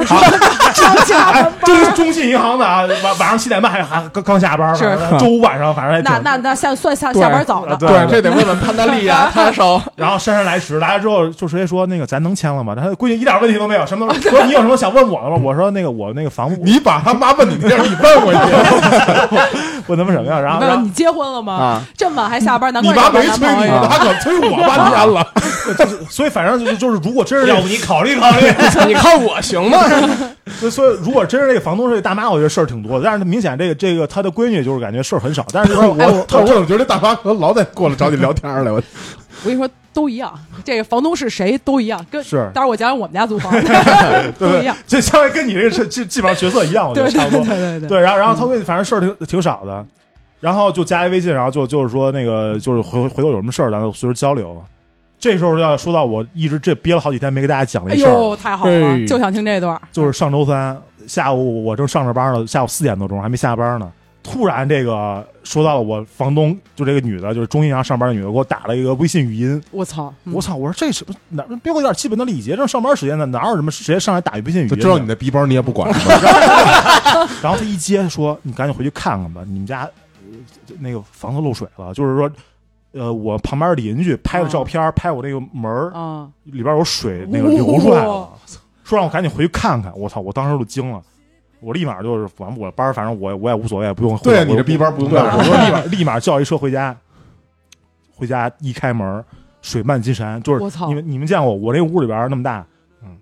Speaker 2: 哎，中中信银行的啊，晚晚上七点半还还刚刚下班吧，
Speaker 1: 是
Speaker 2: 周五晚上反正还挺
Speaker 1: 那那那下算下下班早
Speaker 2: 啊
Speaker 1: 的，
Speaker 2: 对
Speaker 3: 对，这得问问潘大力 呀，他手
Speaker 2: 然后姗姗来迟，来了之后就直接说那个咱能签了吗？他闺女一点问题都没有，什么都说你有什么想问我的吗？我说那个我那个房屋
Speaker 4: 你把他妈问你那样，你问我一遍，
Speaker 2: 问他们什么呀？然后
Speaker 1: 问
Speaker 2: 啊然
Speaker 1: 问
Speaker 2: 后
Speaker 1: 你结婚了吗
Speaker 3: 啊？
Speaker 1: 这么晚还下班，难
Speaker 4: 你
Speaker 1: 怪找
Speaker 4: 妈
Speaker 1: 不
Speaker 4: 没
Speaker 1: 着男
Speaker 4: 催
Speaker 1: 朋
Speaker 4: 你，
Speaker 1: 友
Speaker 4: 你。妈可催我妈天了。
Speaker 2: 所以反正就是就是如果真是
Speaker 5: 要不你考虑考虑。
Speaker 3: 你看我行吗？
Speaker 2: 所以 所以如果真是这个房东是这大妈，我觉得事儿挺多的。但是明显这个这个他的闺女就是感觉事儿很少，但是就是
Speaker 4: 我
Speaker 2: 我
Speaker 4: 哎我怎么觉得这大妈可能老得过来找你聊天来？我
Speaker 1: 我跟你说都一样，这个房东是谁都一样，跟
Speaker 2: 是哦
Speaker 1: 待会儿我讲讲我们家 租房
Speaker 2: 对
Speaker 1: 都
Speaker 2: 对
Speaker 1: 一样，，
Speaker 2: 这相当于跟你这个是基基本上角色一样，我觉得
Speaker 1: 对
Speaker 2: 差
Speaker 1: 对
Speaker 2: 不多
Speaker 1: 对。对对，嗯
Speaker 2: 对，然后然后他闺女反正事儿挺挺少的，然后就加一微信，然后就就是说那个就是回回头有什么事儿，咱就随时交流。这时候要说到我一直这憋了好几天没给大家讲的
Speaker 1: 哎
Speaker 2: 一事儿，
Speaker 1: 呦太好了
Speaker 3: 哎，
Speaker 1: 就想听这段儿，
Speaker 2: 就是上周三下午我正上着班呢，下午四点多钟还没下班呢，突然这个说到了我房东就这个女的，就是中信银行上班的女的，给我打了一个微信语音，
Speaker 1: 我操，嗯
Speaker 2: 我操，我说这什么哪别有点基本的礼节，正上班时间呢，哪有什么直接上来打微信语音
Speaker 4: 就
Speaker 2: 的？
Speaker 4: 知道你的逼包，你也不管是吧。
Speaker 2: 然后他一接说：“你赶紧回去看看吧，你们家、呃那个房子漏水了。”就是说，呃，我旁边邻居拍的照片，拍我那个门儿
Speaker 1: 啊，哦
Speaker 2: 里边有水那个流出来 了
Speaker 1: 哇，
Speaker 2: 说让我赶紧回去看看。我操！我当时就惊了，我立马就是，反正我班儿反正我我也无所谓，不用回
Speaker 4: 对
Speaker 2: 我
Speaker 4: 你这逼包不用
Speaker 2: 对
Speaker 4: 管
Speaker 2: 我。说立马立马叫一车回家，回家一开门，水漫金山，就是
Speaker 1: 我操
Speaker 2: 你们你们见过我这屋里边那么大，
Speaker 6: 嗯，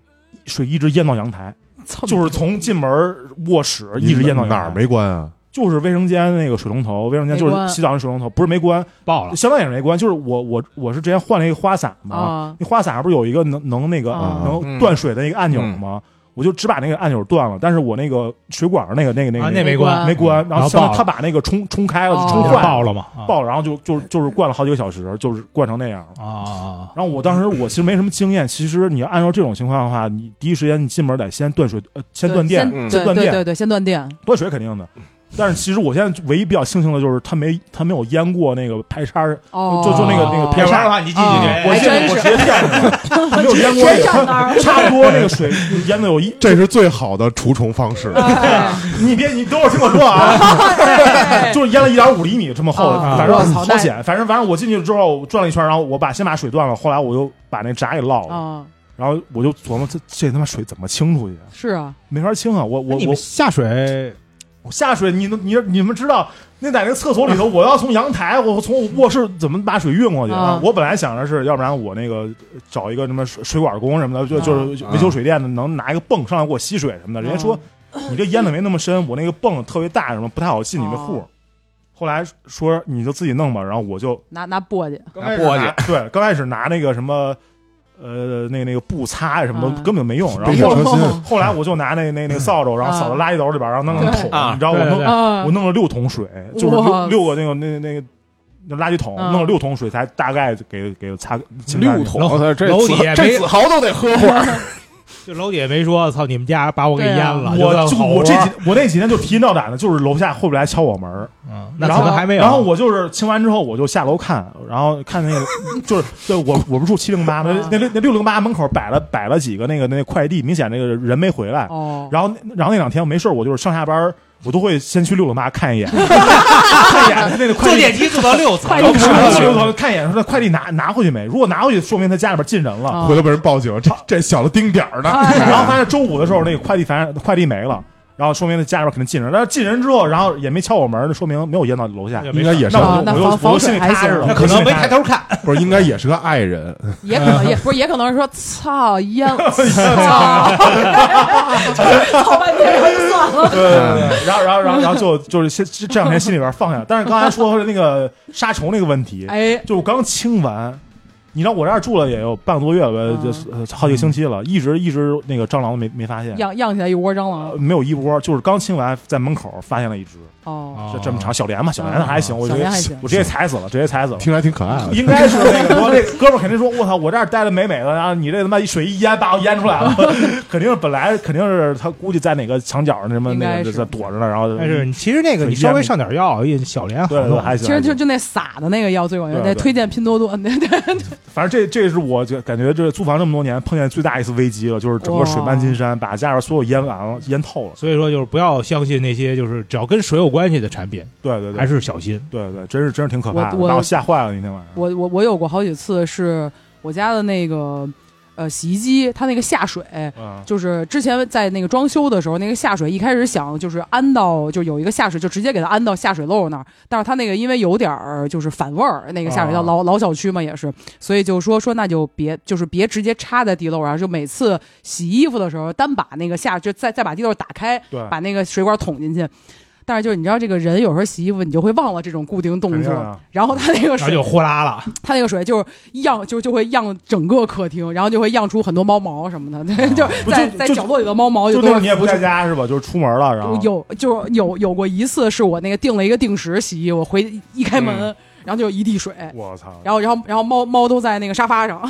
Speaker 2: 水一直淹到阳台，
Speaker 1: 操
Speaker 2: 就是从进门卧室一直淹到阳台
Speaker 4: 哪儿没关啊？
Speaker 2: 就是卫生间那个水龙头，卫生间就
Speaker 1: 没关
Speaker 2: 是洗澡的水龙头，不是没关，
Speaker 5: 爆了，
Speaker 2: 相当也是没关，就是我我我是之前换了一个花洒嘛，
Speaker 1: 啊，
Speaker 2: 那花洒不是有一个能能那个、
Speaker 1: 啊
Speaker 5: 嗯
Speaker 2: 能断水的那个按钮吗？我就只把那个按钮断了，但是我那个水管那个那个那个、
Speaker 5: 啊，
Speaker 2: 那
Speaker 5: 那没
Speaker 1: 那
Speaker 5: 关，
Speaker 2: 没关，然
Speaker 5: 然
Speaker 2: 后
Speaker 5: 后
Speaker 2: 相当
Speaker 5: 爆
Speaker 2: 于
Speaker 5: 了
Speaker 2: 他把那个冲冲开了，
Speaker 1: 哦
Speaker 2: 冲坏
Speaker 5: 爆了嘛，啊
Speaker 2: 爆了，然后就就就是灌了好几个小时，就是灌成那样了。
Speaker 5: 啊啊啊！
Speaker 2: 然后我当时我其实没什么经验，其实你要按照这种情况的话，你第一时间你进门得先断水，呃，先断电，
Speaker 1: 对先
Speaker 4: 嗯
Speaker 2: 先断
Speaker 1: 对
Speaker 2: 电
Speaker 1: 对对，先断电，
Speaker 2: 断水肯定
Speaker 5: 嗯
Speaker 2: 的。但是其实我现在唯一比较庆幸的就是他没他没有淹过那个排插，
Speaker 1: 哦，
Speaker 2: 就就那个那个
Speaker 5: 要
Speaker 2: 片
Speaker 5: 不
Speaker 2: 儿
Speaker 5: 然的话，你进
Speaker 1: 啊
Speaker 5: 哎去
Speaker 2: 我
Speaker 1: 还
Speaker 2: 现
Speaker 5: 这，
Speaker 2: 在
Speaker 1: 真
Speaker 2: 我
Speaker 1: 是
Speaker 2: 直接站
Speaker 1: 真
Speaker 2: 着了，他没有淹过那个，
Speaker 1: 上那 儿了，
Speaker 2: 差不多那个水淹的有一，
Speaker 4: 这是最好的除虫方式。
Speaker 1: 哎
Speaker 2: 你别你等会儿听我说啊，
Speaker 1: 对
Speaker 2: 就是淹了一点五厘米这么厚的，
Speaker 1: 啊
Speaker 2: 反正
Speaker 1: 我操
Speaker 2: 好险，反正反正我进去之后我转了一圈，然后我把先把水断了，后来我又把那闸给落了，
Speaker 1: 啊，
Speaker 2: 然后我就琢磨这这他妈水怎么清出去，
Speaker 1: 是啊，
Speaker 2: 没法清啊，我我
Speaker 5: 你
Speaker 2: 我
Speaker 5: 们下水
Speaker 2: 我下水，你能你你们知道那在那个厕所里头，我要从阳台，我从卧室怎么把水运过去
Speaker 1: 啊
Speaker 2: 我本来想着是要不然我那个找一个什么水水管工什么的，
Speaker 1: 啊
Speaker 2: 就、就是维修水电的，能拿一个泵上来给我吸水什么的。人家说、你这淹的没那么深，我那个泵特别大，什么不太好进你们户。
Speaker 1: 哦
Speaker 2: 后来说你就自己弄吧，然后我就
Speaker 1: 拿拿簸箕，
Speaker 6: 刚开
Speaker 5: 开始
Speaker 6: 始
Speaker 5: 拿
Speaker 2: 对刚开始拿那个什么呃那个那个布擦呀什么的、
Speaker 1: 啊
Speaker 2: 根本没用，然
Speaker 4: 北
Speaker 2: 后后
Speaker 4: 野诚
Speaker 2: 来
Speaker 4: 心
Speaker 2: 后来我就拿那那那个扫帚，然后扫到垃圾斗里边，然后弄成
Speaker 1: 啊对
Speaker 2: 桶，
Speaker 5: 啊
Speaker 2: 你知道我
Speaker 5: 对对
Speaker 2: 弄
Speaker 5: 对
Speaker 1: 啊
Speaker 2: 我，弄了六桶水，就是
Speaker 1: 哇
Speaker 2: 六六个那个那那个那垃圾桶，
Speaker 1: 嗯
Speaker 2: 弄了六桶水才大概给给擦清干
Speaker 3: 六
Speaker 2: 净。
Speaker 3: 桶，
Speaker 5: 楼
Speaker 3: 我操这
Speaker 5: 楼
Speaker 3: 子
Speaker 5: 底下没
Speaker 3: 这子豪都得喝会儿。
Speaker 5: 这楼姐没说，操，你们家把啊我给淹了，
Speaker 2: 我
Speaker 5: 就
Speaker 2: 就
Speaker 5: 算好
Speaker 2: 我这
Speaker 5: 玩
Speaker 2: 几我那几天就提心吊胆的，就是楼下会不会来敲我门儿
Speaker 5: 嗯， 那
Speaker 2: 然
Speaker 5: 可
Speaker 2: 后
Speaker 5: 能还没有，
Speaker 2: 然后我就是清完之后，我就下楼看，然后看那个就是对我我不是住七零八吗
Speaker 1: 啊？
Speaker 2: 那那那六零八门口摆了摆了几个那个那快递，明显那个人没回来。
Speaker 1: 哦，
Speaker 2: 然后那然后那两天我没事儿我就是上下班儿我都会先去六零八看一眼， 看一眼那个快
Speaker 5: 坐
Speaker 2: 递
Speaker 5: 电梯坐到六 层，
Speaker 1: 快
Speaker 2: 然
Speaker 1: 递
Speaker 2: 后看
Speaker 1: 拿
Speaker 2: 完
Speaker 1: 回去
Speaker 2: 了后看一眼，说那快递拿拿回去没？如果拿回去，说明他家里边进人了。
Speaker 1: 啊
Speaker 4: 回头被人报警，这这小子丁点儿呢。
Speaker 1: 哎
Speaker 2: 然后发现周五的时候，那个快递反正快递没了，然后说明他家里边肯定进人。但是进人之后，然后也没敲我门，那说明没有淹到楼下。
Speaker 4: 应该也是
Speaker 2: 那，
Speaker 1: 啊
Speaker 2: 我就
Speaker 1: 那
Speaker 2: 我就
Speaker 1: 防
Speaker 2: 我
Speaker 1: 防
Speaker 2: 就心
Speaker 1: 水
Speaker 2: 里
Speaker 1: 还
Speaker 2: 踏实
Speaker 1: 行
Speaker 2: 了，
Speaker 5: 那
Speaker 2: 我
Speaker 5: 可
Speaker 2: 就心
Speaker 5: 能
Speaker 2: 里
Speaker 5: 没
Speaker 2: 踏
Speaker 5: 抬
Speaker 2: 实
Speaker 5: 头看，
Speaker 4: 不是应该也是个爱人，
Speaker 1: 也可 能也不是，也可能是说操淹了，
Speaker 2: 哎
Speaker 1: 操，好半天还是算 了。
Speaker 2: 对
Speaker 5: 嗯
Speaker 2: 对对，然后然后然后然后就就是先这这两天心里边放下。但是刚才说的 那个杀虫那个问题，
Speaker 1: 哎，
Speaker 2: 就我刚清完，你知道我这儿住了也有半个多月了
Speaker 1: 嗯，
Speaker 2: 就是呃好几个星期了，一直一直那个蟑螂都没没发现。
Speaker 1: 养养起来一窝蟑螂
Speaker 2: 呃，没有一窝，就是刚清完，在门口发现了一只，
Speaker 5: 啊
Speaker 1: 哦，
Speaker 2: 这这么长小莲嘛，小
Speaker 5: 哦
Speaker 2: 莲还行，我
Speaker 1: 小
Speaker 2: 直
Speaker 1: 莲
Speaker 2: 接
Speaker 1: 还行
Speaker 2: 我直接踩死了，直接踩死了。
Speaker 4: 听着还挺可爱 的。
Speaker 2: 应该是那个说这哥们儿肯定说，我操，我这儿待的美美的，然后你这他妈一水一淹把我淹出来了， 肯定是本来肯定是他估计在哪个墙角那什么
Speaker 1: 应该
Speaker 2: 那
Speaker 1: 是
Speaker 2: 个在躲着呢，然后
Speaker 5: 但哎是其实那个你稍微上点药，小莲好
Speaker 2: 对对
Speaker 5: 多，
Speaker 2: 还行，
Speaker 1: 其实就
Speaker 2: 还行
Speaker 1: 就那撒的那个药最管用，
Speaker 2: 对
Speaker 1: 得
Speaker 2: 对
Speaker 1: 推荐拼多 多，对对
Speaker 2: 反正这这是我就感觉这租房这么多年碰见最大一次危机了，就是整个水漫金山把家里所有淹完了淹透了，
Speaker 5: 所以说就是不要相信那些就是只要跟水有关系的产品，
Speaker 2: 对对
Speaker 5: 还
Speaker 2: 对，
Speaker 5: 是小心。
Speaker 2: 对对，真是真是挺可怕的，
Speaker 1: 我我
Speaker 2: 把我吓坏了那天晚上，
Speaker 1: 我我我有过好几次是我家的那个呃洗衣机，它那个下水。
Speaker 2: 嗯
Speaker 1: 就是之前在那个装修的时候，那个下水一开始想就是安到，就有一个下水，就直接给它安到下水漏那儿。但是它那个因为有点儿就是反味儿，那个下水道
Speaker 2: 啊
Speaker 1: 老、老小区嘛也是，所以就说说那就别就是别直接插在地漏上，就每次洗衣服的时候单把那个下就再再把地漏打开，
Speaker 2: 对，
Speaker 1: 把那个水管捅进去。但是就是你知道这个人有时候洗衣服你就会忘了这种固定动
Speaker 2: 肯定
Speaker 1: 作，
Speaker 2: 啊
Speaker 1: 然后他那个
Speaker 5: 然后
Speaker 1: 水
Speaker 5: 就呼啦了，
Speaker 1: 它那个水就是漾，就就会漾整个客厅，然后就会漾出很多猫毛什么的，对， 就是
Speaker 2: 啊不
Speaker 1: 在
Speaker 2: 就
Speaker 1: 在
Speaker 2: 就
Speaker 1: 角落里的猫毛
Speaker 2: 就
Speaker 1: 都
Speaker 2: 那
Speaker 1: 是
Speaker 2: 个你也不
Speaker 1: 浮
Speaker 2: 在
Speaker 1: 出。
Speaker 2: 家是吧？就是出门了，然后
Speaker 1: 有就是有有过一次是我那个订了一个定时洗衣，我回一开门，
Speaker 2: 嗯
Speaker 1: 然后就一地水，
Speaker 2: 我操，
Speaker 1: 然后然后然后猫猫都在那个沙发上，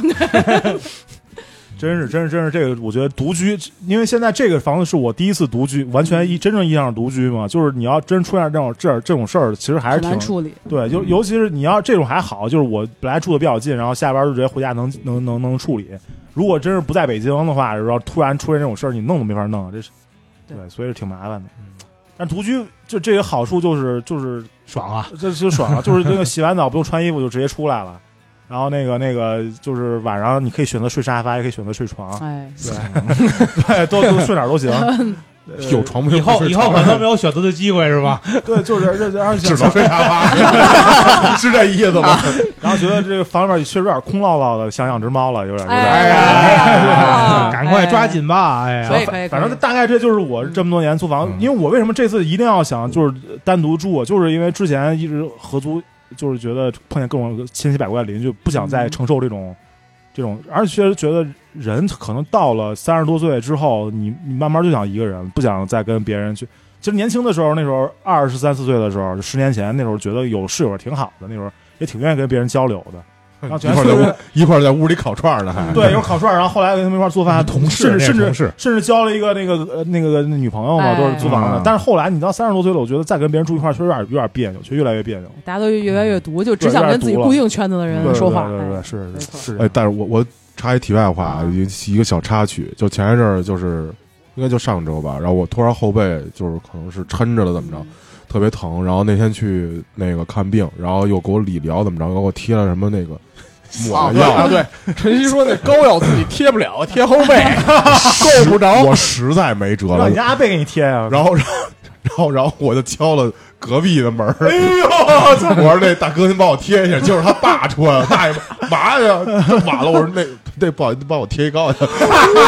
Speaker 2: 真是，真是，真是，这个我觉得独居，因为现在这个房子是我第一次独居，完全一真正意义上独居嘛，就是你要真出现这种这这种事儿，其实还是
Speaker 1: 很
Speaker 2: 挺
Speaker 1: 难处理。
Speaker 2: 对，就尤其是你要这种还好，就是我本来住的比较近，然后下班就直接回家能能能能处理。如果真是不在北京的话，然后突然出现这种事儿，你弄都没法弄，这是
Speaker 1: 对嗯
Speaker 2: 对，所以是挺麻烦的。但独居就这个好处就是就是
Speaker 5: 爽啊！
Speaker 2: 这就爽了，就是那个洗完澡不用穿衣服就直接出来了，然后那个那个就是晚啊上你可以选择睡沙发，也可以选择睡床，
Speaker 1: 哎，
Speaker 2: 对，都都睡哪儿都行。
Speaker 4: 有床没有
Speaker 5: 以后
Speaker 4: 睡
Speaker 5: 以
Speaker 4: 床
Speaker 5: 后可能没有选择的机会是吧？
Speaker 2: 对，就是而且而且
Speaker 4: 只能睡沙发，是这意思吗？
Speaker 2: 然后觉得这个房里边确实有点空落落的，想养只猫了，有点有点。
Speaker 1: 哎呀
Speaker 5: 呀
Speaker 1: 哎
Speaker 5: 赶快抓紧吧！哎
Speaker 1: 可以
Speaker 5: 呀，
Speaker 1: 可以，
Speaker 2: 反
Speaker 1: 可
Speaker 2: 正
Speaker 1: 以
Speaker 2: 大概这就是我这么多年租房，
Speaker 4: 嗯
Speaker 2: 因为我为什么这次一定要想就是单独住，就是因为之前一直合租，就是觉得碰见各种千奇百怪的邻居，不想再承受这种、
Speaker 1: 嗯
Speaker 2: 这种，而且确实觉得人可能到了三十多岁之后，你你慢慢就想一个人，不想再跟别人去。其实年轻的时候，那时候二十三四岁的时候，就十年前那时候觉得有室友挺好的，那时候也挺愿意跟别人交流的。然后
Speaker 4: 一块儿在
Speaker 2: 全
Speaker 4: 屋
Speaker 2: 是
Speaker 4: 一块儿在屋里烤串儿呢，还
Speaker 2: 对，有烤串儿，然后后来跟他们一块儿做饭，
Speaker 4: 同事
Speaker 2: 嗯甚至甚
Speaker 4: 那
Speaker 2: 至
Speaker 4: 同事
Speaker 2: 甚至交了一个那个呃那个女朋友嘛，
Speaker 1: 哎
Speaker 2: 都是租房的
Speaker 4: 嗯。
Speaker 2: 但是后来你到三十多岁了，我觉得再跟别人住一块儿，确实有点有点别扭，就越来越别扭。
Speaker 1: 大家都越来越毒，就只
Speaker 2: 对
Speaker 1: 想
Speaker 2: 嗯越来越
Speaker 1: 跟自己
Speaker 2: 毒了
Speaker 1: 固定圈子的人
Speaker 2: 对
Speaker 1: 说话。
Speaker 2: 对对对，
Speaker 1: 哎
Speaker 2: 是
Speaker 1: 没
Speaker 2: 是
Speaker 1: 错
Speaker 2: 是这
Speaker 4: 哎
Speaker 2: 样，，
Speaker 4: 但是我我插一题外话，
Speaker 1: 啊
Speaker 4: 一一个小插曲，就前一阵儿就是应该就上周吧，然后我突然后背就是可能是抻着了怎么着，特别疼，然后那天去那个看病，然后又给我理疗怎么着，给我贴了什么那个抹的
Speaker 3: 啊，
Speaker 4: 药，
Speaker 3: 对，晨曦说那膏药自己贴不了，贴后背，
Speaker 4: 够不着，我实在没辙了
Speaker 2: 让你，家阿贝给你贴啊。
Speaker 4: 然后然后然后然后我就敲了隔壁的门，哎呦，我说那大哥您帮我贴一下，就是他爸穿，大爷嘛呀，这么晚了，我说那那不好意思，帮我贴一膏去。
Speaker 2: 你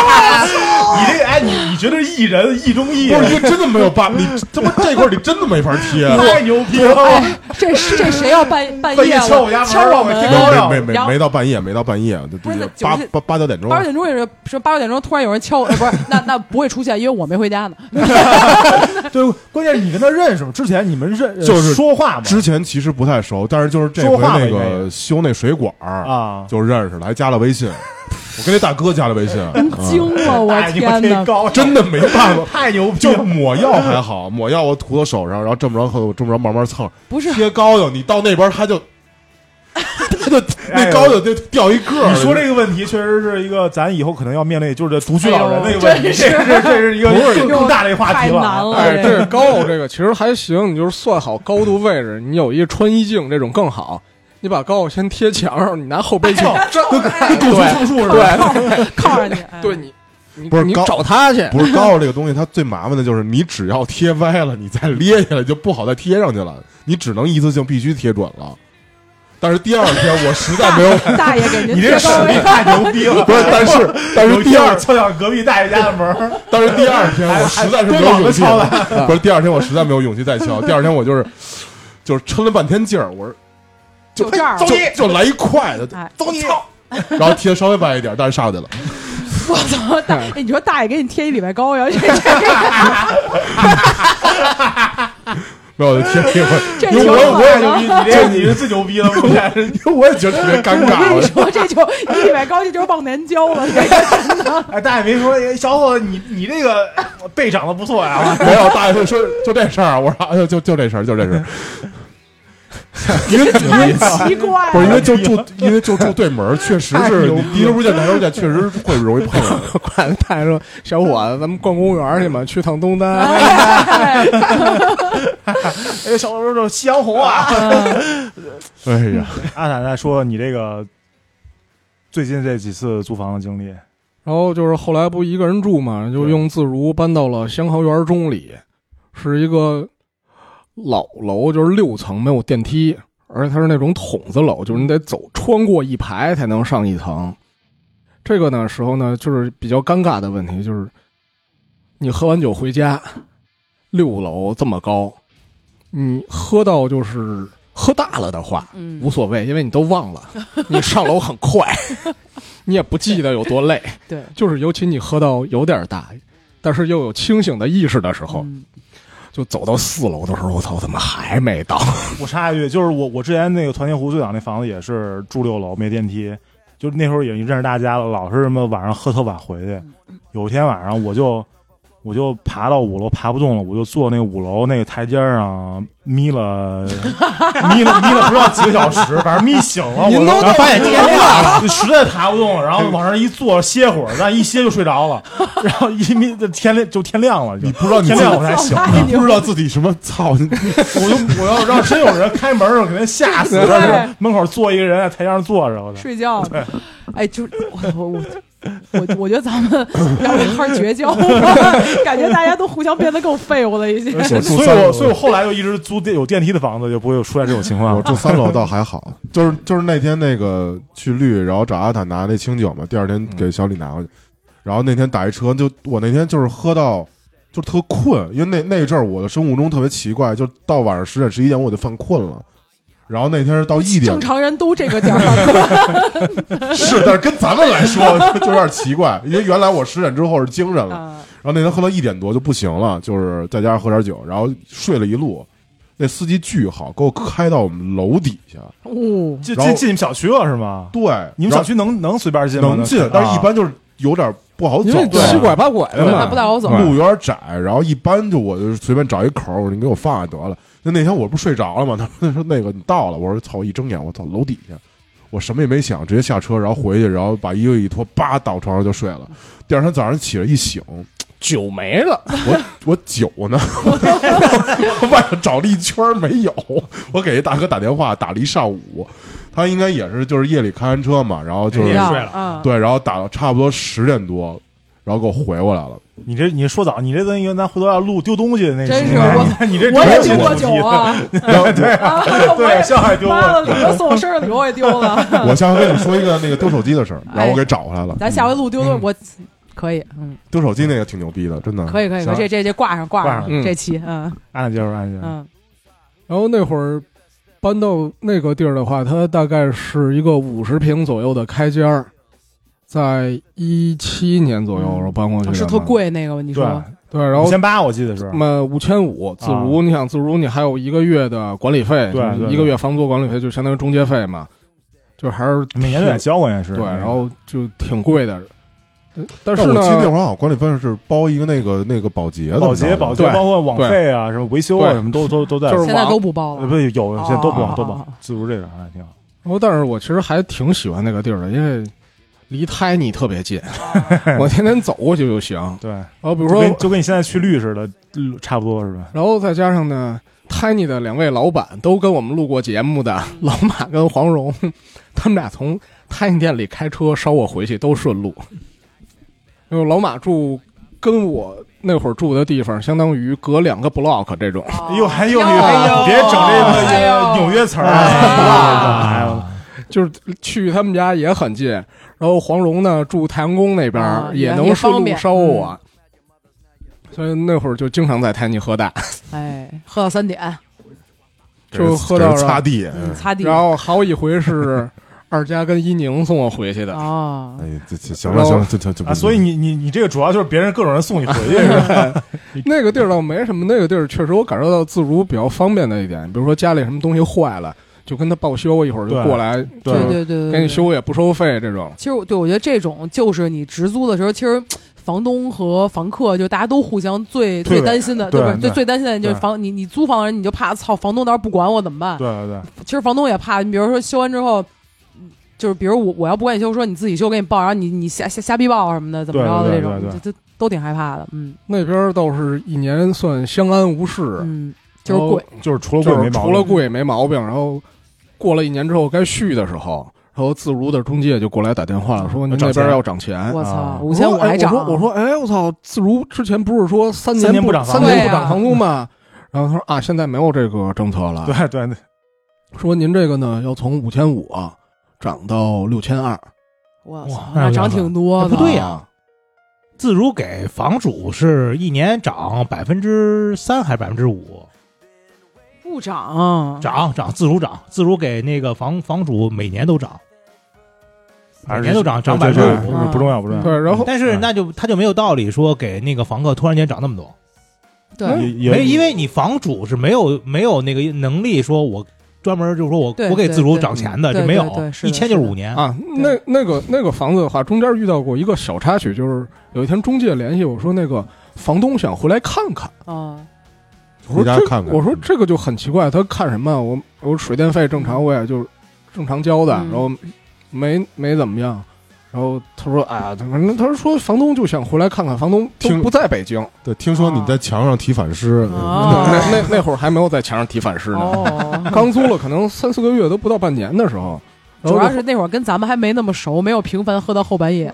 Speaker 2: 这个哎，你你觉得艺人艺中艺啊
Speaker 4: 不是，因为真的没有办，你他妈这块儿你真的没法贴，
Speaker 2: 太牛逼了！
Speaker 1: 哎，这这谁要半半
Speaker 2: 半夜
Speaker 1: 夜
Speaker 2: 敲我家门
Speaker 1: 敲我
Speaker 2: 我
Speaker 1: 们
Speaker 2: 听
Speaker 4: 没
Speaker 2: 到
Speaker 1: 门
Speaker 4: 没没
Speaker 1: 然
Speaker 4: 没
Speaker 1: 后
Speaker 4: 没到半夜，没到半夜，就
Speaker 1: 不是那
Speaker 4: 八
Speaker 1: 酒是
Speaker 4: 八八九点钟
Speaker 1: 八，点钟也是说八九点钟突然有人敲我，哎，不是，那那不会出现，因为我没回家呢。
Speaker 2: 哎对，关键是你跟他认识吗？之前你们认
Speaker 4: 就是
Speaker 2: 说话吗？
Speaker 4: 之前其实不太熟，但是就是这回
Speaker 2: 说话了
Speaker 4: 那
Speaker 2: 应该
Speaker 4: 个修那水管儿
Speaker 2: 啊，
Speaker 4: 就认识了，还加了微信，我跟那大哥加了微信，啊
Speaker 1: 惊了，我
Speaker 2: 哎你
Speaker 1: 天
Speaker 2: 贴
Speaker 1: 哪！
Speaker 2: 高
Speaker 4: 真的没办法，
Speaker 2: 太牛逼
Speaker 4: 就
Speaker 2: 了！
Speaker 4: 抹药还好，抹药我涂到手上，然后这么着后头我这么着慢 慢蹭，
Speaker 1: 不是
Speaker 4: 贴膏药你到那边他就。 他就
Speaker 2: 哎
Speaker 4: 那
Speaker 2: 呦
Speaker 4: 膏药就掉一个儿，
Speaker 2: 你说这个问题确实是一个咱以后可能要面临，就是这独居老人
Speaker 1: 哎
Speaker 2: 那
Speaker 1: 呦
Speaker 2: 个问题，这
Speaker 1: 真
Speaker 2: 是这是一个
Speaker 1: 不是
Speaker 2: 更更大的一个话题
Speaker 1: 太难
Speaker 2: 了。啊
Speaker 1: 了，
Speaker 3: 哎，
Speaker 1: 这
Speaker 3: 这高楼这个其实还行，你就是算好高度位置，你有一穿衣镜这种更好。你把高药先贴墙上，你拿后背镜，这跟跟
Speaker 2: 构成术似的
Speaker 3: 对
Speaker 1: 哎靠着你，哎
Speaker 3: 对，对，你你
Speaker 4: 不是
Speaker 3: 你
Speaker 4: 高
Speaker 3: 找他去，
Speaker 4: 不是膏药这个东西，它最麻烦的就是你只要贴歪了，你再咧下来就不好再贴上去了，你只能一次性必须贴准了。但是第二天我实在 没有，
Speaker 1: 哎大爷 给您
Speaker 2: 你
Speaker 1: 贴
Speaker 2: 这手
Speaker 1: 高
Speaker 2: 艺
Speaker 1: 位，
Speaker 2: 太牛逼了！
Speaker 4: 不是，但是但是第
Speaker 2: 有一天
Speaker 4: 二
Speaker 2: 我，敲响隔壁大爷家的门 儿，
Speaker 4: 但是第二天我实在是没有勇气
Speaker 2: 还还
Speaker 4: 了，不是第二天我实在没有勇气再敲，第二天我就是就是抻了半天劲儿，我说就
Speaker 1: 就这儿
Speaker 4: 就就来一块的，
Speaker 1: 哎，
Speaker 4: 走你，然后贴稍微歪一点，但是上去了，
Speaker 1: 我操，大
Speaker 2: 嗯
Speaker 1: 哎，你说大爷给你贴一礼拜高 呀？这这
Speaker 4: 没有我就贴了一会
Speaker 1: 这
Speaker 4: 儿，因为
Speaker 1: 球
Speaker 4: 我也
Speaker 1: 好
Speaker 4: 我也
Speaker 1: 了
Speaker 2: 你这个你是最牛 逼的，目前是。
Speaker 4: 因为我也觉得特别尴尬，
Speaker 1: 我
Speaker 4: 我
Speaker 1: 跟你说，这球一礼拜高这球忘年交了，这
Speaker 2: 哎，大爷没说，哎小伙子，你你这个背长得不错 呀。
Speaker 4: 没有，大爷就说就这事儿，我说哎呦，就就这事儿，就这事 儿。因为
Speaker 1: 太奇怪
Speaker 4: 不是因
Speaker 1: 了。
Speaker 4: 为就住，因为就住对门儿，确实
Speaker 2: 太
Speaker 4: 是
Speaker 2: 牛
Speaker 4: 你
Speaker 2: 逼
Speaker 4: 低头不见抬头见，确实会容易碰上。
Speaker 3: 管大爷说：“小伙子，咱们逛公园去嘛，去趟东单。
Speaker 1: 哎
Speaker 2: 哦哎，小伙子说夕阳红 啊。
Speaker 4: 哎呀，
Speaker 2: 阿奶奶说你这个最近这几次租房的经历，”
Speaker 3: 然后就是后来不一个人住嘛，就用自如搬到了香河园中里，是一个老楼，就是六层没有电梯，而且它是那种筒子楼，就是你得走穿过一排才能上一层。这个呢时候呢，就是比较尴尬的问题，就是你喝完酒回家，六楼这么高，你喝到就是喝大了的话，
Speaker 1: 嗯
Speaker 3: 无所谓，因为你都忘了，你上楼很快，你也不记得有多累。
Speaker 1: 对，
Speaker 3: 就是尤其你喝到有点大，但是又有清醒的意识的时候，
Speaker 1: 嗯
Speaker 3: 就走到四楼的时候，我操，怎么还没到？
Speaker 2: 我插一句，就是我我之前那个团结湖最早那房子也是住六楼没电梯，就是那时候也认识大家了，老是什么晚上喝特晚回去。有一天晚上我就我就爬到五楼爬不动了，我就坐那五楼那个台阶上眯了眯了眯了不知道几个小时，反正眯醒了。我
Speaker 3: 都
Speaker 2: 然后
Speaker 3: 发现
Speaker 2: 天亮了，实在爬不动了，然后往上一坐歇会儿，但一歇就睡着了，然后一眯天亮就天亮了，就
Speaker 4: 你不知道你
Speaker 2: 天
Speaker 4: 自
Speaker 2: 亮
Speaker 4: 己
Speaker 2: 我才醒。
Speaker 1: 太牛
Speaker 4: 不知道自己什么操，你
Speaker 2: 我就我要让真有人开门儿，我肯定吓死。
Speaker 1: 对
Speaker 2: 但是门口坐一个人在台阶上坐着，我操！
Speaker 1: 睡觉了，哎，就是我我我我我觉得咱们要不一块儿绝交吧，感觉大家都互相变得更废物了一些。
Speaker 4: 我住
Speaker 2: 呃所以
Speaker 4: 三楼
Speaker 2: 我所以我后来就一直租电有电梯的房子，就不会有出现这种情况
Speaker 4: 我。住三楼倒还好， 就是就是那天那个去绿，然后找阿塔拿那清酒嘛，第二天给小李拿过去，然后那天打一车，就我那天就是喝到就特困，因为那那阵儿我的生物钟特别奇怪，就到晚上十点十一点我就犯困了，然后那天是到一点
Speaker 1: 正常人都这个点儿，
Speaker 4: 是，但是跟咱们来说 就有点奇怪，因为原来我十点之后是精神了，
Speaker 1: 啊
Speaker 4: 然后那天喝到一点多就不行了，就是在家喝点酒，然后睡了一路，那司机巨好，给我开到我们楼底下，
Speaker 1: 哦，
Speaker 2: 进
Speaker 4: 然后
Speaker 2: 进进你们小区了是吗？
Speaker 4: 对，
Speaker 2: 你们
Speaker 4: 然后
Speaker 2: 小区能能随便进吗？啊
Speaker 4: 能进，但是一般就是有点不好走
Speaker 3: 因为，
Speaker 4: 对
Speaker 3: 七拐八拐的
Speaker 1: 那
Speaker 3: 嘛
Speaker 1: 啊不，太好走。
Speaker 4: 路有点窄，然后一般就我就随便找一口儿，你给我放下得了。那那天我不是睡着了吗？他们说那个你到了，我说操，一睁眼我操楼底下，我什么也没想，直接下车，然后回去，然后把衣服一脱，叭倒床上就睡了。第二天早上起来一醒，
Speaker 3: 酒没了，
Speaker 4: 我我酒呢？ 我外头找了一圈儿没有，我给一大哥打电话打了一上午，他应该也是就是夜里开完车嘛，然后就是
Speaker 5: 也
Speaker 1: 让
Speaker 5: 睡了
Speaker 1: 啊，
Speaker 4: 对，然后打到差不多十点多，然后给我回过 来了。
Speaker 2: 你这你说早，你这咱咱回头要录丢东西的那个，
Speaker 1: 真是
Speaker 2: 你你这
Speaker 1: 我也
Speaker 2: 真是
Speaker 1: 丢过
Speaker 2: 牛逼
Speaker 1: 酒啊，
Speaker 4: 然后
Speaker 1: 啊，我
Speaker 2: 对，
Speaker 1: 也
Speaker 2: 上海丢
Speaker 1: 妈
Speaker 2: 过。
Speaker 1: 的，你们送我生日礼物我也丢了。
Speaker 4: 我下回跟你说一个那个丢手机 的事儿，然后我给找回来了。
Speaker 1: 哎咱下回录丢了，我可以，嗯，
Speaker 4: 丢手机那个挺牛逼的，真的
Speaker 1: 可以可以，可以
Speaker 4: 行
Speaker 1: 这这这挂上挂
Speaker 2: 挂
Speaker 1: 上
Speaker 3: 上
Speaker 1: 这期，嗯
Speaker 2: 按着接着，按着接着。
Speaker 1: 嗯，
Speaker 3: 然后那会儿搬到那个地儿的话，它大概是一个五十平左右的开间儿，在一七年左右
Speaker 1: 嗯
Speaker 3: 我搬过去的嘛
Speaker 1: 是特，贵那个，你
Speaker 2: 对，
Speaker 1: 说
Speaker 3: 对，然
Speaker 2: 五
Speaker 3: 后嗯
Speaker 2: 千八我记得是。
Speaker 3: 嘛五千五自如，你想自如你还有一个月的管理费，
Speaker 2: 对对对
Speaker 3: 一个月房租管理费就相当于中介费嘛，就还是
Speaker 2: 每年都得交，关键是嗯
Speaker 3: 对，然后就挺贵的，但是
Speaker 4: 但我
Speaker 3: 呢
Speaker 4: 记得那会儿好像管理费是包一个那个那个保洁的，
Speaker 2: 保洁、保洁
Speaker 3: 对
Speaker 2: 包括网费啊、什么维修啊、
Speaker 3: 对
Speaker 2: 什么都都都在。
Speaker 3: 就是
Speaker 1: 现在
Speaker 3: 网
Speaker 1: 都不包
Speaker 2: 呃
Speaker 1: 了，
Speaker 2: 不是有现在都不
Speaker 1: 哦
Speaker 2: 往都不
Speaker 1: 哦哦
Speaker 2: 往，自如这个还挺好。
Speaker 3: 然后，但是我其实还挺喜欢那个地儿的，因为离胎你特别近， 我天天走过去就行。
Speaker 2: 对，
Speaker 3: 然后比如
Speaker 2: 就
Speaker 3: 说
Speaker 2: 跟，就跟你现在去绿似的，嗯差不多是吧？
Speaker 3: 然后再加上呢，Tiny 的两位老板都跟我们录过节目的 老马跟黄蓉，他们俩从 Tiny 店里开车捎我回去都顺路。因为老马住跟我那会儿住的地方，相当于隔两个 block 这种。
Speaker 1: 哦
Speaker 2: 哎呦，还有
Speaker 1: 哟
Speaker 2: 你别整
Speaker 1: 哎
Speaker 2: 这
Speaker 1: 呦
Speaker 2: 个纽约词儿
Speaker 1: 哎
Speaker 2: 啊！
Speaker 3: 就是去他们家也很近。然后黄蓉呢住太阳宫那边，
Speaker 1: 啊
Speaker 3: 也
Speaker 1: 也
Speaker 3: 能
Speaker 1: 也
Speaker 3: 顺
Speaker 1: 方
Speaker 3: 路
Speaker 1: 便嗯
Speaker 3: 捎我。所以那会儿就经常在泰尼喝大，
Speaker 1: 哎，喝到三点，
Speaker 4: 给人
Speaker 3: 就喝到
Speaker 4: 给人擦
Speaker 3: 了。
Speaker 4: 地。
Speaker 1: 嗯，擦地
Speaker 3: 然后还有一回是二佳跟一宁送我回去的，
Speaker 1: 哦，
Speaker 4: 哎，这这行了行了，这这这
Speaker 2: 啊，所以你你你这个主要就是别人各种人送你回去是吧？
Speaker 3: 那个地儿倒没什么，那个地儿确实我感受到自如比较方便的一点，比如说家里什么东西坏了，就跟他报修，一会儿就
Speaker 2: 对
Speaker 3: 过来，就
Speaker 1: 对
Speaker 3: 是
Speaker 1: 对对对，
Speaker 3: 给你
Speaker 1: 对。
Speaker 3: 修也不收费这种。
Speaker 1: 其实我对我觉得这种就是你直租的时候，其实房东和房客就大家都互相最
Speaker 2: 对
Speaker 1: 最担心的，
Speaker 2: 对
Speaker 1: 不是最
Speaker 2: 对
Speaker 1: 最担心的就是
Speaker 2: 对
Speaker 1: 房你你租房的人你就怕操房东到时候不管我怎么办？
Speaker 2: 对对对，
Speaker 1: 其实房东也怕，你比如说修完之后，嗯就是比如我我要不管你修，说你自己修给你报，然后你你瞎瞎瞎逼报啊什么的，怎么着的
Speaker 2: 对
Speaker 1: 这
Speaker 2: 对对
Speaker 1: 种，
Speaker 2: 对
Speaker 1: 这这都挺害怕的，嗯
Speaker 3: 那边倒是一年算相安无事，
Speaker 1: 嗯，就是贵，
Speaker 2: 就是除了
Speaker 3: 就
Speaker 2: 贵没
Speaker 3: 是
Speaker 2: 毛病，
Speaker 3: 除了贵没毛病。然后过了一年之后该续的时候，然后自如的中介就过来打电话了，说您
Speaker 2: 嗯涨
Speaker 3: 那边
Speaker 2: 钱
Speaker 3: 要涨钱。
Speaker 1: 我
Speaker 2: 啊
Speaker 1: 操，五千五
Speaker 3: 我说哎
Speaker 1: 还涨，
Speaker 3: 我说我说哎我操，自如之前不是说三
Speaker 2: 三
Speaker 3: 年
Speaker 2: 年不涨房
Speaker 3: 三
Speaker 1: 租
Speaker 3: 年不
Speaker 1: 对啊
Speaker 3: 涨房租吗？然后他说啊，现在没有这个政策了。
Speaker 2: 对对对，
Speaker 3: 说您这个呢要从五千五涨到六千二。
Speaker 1: 我操
Speaker 5: 哇，
Speaker 1: 那
Speaker 5: 那
Speaker 1: 涨
Speaker 5: 两百
Speaker 1: 挺多
Speaker 5: 那
Speaker 1: 的，
Speaker 5: 不对呀
Speaker 3: 啊
Speaker 5: 自如给房主是一年涨百分之三还是百分之五？
Speaker 1: 不涨，
Speaker 5: 涨涨，自如涨，自如给那个房房主每年都涨，
Speaker 2: 还
Speaker 5: 每
Speaker 2: 是
Speaker 5: 年都涨，涨百
Speaker 2: 对
Speaker 5: 分
Speaker 2: 对
Speaker 5: 之
Speaker 2: 对
Speaker 5: 五。
Speaker 1: 嗯
Speaker 2: 不重要不重要，
Speaker 3: 对，然后
Speaker 5: 但是那就他就没有道理说给那个房客突然间涨那么多，
Speaker 1: 对，
Speaker 2: 也
Speaker 5: 没
Speaker 2: 也
Speaker 5: 因为你房主是没有没有那个能力说我专门就是说我
Speaker 1: 对
Speaker 5: 我给
Speaker 1: 对
Speaker 5: 自如
Speaker 1: 对
Speaker 5: 涨钱的，
Speaker 1: 对
Speaker 5: 这没有
Speaker 1: 对对，是的
Speaker 5: 一签就是五年。
Speaker 3: 啊，那那个那个房子的话，中间遇到过一个小插曲，就是有一天中介联系我说，那个房东想回来看看。
Speaker 1: 啊，
Speaker 4: 回
Speaker 3: 我说
Speaker 4: 家
Speaker 3: 这
Speaker 4: 看看嗯
Speaker 3: 我说这个就很奇怪，他看什么？我我水电费正常，我也就是正常交的，
Speaker 1: 嗯
Speaker 3: 然后没没怎么样。然后他说：“哎呀，他反正他说房东就想回来看看，房东都
Speaker 4: 听
Speaker 3: 不在北京。
Speaker 1: 哦
Speaker 4: 对，听说你在墙上提反嗯尸，
Speaker 1: 啊哦
Speaker 3: 那 那那会儿还没有在墙上提反尸呢，
Speaker 1: 哦，
Speaker 3: 刚租了可能三四个月都不到半年的时候，然
Speaker 1: 主
Speaker 3: 后
Speaker 1: 要是那会儿跟咱们还没那么熟，没有频繁喝到后半夜。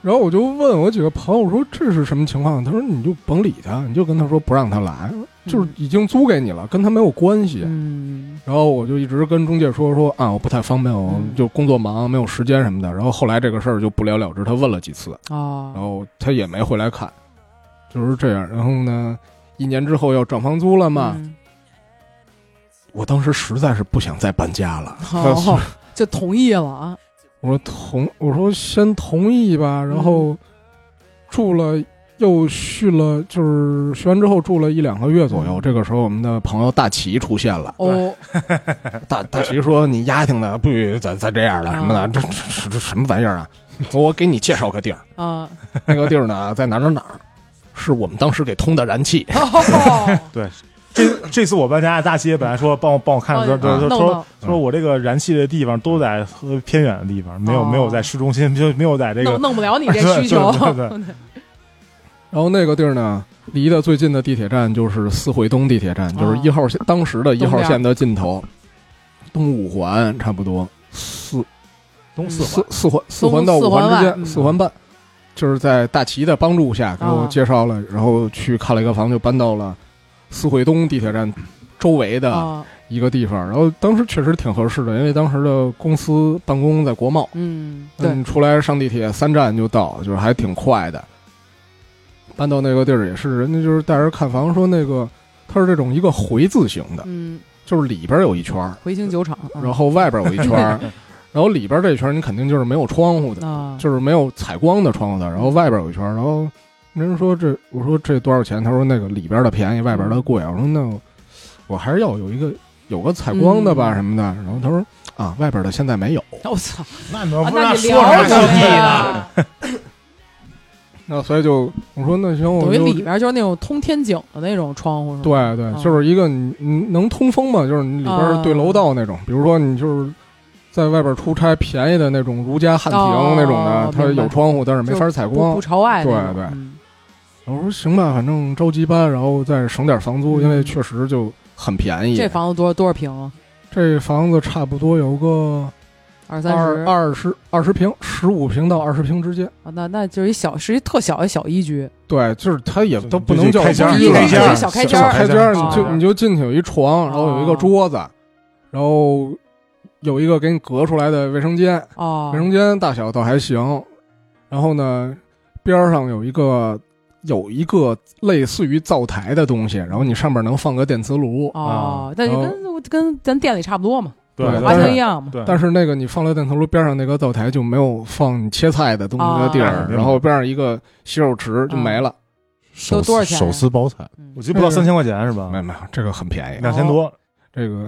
Speaker 3: 然后我就问我几个朋友，我说这是什么情况？他说你就甭理他，你就跟他说不让他来，就是已经租给你了，跟他没有关系。
Speaker 1: 嗯，
Speaker 3: 然后我就一直跟中介说说啊，我不太方便，我
Speaker 1: 嗯
Speaker 3: 就工作忙，没有时间什么的。然后后来这个事儿就不了了之，他问了几次，然
Speaker 1: 哦，
Speaker 3: 后他也没回来看，就是这样。然后呢，一年之后要涨房租了嘛，
Speaker 1: 嗯
Speaker 3: 我当时实在是不想再搬家了，
Speaker 1: 好，哦就同意了啊。
Speaker 3: 我说同，我说先同意吧，然后住了又续了，就是续完之后住了一两个月左右。这个时候，我们的朋友大齐出现了。
Speaker 1: 哦，
Speaker 3: 大大齐说：“你丫挺的，不许咱咱这样的
Speaker 1: 啊
Speaker 3: 什么的，这这这这什么玩意儿啊？我给你介绍个地儿，
Speaker 1: 啊，
Speaker 3: 那个地儿呢，在哪儿哪儿哪儿，是我们当时给通的燃气。
Speaker 1: 哦，
Speaker 2: 这这次我搬家，大西本来说帮我帮我看，说说
Speaker 1: 哦啊弄
Speaker 2: 说说
Speaker 1: 到
Speaker 2: 说我这个燃气的地方都在呃偏远的地方，没有
Speaker 1: 哦
Speaker 2: 没有在市中心，就没有在这个
Speaker 1: 弄弄不了你这需
Speaker 2: 对
Speaker 1: 求。
Speaker 2: 对 对
Speaker 3: 然后那个地儿呢，离的最近的地铁站就是四惠东地铁站，就是
Speaker 1: 啊
Speaker 3: 一号线，当时的一
Speaker 1: 东
Speaker 3: 号
Speaker 1: 边
Speaker 3: 线的尽头，东五环差不多四
Speaker 5: 东四环
Speaker 3: 四四环四
Speaker 1: 东
Speaker 3: 环到
Speaker 1: 四
Speaker 3: 五环
Speaker 1: 环
Speaker 3: 之
Speaker 1: 外
Speaker 3: 间，
Speaker 1: 嗯
Speaker 3: 四环半，就是在大齐的帮助下给我
Speaker 1: 啊
Speaker 3: 介绍了，然后去看了一个房，就搬到了四惠东地铁站周围的
Speaker 1: 啊，
Speaker 3: 一个地方。然后当时确实挺合适的，因为当时的公司办公在国贸，
Speaker 1: 嗯，对
Speaker 3: 嗯，，出来上地铁三站就到，就是还挺快的。搬到那个地儿也是，人家就是带人看房，说那个它是这种一个回字形的，
Speaker 1: 嗯，
Speaker 3: 就是里边有一圈儿，
Speaker 1: 回星酒厂，啊
Speaker 3: 然后外边有一圈儿，然后里边这一圈儿你肯定就是没有窗户的，
Speaker 1: 啊，
Speaker 3: 就是没有采光的窗户的，然后外边有一圈儿，然后人说这，我说这多少钱？他说那个里边的便宜，外边的贵。啊我说那我还是要有一个有个采光的吧
Speaker 1: 嗯
Speaker 3: 什么的。然后他说啊，外边的现在没有。
Speaker 1: 我操，
Speaker 6: 那你们
Speaker 1: 啊
Speaker 6: 不是
Speaker 1: 那你
Speaker 6: 说
Speaker 1: 聊
Speaker 6: 啥
Speaker 1: 什
Speaker 6: 兄
Speaker 1: 么
Speaker 6: 弟呢？
Speaker 1: 呀？
Speaker 3: 那所以就我说那行，我
Speaker 1: 等于
Speaker 3: 就
Speaker 1: 里哦边就是那种通天井的那种窗户是吗？
Speaker 3: 对对，就是一个你你能通风嘛，就是你里边
Speaker 1: 哦
Speaker 3: 对楼道那种，比如说你就是。在外边出差便宜的那种如家汉庭
Speaker 1: 哦
Speaker 3: 那种的，它
Speaker 1: 明白
Speaker 3: 有窗户，但是没法采光
Speaker 1: 不不，朝外那种，
Speaker 3: 对对
Speaker 1: 嗯
Speaker 3: 我说行吧，反正着急搬，然后再省点房租，
Speaker 1: 嗯
Speaker 3: 因为确实就很便宜。
Speaker 1: 这房子多多少平啊？
Speaker 3: 这房子差不多有个
Speaker 1: 二三
Speaker 3: 二
Speaker 1: 十，
Speaker 3: 二十二十平，十五平到二十平之间。
Speaker 1: 啊那那就是一小，是一特小的小一居，
Speaker 3: 对，就是它也都不
Speaker 2: 就
Speaker 3: 能叫
Speaker 2: 开间儿
Speaker 1: 一
Speaker 2: 开
Speaker 1: 个
Speaker 2: 间儿
Speaker 1: 小开
Speaker 3: 小
Speaker 1: 间
Speaker 2: 间
Speaker 1: 儿
Speaker 3: 开间
Speaker 2: 儿啊
Speaker 3: 儿，你
Speaker 1: 哦
Speaker 3: 就你就进去有一床，然后有一个桌子，然后有一个给你隔出来的卫生间，
Speaker 1: 哦
Speaker 3: 卫，生间大小倒还行。然后呢，边儿上有一个有一个类似于灶台的东西，然后你上面能放个电磁炉。
Speaker 1: 哦，那就
Speaker 3: 然
Speaker 1: 跟跟咱店里差不多嘛，
Speaker 2: 对
Speaker 3: 对
Speaker 2: 对
Speaker 1: 完
Speaker 3: 但是
Speaker 1: 全一样嘛。
Speaker 2: 对，
Speaker 3: 但是那个你放了电磁炉边上那个灶台就没有放切菜的东西的地儿
Speaker 2: 啊，
Speaker 3: 然后边上一个洗手池就没了，
Speaker 4: 手
Speaker 1: 多少钱啊
Speaker 4: 手撕包菜，
Speaker 1: 嗯
Speaker 2: 我记得不到三千块钱是吧
Speaker 3: 没？有没有，这个很便宜，
Speaker 2: 两千多，
Speaker 3: 这个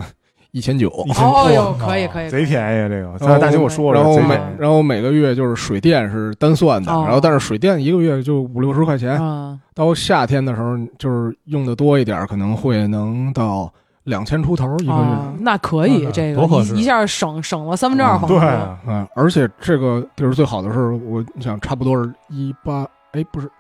Speaker 3: 一千九。
Speaker 2: 一千
Speaker 1: 哦
Speaker 2: 多，
Speaker 1: 哟，可以可以，
Speaker 2: 贼
Speaker 1: 宜。
Speaker 2: 便宜这个。大大姐我说了，
Speaker 3: 哦然后
Speaker 2: 贼
Speaker 3: 每
Speaker 2: 便宜
Speaker 3: 然后每个月就是水电是单算的，
Speaker 1: 哦
Speaker 3: 然后但是水电一个月就五六十块钱，
Speaker 1: 嗯，
Speaker 3: 到夏天的时候就是用的多一点，可能会能到两千出头 一个
Speaker 1: 哦
Speaker 3: 月。，
Speaker 1: 那可以，这个
Speaker 5: 多合
Speaker 1: 一
Speaker 5: 适
Speaker 1: 一下省省了三分之二
Speaker 3: 嗯
Speaker 1: 房租
Speaker 2: 对
Speaker 1: 了，
Speaker 2: 啊，
Speaker 3: 嗯，而且这个地儿最好的是，我想差不多是一八，哎，不是。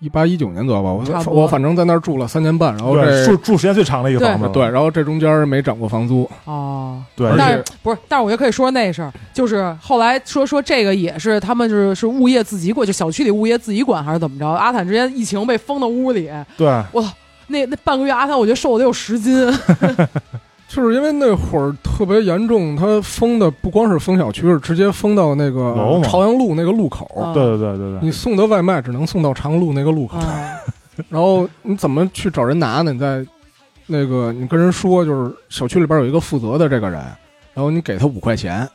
Speaker 3: 一八一九年左右吧，
Speaker 1: 差不
Speaker 3: 我
Speaker 1: 多
Speaker 3: 我反正在那儿住了三年半，然后
Speaker 2: 对
Speaker 3: 这
Speaker 2: 住住时间最长的一个
Speaker 1: 对
Speaker 2: 房子，
Speaker 3: 对，然后这中间没涨过房租，
Speaker 1: 哦。
Speaker 2: 对，
Speaker 1: 但
Speaker 2: 而
Speaker 1: 是不是？但是我就可以说那事儿，就是后来说说这个也是他们就是是物业自己管，就小区里物业自己管还是怎么着？阿坦之前疫情被封到屋里，
Speaker 2: 且对啊
Speaker 1: 那那半个月阿坦我觉得瘦了得有十斤，
Speaker 3: 就是因为那会儿特别严重，它封的不光是封小区，是直接封到那
Speaker 2: 楼
Speaker 3: 个
Speaker 2: 嘛
Speaker 3: 朝阳路那个路口。
Speaker 1: 啊
Speaker 2: 对对对对对，
Speaker 3: 你送的外卖只能送到长路那个路口，
Speaker 1: 啊，
Speaker 3: 然后你怎么去找人拿呢？你在那个你跟人说，就是小区里边有一个负责的这个人，然后你给他五块钱，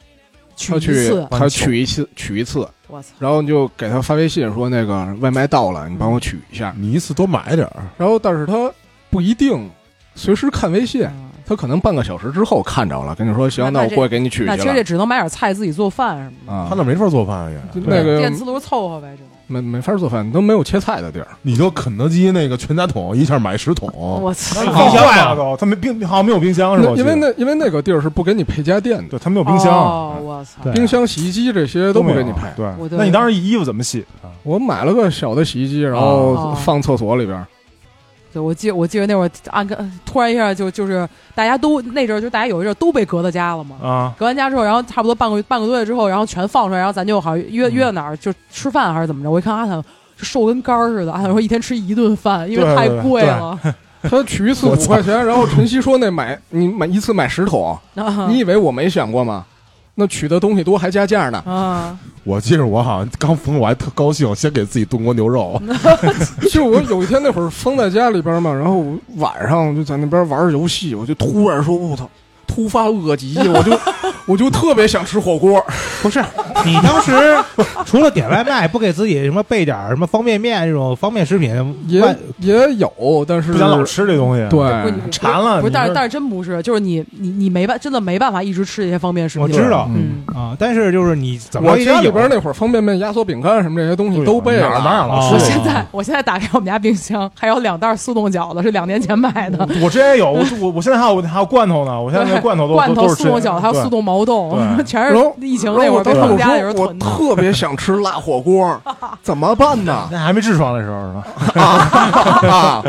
Speaker 1: 取
Speaker 3: 他
Speaker 1: 一
Speaker 3: 去
Speaker 1: 次，
Speaker 3: 他取一次取一次，
Speaker 1: 我操，
Speaker 3: 然后你就给他发微信说那个外卖到了，你帮我取一
Speaker 1: 嗯
Speaker 3: 下。
Speaker 4: 你一次多买点儿，
Speaker 3: 然后但是他不一定随时看微信，
Speaker 1: 嗯
Speaker 3: 他可能半个小时之后看着了，跟你说行，
Speaker 1: 那
Speaker 3: 那我
Speaker 1: 这
Speaker 3: 过去给你取
Speaker 1: 那
Speaker 3: 去
Speaker 1: 其实这
Speaker 3: 了。
Speaker 1: 只能买点菜自己做饭什么的，
Speaker 3: 啊
Speaker 4: 他，那没法做饭也，
Speaker 3: 就那个
Speaker 2: 嗯
Speaker 1: 电磁炉凑合呗，这种。
Speaker 3: 没没法做饭，都没有切菜的地儿。
Speaker 4: 你就肯德基那个全家桶一下买十桶，
Speaker 1: 我
Speaker 2: 哦
Speaker 1: 操
Speaker 2: 那你，
Speaker 6: 好
Speaker 2: 放坏了都，他没冰好像没有冰箱是吧？
Speaker 3: 那因为那因为那个地儿是不给你配家电的，
Speaker 2: 对他没有冰箱
Speaker 1: 哦，，我操，
Speaker 5: 对
Speaker 3: 冰箱、洗衣机这些都
Speaker 2: 都
Speaker 3: 不
Speaker 2: 没
Speaker 3: 给
Speaker 2: 有
Speaker 3: 你配。
Speaker 2: 对
Speaker 1: 我，的
Speaker 2: 那你当时衣服怎么洗啊？
Speaker 3: 我买了个小的洗衣机，然
Speaker 2: 哦
Speaker 3: 后放厕所里边儿，
Speaker 1: 对，我记我记得那会儿按个突然一下就就是大家都那阵儿就大家有一阵儿都被隔到家了嘛，
Speaker 2: 啊，
Speaker 1: 隔完家之后，然后差不多半个半个多月之后，然后全放出来，然后咱就好像
Speaker 2: 嗯
Speaker 1: 约约到哪儿就吃饭还是怎么着？我一看阿坦就瘦跟杆儿似的，阿坦说一天吃一顿饭，因为
Speaker 2: 对
Speaker 1: 太
Speaker 2: 对
Speaker 1: 贵了。
Speaker 3: 他取一次五块钱，然后晨曦说那买你买一次买十桶，
Speaker 1: 啊
Speaker 3: 你以为我没想过吗？那取的东西多还加价 呢，
Speaker 1: 啊，
Speaker 4: 我记着我好像刚封，我还特高兴，先给自己炖锅牛肉。
Speaker 3: 就我有一天那会儿封在家里边嘛，然后我晚上我就在那边玩游戏，我就突然说我操，突发恶 疾，我就我就特别想吃火锅，
Speaker 5: 不是 你当时除了点外卖，不给自己什么备点儿什么方便面这种方便食品，
Speaker 3: 也
Speaker 5: 外
Speaker 3: 也有，但是
Speaker 2: 不想老吃这东西，，啊
Speaker 1: 不
Speaker 3: 对
Speaker 1: 是，你
Speaker 2: 馋了。
Speaker 1: 不是，但是
Speaker 2: 你这
Speaker 1: 但是真不是，就是你你你没办真的没办法一直吃这些方便食品。
Speaker 5: 我知道
Speaker 1: 嗯，
Speaker 5: 啊，但是就是你怎么
Speaker 3: 我
Speaker 5: 着也
Speaker 3: 家里
Speaker 5: 有
Speaker 3: 边那会儿方便面、压缩饼干什么这些东西都备
Speaker 4: 哪儿哪
Speaker 3: 了，
Speaker 4: 有
Speaker 5: 哦
Speaker 4: 老
Speaker 1: 我
Speaker 4: 吃？
Speaker 1: 现在我现在打开我们家冰箱，还有两袋速冻饺子，是两年前买的。
Speaker 2: 我之前有，我我我现在还有嗯还有罐头呢，我现在那罐头都
Speaker 1: 罐
Speaker 2: 都
Speaker 1: 头、
Speaker 2: 是
Speaker 1: 速冻饺子，还有速冻毛豆，
Speaker 2: 对
Speaker 1: 全
Speaker 3: 然后
Speaker 1: 是疫情那会儿
Speaker 3: 我
Speaker 1: 都
Speaker 3: 当时
Speaker 1: 是我
Speaker 3: 我
Speaker 1: 们家里人
Speaker 3: 说我
Speaker 1: 囤的。
Speaker 3: 特别想吃辣火 锅，怎么办呢？
Speaker 2: 那还没痔疮的时候是吧？
Speaker 3: 啊！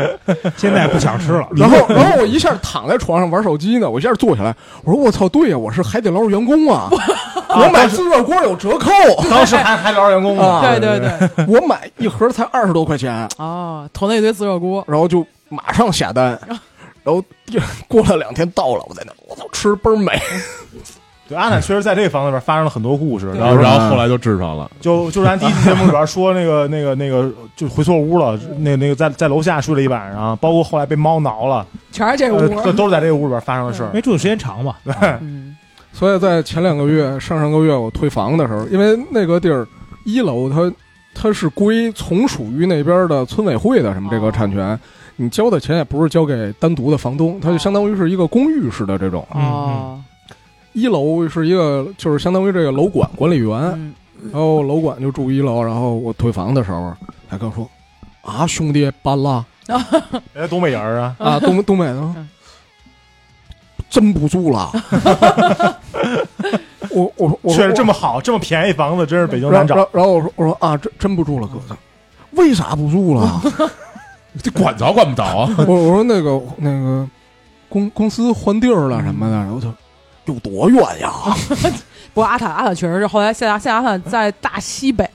Speaker 5: 现在不想吃了。
Speaker 3: 然后，然后我一下躺在床上玩手机呢，我一下坐下来，我说我操，对呀，我是海底捞员工啊，我买自热锅有折扣，
Speaker 2: 当时还还聊员工呢，
Speaker 3: 啊
Speaker 1: 对对对，
Speaker 3: 我买一盒才二十多块钱，
Speaker 1: 哦，囤了一堆自热锅。
Speaker 3: 然后就马上下单，然后第二过了两天到了，我在那我操吃倍儿美，
Speaker 2: 对，阿坦确实在这个房子里边发生了很多故事，
Speaker 1: 对
Speaker 2: 然
Speaker 4: 然
Speaker 2: 后
Speaker 4: 后，
Speaker 2: 然
Speaker 4: 然
Speaker 2: 后
Speaker 4: 后后来就治上了。
Speaker 2: 就就咱第一期节目里边说那个那个那个就回错屋了，那个那个在在楼下睡了一晚上，包括后来被猫挠了，
Speaker 1: 全是这个
Speaker 2: 呃
Speaker 1: 屋
Speaker 2: 这。都是在这个屋里边发生的事儿
Speaker 5: 没。住的时间长吧？
Speaker 1: 嗯，
Speaker 3: 所以在前两个月、上上个月我退房的时候，因为那个地儿一楼它它是归从属于那边的村委会的什么这个产权，你交的钱也不是交给单独的房东，它就相当于是一个公寓式的这种。
Speaker 5: 嗯
Speaker 1: 哦，
Speaker 3: 一楼是一个就是相当于这个楼管管理员，
Speaker 1: 嗯，
Speaker 3: 然后楼管就住一楼，然后我退房的时候还跟我说啊兄弟搬了
Speaker 2: 人家东北人儿啊，
Speaker 3: 啊东东北的
Speaker 1: 嗯。
Speaker 3: 真不住 了，我我我
Speaker 2: 确实这
Speaker 3: 么。
Speaker 2: 么好，这么便宜房子，真是北京难
Speaker 3: 然后，然
Speaker 2: 找。
Speaker 3: 后然后我说我说啊，真真不住了，哥哥，为啥不住 了？
Speaker 4: 这管着管不着啊！
Speaker 3: 我我说那个那个公公司换地儿了什么的，然后他有多远呀？
Speaker 1: 不过阿坦阿坦确实是后来现在现在阿坦在大西北，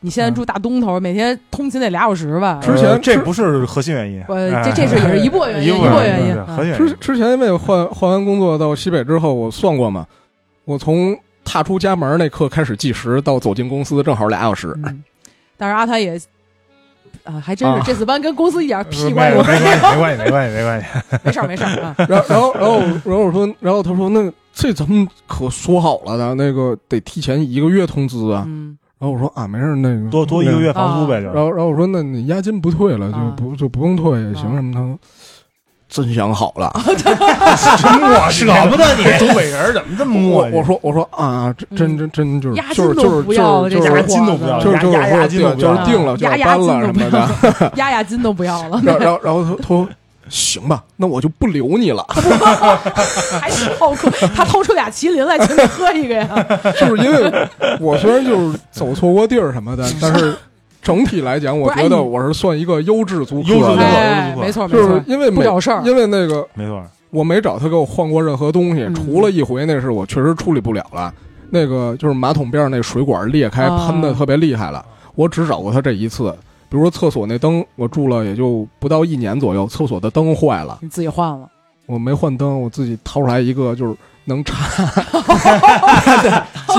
Speaker 1: 你现在住大东头，每天通勤得俩小时吧
Speaker 3: 是？之前
Speaker 2: 呃这
Speaker 3: 之
Speaker 2: 不是核心原因，
Speaker 1: 我
Speaker 2: 哎
Speaker 1: 这呃这是也是一部分原因，
Speaker 2: 一
Speaker 1: 一
Speaker 2: 部
Speaker 1: 部分
Speaker 2: 分
Speaker 1: 原因
Speaker 2: 对。核
Speaker 1: 啊
Speaker 2: 心原
Speaker 3: 之
Speaker 2: 因。
Speaker 3: 之前因为换换完工作到西北之后，我算过嘛，我从踏出家门那刻开始计时，到走进公司正好俩小 时。
Speaker 1: 嗯但是阿坦也啊，还真是
Speaker 3: 啊
Speaker 1: 这次班跟公司一点屁关
Speaker 2: 没
Speaker 1: 系
Speaker 2: 没
Speaker 1: 都
Speaker 2: 关系，
Speaker 1: 没有。
Speaker 2: 没关系，没关系，没关系。
Speaker 1: 没事儿没事儿啊，
Speaker 3: 然后然后然后然后我说，然后他说那这咱们可说好了的，那个得提前一个月通知啊。
Speaker 1: 嗯，
Speaker 3: 然后我说啊，没事啊儿，那个
Speaker 2: 多多一
Speaker 3: 那
Speaker 2: 个月房租呗，就
Speaker 3: 然后然后我说那你押金不退了，就
Speaker 1: 啊
Speaker 3: 不就不用退也行
Speaker 1: 啊
Speaker 3: 什么？他说真想好 了。
Speaker 2: 真磨
Speaker 5: 舍
Speaker 2: 叽
Speaker 5: 不得
Speaker 4: 啊
Speaker 5: 你
Speaker 2: 东北人儿怎么这么
Speaker 3: 我
Speaker 2: 磨叽？
Speaker 3: 我说我说啊，这真真
Speaker 1: 嗯
Speaker 3: 真就是
Speaker 1: 押
Speaker 3: 就是
Speaker 1: 金都
Speaker 3: 就是
Speaker 1: 不
Speaker 3: 就
Speaker 1: 要了，
Speaker 3: 是
Speaker 1: 这
Speaker 3: 就是
Speaker 1: 小
Speaker 2: 押金都不要
Speaker 1: 伙
Speaker 3: 就
Speaker 1: 子
Speaker 3: 是就是
Speaker 2: 押押押金
Speaker 3: 就
Speaker 2: 都
Speaker 3: 是
Speaker 2: 不
Speaker 3: 就
Speaker 2: 要
Speaker 3: 是定了就
Speaker 1: 押
Speaker 3: 要
Speaker 1: 押
Speaker 3: 搬
Speaker 1: 金
Speaker 3: 了
Speaker 1: 都
Speaker 3: 什
Speaker 1: 不
Speaker 3: 么
Speaker 1: 要
Speaker 3: 的。
Speaker 1: 了，押押金都不要 了，
Speaker 3: 然后然后然后他他说行吧，那我就不留你了，
Speaker 1: 还是好客。他掏出俩麒麟来请你喝一个 呀，
Speaker 3: 就是因为我虽然就是走错过地儿什么的，但是整体来讲，我
Speaker 1: 不是哎
Speaker 3: 觉得
Speaker 1: 你
Speaker 3: 我是算一个优质租
Speaker 2: 优质
Speaker 3: 客
Speaker 2: 租客
Speaker 3: 的。
Speaker 1: 哎，没错没
Speaker 3: 就是
Speaker 1: 错，
Speaker 3: 因为
Speaker 1: 不
Speaker 3: 没
Speaker 1: 找事儿
Speaker 3: 因为那个
Speaker 2: 没错，
Speaker 3: 我没找他给我换过任何东西，
Speaker 1: 嗯
Speaker 3: 除了一回那是我确实处理不了了，那个就是马桶边儿那水管裂开
Speaker 1: 啊
Speaker 3: 喷的特别厉害了，我只找过他这一次。比如说厕所那灯，我住了也就不到一年左右，厕所的灯坏了，
Speaker 1: 你自己换了。
Speaker 3: 我没换灯，我自己掏出来一个就是能 插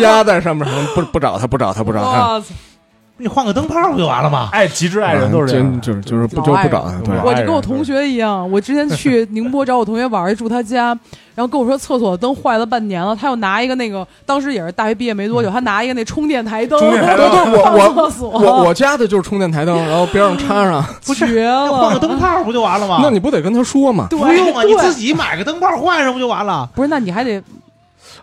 Speaker 3: 夹在上面，不不找他，不找他，不找他，
Speaker 1: 哇塞
Speaker 5: 你换个灯泡不就完了吗？
Speaker 2: 爱极致爱人都是这
Speaker 3: 真
Speaker 2: 样。
Speaker 3: 就是就是不
Speaker 1: 老
Speaker 3: 就
Speaker 1: 爱
Speaker 3: 不
Speaker 1: 人
Speaker 3: 找他，对
Speaker 2: 老爱。
Speaker 1: 我
Speaker 2: 人
Speaker 1: 就跟我同学一样，我之前去宁波找我同学玩儿，住他家，然后跟我说厕所灯坏了半年了，他又拿一个那个，当时也是大学毕业没多久，他拿一个那充电台灯，
Speaker 2: 充电台灯
Speaker 1: 放
Speaker 3: 我
Speaker 1: 厕所，
Speaker 3: 我我家的就是充电台灯，然后边上插上，
Speaker 1: 不是绝
Speaker 5: 那换个
Speaker 1: 了，
Speaker 5: 灯泡不就完了
Speaker 1: 啊
Speaker 5: 吗？
Speaker 3: 那你不得跟他说吗？
Speaker 1: 对，
Speaker 5: 不用啊，
Speaker 1: 对
Speaker 5: 你自己买个灯泡换上不就完了？
Speaker 1: 不是，那你还得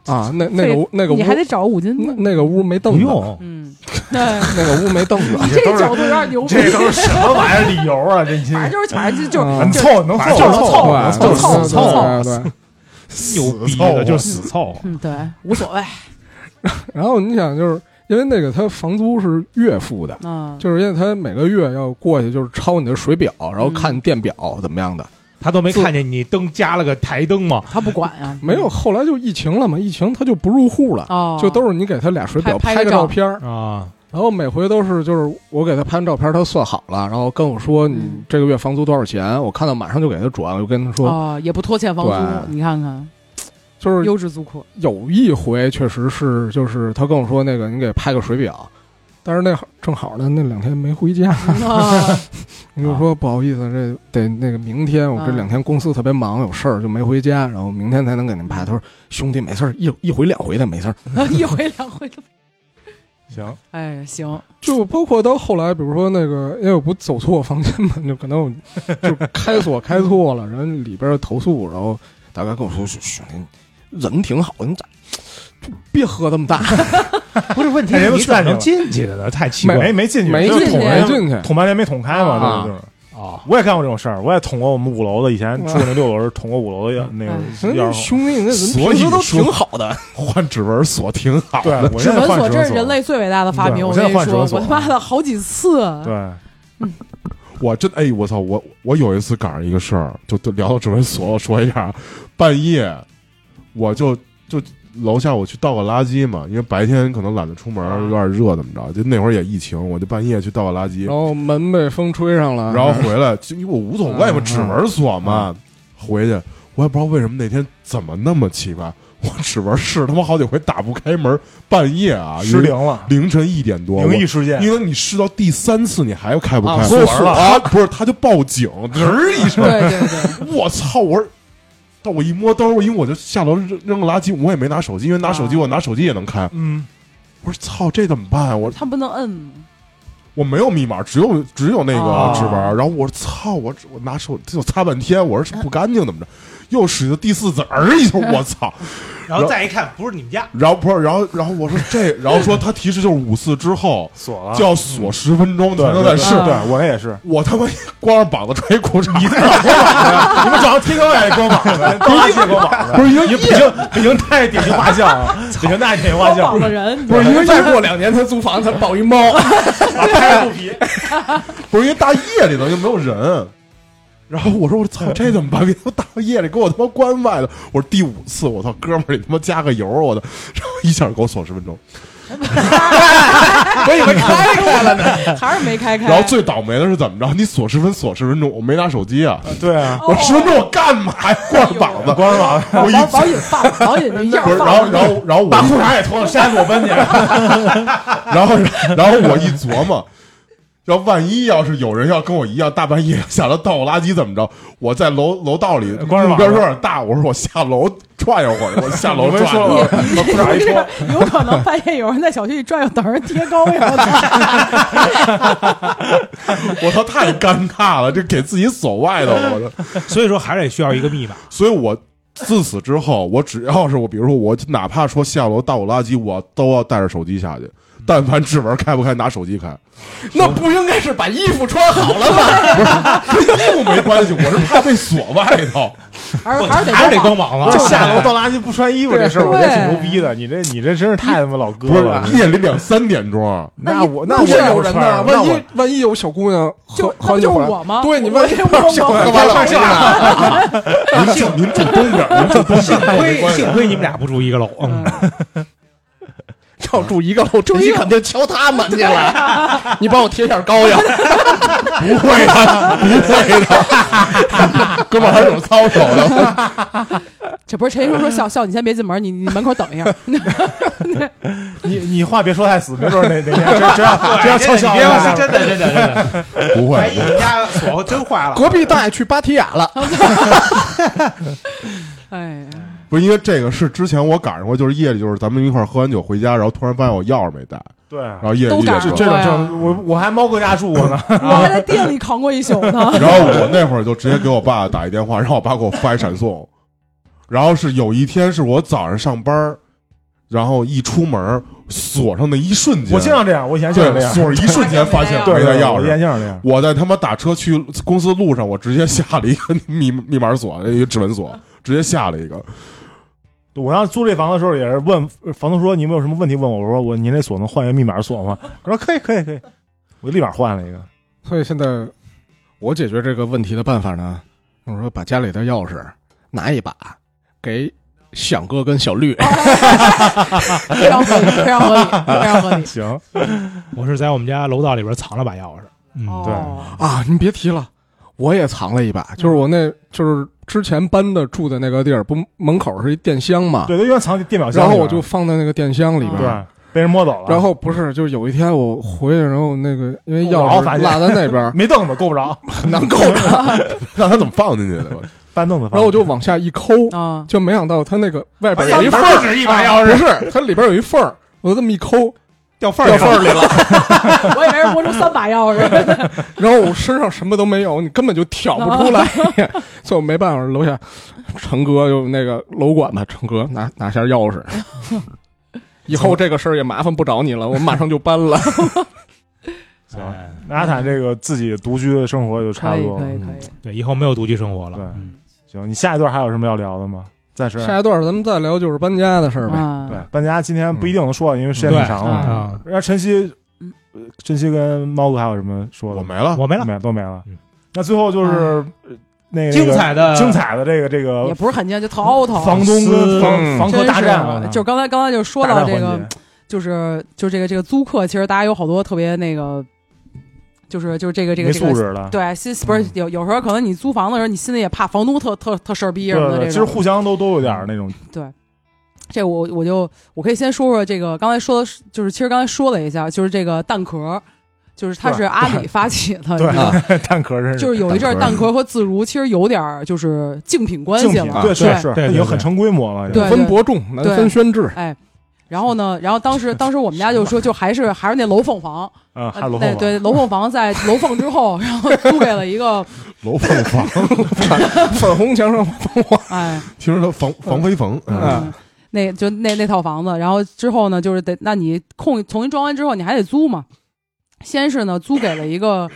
Speaker 3: 啊，那那个屋那个屋
Speaker 1: 你还得找五金
Speaker 3: 那
Speaker 1: 呢，
Speaker 3: 那个屋没凳
Speaker 2: 哎
Speaker 3: 子，
Speaker 1: 嗯，对，，
Speaker 3: 那个屋没凳子
Speaker 1: 你这角度有点牛逼，
Speaker 2: 这都是什么玩意儿理由啊？这
Speaker 1: 反正
Speaker 2: 些
Speaker 1: 就是反正就 啊就是
Speaker 2: 能凑能
Speaker 5: 反正
Speaker 2: 凑
Speaker 5: 就
Speaker 2: 能
Speaker 5: 是凑
Speaker 2: 凑能
Speaker 3: 对，
Speaker 2: 凑
Speaker 1: 就
Speaker 3: 对对对对。
Speaker 1: 是凑凑
Speaker 5: 牛逼
Speaker 2: 凑合
Speaker 5: 的，就是死凑合。
Speaker 1: 嗯，对，无所谓，
Speaker 3: 然后你想，就是因为那个他房租是月付的，
Speaker 1: 嗯，
Speaker 3: 就是因为他每个月要过去，就是抄你的水表，然后看
Speaker 1: 嗯
Speaker 3: 电表怎么样的。
Speaker 5: 他都没看见你灯加了个台灯吗？
Speaker 1: 他不管啊嗯呀，
Speaker 3: 没有，后来就疫情了嘛，疫情他就不入户了，
Speaker 1: 哦，
Speaker 3: 就都是你给他俩水表拍
Speaker 1: 拍拍
Speaker 3: 个
Speaker 1: 个照
Speaker 3: 照片儿，
Speaker 5: 啊，
Speaker 3: 然后每回都是就是我给他拍完照片，他算好了，然后跟我说你
Speaker 1: 嗯
Speaker 3: 这个月房租多少钱，我看到马上就给他转，我就跟他说，
Speaker 1: 哦，也不拖欠房租，
Speaker 3: 对
Speaker 1: 你看看，
Speaker 3: 就是
Speaker 1: 优质租客，
Speaker 3: 有一回确实是就是他跟我说那个你给拍个水表，但是那会儿正好呢那两天没回家，
Speaker 1: 啊
Speaker 3: 你就说不好意思，这得那个明天，我这
Speaker 1: 啊
Speaker 3: 两天公司特别忙，有事儿就没回家，然后明天才能给您拍。他说兄弟没事儿，一一回两回的没事儿。
Speaker 1: 一回两回的，
Speaker 2: 行，
Speaker 1: 哎，行，
Speaker 3: 就包括到后来，比如说那个，因为我不走错房间嘛，就可能我就开锁开错了，然后里边投诉，然后大概跟我说兄弟人挺好，你咋就别喝这么 大？
Speaker 5: 不是问题
Speaker 2: 哎
Speaker 5: 是
Speaker 2: 人都
Speaker 5: 你怎
Speaker 2: 劝你
Speaker 5: 么能
Speaker 2: 了
Speaker 5: 进去的呢？太奇怪了
Speaker 2: 没没进去，
Speaker 3: 没
Speaker 2: 就
Speaker 3: 进
Speaker 2: 是
Speaker 3: 去，
Speaker 2: 捅
Speaker 3: 没
Speaker 2: 人
Speaker 3: 进去。
Speaker 2: 捅半天没捅开嘛，
Speaker 3: 啊
Speaker 2: 就是。
Speaker 5: 哎啊！
Speaker 2: 我也干过这种事儿，我也捅过我们五楼的，以前住那六楼是捅过五楼的那个
Speaker 3: 人家
Speaker 2: 钥匙孔。
Speaker 3: 兄弟，你那人平时都挺好的，
Speaker 4: 换指纹锁挺好
Speaker 2: 对
Speaker 4: 的，，
Speaker 2: 我
Speaker 1: 指
Speaker 2: 现在
Speaker 1: 纹
Speaker 2: 换
Speaker 1: 锁
Speaker 2: 指
Speaker 1: 这
Speaker 2: 纹
Speaker 1: 是
Speaker 2: 锁
Speaker 1: 人类最伟大的发
Speaker 2: 对
Speaker 1: 明，
Speaker 2: 我
Speaker 1: 跟
Speaker 2: 现
Speaker 1: 你
Speaker 2: 在换指
Speaker 1: 说，
Speaker 2: 纹
Speaker 1: 我
Speaker 2: 锁
Speaker 1: 他妈的好几次，
Speaker 2: 对，
Speaker 4: 我真哎，我操，我我有一次赶上一个事儿，就就聊到指纹锁，我说一下，半夜我就就楼下我去倒个垃圾嘛，因为白天可能懒得出门，有点热怎么着，就那会儿也疫情，我就半夜去倒个垃圾
Speaker 3: 然，后门被风吹上了，
Speaker 4: 然后回来，就因为我无所谓嘛，
Speaker 3: 嗯
Speaker 4: 指纹锁嘛，回去我也不知道为什么那天怎么那么奇怪， 我指纹试他妈好几回打不开门，半夜啊，
Speaker 2: 失灵了，
Speaker 4: 凌晨一点多，
Speaker 2: 灵异事件
Speaker 4: 我。因为你试到第三次你还开不开，
Speaker 3: 啊
Speaker 2: 锁了
Speaker 4: 啊，不是，他就报警，吱一声，
Speaker 1: 对对对，
Speaker 4: 我操！我说，但我一摸兜，因为我就下楼扔扔个垃圾，我也没拿手机，因为拿手机
Speaker 1: 啊
Speaker 4: 我拿手机也能开。
Speaker 2: 嗯，
Speaker 4: 我说操，这怎么办啊？我
Speaker 1: 他不能摁吗？
Speaker 4: 我没有密码，只有只有那
Speaker 1: 啊
Speaker 4: 个指纹。然后我说操，我我拿手就擦半天，我说是不干净怎么着？又使的第四次，儿一下，我操！
Speaker 5: 然后再一看，不是你们家，
Speaker 4: 然后不是，然后然后我说这，然后说他提示就是五次之后
Speaker 2: 锁了。
Speaker 4: 就要锁十分钟才
Speaker 2: 对
Speaker 4: 能
Speaker 2: 对
Speaker 4: 再
Speaker 2: 对，
Speaker 4: 试
Speaker 2: 是。
Speaker 1: 啊
Speaker 2: 对我那也是。
Speaker 4: 我他妈光着膀子穿一裤衩，
Speaker 2: 你们找贴哥外光膀子，都是贴哥膀子，
Speaker 4: 不是因为
Speaker 2: 你北京北京太典型画像了，北京太典型画
Speaker 1: 光
Speaker 2: 像
Speaker 1: 膀
Speaker 2: 了
Speaker 1: 子，人，
Speaker 3: 不是因为再过两年他租房他抱一 猫，
Speaker 2: 拍肚皮。
Speaker 4: 不是因为大夜里头又没有人。然后我说我操，这怎么办？给他妈大夜里给我他妈关外头。我说第五次，我操，哥们儿，你他妈加个油，我的，然后一下给我锁十分钟。
Speaker 1: 我以为开开了呢， 还是没开
Speaker 2: 哎
Speaker 1: 开。
Speaker 4: 然后最倒霉的是怎么着？你锁十分锁十分钟，我没拿手机啊，
Speaker 2: 对啊，
Speaker 4: 我十分钟我干嘛呀？光着膀子，
Speaker 2: 光着膀子，
Speaker 4: 我
Speaker 1: 保
Speaker 4: 一
Speaker 1: 保引放，保引那样
Speaker 4: 不是，然后
Speaker 1: 放，
Speaker 4: 然后然后我
Speaker 2: 把
Speaker 4: 一
Speaker 2: 裤衩也脱了，扇裸奔去。
Speaker 4: 然后然后我一琢磨，要万一要是有人要跟我一样大半夜下楼倒垃圾怎么着？我在楼楼道里
Speaker 2: 光着膀
Speaker 4: 目
Speaker 2: 子
Speaker 4: 标有点大，我说我下楼转悠会儿，我 下楼
Speaker 2: 我
Speaker 4: 转
Speaker 2: 没说
Speaker 4: 悠
Speaker 2: 过
Speaker 4: 会儿。
Speaker 2: 把裤衩一脱，
Speaker 1: 有可能半夜有人在小区里转悠，等人贴膏药。
Speaker 4: 我操，太尴尬了，这给自己锁外头了。我说，
Speaker 5: 所以说还得需要一个密码。
Speaker 4: 所以我自此之后，我只要是我，比如说我哪怕说下楼倒垃圾，我都要带着手机下去。但凡指纹开不开，拿手机 开，
Speaker 3: 那不应该是把衣服穿好了吗？
Speaker 4: 跟衣服没关系，我是怕被锁外头。
Speaker 1: 还是还是得
Speaker 5: 还是得啊
Speaker 1: 光膀
Speaker 5: 光膀
Speaker 2: 不
Speaker 5: 子
Speaker 2: 是。下 楼倒垃圾不穿衣服这事儿，我觉得挺牛逼的。你这你这真是太他妈老哥
Speaker 4: 不
Speaker 2: 了。
Speaker 4: 是夜里两三点 钟，
Speaker 2: 那我那
Speaker 3: 不
Speaker 2: 我
Speaker 3: 是
Speaker 2: 也
Speaker 3: 有啊
Speaker 2: 不
Speaker 3: 人
Speaker 2: 穿
Speaker 3: 呢，
Speaker 2: 了，那
Speaker 3: 万
Speaker 2: 我
Speaker 3: 一万一有小姑娘
Speaker 1: 就
Speaker 3: 喝
Speaker 1: 那不
Speaker 3: 喝
Speaker 1: 就是
Speaker 3: 酒回来
Speaker 1: 我吗
Speaker 3: 对你
Speaker 1: 我
Speaker 3: 万一
Speaker 1: 也我
Speaker 3: 小姑娘
Speaker 1: 我
Speaker 3: 完了，
Speaker 4: 您住您住东边，您住东边，
Speaker 5: 幸
Speaker 4: 没
Speaker 5: 亏
Speaker 4: 关系
Speaker 5: 幸亏你们俩不住一个楼，嗯，
Speaker 3: 要住一个楼，这期肯定敲他们去了。
Speaker 1: 啊
Speaker 3: 你帮我贴片膏 药，
Speaker 4: 不会的，不会的， 哥们儿还有操守 的。
Speaker 1: 这不是陈一说说笑笑，你先别进门，你你门口等一下。
Speaker 2: 你你话别说太死，没准哪哪天真真要真要敲响
Speaker 5: 别
Speaker 2: 了。
Speaker 5: 真的真的真的，
Speaker 4: 不会
Speaker 5: 万一你们家锁真坏了，
Speaker 3: 隔壁大爷去芭提雅了，
Speaker 1: 哎，
Speaker 4: 不是因为这个是之前我赶上过，就是夜里就是咱们一块儿喝完酒回家，然后突然发现我钥匙没带，
Speaker 2: 对，
Speaker 4: 然后夜里
Speaker 1: 都
Speaker 4: 一点
Speaker 1: 赶上
Speaker 2: 这种
Speaker 1: 对啊
Speaker 2: 这种，我我还猫哥家住过呢。
Speaker 1: 我还在店里扛过一宿呢。
Speaker 4: 然后我那会儿就直接给我爸打一电话，让我爸给我发一闪送。 然后是有一天是我早上上班儿，然后一出门儿锁上的一瞬 间，
Speaker 2: 我经常这样，我以前经常这
Speaker 4: 对
Speaker 2: 样。
Speaker 4: 锁儿一瞬间发现
Speaker 2: 对
Speaker 4: 没带
Speaker 2: 对，
Speaker 4: 钥
Speaker 2: 我以
Speaker 4: 匙
Speaker 2: 前。经常这样。
Speaker 4: 我在他妈打车去公司路 上，我直接下了一个密密码锁，一个指纹锁，直接下了一个。
Speaker 2: 我上租这房的时候也是问房东说你们有什么问题问我，我说我您那锁能换一个密码锁吗？他说可以可以可以，我就立马换了一个。
Speaker 3: 所以现在我解决这个问题的办法呢，我说把家里的钥匙拿一把给响哥跟小绿，
Speaker 1: 非常合理，非常合理，非常合理。
Speaker 2: 行，
Speaker 5: 我是在我们家楼道里边藏了把钥匙。嗯，
Speaker 1: 哦，
Speaker 3: 啊，您别提了，我也藏了一把，就是我那就是之前搬的住的那个地儿，不门口是一电箱嘛，
Speaker 2: 对，他原来藏电表箱
Speaker 3: 然
Speaker 2: 里边，
Speaker 3: 后我就放在那个电箱里边。
Speaker 2: 嗯对被人摸走了，
Speaker 3: 然后不是，就是有一天我回去，然后那个因为钥
Speaker 2: 我老
Speaker 3: 匙
Speaker 2: 发现，
Speaker 3: 落在那边
Speaker 2: 没凳子够不着，
Speaker 3: 能够着，
Speaker 4: 让他怎么放进去的？
Speaker 2: 搬凳子放。
Speaker 3: 然后我就往下一抠，
Speaker 1: 啊，
Speaker 3: 就没想到它那个外边有
Speaker 6: 有
Speaker 3: 一
Speaker 6: 一
Speaker 3: 缝
Speaker 6: 份
Speaker 3: 儿，啊
Speaker 6: 儿只一把钥匙
Speaker 3: 不是，它里边有一缝儿，我这么一抠
Speaker 6: 掉份
Speaker 3: 掉缝
Speaker 6: 儿
Speaker 3: 儿里了，
Speaker 1: 我以为是摸出三把钥匙，
Speaker 3: 然后我身上什么都没有，你根本就挑不出来， 所以我没办法，楼下成哥就那个楼管吧，成哥拿拿下钥匙， 以后这个事儿也麻烦不着你了，我马上就搬了。
Speaker 2: 行
Speaker 5: 哎
Speaker 2: 阿坦这个自己独居的生活就
Speaker 1: 可
Speaker 2: 差
Speaker 1: 以
Speaker 2: 不多了。
Speaker 1: 可以可以。
Speaker 5: 对，以后没有独居生活了。
Speaker 2: 对
Speaker 5: 嗯
Speaker 2: 行，你下一段还有什么要聊的吗？暂时
Speaker 3: 下一段咱们再聊就是搬家的事儿 呗。
Speaker 1: 啊，
Speaker 2: 嗯对搬家今天不一定能说，因为时间
Speaker 5: 对
Speaker 2: 挺
Speaker 1: 嗯
Speaker 2: 长了。
Speaker 5: 啊，
Speaker 2: 然后晨曦，呃晨曦跟猫哥还有什么说的
Speaker 4: 我
Speaker 2: 吗？
Speaker 4: 没了，
Speaker 5: 我没了。
Speaker 2: 没都没了
Speaker 5: 嗯。
Speaker 2: 那最后就是呃那个
Speaker 5: 精彩的
Speaker 2: 精彩的这个这
Speaker 1: 嗯也
Speaker 2: 个
Speaker 1: 不是很近，就特凹头。
Speaker 2: 房东跟
Speaker 3: 嗯
Speaker 2: 房房
Speaker 1: 真
Speaker 2: 客
Speaker 1: 是
Speaker 2: 大战啊，
Speaker 1: 就刚才刚才就说
Speaker 2: 大
Speaker 1: 到
Speaker 2: 战
Speaker 1: 这个
Speaker 2: 环，节
Speaker 1: 就是就是这个这个租客，其实大家有好多特别那个，就是就是这个这个
Speaker 2: 没
Speaker 1: 这
Speaker 2: 素
Speaker 1: 个。
Speaker 2: 质嗯了。
Speaker 1: 对，心不是有有时候可能你租房的时候，你心里也怕房东特特特事儿逼什么的这
Speaker 2: 对，其实
Speaker 1: 种。
Speaker 2: 互相都都有点儿那种
Speaker 1: 这我我就我可以先说说这个，刚才说的，就是其实刚才说了一下，就是这个蛋壳，就是它是阿里发起的，
Speaker 2: 对
Speaker 1: 你知道吗
Speaker 2: 蛋壳真
Speaker 1: 就是有一阵儿蛋
Speaker 4: 蛋
Speaker 1: 壳和自如其实有点儿就是竞品关
Speaker 2: 竞
Speaker 1: 系
Speaker 2: 品啊
Speaker 1: 了，
Speaker 2: 对，是是，
Speaker 5: 对对
Speaker 2: 已经很成规模了。已经
Speaker 1: 对
Speaker 3: 分伯仲，难分宣 制。
Speaker 1: 哎，然后呢，然后当时当时我们家就说，就还是还是那楼凤房，
Speaker 2: 嗯， 还
Speaker 1: 呃
Speaker 2: 有楼
Speaker 1: 对
Speaker 2: 凤
Speaker 1: 对，楼凤房 在楼凤之后，然后租给了一个
Speaker 4: 楼凤房，
Speaker 3: 粉红墙上
Speaker 1: 哎，
Speaker 4: 听说他房房飞冯，嗯
Speaker 1: 嗯，那就那那套房子，然后之后呢，就是得那你空重新装完之后，你还得租嘛。先是呢，租给了一个。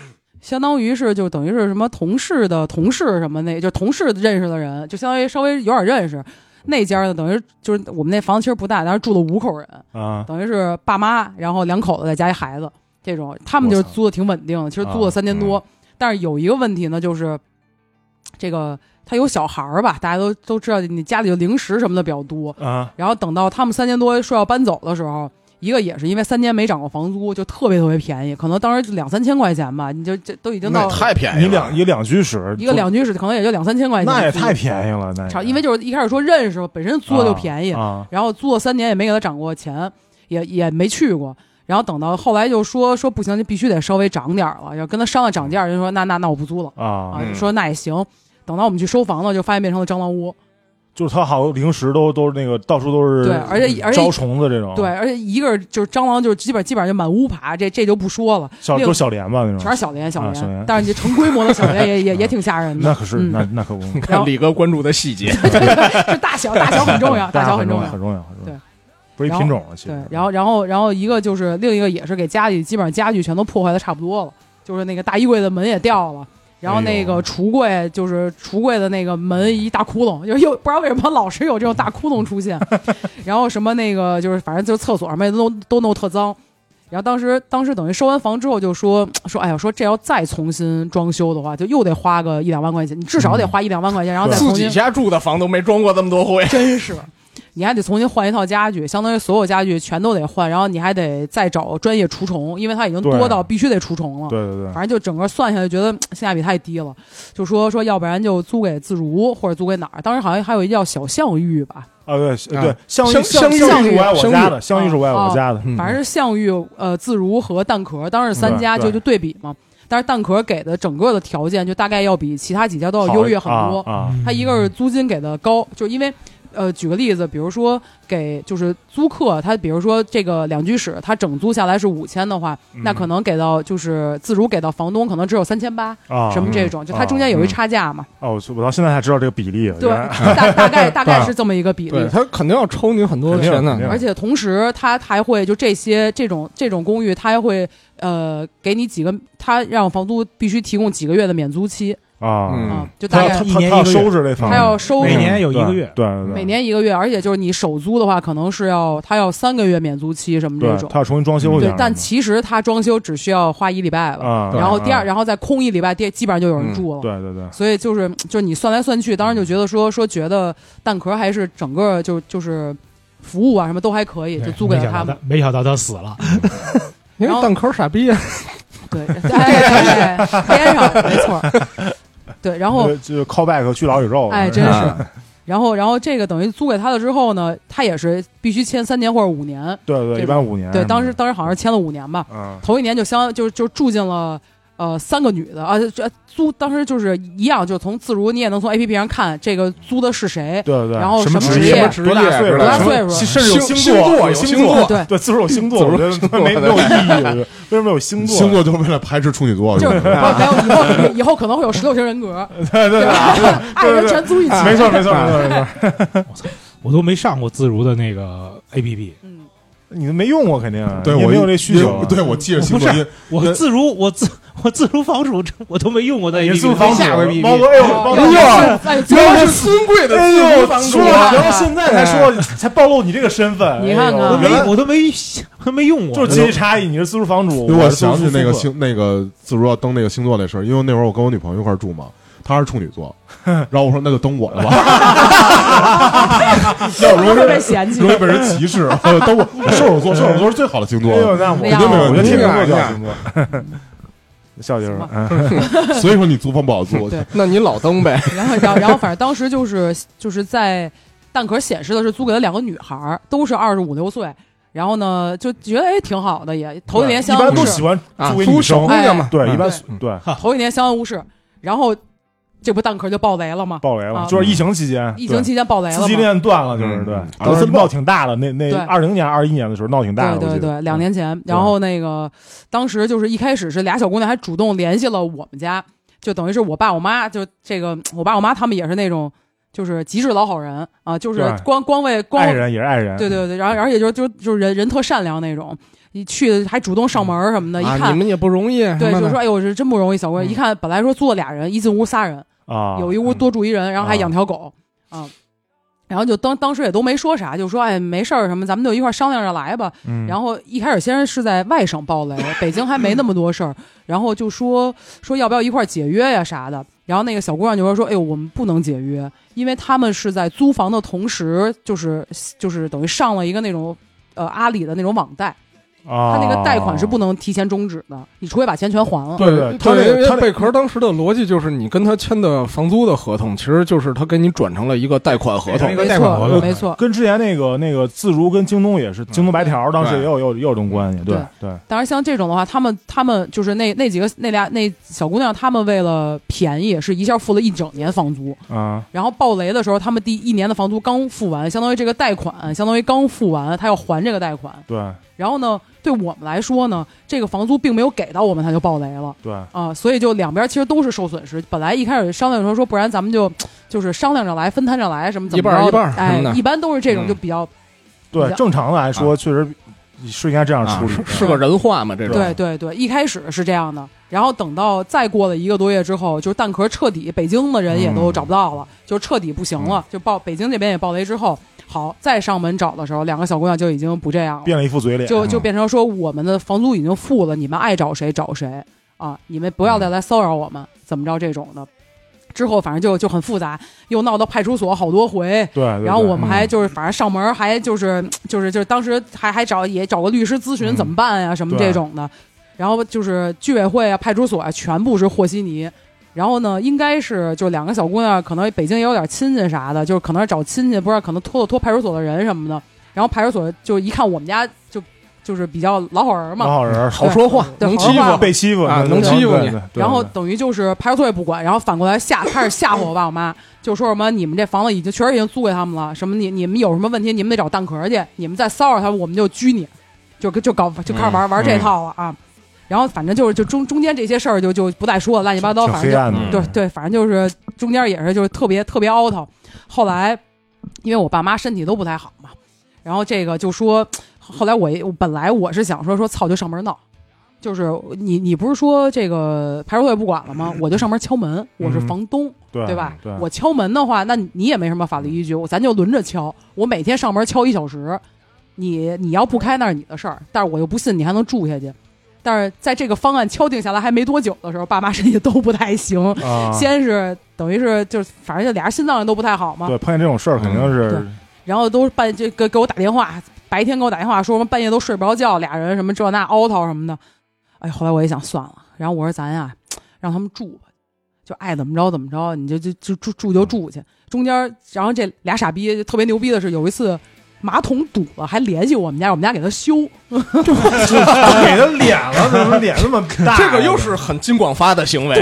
Speaker 1: 相当于是就等于是什么同事的同事什么那，就同事认识的人，就相当于稍微有点认识。那家呢，等于就是我们那房子其实不大，但是住了五口人，
Speaker 2: 啊，
Speaker 1: 等于是爸妈，然后两口子再加一孩子，这种他们就是租的挺稳定的，其实
Speaker 2: 啊
Speaker 1: 租了三年
Speaker 2: 嗯
Speaker 1: 多。但是有一个问题呢，就是这个他有小孩儿吧，大家都都知道，你家里就零食什么的比较多。
Speaker 2: 啊，
Speaker 1: 然后等到他们三年多说要搬走的时候，一个也是因为三年没涨过房租，就特别特别便宜，可能当时就两三千块钱吧，你就这都已经到
Speaker 3: 便
Speaker 2: 你两一个两居室，
Speaker 1: 一个两居室，可能也就两三千块钱，
Speaker 2: 那也太便宜了，那
Speaker 1: 差，因为就是一开始说认识，本身租的就便宜，
Speaker 2: 啊，
Speaker 1: 然后租了三年也没给他涨过钱，也也没去过。然后等到后来就说说不行，就必须得稍微涨点儿了，要跟他商量涨价儿，人说那那那我不租了
Speaker 2: 啊
Speaker 1: 啊
Speaker 2: 啊，，
Speaker 4: 嗯
Speaker 1: 说那也行。等到我们去收房子，就发现变成了蟑螂屋。
Speaker 2: 就是它好多零食都都是那个到处都是，
Speaker 1: 对而且而且
Speaker 2: 招虫子这种，
Speaker 1: 对，，而且一个就是蟑螂，就是基本基本上就满屋爬，这这就不说了，
Speaker 2: 小
Speaker 1: 另
Speaker 2: 都是小莲吧那
Speaker 1: 全
Speaker 2: 种，
Speaker 1: 是小连小
Speaker 2: 啊
Speaker 1: 连。
Speaker 2: 小连
Speaker 1: 但是你成规模的小连也 也也
Speaker 2: 啊
Speaker 1: 挺吓人
Speaker 2: 那
Speaker 1: 的，
Speaker 2: 可是
Speaker 1: 嗯
Speaker 2: 那那 可不，
Speaker 1: 然后
Speaker 3: 看李哥关注的细节，
Speaker 1: 这大小大小很重 要，大小很
Speaker 2: 很
Speaker 1: 重
Speaker 2: 要，
Speaker 1: 要
Speaker 2: 很。重要，很重要
Speaker 1: 对，
Speaker 2: 不是一
Speaker 1: 然后
Speaker 2: 品种啊了，其
Speaker 1: 对
Speaker 2: 实，，
Speaker 1: 然后然后然后一个就是另一个也是给家里基本上家具全都破坏的差不多了，就是那个大衣柜的门也掉了。然后那
Speaker 2: 哎
Speaker 1: 个
Speaker 2: 呦
Speaker 1: 橱柜就是橱柜的那个门一大窟窿，就又不知道为什么老是有这种大窟窿出 现。然后什么那个就是反正就是厕所什么都都弄特脏。然后当时当时等于收完房之后就说说哎呀说这要再重新装修的话就又得花个一两万块钱，你至少
Speaker 2: 嗯
Speaker 1: 得花一两万块钱，然后再
Speaker 3: 自
Speaker 1: 重新
Speaker 3: 己家住的房都没装过这么多 回。
Speaker 1: 真是，你还得重新换一套家具，相当于所有家具全都得换，然后你还得再找专业除虫，因为它已经多
Speaker 2: 对
Speaker 1: 到必须得除虫了。
Speaker 2: 对对对，
Speaker 1: 反正就整个算下来，觉得嗯性价比太低了，就说说要不然就租给自如或者租给哪儿，当时好像还有一叫小象浴吧，
Speaker 2: 啊对对
Speaker 3: 啊，
Speaker 2: 香
Speaker 3: 香香
Speaker 2: 香香
Speaker 1: 芋
Speaker 2: 是我爱我
Speaker 3: 香
Speaker 2: 家
Speaker 3: 芋
Speaker 2: 的，香芋是我爱我
Speaker 1: 啊
Speaker 2: 家的，
Speaker 1: 反正是象浴、呃自如和蛋壳，当时三家就
Speaker 2: 嗯对对
Speaker 1: 就对比嘛，但是蛋壳给的整个的条件就大概要比其他几家都要
Speaker 2: 好
Speaker 1: 哦优越很多，
Speaker 2: 啊啊，
Speaker 1: 它一个是租金给的高，就是因为，呃，举个例子，比如说给就是租客，他比如说这个两居室，他整租下来是五千的话，那可能给到就是自如给到房东可能只有三千八，
Speaker 2: 啊
Speaker 1: 什么这种，就它中间有一差价嘛，
Speaker 2: 哦，我我到现在才知道这个比例，
Speaker 1: 对，
Speaker 2: 原来
Speaker 1: 大大概大概是这么一个比
Speaker 3: 对
Speaker 1: 例。
Speaker 3: 他肯定要抽你很多
Speaker 2: 肯定
Speaker 3: 钱啊
Speaker 2: 肯定
Speaker 3: 的，
Speaker 1: 而且同时，他还会就这些这种这种公寓，他还会呃给你几个，他让房租必须提供几个月的免租期，
Speaker 2: 啊，
Speaker 1: 啊
Speaker 3: 嗯，，
Speaker 1: 就大
Speaker 2: 他嗯
Speaker 1: 概
Speaker 2: 要
Speaker 5: 一
Speaker 2: 他他
Speaker 5: 年
Speaker 2: 要
Speaker 5: 一个月
Speaker 2: 收拾这房子，
Speaker 1: 他要收
Speaker 5: 每
Speaker 1: 拾。
Speaker 5: 年有一个
Speaker 2: 对
Speaker 5: 月
Speaker 2: 对对，对
Speaker 1: 每年一个月，而且就是你首租的话，可能是要他要三个月免租期什么这
Speaker 2: 对
Speaker 1: 种。
Speaker 2: 他要重新装修一
Speaker 1: 对
Speaker 2: 下，，
Speaker 1: 但其实他装修只需要花一礼拜了，
Speaker 2: 啊，
Speaker 1: 然后第二，
Speaker 2: 啊
Speaker 1: 然后再空一礼拜，第基本上就有人
Speaker 3: 嗯
Speaker 1: 住了。
Speaker 2: 对对对，
Speaker 1: 所以就是就是你算来算去，当时就觉得说说觉得蛋壳还是整个就就是服务啊什么都还可以，就
Speaker 5: 对
Speaker 1: 租给
Speaker 5: 没
Speaker 1: 了
Speaker 5: 想
Speaker 1: 他
Speaker 5: 到
Speaker 1: 们。
Speaker 5: 没想到他死了，
Speaker 3: 因
Speaker 1: 然
Speaker 3: 为
Speaker 1: 后
Speaker 3: 蛋壳傻逼啊，
Speaker 1: 对，哎对，边上没错儿。对，然后
Speaker 2: 呃就 callback 去老宇宙，
Speaker 1: 哎，真
Speaker 2: 是
Speaker 1: 是。然后，然后这个等于租给他了之后呢，他也是必须签三年或者五年。
Speaker 2: 对对
Speaker 1: 这
Speaker 2: 对，一般五年，
Speaker 1: 对，当时当时好像是签了五年吧。
Speaker 2: 嗯
Speaker 1: 头一年就相就就住进了呃三个女的啊，这租当时就是一样，就从自如你也能从 A P P 上看这个租的是谁，
Speaker 2: 对对，对
Speaker 1: 然后
Speaker 2: 什么
Speaker 1: 什么职业
Speaker 2: 业
Speaker 3: 什么职
Speaker 2: 多大
Speaker 3: 业
Speaker 2: 岁数
Speaker 3: 多
Speaker 1: 大
Speaker 2: 什么
Speaker 1: 岁数
Speaker 2: 甚至有
Speaker 3: 星
Speaker 2: 星
Speaker 3: 座
Speaker 2: 座
Speaker 3: 有
Speaker 2: 星
Speaker 3: 星座
Speaker 1: 对
Speaker 2: 对，自如有星座，
Speaker 3: 自
Speaker 2: 我
Speaker 3: 如
Speaker 2: 觉得没没有意义，我觉得为什么有星座？
Speaker 4: 星座就是为了排斥处女座，
Speaker 1: 就是 是
Speaker 4: 吧
Speaker 1: 没有以后以后可能会有十六型人格，
Speaker 2: 对对
Speaker 1: 对
Speaker 2: 对，
Speaker 1: 吧？爱人全租一起，
Speaker 2: 没错没错没错没
Speaker 3: 啊
Speaker 2: 错，
Speaker 5: 我都没上过自如的那个 A P P，
Speaker 1: 嗯，
Speaker 2: 你没用过肯定，啊
Speaker 4: 对
Speaker 2: 你
Speaker 4: 我
Speaker 2: 也没有这需求啊，
Speaker 4: 对我记着
Speaker 5: 我
Speaker 4: 星
Speaker 5: 不
Speaker 4: 座，因
Speaker 5: 是我自如我自我自如房主这我都没用过的 A
Speaker 2: 呃你
Speaker 5: P
Speaker 2: 是
Speaker 5: P，
Speaker 2: 不是房主
Speaker 5: 下过 A P
Speaker 2: 猫
Speaker 5: P，
Speaker 2: 哥，哎呦，猫
Speaker 1: 哦
Speaker 2: 哥
Speaker 1: 哎
Speaker 2: 哎
Speaker 1: 呦，哎，最后
Speaker 3: 原来
Speaker 1: 是
Speaker 3: 是尊贵的哦自由
Speaker 2: 呦，
Speaker 3: 房主
Speaker 2: 说
Speaker 1: 啊
Speaker 2: 然后现在 才说才暴露你这个身份，
Speaker 1: 你看看啊
Speaker 2: 哎呦
Speaker 5: 我都
Speaker 2: 原来
Speaker 5: 没我都没还没用过，
Speaker 2: 就是阶级差异，你是自如房主，
Speaker 4: 因为我
Speaker 2: 是自如
Speaker 4: 想起那
Speaker 2: 租
Speaker 4: 个
Speaker 2: 客
Speaker 4: 星那个自如要登那个星座那事儿，因为那会儿我跟我女朋友一块儿住嘛，她是处女座，然后我说那就登我的吧，要不容
Speaker 1: 会被
Speaker 4: 易
Speaker 1: 嫌弃
Speaker 4: 容。易被人歧视，呃登我我射手座，射手座是最好的星座
Speaker 2: 哎，呦，那我
Speaker 1: 那样
Speaker 2: 就没有，我觉得
Speaker 3: 那
Speaker 2: 天
Speaker 3: 样
Speaker 2: 秤
Speaker 3: 那
Speaker 2: 座叫
Speaker 3: 样
Speaker 2: 星座， 笑就是
Speaker 1: 行吧
Speaker 2: 嗯
Speaker 4: 所以说你租房不好租，
Speaker 1: 对
Speaker 3: 那你老登呗，
Speaker 1: 然后，然后，然后，反正当时就是就是在蛋壳显示的是租给了两个女孩儿，都是二十五六岁。然后呢，就觉得哎挺好的，也头一年
Speaker 2: 一
Speaker 1: 相
Speaker 2: 般
Speaker 1: 安
Speaker 2: 都
Speaker 1: 无
Speaker 2: 喜
Speaker 1: 事，
Speaker 2: 欢
Speaker 3: 啊
Speaker 2: 租给
Speaker 3: 租
Speaker 2: 女
Speaker 3: 手
Speaker 2: 生哎
Speaker 3: 姑，娘嘛，嗯
Speaker 2: 对，一
Speaker 1: 对
Speaker 2: 般是对
Speaker 1: 头一年相安无事。然后这不蛋壳就爆雷了吗？
Speaker 2: 爆雷
Speaker 1: 啊
Speaker 2: 了，就是疫情期间，
Speaker 1: 疫情期间爆雷
Speaker 2: 对
Speaker 1: 了啊
Speaker 2: 资
Speaker 1: 吗？
Speaker 2: 金链断了，就是
Speaker 4: 嗯
Speaker 2: 对
Speaker 4: 嗯，
Speaker 2: 当时
Speaker 4: 当时
Speaker 2: 闹挺大的，那那
Speaker 1: 对
Speaker 2: 二零年、二一年的时候闹挺大的，
Speaker 1: 对对
Speaker 2: 我记得嗯
Speaker 1: 对，两年前，然后那个当时就是一开始是俩小姑娘还主动联系了我们家，就等于是我爸我妈，就这个我爸我妈他们也是那种就是极致老好人啊，就是
Speaker 2: 对
Speaker 1: 光光为光
Speaker 2: 爱人也是爱人，
Speaker 1: 对对对，然后而且就就就是人人特善良那种，一去还主动上门儿什么的，一
Speaker 3: 啊，你
Speaker 1: 看。
Speaker 3: 们嗯也不容易，什
Speaker 1: 对，
Speaker 3: 么
Speaker 1: 就
Speaker 3: 的
Speaker 1: 是说，哎呦，我是真不容易，小姑娘。一看，本来说坐俩人，一进屋仨人，
Speaker 2: 啊，
Speaker 1: 有一屋多住一人，然后还养条狗啊。然后就当当时也都没说啥，就说哎没事儿什么，咱们就一块儿商量着来吧。
Speaker 2: 嗯，
Speaker 1: 然后一开始先是在外省爆雷，北京还没那么多事儿，然后就说说要不要一块儿解约呀啥的。然后那个小姑娘就说说，哎呦，我们不能解约，因为他们是在租房的同时，就是就是等于上了一个那种呃阿里的那种网贷，
Speaker 2: 啊，
Speaker 1: 他那个贷款是不能提前终止的，你除非把钱全还了。
Speaker 2: 对对，他那
Speaker 3: 对，因
Speaker 2: 个他
Speaker 3: 为
Speaker 2: 那
Speaker 3: 贝壳当时的逻辑就是，你跟他签的房租的合同，其实就是他给你转成了一个贷款合同
Speaker 2: 哎
Speaker 5: 那。
Speaker 1: 没
Speaker 5: 个贷款合
Speaker 1: 错，
Speaker 5: 同
Speaker 1: 没错。
Speaker 2: 跟之前那个那个自如跟京东也是，京东白
Speaker 1: 嗯
Speaker 2: 条当时也有有有这种关系，对对，
Speaker 1: 当然，像这种的话，他们他们就是那那几个那俩那小姑娘，她们为了便宜，是一下付了一整年房租。
Speaker 2: 啊
Speaker 1: 然后暴雷的时候，他们第一年的房租刚付完，相当于这个贷款，相当于刚付完，他要还这个贷款。
Speaker 2: 对
Speaker 1: 然后呢，对我们来说呢，这个房租并没有给到我们，他就暴雷了
Speaker 2: 对，
Speaker 1: 啊，所以就两边其实都是受损失。本来一开始商量说说，不然咱们就就是商量着来，分摊着来，什么怎么着的
Speaker 3: 一半儿一半儿什么
Speaker 1: 哎，
Speaker 3: 的
Speaker 1: 一般都是这种
Speaker 3: 嗯
Speaker 1: 就比较、
Speaker 2: 对，
Speaker 1: 比较
Speaker 2: 正常的来
Speaker 6: 啊
Speaker 2: 说，确实是啊应该这样处理
Speaker 3: 啊是。是个人话嘛？这种
Speaker 1: 对对对，一开始是这样的，然后等到再过了一个多月之后，就是蛋壳彻底，北京的人也都找不到
Speaker 2: 嗯
Speaker 1: 了，就彻底不行了，就报北京这边也爆雷之后，好再上门找的时候，两个小姑娘就已经不这样了，
Speaker 2: 变了一副嘴脸，
Speaker 1: 就就变成说我们的房租已经付了，你们爱找谁找谁啊，你们不要再来骚扰我们，怎么着这种的。之后反正就就很复杂，又闹到派出所好多回，
Speaker 2: 对，对对
Speaker 1: 然后我
Speaker 3: 嗯
Speaker 1: 们还就是反正上门儿还就是就是就是当时还还找也找个律师咨询
Speaker 2: 嗯
Speaker 1: 怎么办呀、什么
Speaker 2: 对
Speaker 1: 这种的，然后就是居委会啊、派出所啊，全部是和稀泥。然后呢，应该是就两个小姑娘，可能北京也有点亲戚啥的，就是可能是找亲戚，不知道可能托了托派出所的人什么的。然后派出所就一看我们家就就是比较老好人
Speaker 2: 老
Speaker 1: 嘛，
Speaker 2: 好人
Speaker 3: 好说话，
Speaker 1: 对
Speaker 3: 能
Speaker 1: 好说
Speaker 3: 欺
Speaker 1: 话
Speaker 3: 负
Speaker 2: 被欺负
Speaker 3: 啊
Speaker 2: 对
Speaker 3: 能
Speaker 2: 对
Speaker 3: 欺负
Speaker 2: 对
Speaker 3: 你
Speaker 2: 对对
Speaker 1: 然后
Speaker 2: 对
Speaker 1: 等于就是派出所也不管，然后反过来吓开始吓唬我爸我妈，就说什么你们这房子已经确实已经租给他们了，什么你你们有什么问题你们得找蛋壳去，你们再骚扰他们我们就拘你，就就搞就开始玩、
Speaker 3: 嗯
Speaker 1: 玩这套了啊。然后反正就是就中中间这些事儿就就不再说了，乱七八糟，
Speaker 2: 挺
Speaker 1: 反正
Speaker 2: 黑
Speaker 1: 就
Speaker 2: 暗的，
Speaker 3: 嗯
Speaker 1: 对对，反正就是中间也是就是特别特别凹头。后来因为我爸妈身体都不太好嘛，然后这个就说，后来我也我本来我是想说说操就上门闹，就是你你不是说这个派出所也不管了吗？我就上门敲门，我是房东，
Speaker 2: 嗯对
Speaker 1: 对吧？
Speaker 2: 对，
Speaker 1: 我敲门的话，那你也没什么法律依据，我咱就轮着敲。我每天上门敲一小时，你你要不开那是你的事儿，但是我又不信你还能住下去。但是在这个方案敲定下来还没多久的时候，爸妈身体都不太行，
Speaker 2: 啊
Speaker 1: 先是等于是就是反正就俩人心脏都不太好嘛，
Speaker 2: 对碰见这种事儿肯定
Speaker 1: 对
Speaker 2: 是
Speaker 1: 然后都是半就给给我打电话，白天给我打电话说什么半夜都睡不着觉，俩人什么这那凹槽什么的。哎，后来我也想算了，然后我说咱呀、让他们住吧，就爱怎么着怎么着，你就就就住住就住去。中间，然后这俩傻逼就特别牛逼的是，有一次马桶堵了，还联系我们家，我们家给他修。
Speaker 6: 给他脸了，怎么脸那么大？
Speaker 3: 这个又是很金广发的行为，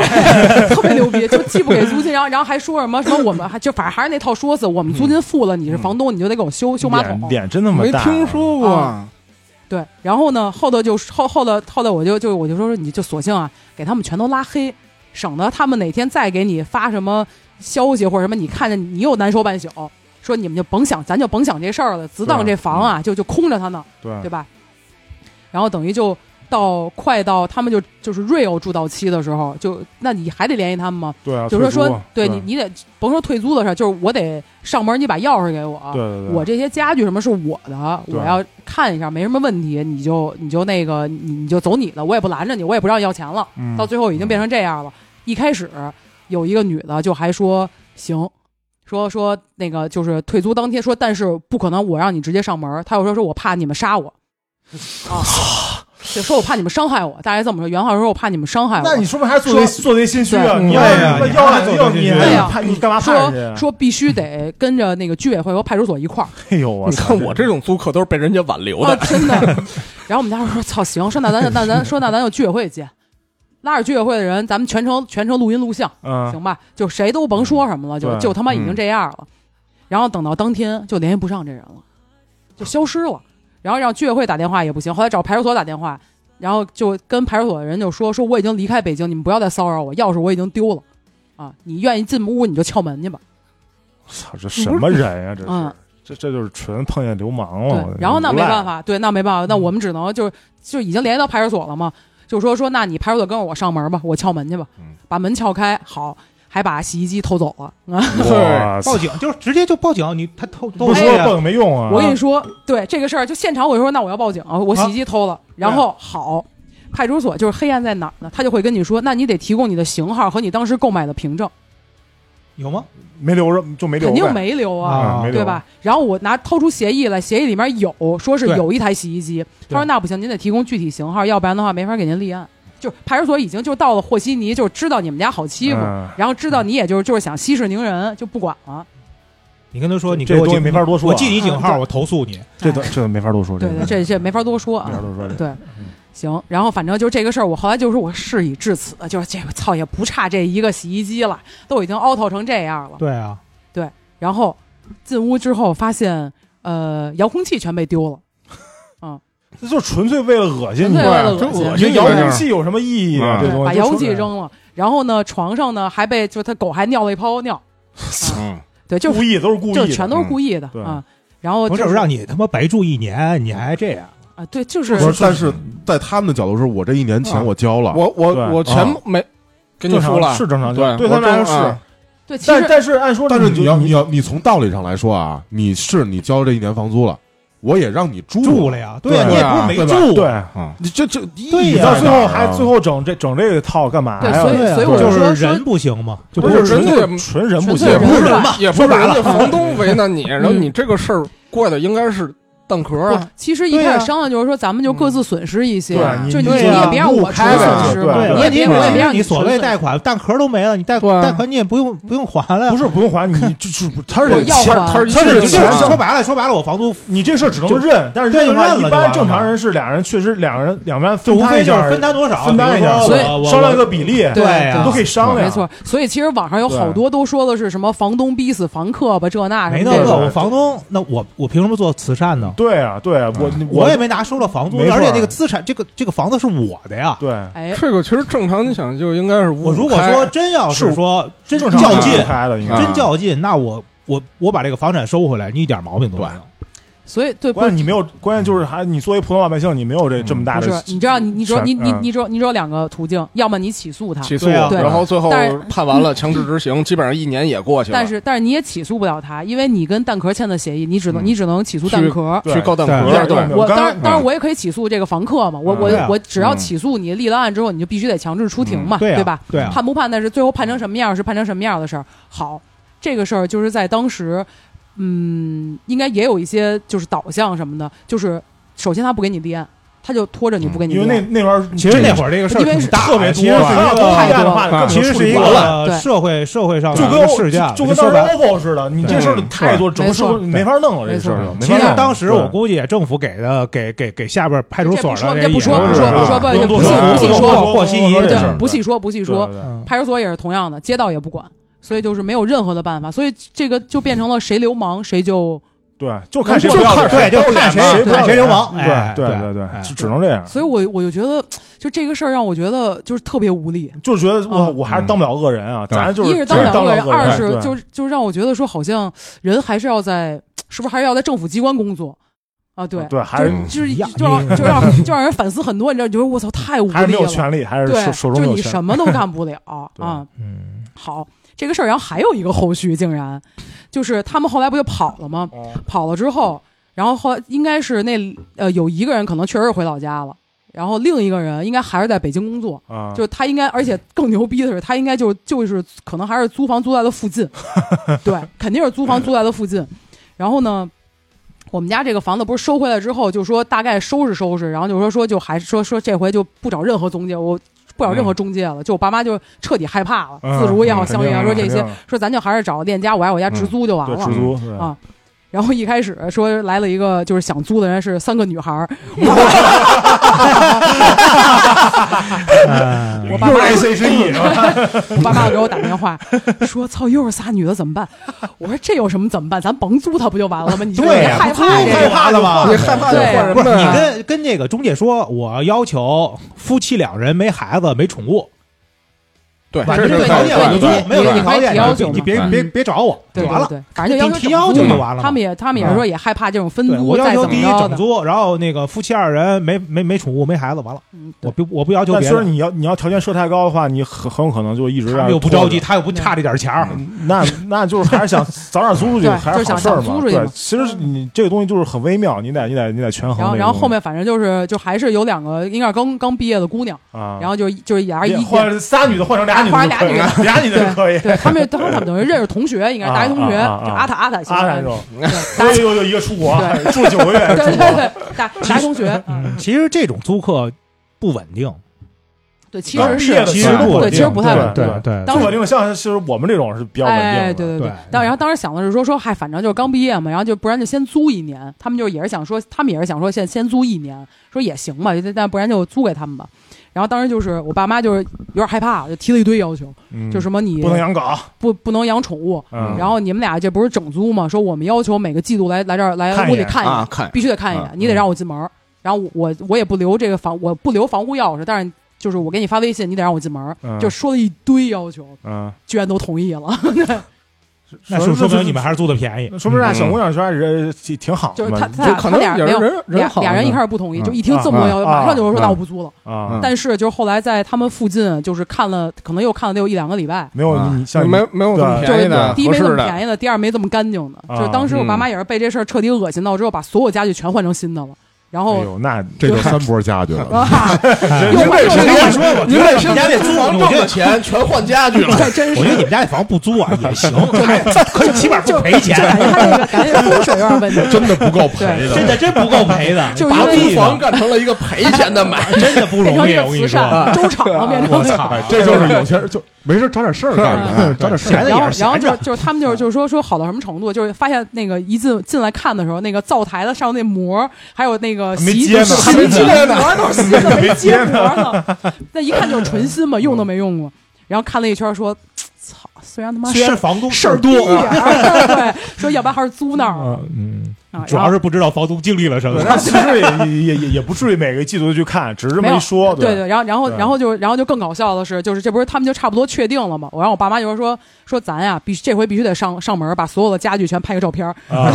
Speaker 1: 特别牛逼，就既不给租金，然后然后还说什么什么我们还就反正还是那套说辞，我们租
Speaker 2: 嗯
Speaker 1: 金付了，你是房东，你就得给我修修马桶。
Speaker 2: 脸脸真那么
Speaker 3: 没
Speaker 2: 大，
Speaker 3: 听说过
Speaker 1: 啊。对，然后呢，后头就后后头后头我就就我就说说你就索性啊，给他们全都拉黑，省得他们哪天再给你发什么消息或者什么，你看见你又难受半宿。说你们就甭想，咱就甭想这事儿了，只当这房
Speaker 2: 嗯
Speaker 1: 啊就就空着它呢，
Speaker 2: 对
Speaker 1: 对吧？然后等于就到快到他们就就是 real 住到期的时候，就那你还得联系他们吗？
Speaker 2: 对啊，
Speaker 1: 就是说
Speaker 2: 退租
Speaker 1: 说
Speaker 2: 啊，
Speaker 1: 对
Speaker 2: 对
Speaker 1: 你你得甭说退租的事儿，就是我得上门，你把钥匙给我，
Speaker 2: 对对对，
Speaker 1: 我这些家具什么是我的，
Speaker 2: 对
Speaker 1: 我要看一下，没什么问题，你就你就那个你你就走你的，我也不拦着你，我也不让你要钱了。
Speaker 2: 嗯
Speaker 1: 到最后已经变成这样了。一开始有一个女的就还说行，说说那个就是退租当天说，但是不可能我让你直接上门儿，她又说说我怕你们杀我，啊，就说我怕你们伤害我，大概这么说，原话说我怕你们伤害我。
Speaker 6: 那你说明还做贼做贼心虚啊？
Speaker 2: 嗯
Speaker 3: 对
Speaker 6: 你要
Speaker 3: 对
Speaker 6: 是
Speaker 4: 呀
Speaker 6: 那
Speaker 4: 你
Speaker 6: 要
Speaker 4: 还
Speaker 6: 了
Speaker 4: 做
Speaker 6: 你要你
Speaker 4: 贼心虚
Speaker 1: 对呀
Speaker 6: 怕你干嘛怕人
Speaker 1: 说
Speaker 6: 家？
Speaker 1: 说必须得跟着那个居委会和派出所一块儿
Speaker 2: 哎呦 我
Speaker 3: 你
Speaker 2: 操
Speaker 3: 看我这种租客都是被人家挽留
Speaker 1: 啊，
Speaker 3: 的，
Speaker 1: 真的。然后我们家人说：“操，行，说那咱就那咱说那咱就居委会见，拉着居委会的人，咱们全程全程录音录像，
Speaker 2: 嗯
Speaker 1: 行吧？就谁都甭说什么了，就
Speaker 2: 对
Speaker 1: 就他妈已经
Speaker 4: 嗯
Speaker 1: 这样了。然后等到当天就联系不上这人了，就消失了。然后让居委会打电话也不行，后来找派出所打电话，然后就跟派出所的人就说：说我已经离开北京，你们不要再骚扰我，钥匙我已经丢了。”啊，你愿意进屋你就撬门去吧。
Speaker 2: 操这什么人呀？这是
Speaker 1: 嗯
Speaker 2: 这这就是纯碰见流氓了。
Speaker 1: 对，然后那没办，法，对，那没办法，
Speaker 2: 嗯
Speaker 1: 那我们只能就是就已经联系到派出所了嘛，就说说那你派出所跟着我上门吧，我敲门去吧
Speaker 2: 嗯，
Speaker 1: 把门撬开，好，还把洗衣机偷走了啊！
Speaker 2: 我
Speaker 5: 报警就是直接就报警，你他偷
Speaker 2: 不
Speaker 5: 都
Speaker 2: 说
Speaker 5: 呀，
Speaker 2: 蹦没用啊！
Speaker 1: 我跟你说，对这个事儿，就现场我就说那我要报警，啊我洗衣机偷了，然后好。派出所就是黑暗在哪儿呢？他就会跟你说，那你得提供你的型号和你当时购买的凭证，
Speaker 5: 有吗？
Speaker 2: 没留着就没留呗，
Speaker 1: 肯定没留啊，
Speaker 2: 啊，
Speaker 5: 啊
Speaker 2: 没留
Speaker 1: 对吧？？然后我拿掏出协议来，协议里面有说是
Speaker 5: 对
Speaker 1: 有一台洗衣机，他说那不行，您得提供具体型号，要不然的话没法给您立案。就是派出所已经就到了和稀泥，就是知道你们家好欺负，
Speaker 2: 嗯
Speaker 1: 然后知道你也就是就是想息事宁人，就不管了。
Speaker 5: 你跟他说，你
Speaker 2: 这
Speaker 5: 给我
Speaker 2: 东西
Speaker 5: 警
Speaker 2: 没法多说啊
Speaker 5: 我记你警号，
Speaker 1: 嗯
Speaker 5: 我投诉你。
Speaker 2: 这
Speaker 1: 哎
Speaker 2: 都这都没法多说，
Speaker 1: 对
Speaker 2: 个
Speaker 1: 对，这这没法多说啊
Speaker 2: 没。法多说这个。
Speaker 1: 对，行，然后反正就这个事儿，我后来就是我事已至此，就是这个操也不差这一个洗衣机了，都已经凹透成这样了。
Speaker 5: 对啊，
Speaker 1: 然后进屋之后发现，呃，遥控器全被丢了，
Speaker 2: 这就纯粹为了恶心
Speaker 1: 纯
Speaker 2: 你啊
Speaker 1: 粹，为了
Speaker 4: 就
Speaker 1: 恶心
Speaker 4: 恶
Speaker 6: 这
Speaker 4: 心
Speaker 6: 遥
Speaker 4: 你
Speaker 6: 控器有什么意义啊？
Speaker 4: 嗯
Speaker 6: 这
Speaker 1: 对
Speaker 6: 东西
Speaker 1: 把
Speaker 6: 就
Speaker 1: 遥控
Speaker 6: 纯
Speaker 1: 器
Speaker 6: 粹
Speaker 1: 扔了，然后呢，床上呢还被就他狗还尿了一泡尿，啊
Speaker 4: 嗯，
Speaker 1: 对，就
Speaker 6: 故意都是故意
Speaker 1: 就
Speaker 6: 的，
Speaker 1: 全都
Speaker 2: 嗯
Speaker 1: 是故意的
Speaker 2: 对
Speaker 1: 啊。然后
Speaker 5: 不
Speaker 1: 就是
Speaker 5: 让你他妈白住一年，你还这样？
Speaker 1: 啊，对，就
Speaker 4: 不
Speaker 1: 是
Speaker 4: 是，但是在他们的角度是我这一年钱我交 了，
Speaker 3: 我我
Speaker 2: 啊对啊
Speaker 3: 我全没给你
Speaker 2: 正
Speaker 3: 付
Speaker 2: 常
Speaker 3: 了，
Speaker 2: 是正常，
Speaker 3: 对
Speaker 2: 对
Speaker 3: 我
Speaker 2: 他们来
Speaker 3: 正
Speaker 2: 说是
Speaker 3: 啊，
Speaker 1: 对，其
Speaker 6: 但
Speaker 1: 实
Speaker 6: 但是按说，
Speaker 4: 但是你要你要你从道理上来说啊，你是你交这一年房租了，我也让你住
Speaker 5: 住
Speaker 4: 了
Speaker 5: 了，呀，对呀，
Speaker 4: 对
Speaker 5: 你也
Speaker 4: 啊
Speaker 5: 不是没
Speaker 4: 对吧
Speaker 5: 住，
Speaker 2: 对。
Speaker 4: 嗯，
Speaker 3: 你这这
Speaker 5: 对
Speaker 2: 你
Speaker 5: 呀
Speaker 2: 到最后
Speaker 4: 哪儿
Speaker 2: 还
Speaker 4: 啊
Speaker 2: 最后整这整这个套干嘛
Speaker 1: 对
Speaker 2: 呀？
Speaker 1: 所以所以我
Speaker 2: 就
Speaker 5: 就是是
Speaker 1: 说
Speaker 5: 人不行嘛，就
Speaker 3: 不
Speaker 5: 不
Speaker 3: 是
Speaker 5: 是
Speaker 3: 人家
Speaker 2: 纯人
Speaker 1: 纯
Speaker 2: 不行
Speaker 1: 粹
Speaker 3: 也，不是
Speaker 1: 人
Speaker 3: 人
Speaker 1: 吧
Speaker 3: 也不是人家房东为难你，然后
Speaker 1: 嗯
Speaker 3: 你这个事儿怪的应该是蛋壳
Speaker 1: 不
Speaker 3: 啊，
Speaker 1: 其实一
Speaker 5: 对
Speaker 1: 开
Speaker 5: 啊
Speaker 1: 始商量就是说，咱们就各自损失一些
Speaker 2: 嗯对，
Speaker 1: 就
Speaker 2: 你
Speaker 1: 你
Speaker 2: 对
Speaker 1: 你
Speaker 2: 啊
Speaker 1: 也别让
Speaker 4: 路
Speaker 1: 我出
Speaker 4: 开
Speaker 1: 损
Speaker 4: 了
Speaker 1: 失，
Speaker 2: 对啊
Speaker 1: 我
Speaker 5: 对，
Speaker 1: 也
Speaker 5: 你
Speaker 1: 别
Speaker 5: 也
Speaker 1: 我也
Speaker 5: 不
Speaker 1: 别让
Speaker 5: 你
Speaker 1: 你
Speaker 5: 所
Speaker 1: 纯
Speaker 5: 谓
Speaker 1: 损
Speaker 5: 贷款，蛋壳都没了，你贷
Speaker 3: 对啊
Speaker 5: 贷款你也不用不用还了呀
Speaker 2: 不。是不用还，你就就是他是
Speaker 1: 我
Speaker 2: 得
Speaker 1: 要
Speaker 2: 签
Speaker 1: 还
Speaker 2: 他是
Speaker 3: 他
Speaker 2: 他
Speaker 3: 是
Speaker 2: 是
Speaker 5: 就
Speaker 2: 得
Speaker 5: 是
Speaker 2: 签
Speaker 3: 钱
Speaker 5: 说白了，说白了，我房租
Speaker 2: 你这事儿只能
Speaker 5: 就
Speaker 2: 认，但是认的
Speaker 5: 对
Speaker 2: 话，
Speaker 5: 认了
Speaker 2: 一
Speaker 5: 就完
Speaker 2: 般
Speaker 5: 了
Speaker 2: 正常人是俩人确实两个人两个人
Speaker 5: 就
Speaker 2: 分
Speaker 5: 无
Speaker 2: 摊
Speaker 5: 非
Speaker 2: 一
Speaker 5: 就
Speaker 2: 下
Speaker 5: 是
Speaker 2: 而已，
Speaker 5: 分担多少，
Speaker 2: 分担一下
Speaker 5: 比如
Speaker 1: 所以
Speaker 5: 说我
Speaker 2: 商量一个比例，
Speaker 1: 对啊
Speaker 5: 对啊
Speaker 2: 都可以商量。
Speaker 1: 没错，所以其实网上有好
Speaker 2: 对
Speaker 1: 多都说的是什么房东逼死房客吧，这那什
Speaker 5: 没
Speaker 1: 么
Speaker 5: 那
Speaker 1: 这
Speaker 5: 个，
Speaker 1: 种
Speaker 5: 我房东，那我我凭什么做慈善呢？
Speaker 2: 对啊，对啊，我
Speaker 5: 嗯我也没拿收了房租，
Speaker 2: 没错
Speaker 5: 而且这个资产，这个这个房子是我的呀。
Speaker 2: 对，
Speaker 1: 哎，
Speaker 3: 这个其实正常，你想就应该是
Speaker 5: 我如果说真要是说真
Speaker 2: 正常
Speaker 5: 较
Speaker 2: 是
Speaker 5: 劲，
Speaker 2: 开的应该
Speaker 3: 啊
Speaker 5: 真较劲，那我我我把这个房产收回来，你一点毛病都没有。
Speaker 1: 所以对，不
Speaker 2: 关
Speaker 1: 是
Speaker 2: 键你没有，关键就是还你作为普通老百姓，你没有这
Speaker 4: 嗯
Speaker 2: 这么大
Speaker 1: 不
Speaker 2: 的
Speaker 1: 是，你知道你你只有你你
Speaker 2: 嗯
Speaker 1: 你只有你只有两个途径，要么你起诉他，
Speaker 3: 起诉，
Speaker 5: 对啊
Speaker 1: 对
Speaker 3: 然后最后
Speaker 1: 但是
Speaker 3: 判完了强制执行，基本上一年也过去了。
Speaker 1: 但是但是你也起诉不了他，因为你跟蛋壳签的协议，你只能
Speaker 4: 嗯
Speaker 1: 你只能起诉蛋壳。
Speaker 3: 去告蛋
Speaker 2: 有
Speaker 3: 壳，
Speaker 2: 点
Speaker 3: 对
Speaker 2: 用，
Speaker 1: 我
Speaker 2: 我刚
Speaker 1: 当然
Speaker 2: 嗯
Speaker 1: 当然我也可以起诉这个房客嘛，我我
Speaker 5: 对啊
Speaker 1: 我只要
Speaker 4: 嗯
Speaker 1: 起诉你立了案之后，你就必须得强制出庭
Speaker 2: 嗯
Speaker 1: 嘛，
Speaker 5: 对啊
Speaker 1: 吧？
Speaker 5: 对啊，
Speaker 1: 判不判那是最后判成什么样是判成什么样的事儿。好，这个事儿就是在当时，嗯，应该也有一些就是导向什么的，就是首先他不给你立案，他就拖着你不给你
Speaker 2: 嗯因
Speaker 1: 立
Speaker 2: 为
Speaker 1: 案。
Speaker 2: 那那边
Speaker 5: 其实那会儿这个事儿
Speaker 1: 因为
Speaker 5: 挺
Speaker 1: 是
Speaker 5: 大
Speaker 2: 特别
Speaker 5: 的
Speaker 2: 多，
Speaker 5: 其实是一
Speaker 1: 太
Speaker 5: 个
Speaker 1: 多
Speaker 2: 大的话，根本
Speaker 5: 其实
Speaker 2: 处理
Speaker 5: 是一
Speaker 2: 不了
Speaker 5: 个
Speaker 1: 对
Speaker 5: 社会社会上
Speaker 2: 就
Speaker 5: 的
Speaker 2: 跟
Speaker 5: 事件，
Speaker 2: 就
Speaker 5: 你
Speaker 2: 跟当
Speaker 5: 说
Speaker 2: 时
Speaker 5: 白了
Speaker 2: OPPO 似的，你这事儿太多，整个社会
Speaker 1: 没错
Speaker 2: 没法弄了，这事儿就
Speaker 1: 没
Speaker 2: 没
Speaker 5: 其
Speaker 2: 法
Speaker 5: 实
Speaker 2: 弄。
Speaker 5: 当时我估计也政府给的给给给下边派出所的
Speaker 1: 这不说
Speaker 5: 也
Speaker 1: 这不
Speaker 5: 是
Speaker 1: 说
Speaker 5: 啊
Speaker 1: 不说不
Speaker 2: 不
Speaker 1: 说不
Speaker 2: 用多
Speaker 1: 细不细
Speaker 2: 说不用多
Speaker 1: 说，
Speaker 2: 说
Speaker 5: 和稀泥
Speaker 2: 这
Speaker 5: 这
Speaker 1: 对
Speaker 2: 事儿
Speaker 1: 不细说不细
Speaker 2: 对
Speaker 1: 说
Speaker 2: 对，对
Speaker 5: 嗯
Speaker 1: 派出所也是同样的，街道也不管，所以就是没有任何的办法，所以这个就变成了谁流氓谁就，
Speaker 2: 对，就看谁
Speaker 5: 就
Speaker 2: 不要
Speaker 5: 看
Speaker 2: 脸
Speaker 5: 对就看
Speaker 2: 不要
Speaker 5: 谁
Speaker 2: 脸
Speaker 5: 看谁流氓哎
Speaker 2: 对对
Speaker 5: 对
Speaker 2: 对
Speaker 5: 哎
Speaker 2: 对，就只能这样。
Speaker 1: 所以我我就觉得就这个事儿让我觉得就是特别无力，
Speaker 2: 就是觉得我
Speaker 1: 嗯
Speaker 2: 我还是当不了恶人啊，
Speaker 4: 对
Speaker 2: 咱就
Speaker 1: 一是
Speaker 2: 是只
Speaker 1: 当
Speaker 2: 能
Speaker 1: 两
Speaker 2: 当
Speaker 1: 个
Speaker 2: 了
Speaker 1: 人，
Speaker 2: 恶
Speaker 1: 二
Speaker 2: 人，
Speaker 1: 是
Speaker 2: 哎对
Speaker 1: 就是就让我觉得说好像人还是要在是不是还是要在政府机关工作啊？对
Speaker 2: 对还是
Speaker 1: 就是
Speaker 5: 一样
Speaker 1: 就让就让就让人反思很多，你知道，你觉得我操太无力了，
Speaker 2: 还是没有权利，还是
Speaker 1: 对，
Speaker 2: 手手中
Speaker 1: 就是
Speaker 2: 没有
Speaker 1: 你
Speaker 2: 权。
Speaker 1: 什么都干不了
Speaker 2: 对
Speaker 1: 啊。
Speaker 5: 嗯，
Speaker 1: 好，这个事儿，然后还有一个后续，竟然就是他们后来不就跑了吗？跑了之后，然后后来应该是那呃有一个人可能确实是回老家了，然后另一个人应该还是在北京工作。
Speaker 2: 啊，
Speaker 1: 就是他应该，而且更牛逼的是，他应该就就是可能还是租房租在了附 近，对，肯定是租房租在了附近。然后呢，我们家这个房子不是收回来之后，就说大概收拾收拾，然后就说说就还是说说这回就不找任何中介，我不找任何中介了，就我爸妈就彻底害怕了，
Speaker 2: 嗯
Speaker 1: 自如也好，
Speaker 2: 嗯
Speaker 1: 相信也好，
Speaker 2: 肯
Speaker 1: 说
Speaker 2: 定嗯
Speaker 1: 这些，说咱就还是找链家，我爱我家直租就完
Speaker 2: 对，
Speaker 1: 了。
Speaker 2: 知足对
Speaker 1: 啊然后一开始说来了一个就是想租的人是三个女孩儿，我爸妈
Speaker 2: C 之 E
Speaker 1: 我爸妈给我打电话说：“操，又是仨女的，怎么办？”我说：“这有什么怎么办？咱甭租她不就完了吗？你就
Speaker 5: 对呀
Speaker 1: 害
Speaker 5: 不租
Speaker 1: 怕这
Speaker 5: 害
Speaker 1: 个，
Speaker 5: 怕的嘛
Speaker 3: 你害怕就换人
Speaker 5: 不是
Speaker 3: 呗
Speaker 5: 你跟跟那个中介说，我要求夫妻两人没孩子没宠物，
Speaker 3: 对，
Speaker 5: 反
Speaker 3: 这
Speaker 5: 正
Speaker 1: 对
Speaker 3: 是在
Speaker 1: 对
Speaker 5: 没条件
Speaker 1: 对
Speaker 5: 了，
Speaker 1: 对
Speaker 5: 你租没有
Speaker 1: 对
Speaker 5: 这条
Speaker 1: 你
Speaker 5: 件
Speaker 1: 可以提要求
Speaker 5: 你别
Speaker 4: 嘛
Speaker 5: 别别找我，
Speaker 1: 对
Speaker 5: 完
Speaker 1: 对
Speaker 5: 了，
Speaker 1: 对，反正就要
Speaker 5: 提
Speaker 1: 求
Speaker 5: 要
Speaker 1: 整
Speaker 5: 求
Speaker 1: 租
Speaker 5: 就
Speaker 1: 嘛
Speaker 5: 完了嘛
Speaker 1: 他们也他们也
Speaker 5: 嗯
Speaker 1: 说也害怕这种分
Speaker 5: 对
Speaker 1: 租，
Speaker 5: 我要
Speaker 1: 再
Speaker 5: 求
Speaker 1: 怎
Speaker 5: 第一
Speaker 1: 么着
Speaker 5: 整
Speaker 1: 的。
Speaker 5: 租，然后那个夫妻二人没没没宠物没孩子，完了，
Speaker 1: 嗯，
Speaker 5: 我
Speaker 1: 对
Speaker 5: 不我不要求
Speaker 2: 但
Speaker 5: 别
Speaker 2: 其实
Speaker 5: 人，
Speaker 2: 你要你要条件设太高的话，你很很有可能就一直
Speaker 5: 他
Speaker 2: 让
Speaker 5: 们又不
Speaker 2: 拖
Speaker 5: 着
Speaker 2: 着
Speaker 5: 急，他又不差这点钱儿，
Speaker 2: 那那就是还 是想早点租出去，
Speaker 1: 对
Speaker 2: 还是好事儿
Speaker 1: 就是想租
Speaker 2: 嘛。
Speaker 1: 出去嘛
Speaker 2: 对，其实你这个东西就是很微妙，你得你得你得权衡
Speaker 1: 然后
Speaker 2: 这个东西。
Speaker 1: 然后后面反正就是就还是有两个应该是刚刚毕业的姑娘，
Speaker 2: 啊，
Speaker 1: 然后就就是俩人一
Speaker 2: 换成仨女的换成俩女的
Speaker 1: 换
Speaker 2: 就
Speaker 1: 成
Speaker 2: 可以
Speaker 1: 俩女
Speaker 2: 了，俩女的就可以。
Speaker 1: 对他们他们等于认识同学，应该是大学同学，
Speaker 2: 啊啊啊啊
Speaker 1: 就阿塔阿塔
Speaker 2: 阿
Speaker 1: 塔
Speaker 2: 那种，
Speaker 1: 对
Speaker 2: 又又又一个出国
Speaker 1: 对
Speaker 2: 住九个
Speaker 1: 大对对
Speaker 2: 月，
Speaker 1: 对大大学同学，嗯
Speaker 5: 嗯其实这种租客不稳定，
Speaker 1: 对，其实
Speaker 2: 刚毕业
Speaker 1: 是
Speaker 2: 的
Speaker 1: 其
Speaker 5: 时
Speaker 1: 实
Speaker 5: 候
Speaker 1: 对，其实不太稳
Speaker 2: 对
Speaker 1: 定。
Speaker 5: 对对，
Speaker 1: 当
Speaker 2: 不
Speaker 1: 时
Speaker 2: 稳定像是我们这种是比较稳
Speaker 1: 哎，
Speaker 2: 定
Speaker 1: 对
Speaker 2: 的。
Speaker 1: 对对
Speaker 5: 对。
Speaker 1: 但然后当时想的是说说，嗨，反正就是刚毕业嘛，然后就不然就先租一年。他们就是也是想说，他们也是想说先先租一年，说也行嘛，就但不然就租给他们吧。然后当时就是我爸妈就是有点害怕，就提了一堆要求，
Speaker 2: 嗯
Speaker 1: 就什么你
Speaker 2: 不能养狗，
Speaker 1: 不不能养宠物，
Speaker 2: 嗯
Speaker 1: 然后你们俩这不是整租嘛，说我们要求每个季度来来这儿来
Speaker 2: 看一眼
Speaker 1: 屋里看一
Speaker 3: 啊嗯
Speaker 1: 眼，，
Speaker 3: 看
Speaker 1: 必须得看一眼，你得让我进门儿。然后我我我也不留这个房，我不留房屋钥匙，但是就是我给你发微信，你得让我进门儿，
Speaker 2: 嗯
Speaker 1: 就说了一堆要求，
Speaker 2: 嗯，
Speaker 1: 居然都同 意了。
Speaker 5: 那是说明你们还是嗯租的便宜，
Speaker 2: 说明这小姑娘圈人挺挺好
Speaker 1: 就
Speaker 2: 的
Speaker 1: 是
Speaker 2: 嘛，
Speaker 3: 就
Speaker 1: 他他俩
Speaker 3: 可
Speaker 1: 他
Speaker 3: 能
Speaker 1: 俩
Speaker 3: 也
Speaker 1: 没
Speaker 3: 是
Speaker 1: 有
Speaker 3: 人人
Speaker 1: 俩
Speaker 3: 好，
Speaker 1: 俩人一开始不同意，
Speaker 4: 嗯
Speaker 1: 就一听这么多要求，
Speaker 2: 啊啊
Speaker 1: 马上就说
Speaker 2: 啊
Speaker 1: 那我不租了。
Speaker 2: 啊，
Speaker 1: 但是就是后来在他们附近，就是看了，可能又看了得有一两个礼拜。
Speaker 2: 没有
Speaker 4: 啊
Speaker 2: 哦你
Speaker 5: 嗯
Speaker 2: 你像你
Speaker 3: 没没有这么
Speaker 2: 对
Speaker 1: 就
Speaker 3: 便宜
Speaker 1: 是
Speaker 3: 的，
Speaker 1: 第一
Speaker 3: 合
Speaker 1: 没这
Speaker 3: 适
Speaker 1: 么
Speaker 3: 的，
Speaker 1: 便宜的，第二没这么干净的。
Speaker 2: 啊
Speaker 1: 就是当时我爸
Speaker 4: 嗯
Speaker 1: 妈也是被这事儿彻底恶心到之后，把所有家具全换成新的了。然
Speaker 2: 哎
Speaker 5: 哦
Speaker 1: 后
Speaker 2: 呦，那
Speaker 4: 这就三波家去了。
Speaker 1: 啊哈，
Speaker 5: 哎
Speaker 1: 又
Speaker 5: 您
Speaker 1: 换又
Speaker 5: 谁
Speaker 1: 换
Speaker 5: 跟
Speaker 1: 又
Speaker 5: 我说我觉
Speaker 3: 您
Speaker 5: 得
Speaker 3: 这
Speaker 5: 你
Speaker 3: 现
Speaker 5: 们家
Speaker 3: 在
Speaker 5: 得租，
Speaker 3: 房挣
Speaker 5: 我觉
Speaker 3: 的
Speaker 5: 得
Speaker 3: 钱 全换家具了，
Speaker 1: 这真
Speaker 5: 我觉得
Speaker 1: 是。
Speaker 5: 你们家这房不租啊也 行，还 可以起码不赔钱
Speaker 1: 就，感觉他那个感觉风水有点问题，
Speaker 4: 真的不够赔的，
Speaker 5: 真的真不够赔的，
Speaker 1: 就是
Speaker 3: 把
Speaker 5: 拔
Speaker 1: 因为
Speaker 3: 租
Speaker 5: 地
Speaker 3: 房
Speaker 5: 的
Speaker 3: 干成了一个赔钱的买卖。
Speaker 5: 真的不
Speaker 1: 变
Speaker 5: 容
Speaker 1: 成
Speaker 5: 易，
Speaker 1: 一个慈
Speaker 5: 我跟你
Speaker 1: 善
Speaker 5: 说，啊
Speaker 1: 了周场了，变
Speaker 5: 我
Speaker 1: 成。
Speaker 5: 操，
Speaker 4: 这就是有钱人就没事找点事儿
Speaker 5: 啊
Speaker 4: 干，找点事
Speaker 5: 闲
Speaker 4: 儿
Speaker 5: 的
Speaker 1: 然后
Speaker 5: 也，是
Speaker 1: 然后
Speaker 5: 闲
Speaker 1: 就
Speaker 5: 着
Speaker 1: 是，就是他们就是就是说说好到什么程度，就是发现那个一进进来看的时候，那个灶台的上那膜，还有那个洗
Speaker 2: 没
Speaker 1: 衣
Speaker 2: 接呢
Speaker 1: 洗
Speaker 2: 还没
Speaker 1: 衣机
Speaker 2: 接
Speaker 1: 的膜都是新的，没接膜呢。那一看就是纯新嘛，用都没用过。然后看了一圈说，操，虽然他妈
Speaker 5: 虽
Speaker 1: 事
Speaker 5: 然
Speaker 1: 儿
Speaker 5: 房东
Speaker 1: 事儿多一 点儿，对，说要不然还是租那儿
Speaker 2: 嗯，
Speaker 1: 啊，
Speaker 5: 啊主要是不知道房东经历了什么
Speaker 6: 对，。 那其实也也也也不至于每个季度都去看，只是这
Speaker 1: 没
Speaker 6: 么
Speaker 1: 有
Speaker 6: 一说，
Speaker 1: 对
Speaker 6: 对，
Speaker 1: 然后然后
Speaker 6: 对
Speaker 1: 然后就然后就更搞笑的是，就是这不是他们就差不多确定了吗？我让我爸妈就说说咱呀，必须这回必须得上上门儿把所有的家具全拍个照 片儿，
Speaker 6: 啊，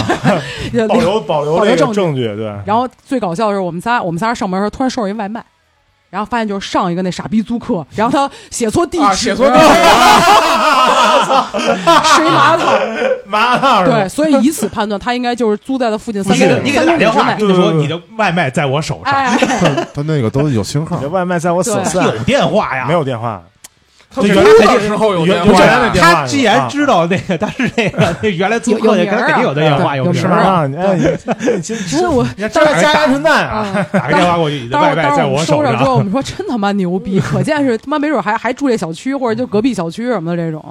Speaker 1: 就
Speaker 6: 保留保留
Speaker 1: 保留
Speaker 6: 这
Speaker 1: 证
Speaker 6: 个
Speaker 1: 据
Speaker 6: 证据，对，
Speaker 1: 然后最搞笑的是，我们仨我们仨上门的时候突然收拾一外卖，然后发现就是上一个那傻逼租客，然后他写错地址，
Speaker 6: 啊写错地
Speaker 1: 址， 水马 桶。
Speaker 6: 麻辣啊是吧
Speaker 1: 对，所以以此判断，他应该就是租在了附近
Speaker 5: 不
Speaker 1: 三
Speaker 5: 是
Speaker 1: 公
Speaker 5: 你
Speaker 1: 里
Speaker 5: 给他
Speaker 1: 三公
Speaker 5: 打
Speaker 1: 里
Speaker 5: 电话，
Speaker 1: 之内。
Speaker 5: 跟他说你的外卖在我手上，
Speaker 1: 哎，哎
Speaker 4: 他他那个都有星号
Speaker 6: 你这，外卖在我手上，
Speaker 5: 有电话呀。
Speaker 6: 没有电话，
Speaker 3: 他
Speaker 5: 这
Speaker 3: 租
Speaker 5: 原来
Speaker 3: 的时候有
Speaker 6: 原
Speaker 3: 电
Speaker 5: 不
Speaker 6: 原
Speaker 5: 是
Speaker 6: 来
Speaker 3: 话
Speaker 6: 那，电话
Speaker 5: 他既然知道那个他是那个那原来租
Speaker 1: 有有
Speaker 5: 客，那
Speaker 1: 名儿
Speaker 5: 他
Speaker 1: 啊
Speaker 5: 肯定有这电话，
Speaker 1: 对
Speaker 5: 有名
Speaker 1: 有
Speaker 6: 是
Speaker 5: 儿
Speaker 1: 名儿
Speaker 5: 啊。
Speaker 6: 吗？哎， 你你真
Speaker 1: 真的哎我
Speaker 6: 你这加鸭春蛋啊，
Speaker 1: 啊。
Speaker 5: 打个电话过去，你的
Speaker 1: 当
Speaker 5: 外
Speaker 1: 时
Speaker 5: 卖
Speaker 1: 当时
Speaker 5: 在
Speaker 1: 我们
Speaker 5: 手
Speaker 1: 收着之
Speaker 5: 上。
Speaker 1: 后，我们说真他妈牛 逼，可见是他妈没准还还住这小区或者就隔壁小区什么的这种。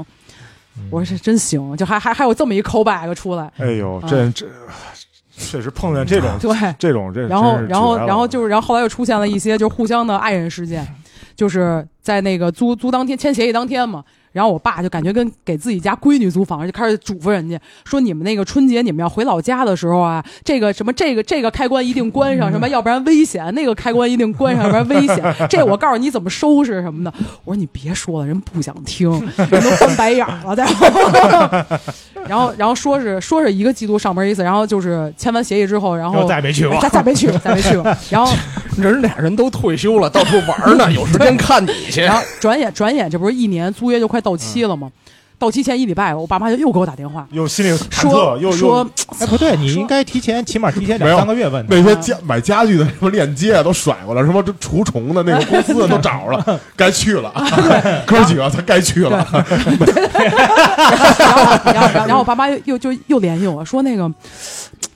Speaker 1: 我说这真行，就还还还有这么一 callback 出来，
Speaker 6: 哎呦，
Speaker 1: 啊
Speaker 6: 这这确实碰见这种
Speaker 1: 对，
Speaker 6: 这种这，
Speaker 1: 啊然后
Speaker 6: 真，是
Speaker 1: 然后，
Speaker 6: 绝了嗯
Speaker 1: 然后就是，然后后来又出现了一些就是互相的爱人事件，就是在那个租租当天签协议当天嘛，然后我爸就感觉跟给自己家闺女租房，就开始嘱咐人家说你们那个春节你们要回老家的时候啊，这个什么这个这个开关一定关上，什
Speaker 6: 嗯
Speaker 1: 么要不然危险，那个开关一定关上，要不然危险。这我告诉你怎么收拾什么的。我说你别说了，人不想 听，人都翻白眼儿了。然后， 然后，然后说是说是一个季度上门一次，然后就是签完协议之后，然
Speaker 5: 然
Speaker 1: 后
Speaker 5: 后再也没去过
Speaker 1: 哎，再再没去过，再 没去过。然后，
Speaker 3: 人俩人都退休了，到处玩呢，有时间看你去
Speaker 1: 然。后转眼转眼，这不是一年租约就快到期了吗？到期前一礼拜，我爸妈就又给我打电话，
Speaker 6: 又心里忐忑，
Speaker 1: 说
Speaker 6: 又
Speaker 1: 说
Speaker 6: 又
Speaker 5: 哎，不对，你应该提前，起码提前两三个月问他。
Speaker 4: 那些家买家具的什么链接啊都甩过来，什么这除虫的那个公司都找着了，该去了，哥几个他该去了，
Speaker 1: 然后然后然后然后我爸妈又又就又联系我说那个。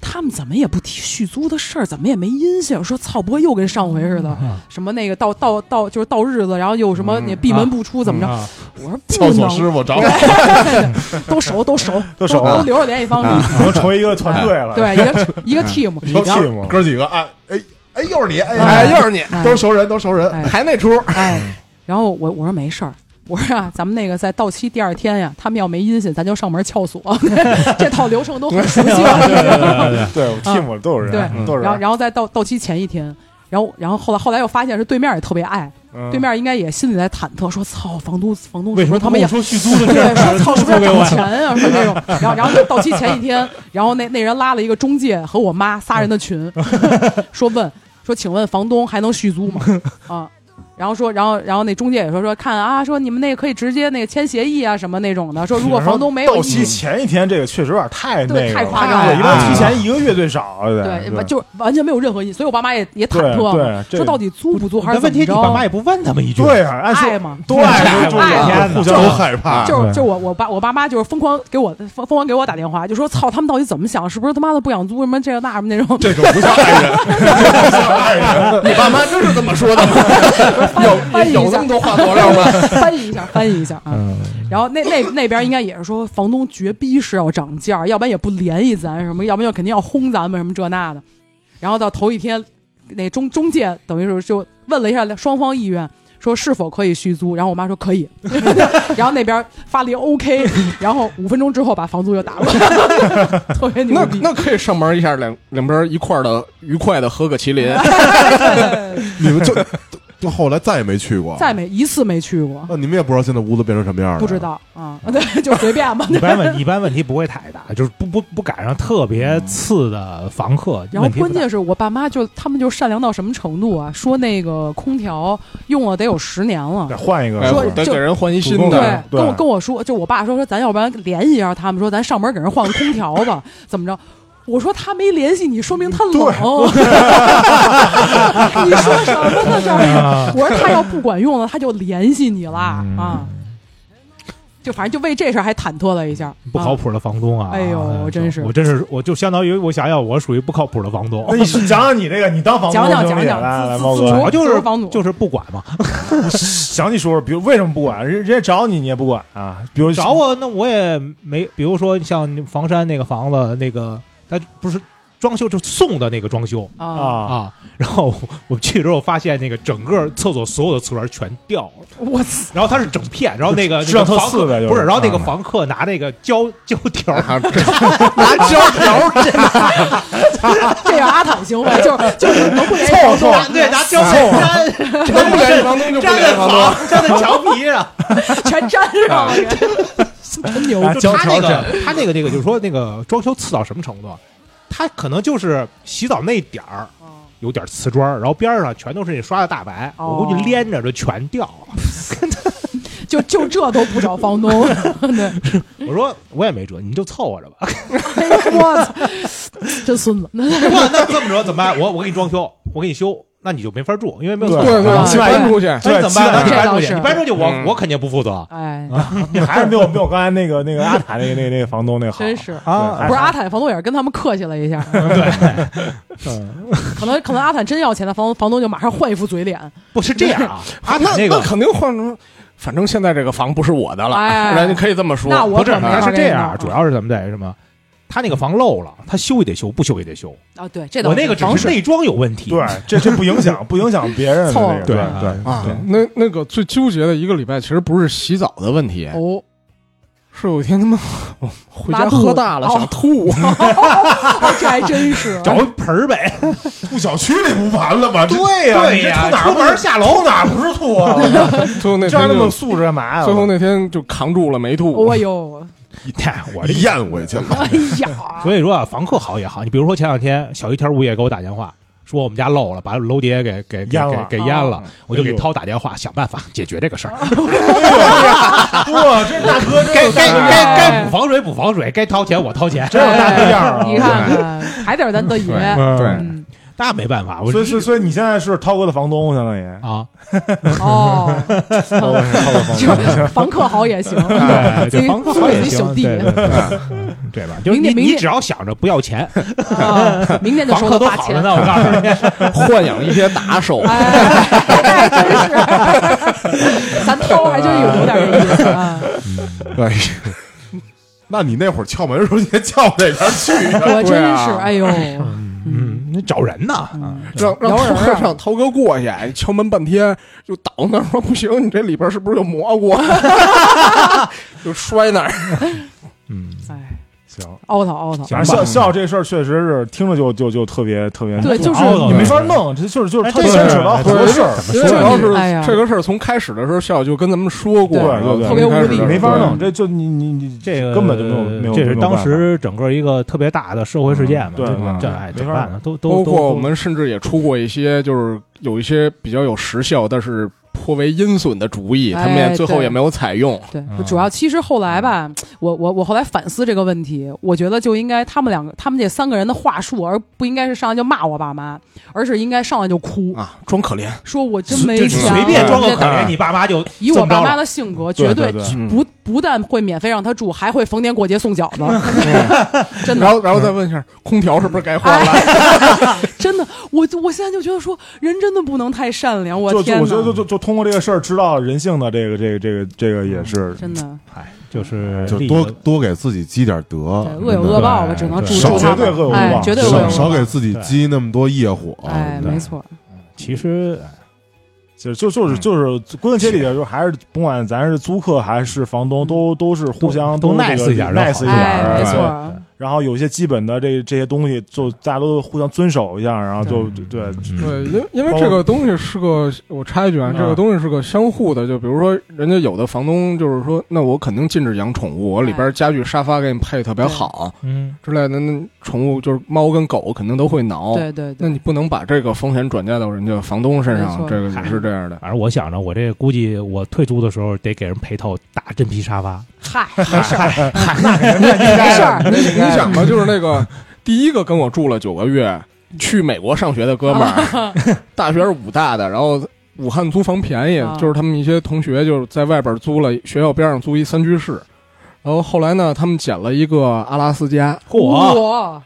Speaker 1: 他们怎么也不提续租的事儿，怎么也没音信。我说操，不会又跟上回似的，
Speaker 6: 嗯
Speaker 1: 什么那个到到到就是到日子，然后又什么那闭门不出，
Speaker 6: 嗯
Speaker 1: 怎么着？
Speaker 5: 啊，
Speaker 1: 我说
Speaker 4: 厕
Speaker 1: 不
Speaker 4: 所师
Speaker 1: 能，
Speaker 4: 傅找我。
Speaker 1: 都熟都熟
Speaker 6: 啊都熟
Speaker 1: 都
Speaker 6: 啊
Speaker 1: 留着联系方式，
Speaker 6: 已经成为一个团队了，
Speaker 1: 对一个一个 team，
Speaker 6: 一个
Speaker 1: 然后
Speaker 6: team，
Speaker 4: 哥几个，哎哎哎，又是你，哎
Speaker 3: 哎，又是你，
Speaker 1: 哎
Speaker 4: 都是熟人，都是熟人，
Speaker 1: 哎
Speaker 3: 还那出，
Speaker 1: 哎，然后我我说没事儿， 我说啊，咱们那个在到期第二天呀，他们要没音信，咱就上门撬锁， 这套流程都很熟悉 了。
Speaker 6: 对我 team 都有人，
Speaker 1: 对
Speaker 6: 嗯都有
Speaker 1: 然后
Speaker 6: 人，
Speaker 1: 然后在到到期前一天。然后，然后后来，后来又发现是对面也特别爱，
Speaker 6: 嗯
Speaker 1: 对面应该也心里在忐忑，说：“操，房东，房东
Speaker 5: 为什么
Speaker 1: 他
Speaker 5: 跟
Speaker 1: 们也
Speaker 5: 我说续租的事
Speaker 1: 对，
Speaker 5: 儿？
Speaker 1: 说操，是不是
Speaker 5: 租给
Speaker 1: 要
Speaker 5: 我
Speaker 1: 涨
Speaker 5: 呀？
Speaker 1: 钱啊？说那种，然后然后就到期前一天，然后那那人拉了一个中介和我妈仨人的群， 说问说，请问房东还能续租吗？啊，然后说，然后然后那中介也说说看啊，说你们那个可以直接那个签协议啊什么那种的，说如果房东没有
Speaker 6: 到
Speaker 1: 意
Speaker 6: 期
Speaker 1: 见，
Speaker 6: 前一天，这个确实有点太那个
Speaker 1: 对
Speaker 6: 了，
Speaker 1: 太夸张
Speaker 6: 对
Speaker 1: 了
Speaker 6: 一般提前一个月最少，啊
Speaker 1: 对，
Speaker 6: 对，
Speaker 1: 就完全没有任何意，所以我爸妈也也忐
Speaker 6: 对
Speaker 1: 忑嘛，
Speaker 6: 对，这
Speaker 1: 说到底租不租还是怎
Speaker 5: 但问题
Speaker 1: 么
Speaker 5: 你爸妈
Speaker 1: 着？啊
Speaker 5: 也不问他们一句。
Speaker 6: 对啊，按说
Speaker 1: 爱嘛，
Speaker 6: 对，就
Speaker 5: 爱
Speaker 6: 就
Speaker 1: 爱
Speaker 6: 天
Speaker 5: 嘛
Speaker 6: 哪
Speaker 5: 互
Speaker 4: 都害怕。
Speaker 1: 就是
Speaker 6: 对
Speaker 1: 就是我我爸我爸妈就是疯狂给我疯疯狂给我打电话，就说操他们到底怎么想，是不是他妈的不想租什么这个那什么那种，
Speaker 4: 这个不像爱人，这个不像爱人。
Speaker 3: 你爸妈真是这么说的吗？
Speaker 1: 翻
Speaker 3: 有
Speaker 1: 译一
Speaker 3: 有
Speaker 1: 下
Speaker 3: 那么多话佐料 吗？嗯
Speaker 1: 翻译一下，翻译一下啊。然后那那那边应该也是说，房东绝逼是要涨价，要不然也不联系咱什么，要不然就肯定要轰咱们什么这那的。然后到头一天，那中中介等于是就问了一下双方意愿，说是否可以续租。然后我妈说可 以，然后那边发了一个 OK，然后五分钟之后把房租就打了， 特别牛
Speaker 3: 那
Speaker 1: 逼。
Speaker 3: 那可以上门一下，两两边一块儿的愉快的喝个麒麟。
Speaker 4: 你们就就后来再也没去过，
Speaker 1: 再没一次没去过，
Speaker 4: 那你们也不知道现在屋子变成什么样了，
Speaker 1: 不知。道啊，
Speaker 3: 嗯
Speaker 1: 对，就随便吧。
Speaker 5: 一般问一般问题不会太大，就是不不不赶上特别次的房客。
Speaker 1: 嗯然后
Speaker 5: 问题不
Speaker 1: 关
Speaker 5: 大
Speaker 1: 键是我爸妈就他们就善良到什么程度啊？说那个空调用了得有十年了
Speaker 6: 得，换一个，
Speaker 3: 哎
Speaker 1: 说
Speaker 3: 得
Speaker 1: 就
Speaker 3: 给人换一新
Speaker 6: 主动
Speaker 3: 的
Speaker 6: 的，
Speaker 1: 跟我
Speaker 6: 对
Speaker 1: 跟我说，就我爸说说咱要不然联系一下他们，说咱上门给人换个空调 吧，怎么着？我说他没联系你，说明他冷。 你说什么呢？这儿，我说他要不管用了，他就联系你啦
Speaker 5: 嗯
Speaker 1: 啊！就反正就为这事儿还忐忑了一下，
Speaker 5: 不靠
Speaker 1: 啊。
Speaker 5: 谱的房东啊！
Speaker 1: 哎呦
Speaker 5: 啊
Speaker 1: 真是哎
Speaker 5: 我真是，我就相当于我想想，我属于不靠谱的房东
Speaker 6: 那。你讲讲你这个，你当房东
Speaker 1: 讲讲
Speaker 6: 经理啊
Speaker 1: 讲讲
Speaker 6: 来来，
Speaker 1: 自
Speaker 6: 猫
Speaker 1: 自
Speaker 6: 哥
Speaker 1: 主
Speaker 5: 我就
Speaker 1: 就是是房主
Speaker 5: 就是不管嘛，
Speaker 6: 详细说说，比如为什么不管？人人家找你，你也不管啊？比如
Speaker 5: 找我那我也没，比如说像房山那个房子，那个他不是装修就送的那个装修
Speaker 1: 啊，
Speaker 6: 啊，
Speaker 5: 啊。然后我们去之后发现，那个整个厕所所有的瓷砖全掉了，
Speaker 1: 我 操，
Speaker 5: 然后它是整片，然后那个
Speaker 2: 质量
Speaker 5: 那个
Speaker 2: 特
Speaker 5: 房
Speaker 2: 次
Speaker 5: 客
Speaker 2: 呗，就是
Speaker 5: 不是，然后那个
Speaker 2: 啊
Speaker 5: 房客拿那个胶胶条儿，
Speaker 4: 啊这
Speaker 1: 拿胶条去，这叫阿坦行为，就是就是能不联系
Speaker 5: 拿对，拿胶
Speaker 4: 凑合
Speaker 5: 粘
Speaker 4: 不联系房东就不
Speaker 5: 粘
Speaker 4: 联系
Speaker 5: 在
Speaker 4: 房东。
Speaker 5: 房粘在墙皮上。
Speaker 1: 全粘上
Speaker 5: 啊
Speaker 1: 了，真牛！
Speaker 5: 就
Speaker 4: 胶
Speaker 5: 他
Speaker 4: 条
Speaker 5: 那个他那个这个就是说那个装修次到什么程度啊？他可能就是洗澡那点儿有点瓷砖儿，然后边儿上全都是你刷的大白，
Speaker 1: 哦
Speaker 5: 我估计连着就全掉了。
Speaker 1: 就就这都不找房 东，对，
Speaker 5: 我说我也没辙，你就凑合着吧。
Speaker 1: 哎呦我操，真孙子，
Speaker 5: 那那这么着怎么办？我我给你装修，我给你修，那你就没法住，因为没有
Speaker 3: 对
Speaker 5: 厕所
Speaker 3: 对，
Speaker 1: 啊
Speaker 3: 对搬出去，
Speaker 5: 那你怎么办？那
Speaker 1: 这
Speaker 5: 你搬出
Speaker 1: 倒是
Speaker 5: 去，你搬出去我
Speaker 4: 嗯
Speaker 5: 我肯定不负责。
Speaker 1: 哎，
Speaker 2: 你还是没有没有刚才那个那个阿塔那个那个那个房东那个好，
Speaker 1: 真是。
Speaker 2: 啊
Speaker 1: 不是阿坦，房东也是跟他们客气了一下， 可能可能阿坦真要钱，他房房东就马上换一副嘴脸，
Speaker 5: 不是这样啊，阿
Speaker 3: 那
Speaker 5: 坦那个
Speaker 3: 肯定换成，反正现在这个房不是我的了，
Speaker 1: 哎
Speaker 3: 人家可以这么说。
Speaker 1: 那我
Speaker 5: 不是，
Speaker 1: 可没
Speaker 5: 他
Speaker 1: 法
Speaker 5: 是
Speaker 1: 给
Speaker 5: 这
Speaker 1: 你
Speaker 5: 样啊，
Speaker 1: 弄
Speaker 5: 主要是咱们在于什么？他那个房漏了，他修也得修，不修也得修。
Speaker 1: 啊，对，这倒
Speaker 5: 我那个只
Speaker 1: 房
Speaker 5: 是内装有问题，
Speaker 2: 对，这这不影响不影响别人的
Speaker 1: 凑合
Speaker 2: 那个，对
Speaker 5: 对
Speaker 2: 对
Speaker 3: 啊，那那个最纠结的一个礼拜，其实不是洗澡的问题，
Speaker 1: 哦，
Speaker 3: 是有一天他 妈我回
Speaker 1: 拉
Speaker 3: 家
Speaker 1: 肚子
Speaker 3: 喝大了
Speaker 1: 哦
Speaker 3: 想 吐，
Speaker 1: 这还真是，
Speaker 5: 找一盆儿呗。
Speaker 4: 住小区里不完了吗？这
Speaker 6: 对呀，
Speaker 5: 对
Speaker 6: 你这吐
Speaker 5: 呀
Speaker 6: 哪
Speaker 5: 出
Speaker 6: 儿
Speaker 5: 门
Speaker 6: 不是下楼，吐哪儿不是吐啊？
Speaker 3: 最后那
Speaker 6: 这样
Speaker 3: 天
Speaker 6: 那么
Speaker 3: 就
Speaker 6: 素质干嘛呀？
Speaker 3: 最后那天就扛住了没吐
Speaker 1: 哦。呦，
Speaker 5: 嗨，我这
Speaker 4: 咽回去了。
Speaker 1: 哎呀，
Speaker 5: 所以说啊，房客好也好，你比如说前两天小一天物业给我打电话，说我们家漏了，把楼底下给给给
Speaker 2: 淹
Speaker 5: 给
Speaker 2: 了
Speaker 5: 给淹了，我就
Speaker 2: 哎
Speaker 5: 给
Speaker 2: 呦
Speaker 5: 涛打电话想办法解决这个事儿，
Speaker 6: 哇，这大 哥真
Speaker 5: 该
Speaker 6: 有
Speaker 5: 该
Speaker 6: 大
Speaker 5: 该
Speaker 6: 哥
Speaker 5: 该补防水补防水，该掏钱我掏钱，
Speaker 6: 真有大哥样儿啊！
Speaker 1: 哎你看看，还得是咱德爷，
Speaker 4: 对，
Speaker 1: 嗯，
Speaker 5: 那没办法，我
Speaker 2: 所以所以所以你现在是涛哥的房东，相当于
Speaker 5: 啊，
Speaker 1: 哦，
Speaker 2: 涛哥是涛哥 房
Speaker 1: 就
Speaker 2: 东。
Speaker 1: 是房客好也行，
Speaker 5: 哎 对，
Speaker 1: 自己
Speaker 5: 对房客好也
Speaker 1: 自己
Speaker 5: 行
Speaker 1: 小，弟啊
Speaker 5: 对对对对对吧？就是
Speaker 1: 明天
Speaker 5: 你
Speaker 1: 明
Speaker 5: 你
Speaker 1: 天
Speaker 5: 只要想着不要钱，
Speaker 1: 啊，明天就
Speaker 5: 房
Speaker 1: 收他
Speaker 5: 客都
Speaker 1: 八
Speaker 5: 好着
Speaker 1: 千，
Speaker 5: 呢，我告诉你，
Speaker 3: 豢养了一些打手，
Speaker 1: 哎，哎真是， 咱涛还真有有点这意思 啊，
Speaker 4: 哎呀，那你那会儿撬门的时候，你也撬哪边去 呀？
Speaker 1: 我
Speaker 3: 对
Speaker 1: 真是，
Speaker 3: 啊
Speaker 1: 哎呦，
Speaker 5: 嗯，你找人呢，
Speaker 3: 让让
Speaker 1: 摇人
Speaker 3: 涛
Speaker 1: 啊
Speaker 3: 让涛哥过去，哎敲门半天就倒那儿说不行，你这里边是不是有蘑菇？啊 就摔那儿。
Speaker 5: 嗯，
Speaker 1: 哎，
Speaker 2: 行，
Speaker 1: 凹槽凹槽，
Speaker 5: 行
Speaker 2: 反正啊笑笑这事儿确实是听着就就就特别特别，
Speaker 1: 对，就是
Speaker 5: 凹槽
Speaker 2: 你没法弄，这就是就是
Speaker 6: 哎
Speaker 2: 他
Speaker 6: 这
Speaker 2: 牵
Speaker 6: 事
Speaker 2: 扯
Speaker 6: 儿
Speaker 2: 到很多事儿，
Speaker 3: 因为主要是
Speaker 1: 哎呀
Speaker 3: 这个事儿从开始的时候，校友就跟咱们说过，
Speaker 2: 对对
Speaker 3: 然后
Speaker 2: 对
Speaker 3: 从
Speaker 1: 特别
Speaker 3: 开始
Speaker 1: 无力
Speaker 3: 的时候
Speaker 2: 没法
Speaker 3: 对
Speaker 2: 弄，这就你你你
Speaker 5: 这个
Speaker 2: 根本就没有没有，
Speaker 5: 这是
Speaker 2: 没有办
Speaker 5: 当
Speaker 2: 法
Speaker 5: 时整个一个特别大的社会事件嘛，
Speaker 2: 对
Speaker 5: 这
Speaker 2: 嗯
Speaker 5: 这哎
Speaker 2: 没
Speaker 5: 怎么
Speaker 2: 法
Speaker 5: 办呢？都都
Speaker 3: 包
Speaker 5: 都
Speaker 3: 括
Speaker 5: 都
Speaker 3: 我们甚至也出过一些，就是有一些比较有时效，但是颇为阴损的主意，
Speaker 1: 哎嗯
Speaker 3: 他们也最后也没有采用。
Speaker 1: 对，
Speaker 5: 嗯
Speaker 1: 不主要其实后来吧，我我我后来反思这个问题，我觉得就应该他们两个，他们这三个人的话术，而不应该是上来就骂我爸妈，而是应该上来就哭，
Speaker 3: 啊，装可怜，
Speaker 1: 说我真
Speaker 5: 就
Speaker 1: 没
Speaker 5: 就
Speaker 1: 钱啊了，
Speaker 5: 随便装个
Speaker 1: 这
Speaker 5: 可怜，你爸妈就
Speaker 1: 以
Speaker 5: 这
Speaker 1: 我
Speaker 5: 么着
Speaker 1: 爸妈
Speaker 5: 了。
Speaker 1: 的性格，
Speaker 2: 对
Speaker 1: 绝
Speaker 2: 对对
Speaker 1: 不不但会免费让他住，还会逢年过节送饺子，真
Speaker 3: 然
Speaker 1: 的哎
Speaker 3: 后然后再问一下，空调是不是 该换了？
Speaker 1: 真的，我就我现在就觉得说，人真的不能太善良，我
Speaker 2: 就就
Speaker 1: 天
Speaker 2: 我觉得就
Speaker 1: 哪，
Speaker 2: 就就通过这个事儿知道人性的这个这个这个这个也是
Speaker 1: 真
Speaker 3: 啊
Speaker 1: 的，
Speaker 5: 哎，就是
Speaker 4: 就
Speaker 5: 利益
Speaker 4: 多
Speaker 5: 的
Speaker 4: 多给自己积点德，
Speaker 1: 对恶有恶报吧，只能
Speaker 5: 对
Speaker 1: 祝
Speaker 4: 少
Speaker 1: 祝他
Speaker 2: 绝对
Speaker 1: 们
Speaker 2: 恶有恶
Speaker 1: 嗯哎
Speaker 2: 报
Speaker 1: 绝对恶有恶
Speaker 4: 少
Speaker 1: 报，
Speaker 4: 少给自己
Speaker 5: 对
Speaker 4: 积那么多业啊火。
Speaker 1: 哎，
Speaker 5: 对
Speaker 1: 没错，
Speaker 5: 其实
Speaker 2: 就就就是就是归根结底就是还是甭管咱是租客还是房东，都都是互相
Speaker 5: 都
Speaker 2: 这个
Speaker 5: nice 一点就好
Speaker 2: nice 一点
Speaker 1: 哎，
Speaker 2: 儿，
Speaker 1: 没
Speaker 2: 对
Speaker 1: 错。
Speaker 3: 啊
Speaker 2: 然后有一些基本的这这些东西，就大家都互相遵守一下，然后就
Speaker 3: 对，
Speaker 2: 对
Speaker 3: 因为因为这个东西是个，我插一句啊
Speaker 2: 嗯，
Speaker 3: 这个东西是个相互的。就比如说，人家有的房东就是说，那我肯定禁止养宠物，我里
Speaker 1: 哎
Speaker 3: 边家具、沙发给你配特别好
Speaker 5: 嗯，
Speaker 3: 之类的。那宠物就是猫跟狗，肯定都会挠。
Speaker 1: 对对
Speaker 3: 那
Speaker 1: 对，
Speaker 3: 你不能把这个风险转嫁到人家房东身
Speaker 1: 没
Speaker 3: 上
Speaker 1: 错，
Speaker 3: 这个也是这样的。
Speaker 5: 反正我想着，我这估计我退租的时候得给人配套大真皮沙发，
Speaker 1: 嗨，没事儿，
Speaker 3: 没
Speaker 1: 没事儿，嗯
Speaker 3: 你你想吧，就是那个第一个跟我住了九个月，去美国上学的哥们 儿，大学是武大的，然后武汉租房便宜
Speaker 1: 啊，
Speaker 3: 就是他们一些同学就是在外边租了学校边上租一三居室，然后后来呢，他们捡了一个阿拉斯加，
Speaker 5: 嚯，
Speaker 3: 啊
Speaker 1: 我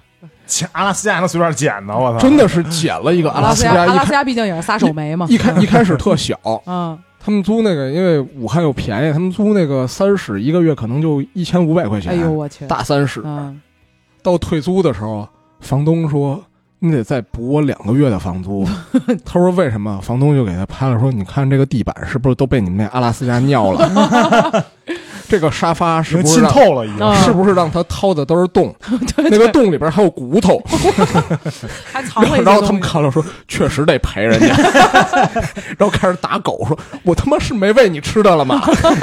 Speaker 2: 对，阿拉斯加还能随便捡呢，我操！
Speaker 3: 真的是捡了一个
Speaker 1: 阿
Speaker 3: 阿
Speaker 1: 拉
Speaker 3: 拉
Speaker 1: 斯
Speaker 3: 斯
Speaker 1: 加，
Speaker 3: 加，
Speaker 1: 阿
Speaker 3: 一
Speaker 1: 拉斯
Speaker 3: 开
Speaker 1: 加毕竟也是撒手没嘛，
Speaker 3: 一开一开始特小，
Speaker 1: 嗯，
Speaker 3: 他们租那个因为武汉又便宜，他们租那个三室一个月可能就一千五百块
Speaker 1: 哎呦
Speaker 3: 钱，
Speaker 1: 我去，
Speaker 3: 大三室，
Speaker 1: 嗯，
Speaker 3: 到退租的时候，房东说：“你得再补我两个月的房租。” 他说：“为什么？”房东就给他拍了，说：“你看这个地板是不是都被你们那阿拉斯加尿了？ 这个沙发
Speaker 2: 已
Speaker 3: 是
Speaker 2: 经
Speaker 3: 不是
Speaker 2: 浸
Speaker 3: 让
Speaker 2: 透了，已经。
Speaker 1: 啊
Speaker 3: 是不是让他掏的都是 洞？那个洞里边还有骨头。”
Speaker 1: 还藏了一些
Speaker 3: 然后
Speaker 1: 东
Speaker 3: 他
Speaker 1: 西
Speaker 3: 们。看了说，确实得赔人家， 然后开始打狗说，我他妈是没喂你吃的了吗？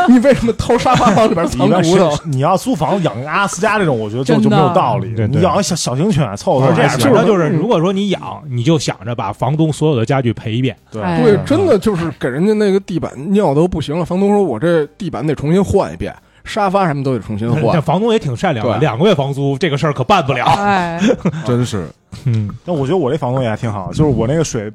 Speaker 3: 你为什么偷沙发往里边
Speaker 2: 你
Speaker 3: 藏
Speaker 2: 要
Speaker 3: 骨头？
Speaker 2: 是你要租房养个阿拉斯加这种，我觉得就
Speaker 1: 真
Speaker 2: 就
Speaker 1: 的
Speaker 2: 没有道理。
Speaker 7: 对对
Speaker 2: 你养个小小型犬凑
Speaker 5: 不
Speaker 2: 合
Speaker 5: 啊是这
Speaker 2: 还
Speaker 5: 样，
Speaker 2: 行
Speaker 5: 反正就是，嗯如果说你养，你就想着把房东所有的家具赔一遍。
Speaker 2: 对
Speaker 1: 哎
Speaker 3: 对，真的就是给人家那个地板尿都不行了。房东说我这地板得重新换一遍，沙发什么都得重新
Speaker 5: 但
Speaker 3: 换。
Speaker 5: 房东也挺善良的，
Speaker 3: 对
Speaker 5: 两个月房租这个事儿可办不
Speaker 2: 啊
Speaker 5: 了。
Speaker 1: 哎，
Speaker 4: 真是
Speaker 5: 嗯，
Speaker 2: 但我觉得我这房东也还挺好，就是我那个水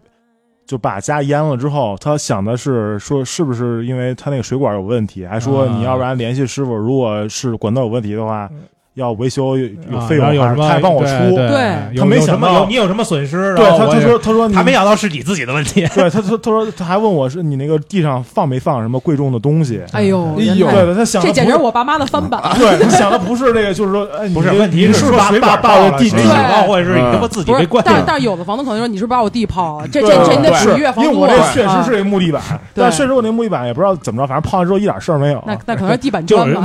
Speaker 2: 就把家淹了之后，他想的是说是不是因为他那个水管有问题，还说
Speaker 5: 啊嗯
Speaker 2: 你要不然联系师傅，如果是管道有问题的话，要维修有有
Speaker 5: 啊
Speaker 2: 费用还
Speaker 5: 然后
Speaker 2: 是，
Speaker 5: 有什么
Speaker 2: 他还帮我出。
Speaker 5: 对，
Speaker 1: 对
Speaker 5: 有
Speaker 2: 他没
Speaker 5: 有什
Speaker 2: 想
Speaker 5: 么
Speaker 2: 到
Speaker 5: 有你有什么损失？
Speaker 2: 对
Speaker 5: 然
Speaker 2: 他
Speaker 5: 后我
Speaker 2: 他
Speaker 5: 也
Speaker 2: 说他说你
Speaker 5: 他没想到是你自己的问题。
Speaker 2: 对他他他说他还问我是你那个地上放没放什么贵重的东西。
Speaker 1: 哎呦，
Speaker 3: 哎
Speaker 1: 原
Speaker 3: 呦
Speaker 1: 来
Speaker 2: 对对，他想
Speaker 1: 这
Speaker 2: 的不
Speaker 1: 简
Speaker 2: 是
Speaker 1: 直我爸妈的翻
Speaker 3: 嗯
Speaker 1: 版。
Speaker 2: 对他想的不是这个，就是说，哎，你
Speaker 5: 不是
Speaker 2: 这
Speaker 5: 问
Speaker 2: 你
Speaker 5: 题是
Speaker 2: 是
Speaker 5: 说
Speaker 2: 把
Speaker 5: 水
Speaker 2: 把
Speaker 5: 管
Speaker 2: 把
Speaker 5: 爆
Speaker 2: 我
Speaker 5: 了
Speaker 2: 地
Speaker 5: 是
Speaker 2: 址
Speaker 1: 对
Speaker 5: 吧啊嗯或者是你他妈自己
Speaker 1: 不
Speaker 5: 被
Speaker 1: 是，
Speaker 5: 灌
Speaker 1: 但是
Speaker 5: 了。
Speaker 1: 但是有的房东可能说你是不是把我地泡了，这这
Speaker 2: 对
Speaker 1: 这你得
Speaker 2: 对
Speaker 1: 取月房
Speaker 2: 因为
Speaker 1: 租
Speaker 2: 我
Speaker 1: 啊。
Speaker 2: 这确实是一木地板，但
Speaker 1: 对
Speaker 2: 确实我那木地板也不知道怎么着，反正泡完之后一点事儿没有。
Speaker 1: 那那可能是地板
Speaker 5: 就
Speaker 1: 砖吧。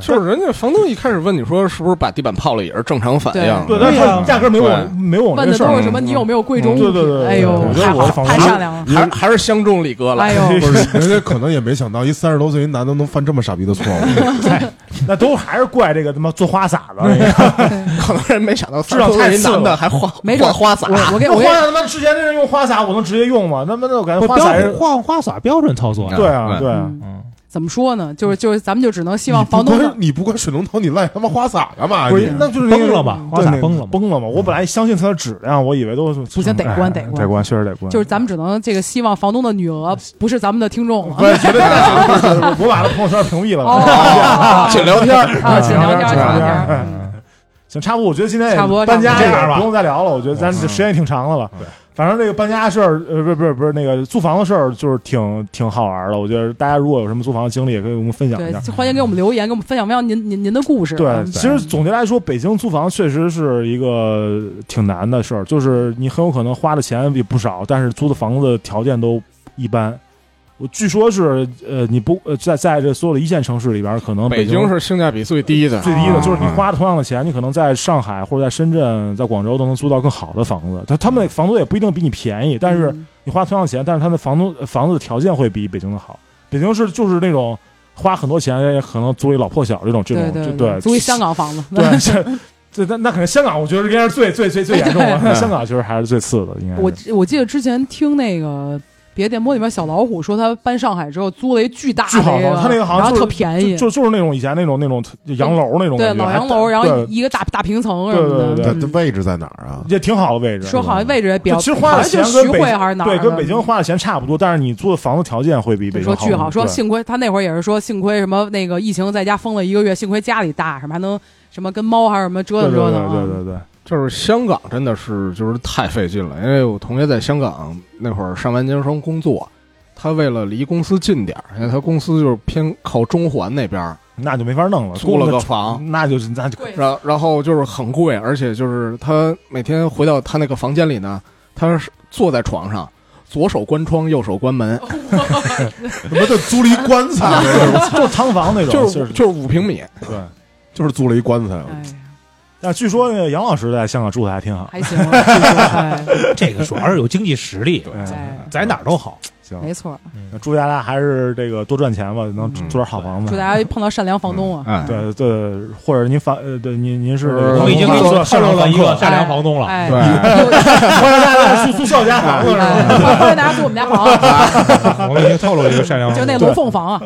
Speaker 3: 就是人家房东一开始问你说是不是把地板泡了也是正常反应，
Speaker 2: 对，
Speaker 3: 还
Speaker 2: 但
Speaker 5: 对
Speaker 2: 是
Speaker 5: 呀
Speaker 2: 他压根儿没
Speaker 3: 对
Speaker 2: 问没问我
Speaker 1: 问
Speaker 2: 这
Speaker 1: 的
Speaker 2: 事
Speaker 1: 都
Speaker 2: 儿嗯
Speaker 1: 是。什么？你有没有贵重物
Speaker 2: 对对对对
Speaker 1: 品？哎呦
Speaker 2: 我，觉得
Speaker 1: 太
Speaker 2: 我的
Speaker 1: 好
Speaker 2: 房
Speaker 1: 太
Speaker 2: 东
Speaker 1: 善良了。
Speaker 3: 是还是相中李哥了
Speaker 1: 哎。呦
Speaker 4: 不， 是人家可能也没想到，一三十多岁一男的能犯这么傻逼的错误。
Speaker 2: 那都还是怪这个他妈做花洒的
Speaker 1: 嗯
Speaker 2: 那个，
Speaker 3: 可能人没想到，
Speaker 2: 质量太次了
Speaker 3: 男的还画
Speaker 1: 没准
Speaker 3: 画花洒，
Speaker 1: 我我给
Speaker 2: 那
Speaker 1: 我
Speaker 2: 花
Speaker 1: 给
Speaker 2: 洒他妈之前那人用花洒，我能直接用吗？那么那我感觉花洒也是，
Speaker 5: 换花洒标准操作
Speaker 3: 啊
Speaker 2: 对啊
Speaker 3: 对
Speaker 2: 对啊，
Speaker 1: 嗯
Speaker 5: 嗯，
Speaker 1: 怎么说呢？就是就是，咱们就只能希望房
Speaker 4: 你
Speaker 1: 东
Speaker 4: 不关你不关水龙头，你赖他妈花洒干嘛？
Speaker 2: 不是
Speaker 4: 你，
Speaker 2: 那就是那个
Speaker 5: 崩了吧？花洒
Speaker 2: 对那
Speaker 5: 崩了吧？
Speaker 2: 崩了嘛！我本来相信它的质量，我以为都是哎
Speaker 1: 不行得关得关
Speaker 2: 得关，确实得关。
Speaker 1: 就是咱们只能这个希望房东的女儿不是咱们的听众
Speaker 2: 不
Speaker 1: 了。
Speaker 2: 是绝对得我把他朋友圈屏蔽了。
Speaker 1: 哦，
Speaker 3: 请聊天儿。
Speaker 1: 啊，请聊天
Speaker 2: 请
Speaker 1: 儿，请聊
Speaker 2: 聊天
Speaker 1: 天儿。
Speaker 2: 哎行，差不多。我觉得今天也
Speaker 1: 差不多
Speaker 2: 搬家
Speaker 1: 差不多
Speaker 2: 也
Speaker 5: 这样吧
Speaker 2: 不用再聊了。我觉得咱这时间也挺长的了。反正这个搬家事儿，呃，不是不是不是那个租房的事儿，就是挺挺好玩的。我觉得大家如果有什么租房的经历，也可以跟我们分享
Speaker 1: 对
Speaker 2: 一下。，
Speaker 1: 欢迎给我们留言，给我们分享分享您您您的故事。啊嗯
Speaker 2: 对，其实总结来说，北京租房确实是一个挺难的事儿，就是你很有可能花的钱也不少，但是租的房子条件都一般。我据说是，呃，你不呃，在在这所有的一线城市里边儿，可能
Speaker 3: 北
Speaker 2: 京
Speaker 3: 京是性价比最低的，
Speaker 2: 最低的，
Speaker 1: 啊
Speaker 2: 就是你花同样的钱，你可能在上海或者在深圳、在广州都能租到更好的房子。他他们房租也不一定比你便宜，但是
Speaker 1: 嗯
Speaker 2: 你花同样的钱，但是他们房租房子的条件会比北京的好。北京是就是那种花很多钱，也可能租一老破小这种这种，
Speaker 1: 对
Speaker 2: 就
Speaker 1: 对
Speaker 2: 对，
Speaker 1: 租一 香港房子，
Speaker 2: 对，这这那那可能香港，我觉得应该是最最最最严重的。
Speaker 4: 对
Speaker 2: 香港其实还是最次的，应该是
Speaker 1: 我我记得之前听那个别的电波里面小老虎说，他搬上海之后租了一巨大
Speaker 2: 巨好
Speaker 1: 的一
Speaker 2: 房，他那个好
Speaker 1: 然后
Speaker 2: 像就是
Speaker 1: 特便宜，
Speaker 2: 就就是那种以前那种那种洋楼那种
Speaker 1: 对
Speaker 2: 感觉，
Speaker 1: 老洋楼，
Speaker 2: 还
Speaker 1: 然后
Speaker 2: 对
Speaker 1: 一个大大平层什么
Speaker 2: 对
Speaker 1: 的
Speaker 4: 这
Speaker 2: 对
Speaker 4: 这
Speaker 1: 嗯。
Speaker 4: 位置在哪儿啊？
Speaker 2: 也挺好的位置。
Speaker 1: 说好像位置也比
Speaker 2: 就
Speaker 1: 较，
Speaker 2: 其实花的
Speaker 1: 好像就
Speaker 2: 钱
Speaker 1: 是
Speaker 2: 跟
Speaker 1: 徐
Speaker 2: 北
Speaker 1: 汇还是哪儿
Speaker 2: 对，
Speaker 1: 的？
Speaker 2: 跟北京花的钱差不多，但是你住的房子条件会比北
Speaker 1: 就说
Speaker 2: 京好
Speaker 1: 巨好，说
Speaker 2: 对
Speaker 1: 幸亏他那会儿也是说幸亏什么那个疫情在家封了一个月，幸亏家里大，什么还能什么跟猫还是什么折
Speaker 2: 对
Speaker 1: 腾
Speaker 2: 对
Speaker 1: 折腾
Speaker 2: 对
Speaker 1: 啊。
Speaker 2: 对对对，
Speaker 3: 就是香港真的是就是太费劲了，因为我同学在香港那会儿上完研究生工作，他为了离公司近点儿，因为他公司就是偏靠中环那边儿，
Speaker 2: 那就没法弄了，啊
Speaker 3: 租啊了个
Speaker 2: 公
Speaker 3: 房，
Speaker 2: 那就那就
Speaker 1: 啊贵
Speaker 3: 然后然后就是很贵，而且就是他每天回到他那个房间里呢，他是坐在床上，左手关窗，右手关门，
Speaker 4: 什么这租了一棺材，
Speaker 2: 就是仓房那种，
Speaker 3: 就
Speaker 2: 就是
Speaker 3: 就是五平米，
Speaker 2: 对。
Speaker 4: 就是租了一棺材。
Speaker 1: 哎，
Speaker 2: 但据说那个杨老师在香港住的还挺好，
Speaker 1: 还行，哎
Speaker 5: 这个主要是有经济实力，
Speaker 1: 哎，
Speaker 5: 在哪儿 都好。
Speaker 2: 行，
Speaker 1: 没错。
Speaker 2: 祝大家还是这个多赚钱吧，能住
Speaker 4: 嗯
Speaker 2: 点好房子。
Speaker 1: 祝大家碰到善良房东啊！
Speaker 3: 哎，
Speaker 2: 对对，或者您房呃，对您您是
Speaker 3: 呃
Speaker 5: 我们已经给
Speaker 2: 做
Speaker 5: 我透
Speaker 2: 上
Speaker 5: 露了一个
Speaker 2: 欢
Speaker 5: 善良房东了。
Speaker 1: 哎，
Speaker 3: 对
Speaker 1: 有
Speaker 2: 迎大家来住宿舍家房子是吧？
Speaker 1: 哎欢迎大家住我们家房啊，
Speaker 5: 啊我们已经透露一个善良
Speaker 1: 就
Speaker 5: 房
Speaker 1: 那
Speaker 5: 东。
Speaker 1: 龙凤房啊。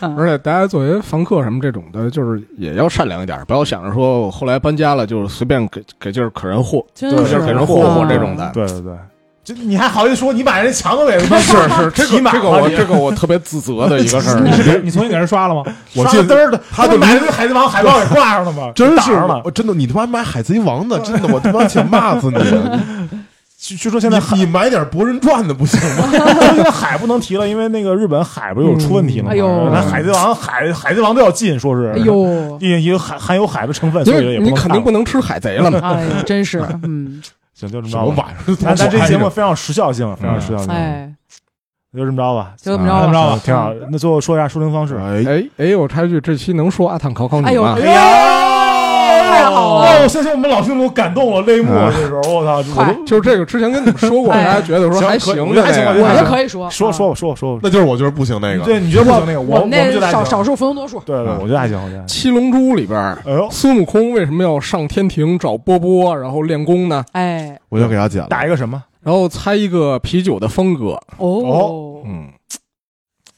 Speaker 1: 嗯
Speaker 3: 而且大家作为房客什么这种的，就是也要善良一点儿，不要想着说我后来搬家了就是随便给给劲儿可人霍，
Speaker 1: 真
Speaker 3: 对
Speaker 1: 是嗯
Speaker 3: 就是给人霍霍这种的。
Speaker 2: 对对 对，这你还好意思说你把人墙都给 他妈
Speaker 3: 是是，这
Speaker 2: 骑
Speaker 3: 个
Speaker 2: 马
Speaker 3: 这个
Speaker 2: 了
Speaker 3: 我
Speaker 2: 你
Speaker 3: 这个我特别自责的一个事儿，
Speaker 5: 你给你重新给人刷了吗？
Speaker 4: 我
Speaker 2: 刷
Speaker 4: 记
Speaker 2: 了嘚
Speaker 4: 得
Speaker 2: 儿的，
Speaker 4: 他就
Speaker 2: 不是买了个海贼王海报给挂上了吗？
Speaker 4: 真
Speaker 2: 打
Speaker 4: 是
Speaker 2: 上了，
Speaker 4: 我真的，你他妈买海贼王呢？真的，我他妈想骂死你！
Speaker 2: 据据说现在海
Speaker 4: 你买点博人传的不行吗？
Speaker 2: 现在海不能提了，因为那个日本海不是有出问题了
Speaker 1: 嗯
Speaker 2: 吗？
Speaker 1: 哎呦
Speaker 2: 那海贼王海海贼王都要禁，说是
Speaker 1: 哎呦，
Speaker 2: 因为有含含有海的成分，
Speaker 3: 就
Speaker 2: 所以也
Speaker 3: 是
Speaker 2: 不能
Speaker 3: 你肯
Speaker 2: 看
Speaker 3: 定不能吃海贼了嘛。
Speaker 1: 哎呀，真是，嗯，
Speaker 2: 行，就这么
Speaker 4: 什
Speaker 2: 着
Speaker 4: 么
Speaker 2: 吧。
Speaker 4: 晚上？
Speaker 2: 咱咱这节目非常有时效性，非
Speaker 4: 嗯
Speaker 2: 常有时效性，
Speaker 1: 哎，
Speaker 2: 就这么着吧，
Speaker 1: 就这么
Speaker 2: 就
Speaker 1: 着
Speaker 2: 这
Speaker 1: 吧。
Speaker 2: 么着吧，挺好。那最后说一下收听方式，
Speaker 4: 哎，
Speaker 3: 哎哎，我插一句，这期能说阿坦考考你
Speaker 1: 哎呦
Speaker 3: 吗？
Speaker 1: 哎
Speaker 2: 呀
Speaker 1: 太好了
Speaker 2: 哦，相信我们老听众感动了，泪目
Speaker 4: 啊
Speaker 2: 了。这时候我操，
Speaker 1: 快
Speaker 2: 我
Speaker 3: 就是这个之前跟你们说过，大
Speaker 1: 哎
Speaker 3: 家觉得说
Speaker 2: 行
Speaker 3: 还
Speaker 2: 可以
Speaker 3: 行
Speaker 2: 我觉
Speaker 3: 的
Speaker 2: 得还行
Speaker 3: 那
Speaker 2: 我觉
Speaker 1: 我觉
Speaker 2: 得还
Speaker 3: 个
Speaker 1: 得，可以说，
Speaker 2: 都说说吧，说吧，说吧。
Speaker 4: 那就是我觉得不行那个。
Speaker 2: 对，你觉得不行那个，我
Speaker 1: 我们
Speaker 2: 觉
Speaker 1: 那
Speaker 2: 得还
Speaker 1: 少
Speaker 2: 行
Speaker 1: 少数服从多数，
Speaker 2: 对对，
Speaker 4: 嗯
Speaker 2: 我觉得还行，我觉得还行。
Speaker 3: 七龙珠里边儿
Speaker 2: 哎呦，
Speaker 3: 孙悟空为什么要上天庭找波波，然后练功呢？
Speaker 1: 哎，
Speaker 4: 我就给他剪了。
Speaker 2: 打一个什么？
Speaker 3: 然后猜一个啤酒的风格，
Speaker 1: 哦，
Speaker 4: 嗯，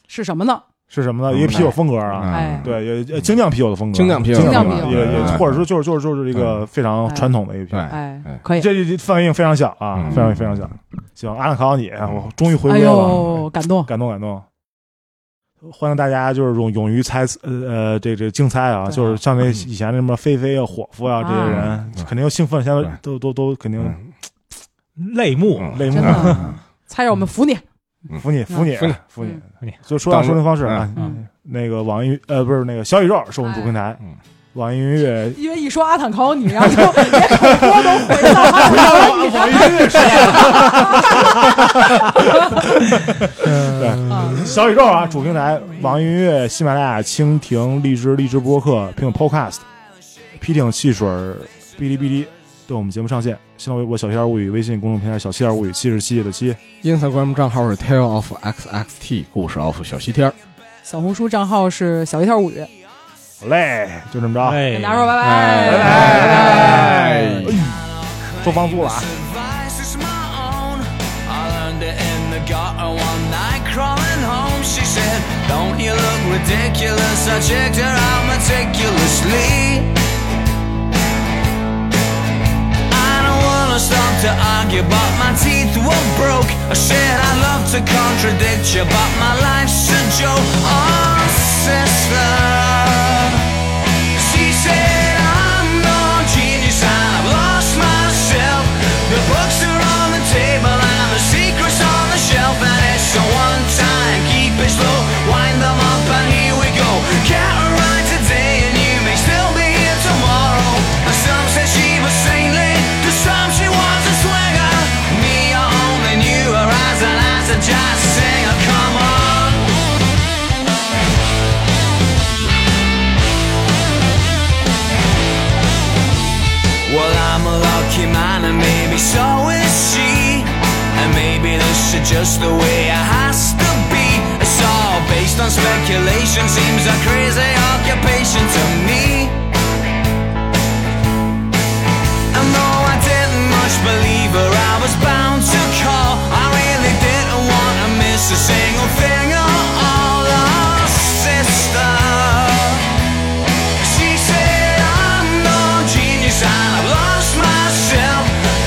Speaker 1: 是什么呢？
Speaker 2: 是什么呢？一个啤酒风格啊，
Speaker 1: 哎
Speaker 4: 嗯，
Speaker 2: 对，也也精酿啤酒的风格，
Speaker 3: 精酿啤酒
Speaker 1: 精酿
Speaker 4: 啤酒
Speaker 2: 也也
Speaker 4: 嗯
Speaker 2: 或者说就是就是就是一个非常传统的一批
Speaker 4: 对，，
Speaker 1: 哎
Speaker 4: 哎，
Speaker 1: 可以。
Speaker 2: 这这范围非常小啊，
Speaker 4: 嗯
Speaker 2: 范围非常小。行，阿亮考考你，啊我终于回
Speaker 1: 哎
Speaker 2: 归了，
Speaker 1: 呦，感动！
Speaker 2: 感动感动。欢迎大家就是勇勇于猜呃呃这这竞猜啊，
Speaker 1: 对啊
Speaker 2: 就是像那以前那什么菲菲啊、火夫啊这些人
Speaker 4: 啊，
Speaker 2: 肯定又兴奋，现在都
Speaker 4: 对
Speaker 2: 都都肯定
Speaker 4: 嗯
Speaker 5: 泪目，
Speaker 4: 嗯
Speaker 2: 泪目
Speaker 1: 真的，猜着我们服你。
Speaker 2: 服你服你啊
Speaker 3: 服你
Speaker 2: 服你
Speaker 1: 嗯
Speaker 5: 服你。
Speaker 2: 就说下收听方式啊，
Speaker 1: 嗯，哎
Speaker 2: 那个网易云呃不是那个小宇宙是我们主平台
Speaker 4: 嗯，
Speaker 2: 网易云音乐
Speaker 1: 因为一说阿坦考你，然啊后就连口播都回到阿坦考你
Speaker 2: 网易云音乐是
Speaker 5: 嗯，
Speaker 1: 啊
Speaker 2: 小宇宙啊，主平台，网易云音乐、喜马拉雅、蜻蜓、荔枝、荔枝播客、苹果 Podcast、皮艇汽水、哔哩哔哩对我们节目上线。新浪微博小仙儿物语，微信公众平台小仙儿物语，七十七的七。
Speaker 3: Instagram 账号是 Tale of XXT，故事 of 小西天儿。
Speaker 1: 小红书账号是小一条五语，
Speaker 2: 好嘞，就这么着，
Speaker 5: 哎
Speaker 1: 跟大家说拜
Speaker 3: 哎
Speaker 1: 拜，
Speaker 3: 拜
Speaker 1: 拜拜。
Speaker 3: 哎
Speaker 2: 收房租了啊。
Speaker 8: Advice is my own. I learned it in the gutter one night crawling home. She said, Don't you look ridiculous? I checked her out meticulously. I don't wanna stop to argue, but my teeth were broke. I said I love to contradict you, but my life's a joke. Oh, sister. She said, I'm no genius and I've lost myself. The books are on the table and the secrets on the shelf. And it's a one time, keep it slow, wind them up and here we go. Cat right today and you may still be here tomorrow. And some said she was saintly, to some she was a swagger. Me, I only knew her as an ass, a jazz singer. Come on. Well, I'm a lucky man, and maybe so is she. And maybe this is just the way it has to be. It's all based on speculation, seems a crazy occupation to me. And though I didn't much believe her, I was bound to call. I really didn't want to miss a single thing at all. Oh, sister. She said, I'm no genius and I've lost myself.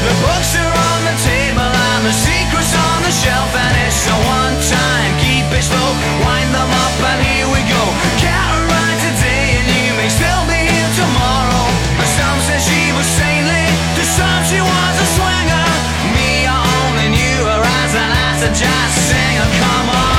Speaker 8: The books are on the table and the secrets on the shelf. And it's a one time, keep it slow, wind them up and here we go. Cat right today and you may still be here tomorrow. But some said she was saintly, to some she was a swinger. Me, I only knew her as an ass, a jazz singer. Come on.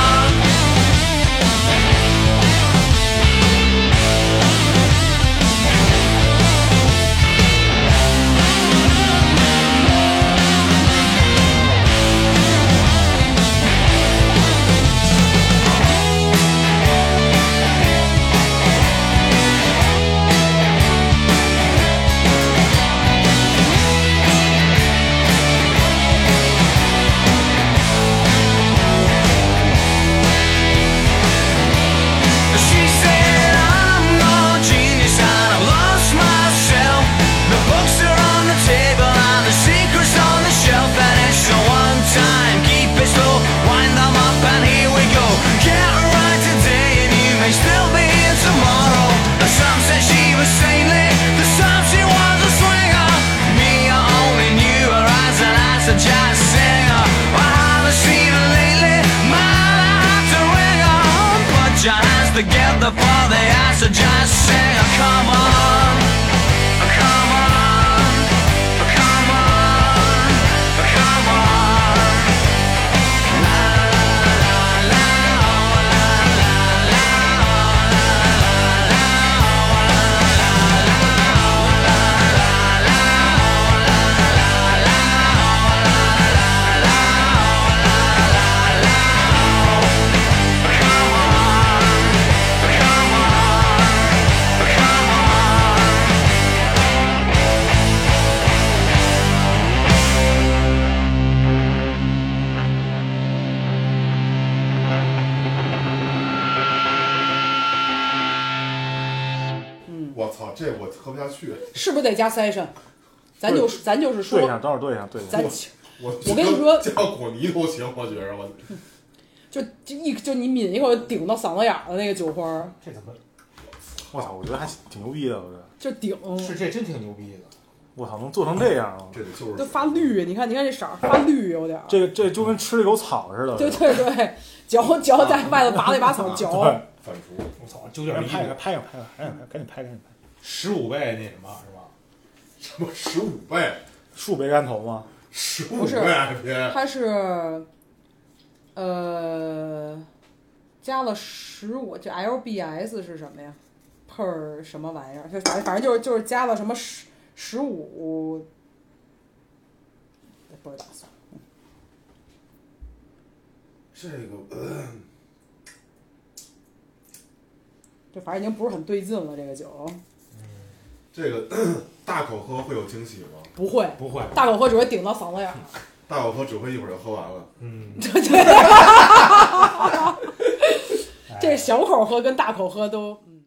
Speaker 8: She said, I'm no genius and I've lost myself. The books are on the table and the secrets on the shelf. And it's a one time, keep it slow, wind them up and here we go. Get right today and you may still be here tomorrow. Some said she was saintly, the some she was a swinger. Me, I only knew her as an as a jazz singer. I haven't seen her lately, might I have to ring her home? Put your hands together for the as a jazz singer. "Oh, Come on, come on, come on, come on.
Speaker 4: 操，这我喝不下去。
Speaker 1: 是不是得加 session？咱就咱就是
Speaker 2: 对一下，
Speaker 1: 说，
Speaker 2: 倒是对一下，对一下。
Speaker 1: 咱
Speaker 4: 我
Speaker 1: 我跟你说
Speaker 4: 叫果泥都行，我觉着 我
Speaker 1: 就就一就你抿一口顶到嗓子眼儿的那个酒花儿，
Speaker 5: 这怎么？
Speaker 2: 我操，我觉得还挺牛逼的，我觉得。
Speaker 1: 就顶，
Speaker 5: 是这真挺牛逼的。
Speaker 2: 我操，能做成这样啊！
Speaker 4: 这个就是
Speaker 1: 都发绿。你看，你看这色儿发绿有点儿。
Speaker 2: 这个这就跟吃了一口草似的。
Speaker 1: 对对对，嚼嚼在外头拔了一把草嚼，
Speaker 4: 反刍。
Speaker 5: 我操，九
Speaker 2: 对
Speaker 5: 点一
Speaker 2: 拍个拍个拍个，赶紧拍，赶紧拍，赶紧拍。
Speaker 5: 十五倍那什么是吧？
Speaker 4: 什么十五倍？
Speaker 2: 树杯干头吗？
Speaker 4: 十
Speaker 1: 不
Speaker 4: 五
Speaker 1: 是
Speaker 4: 倍 IPA？
Speaker 1: 它是，呃，加了十五，这 LBS 是什么呀？per 什么玩意儿？就反正反正就是就是加了什么十十五，不知道算了。
Speaker 4: 这个呃
Speaker 1: 就反正已经不是很对劲了，这个酒
Speaker 4: 这个 大口喝会有惊喜吗？
Speaker 1: 不会，
Speaker 5: 不会，
Speaker 1: 大口喝只会顶到嗓子眼儿。
Speaker 4: 大口喝只会一会儿就喝完了。
Speaker 5: 嗯，
Speaker 1: 对对，这小口喝跟大口喝都，嗯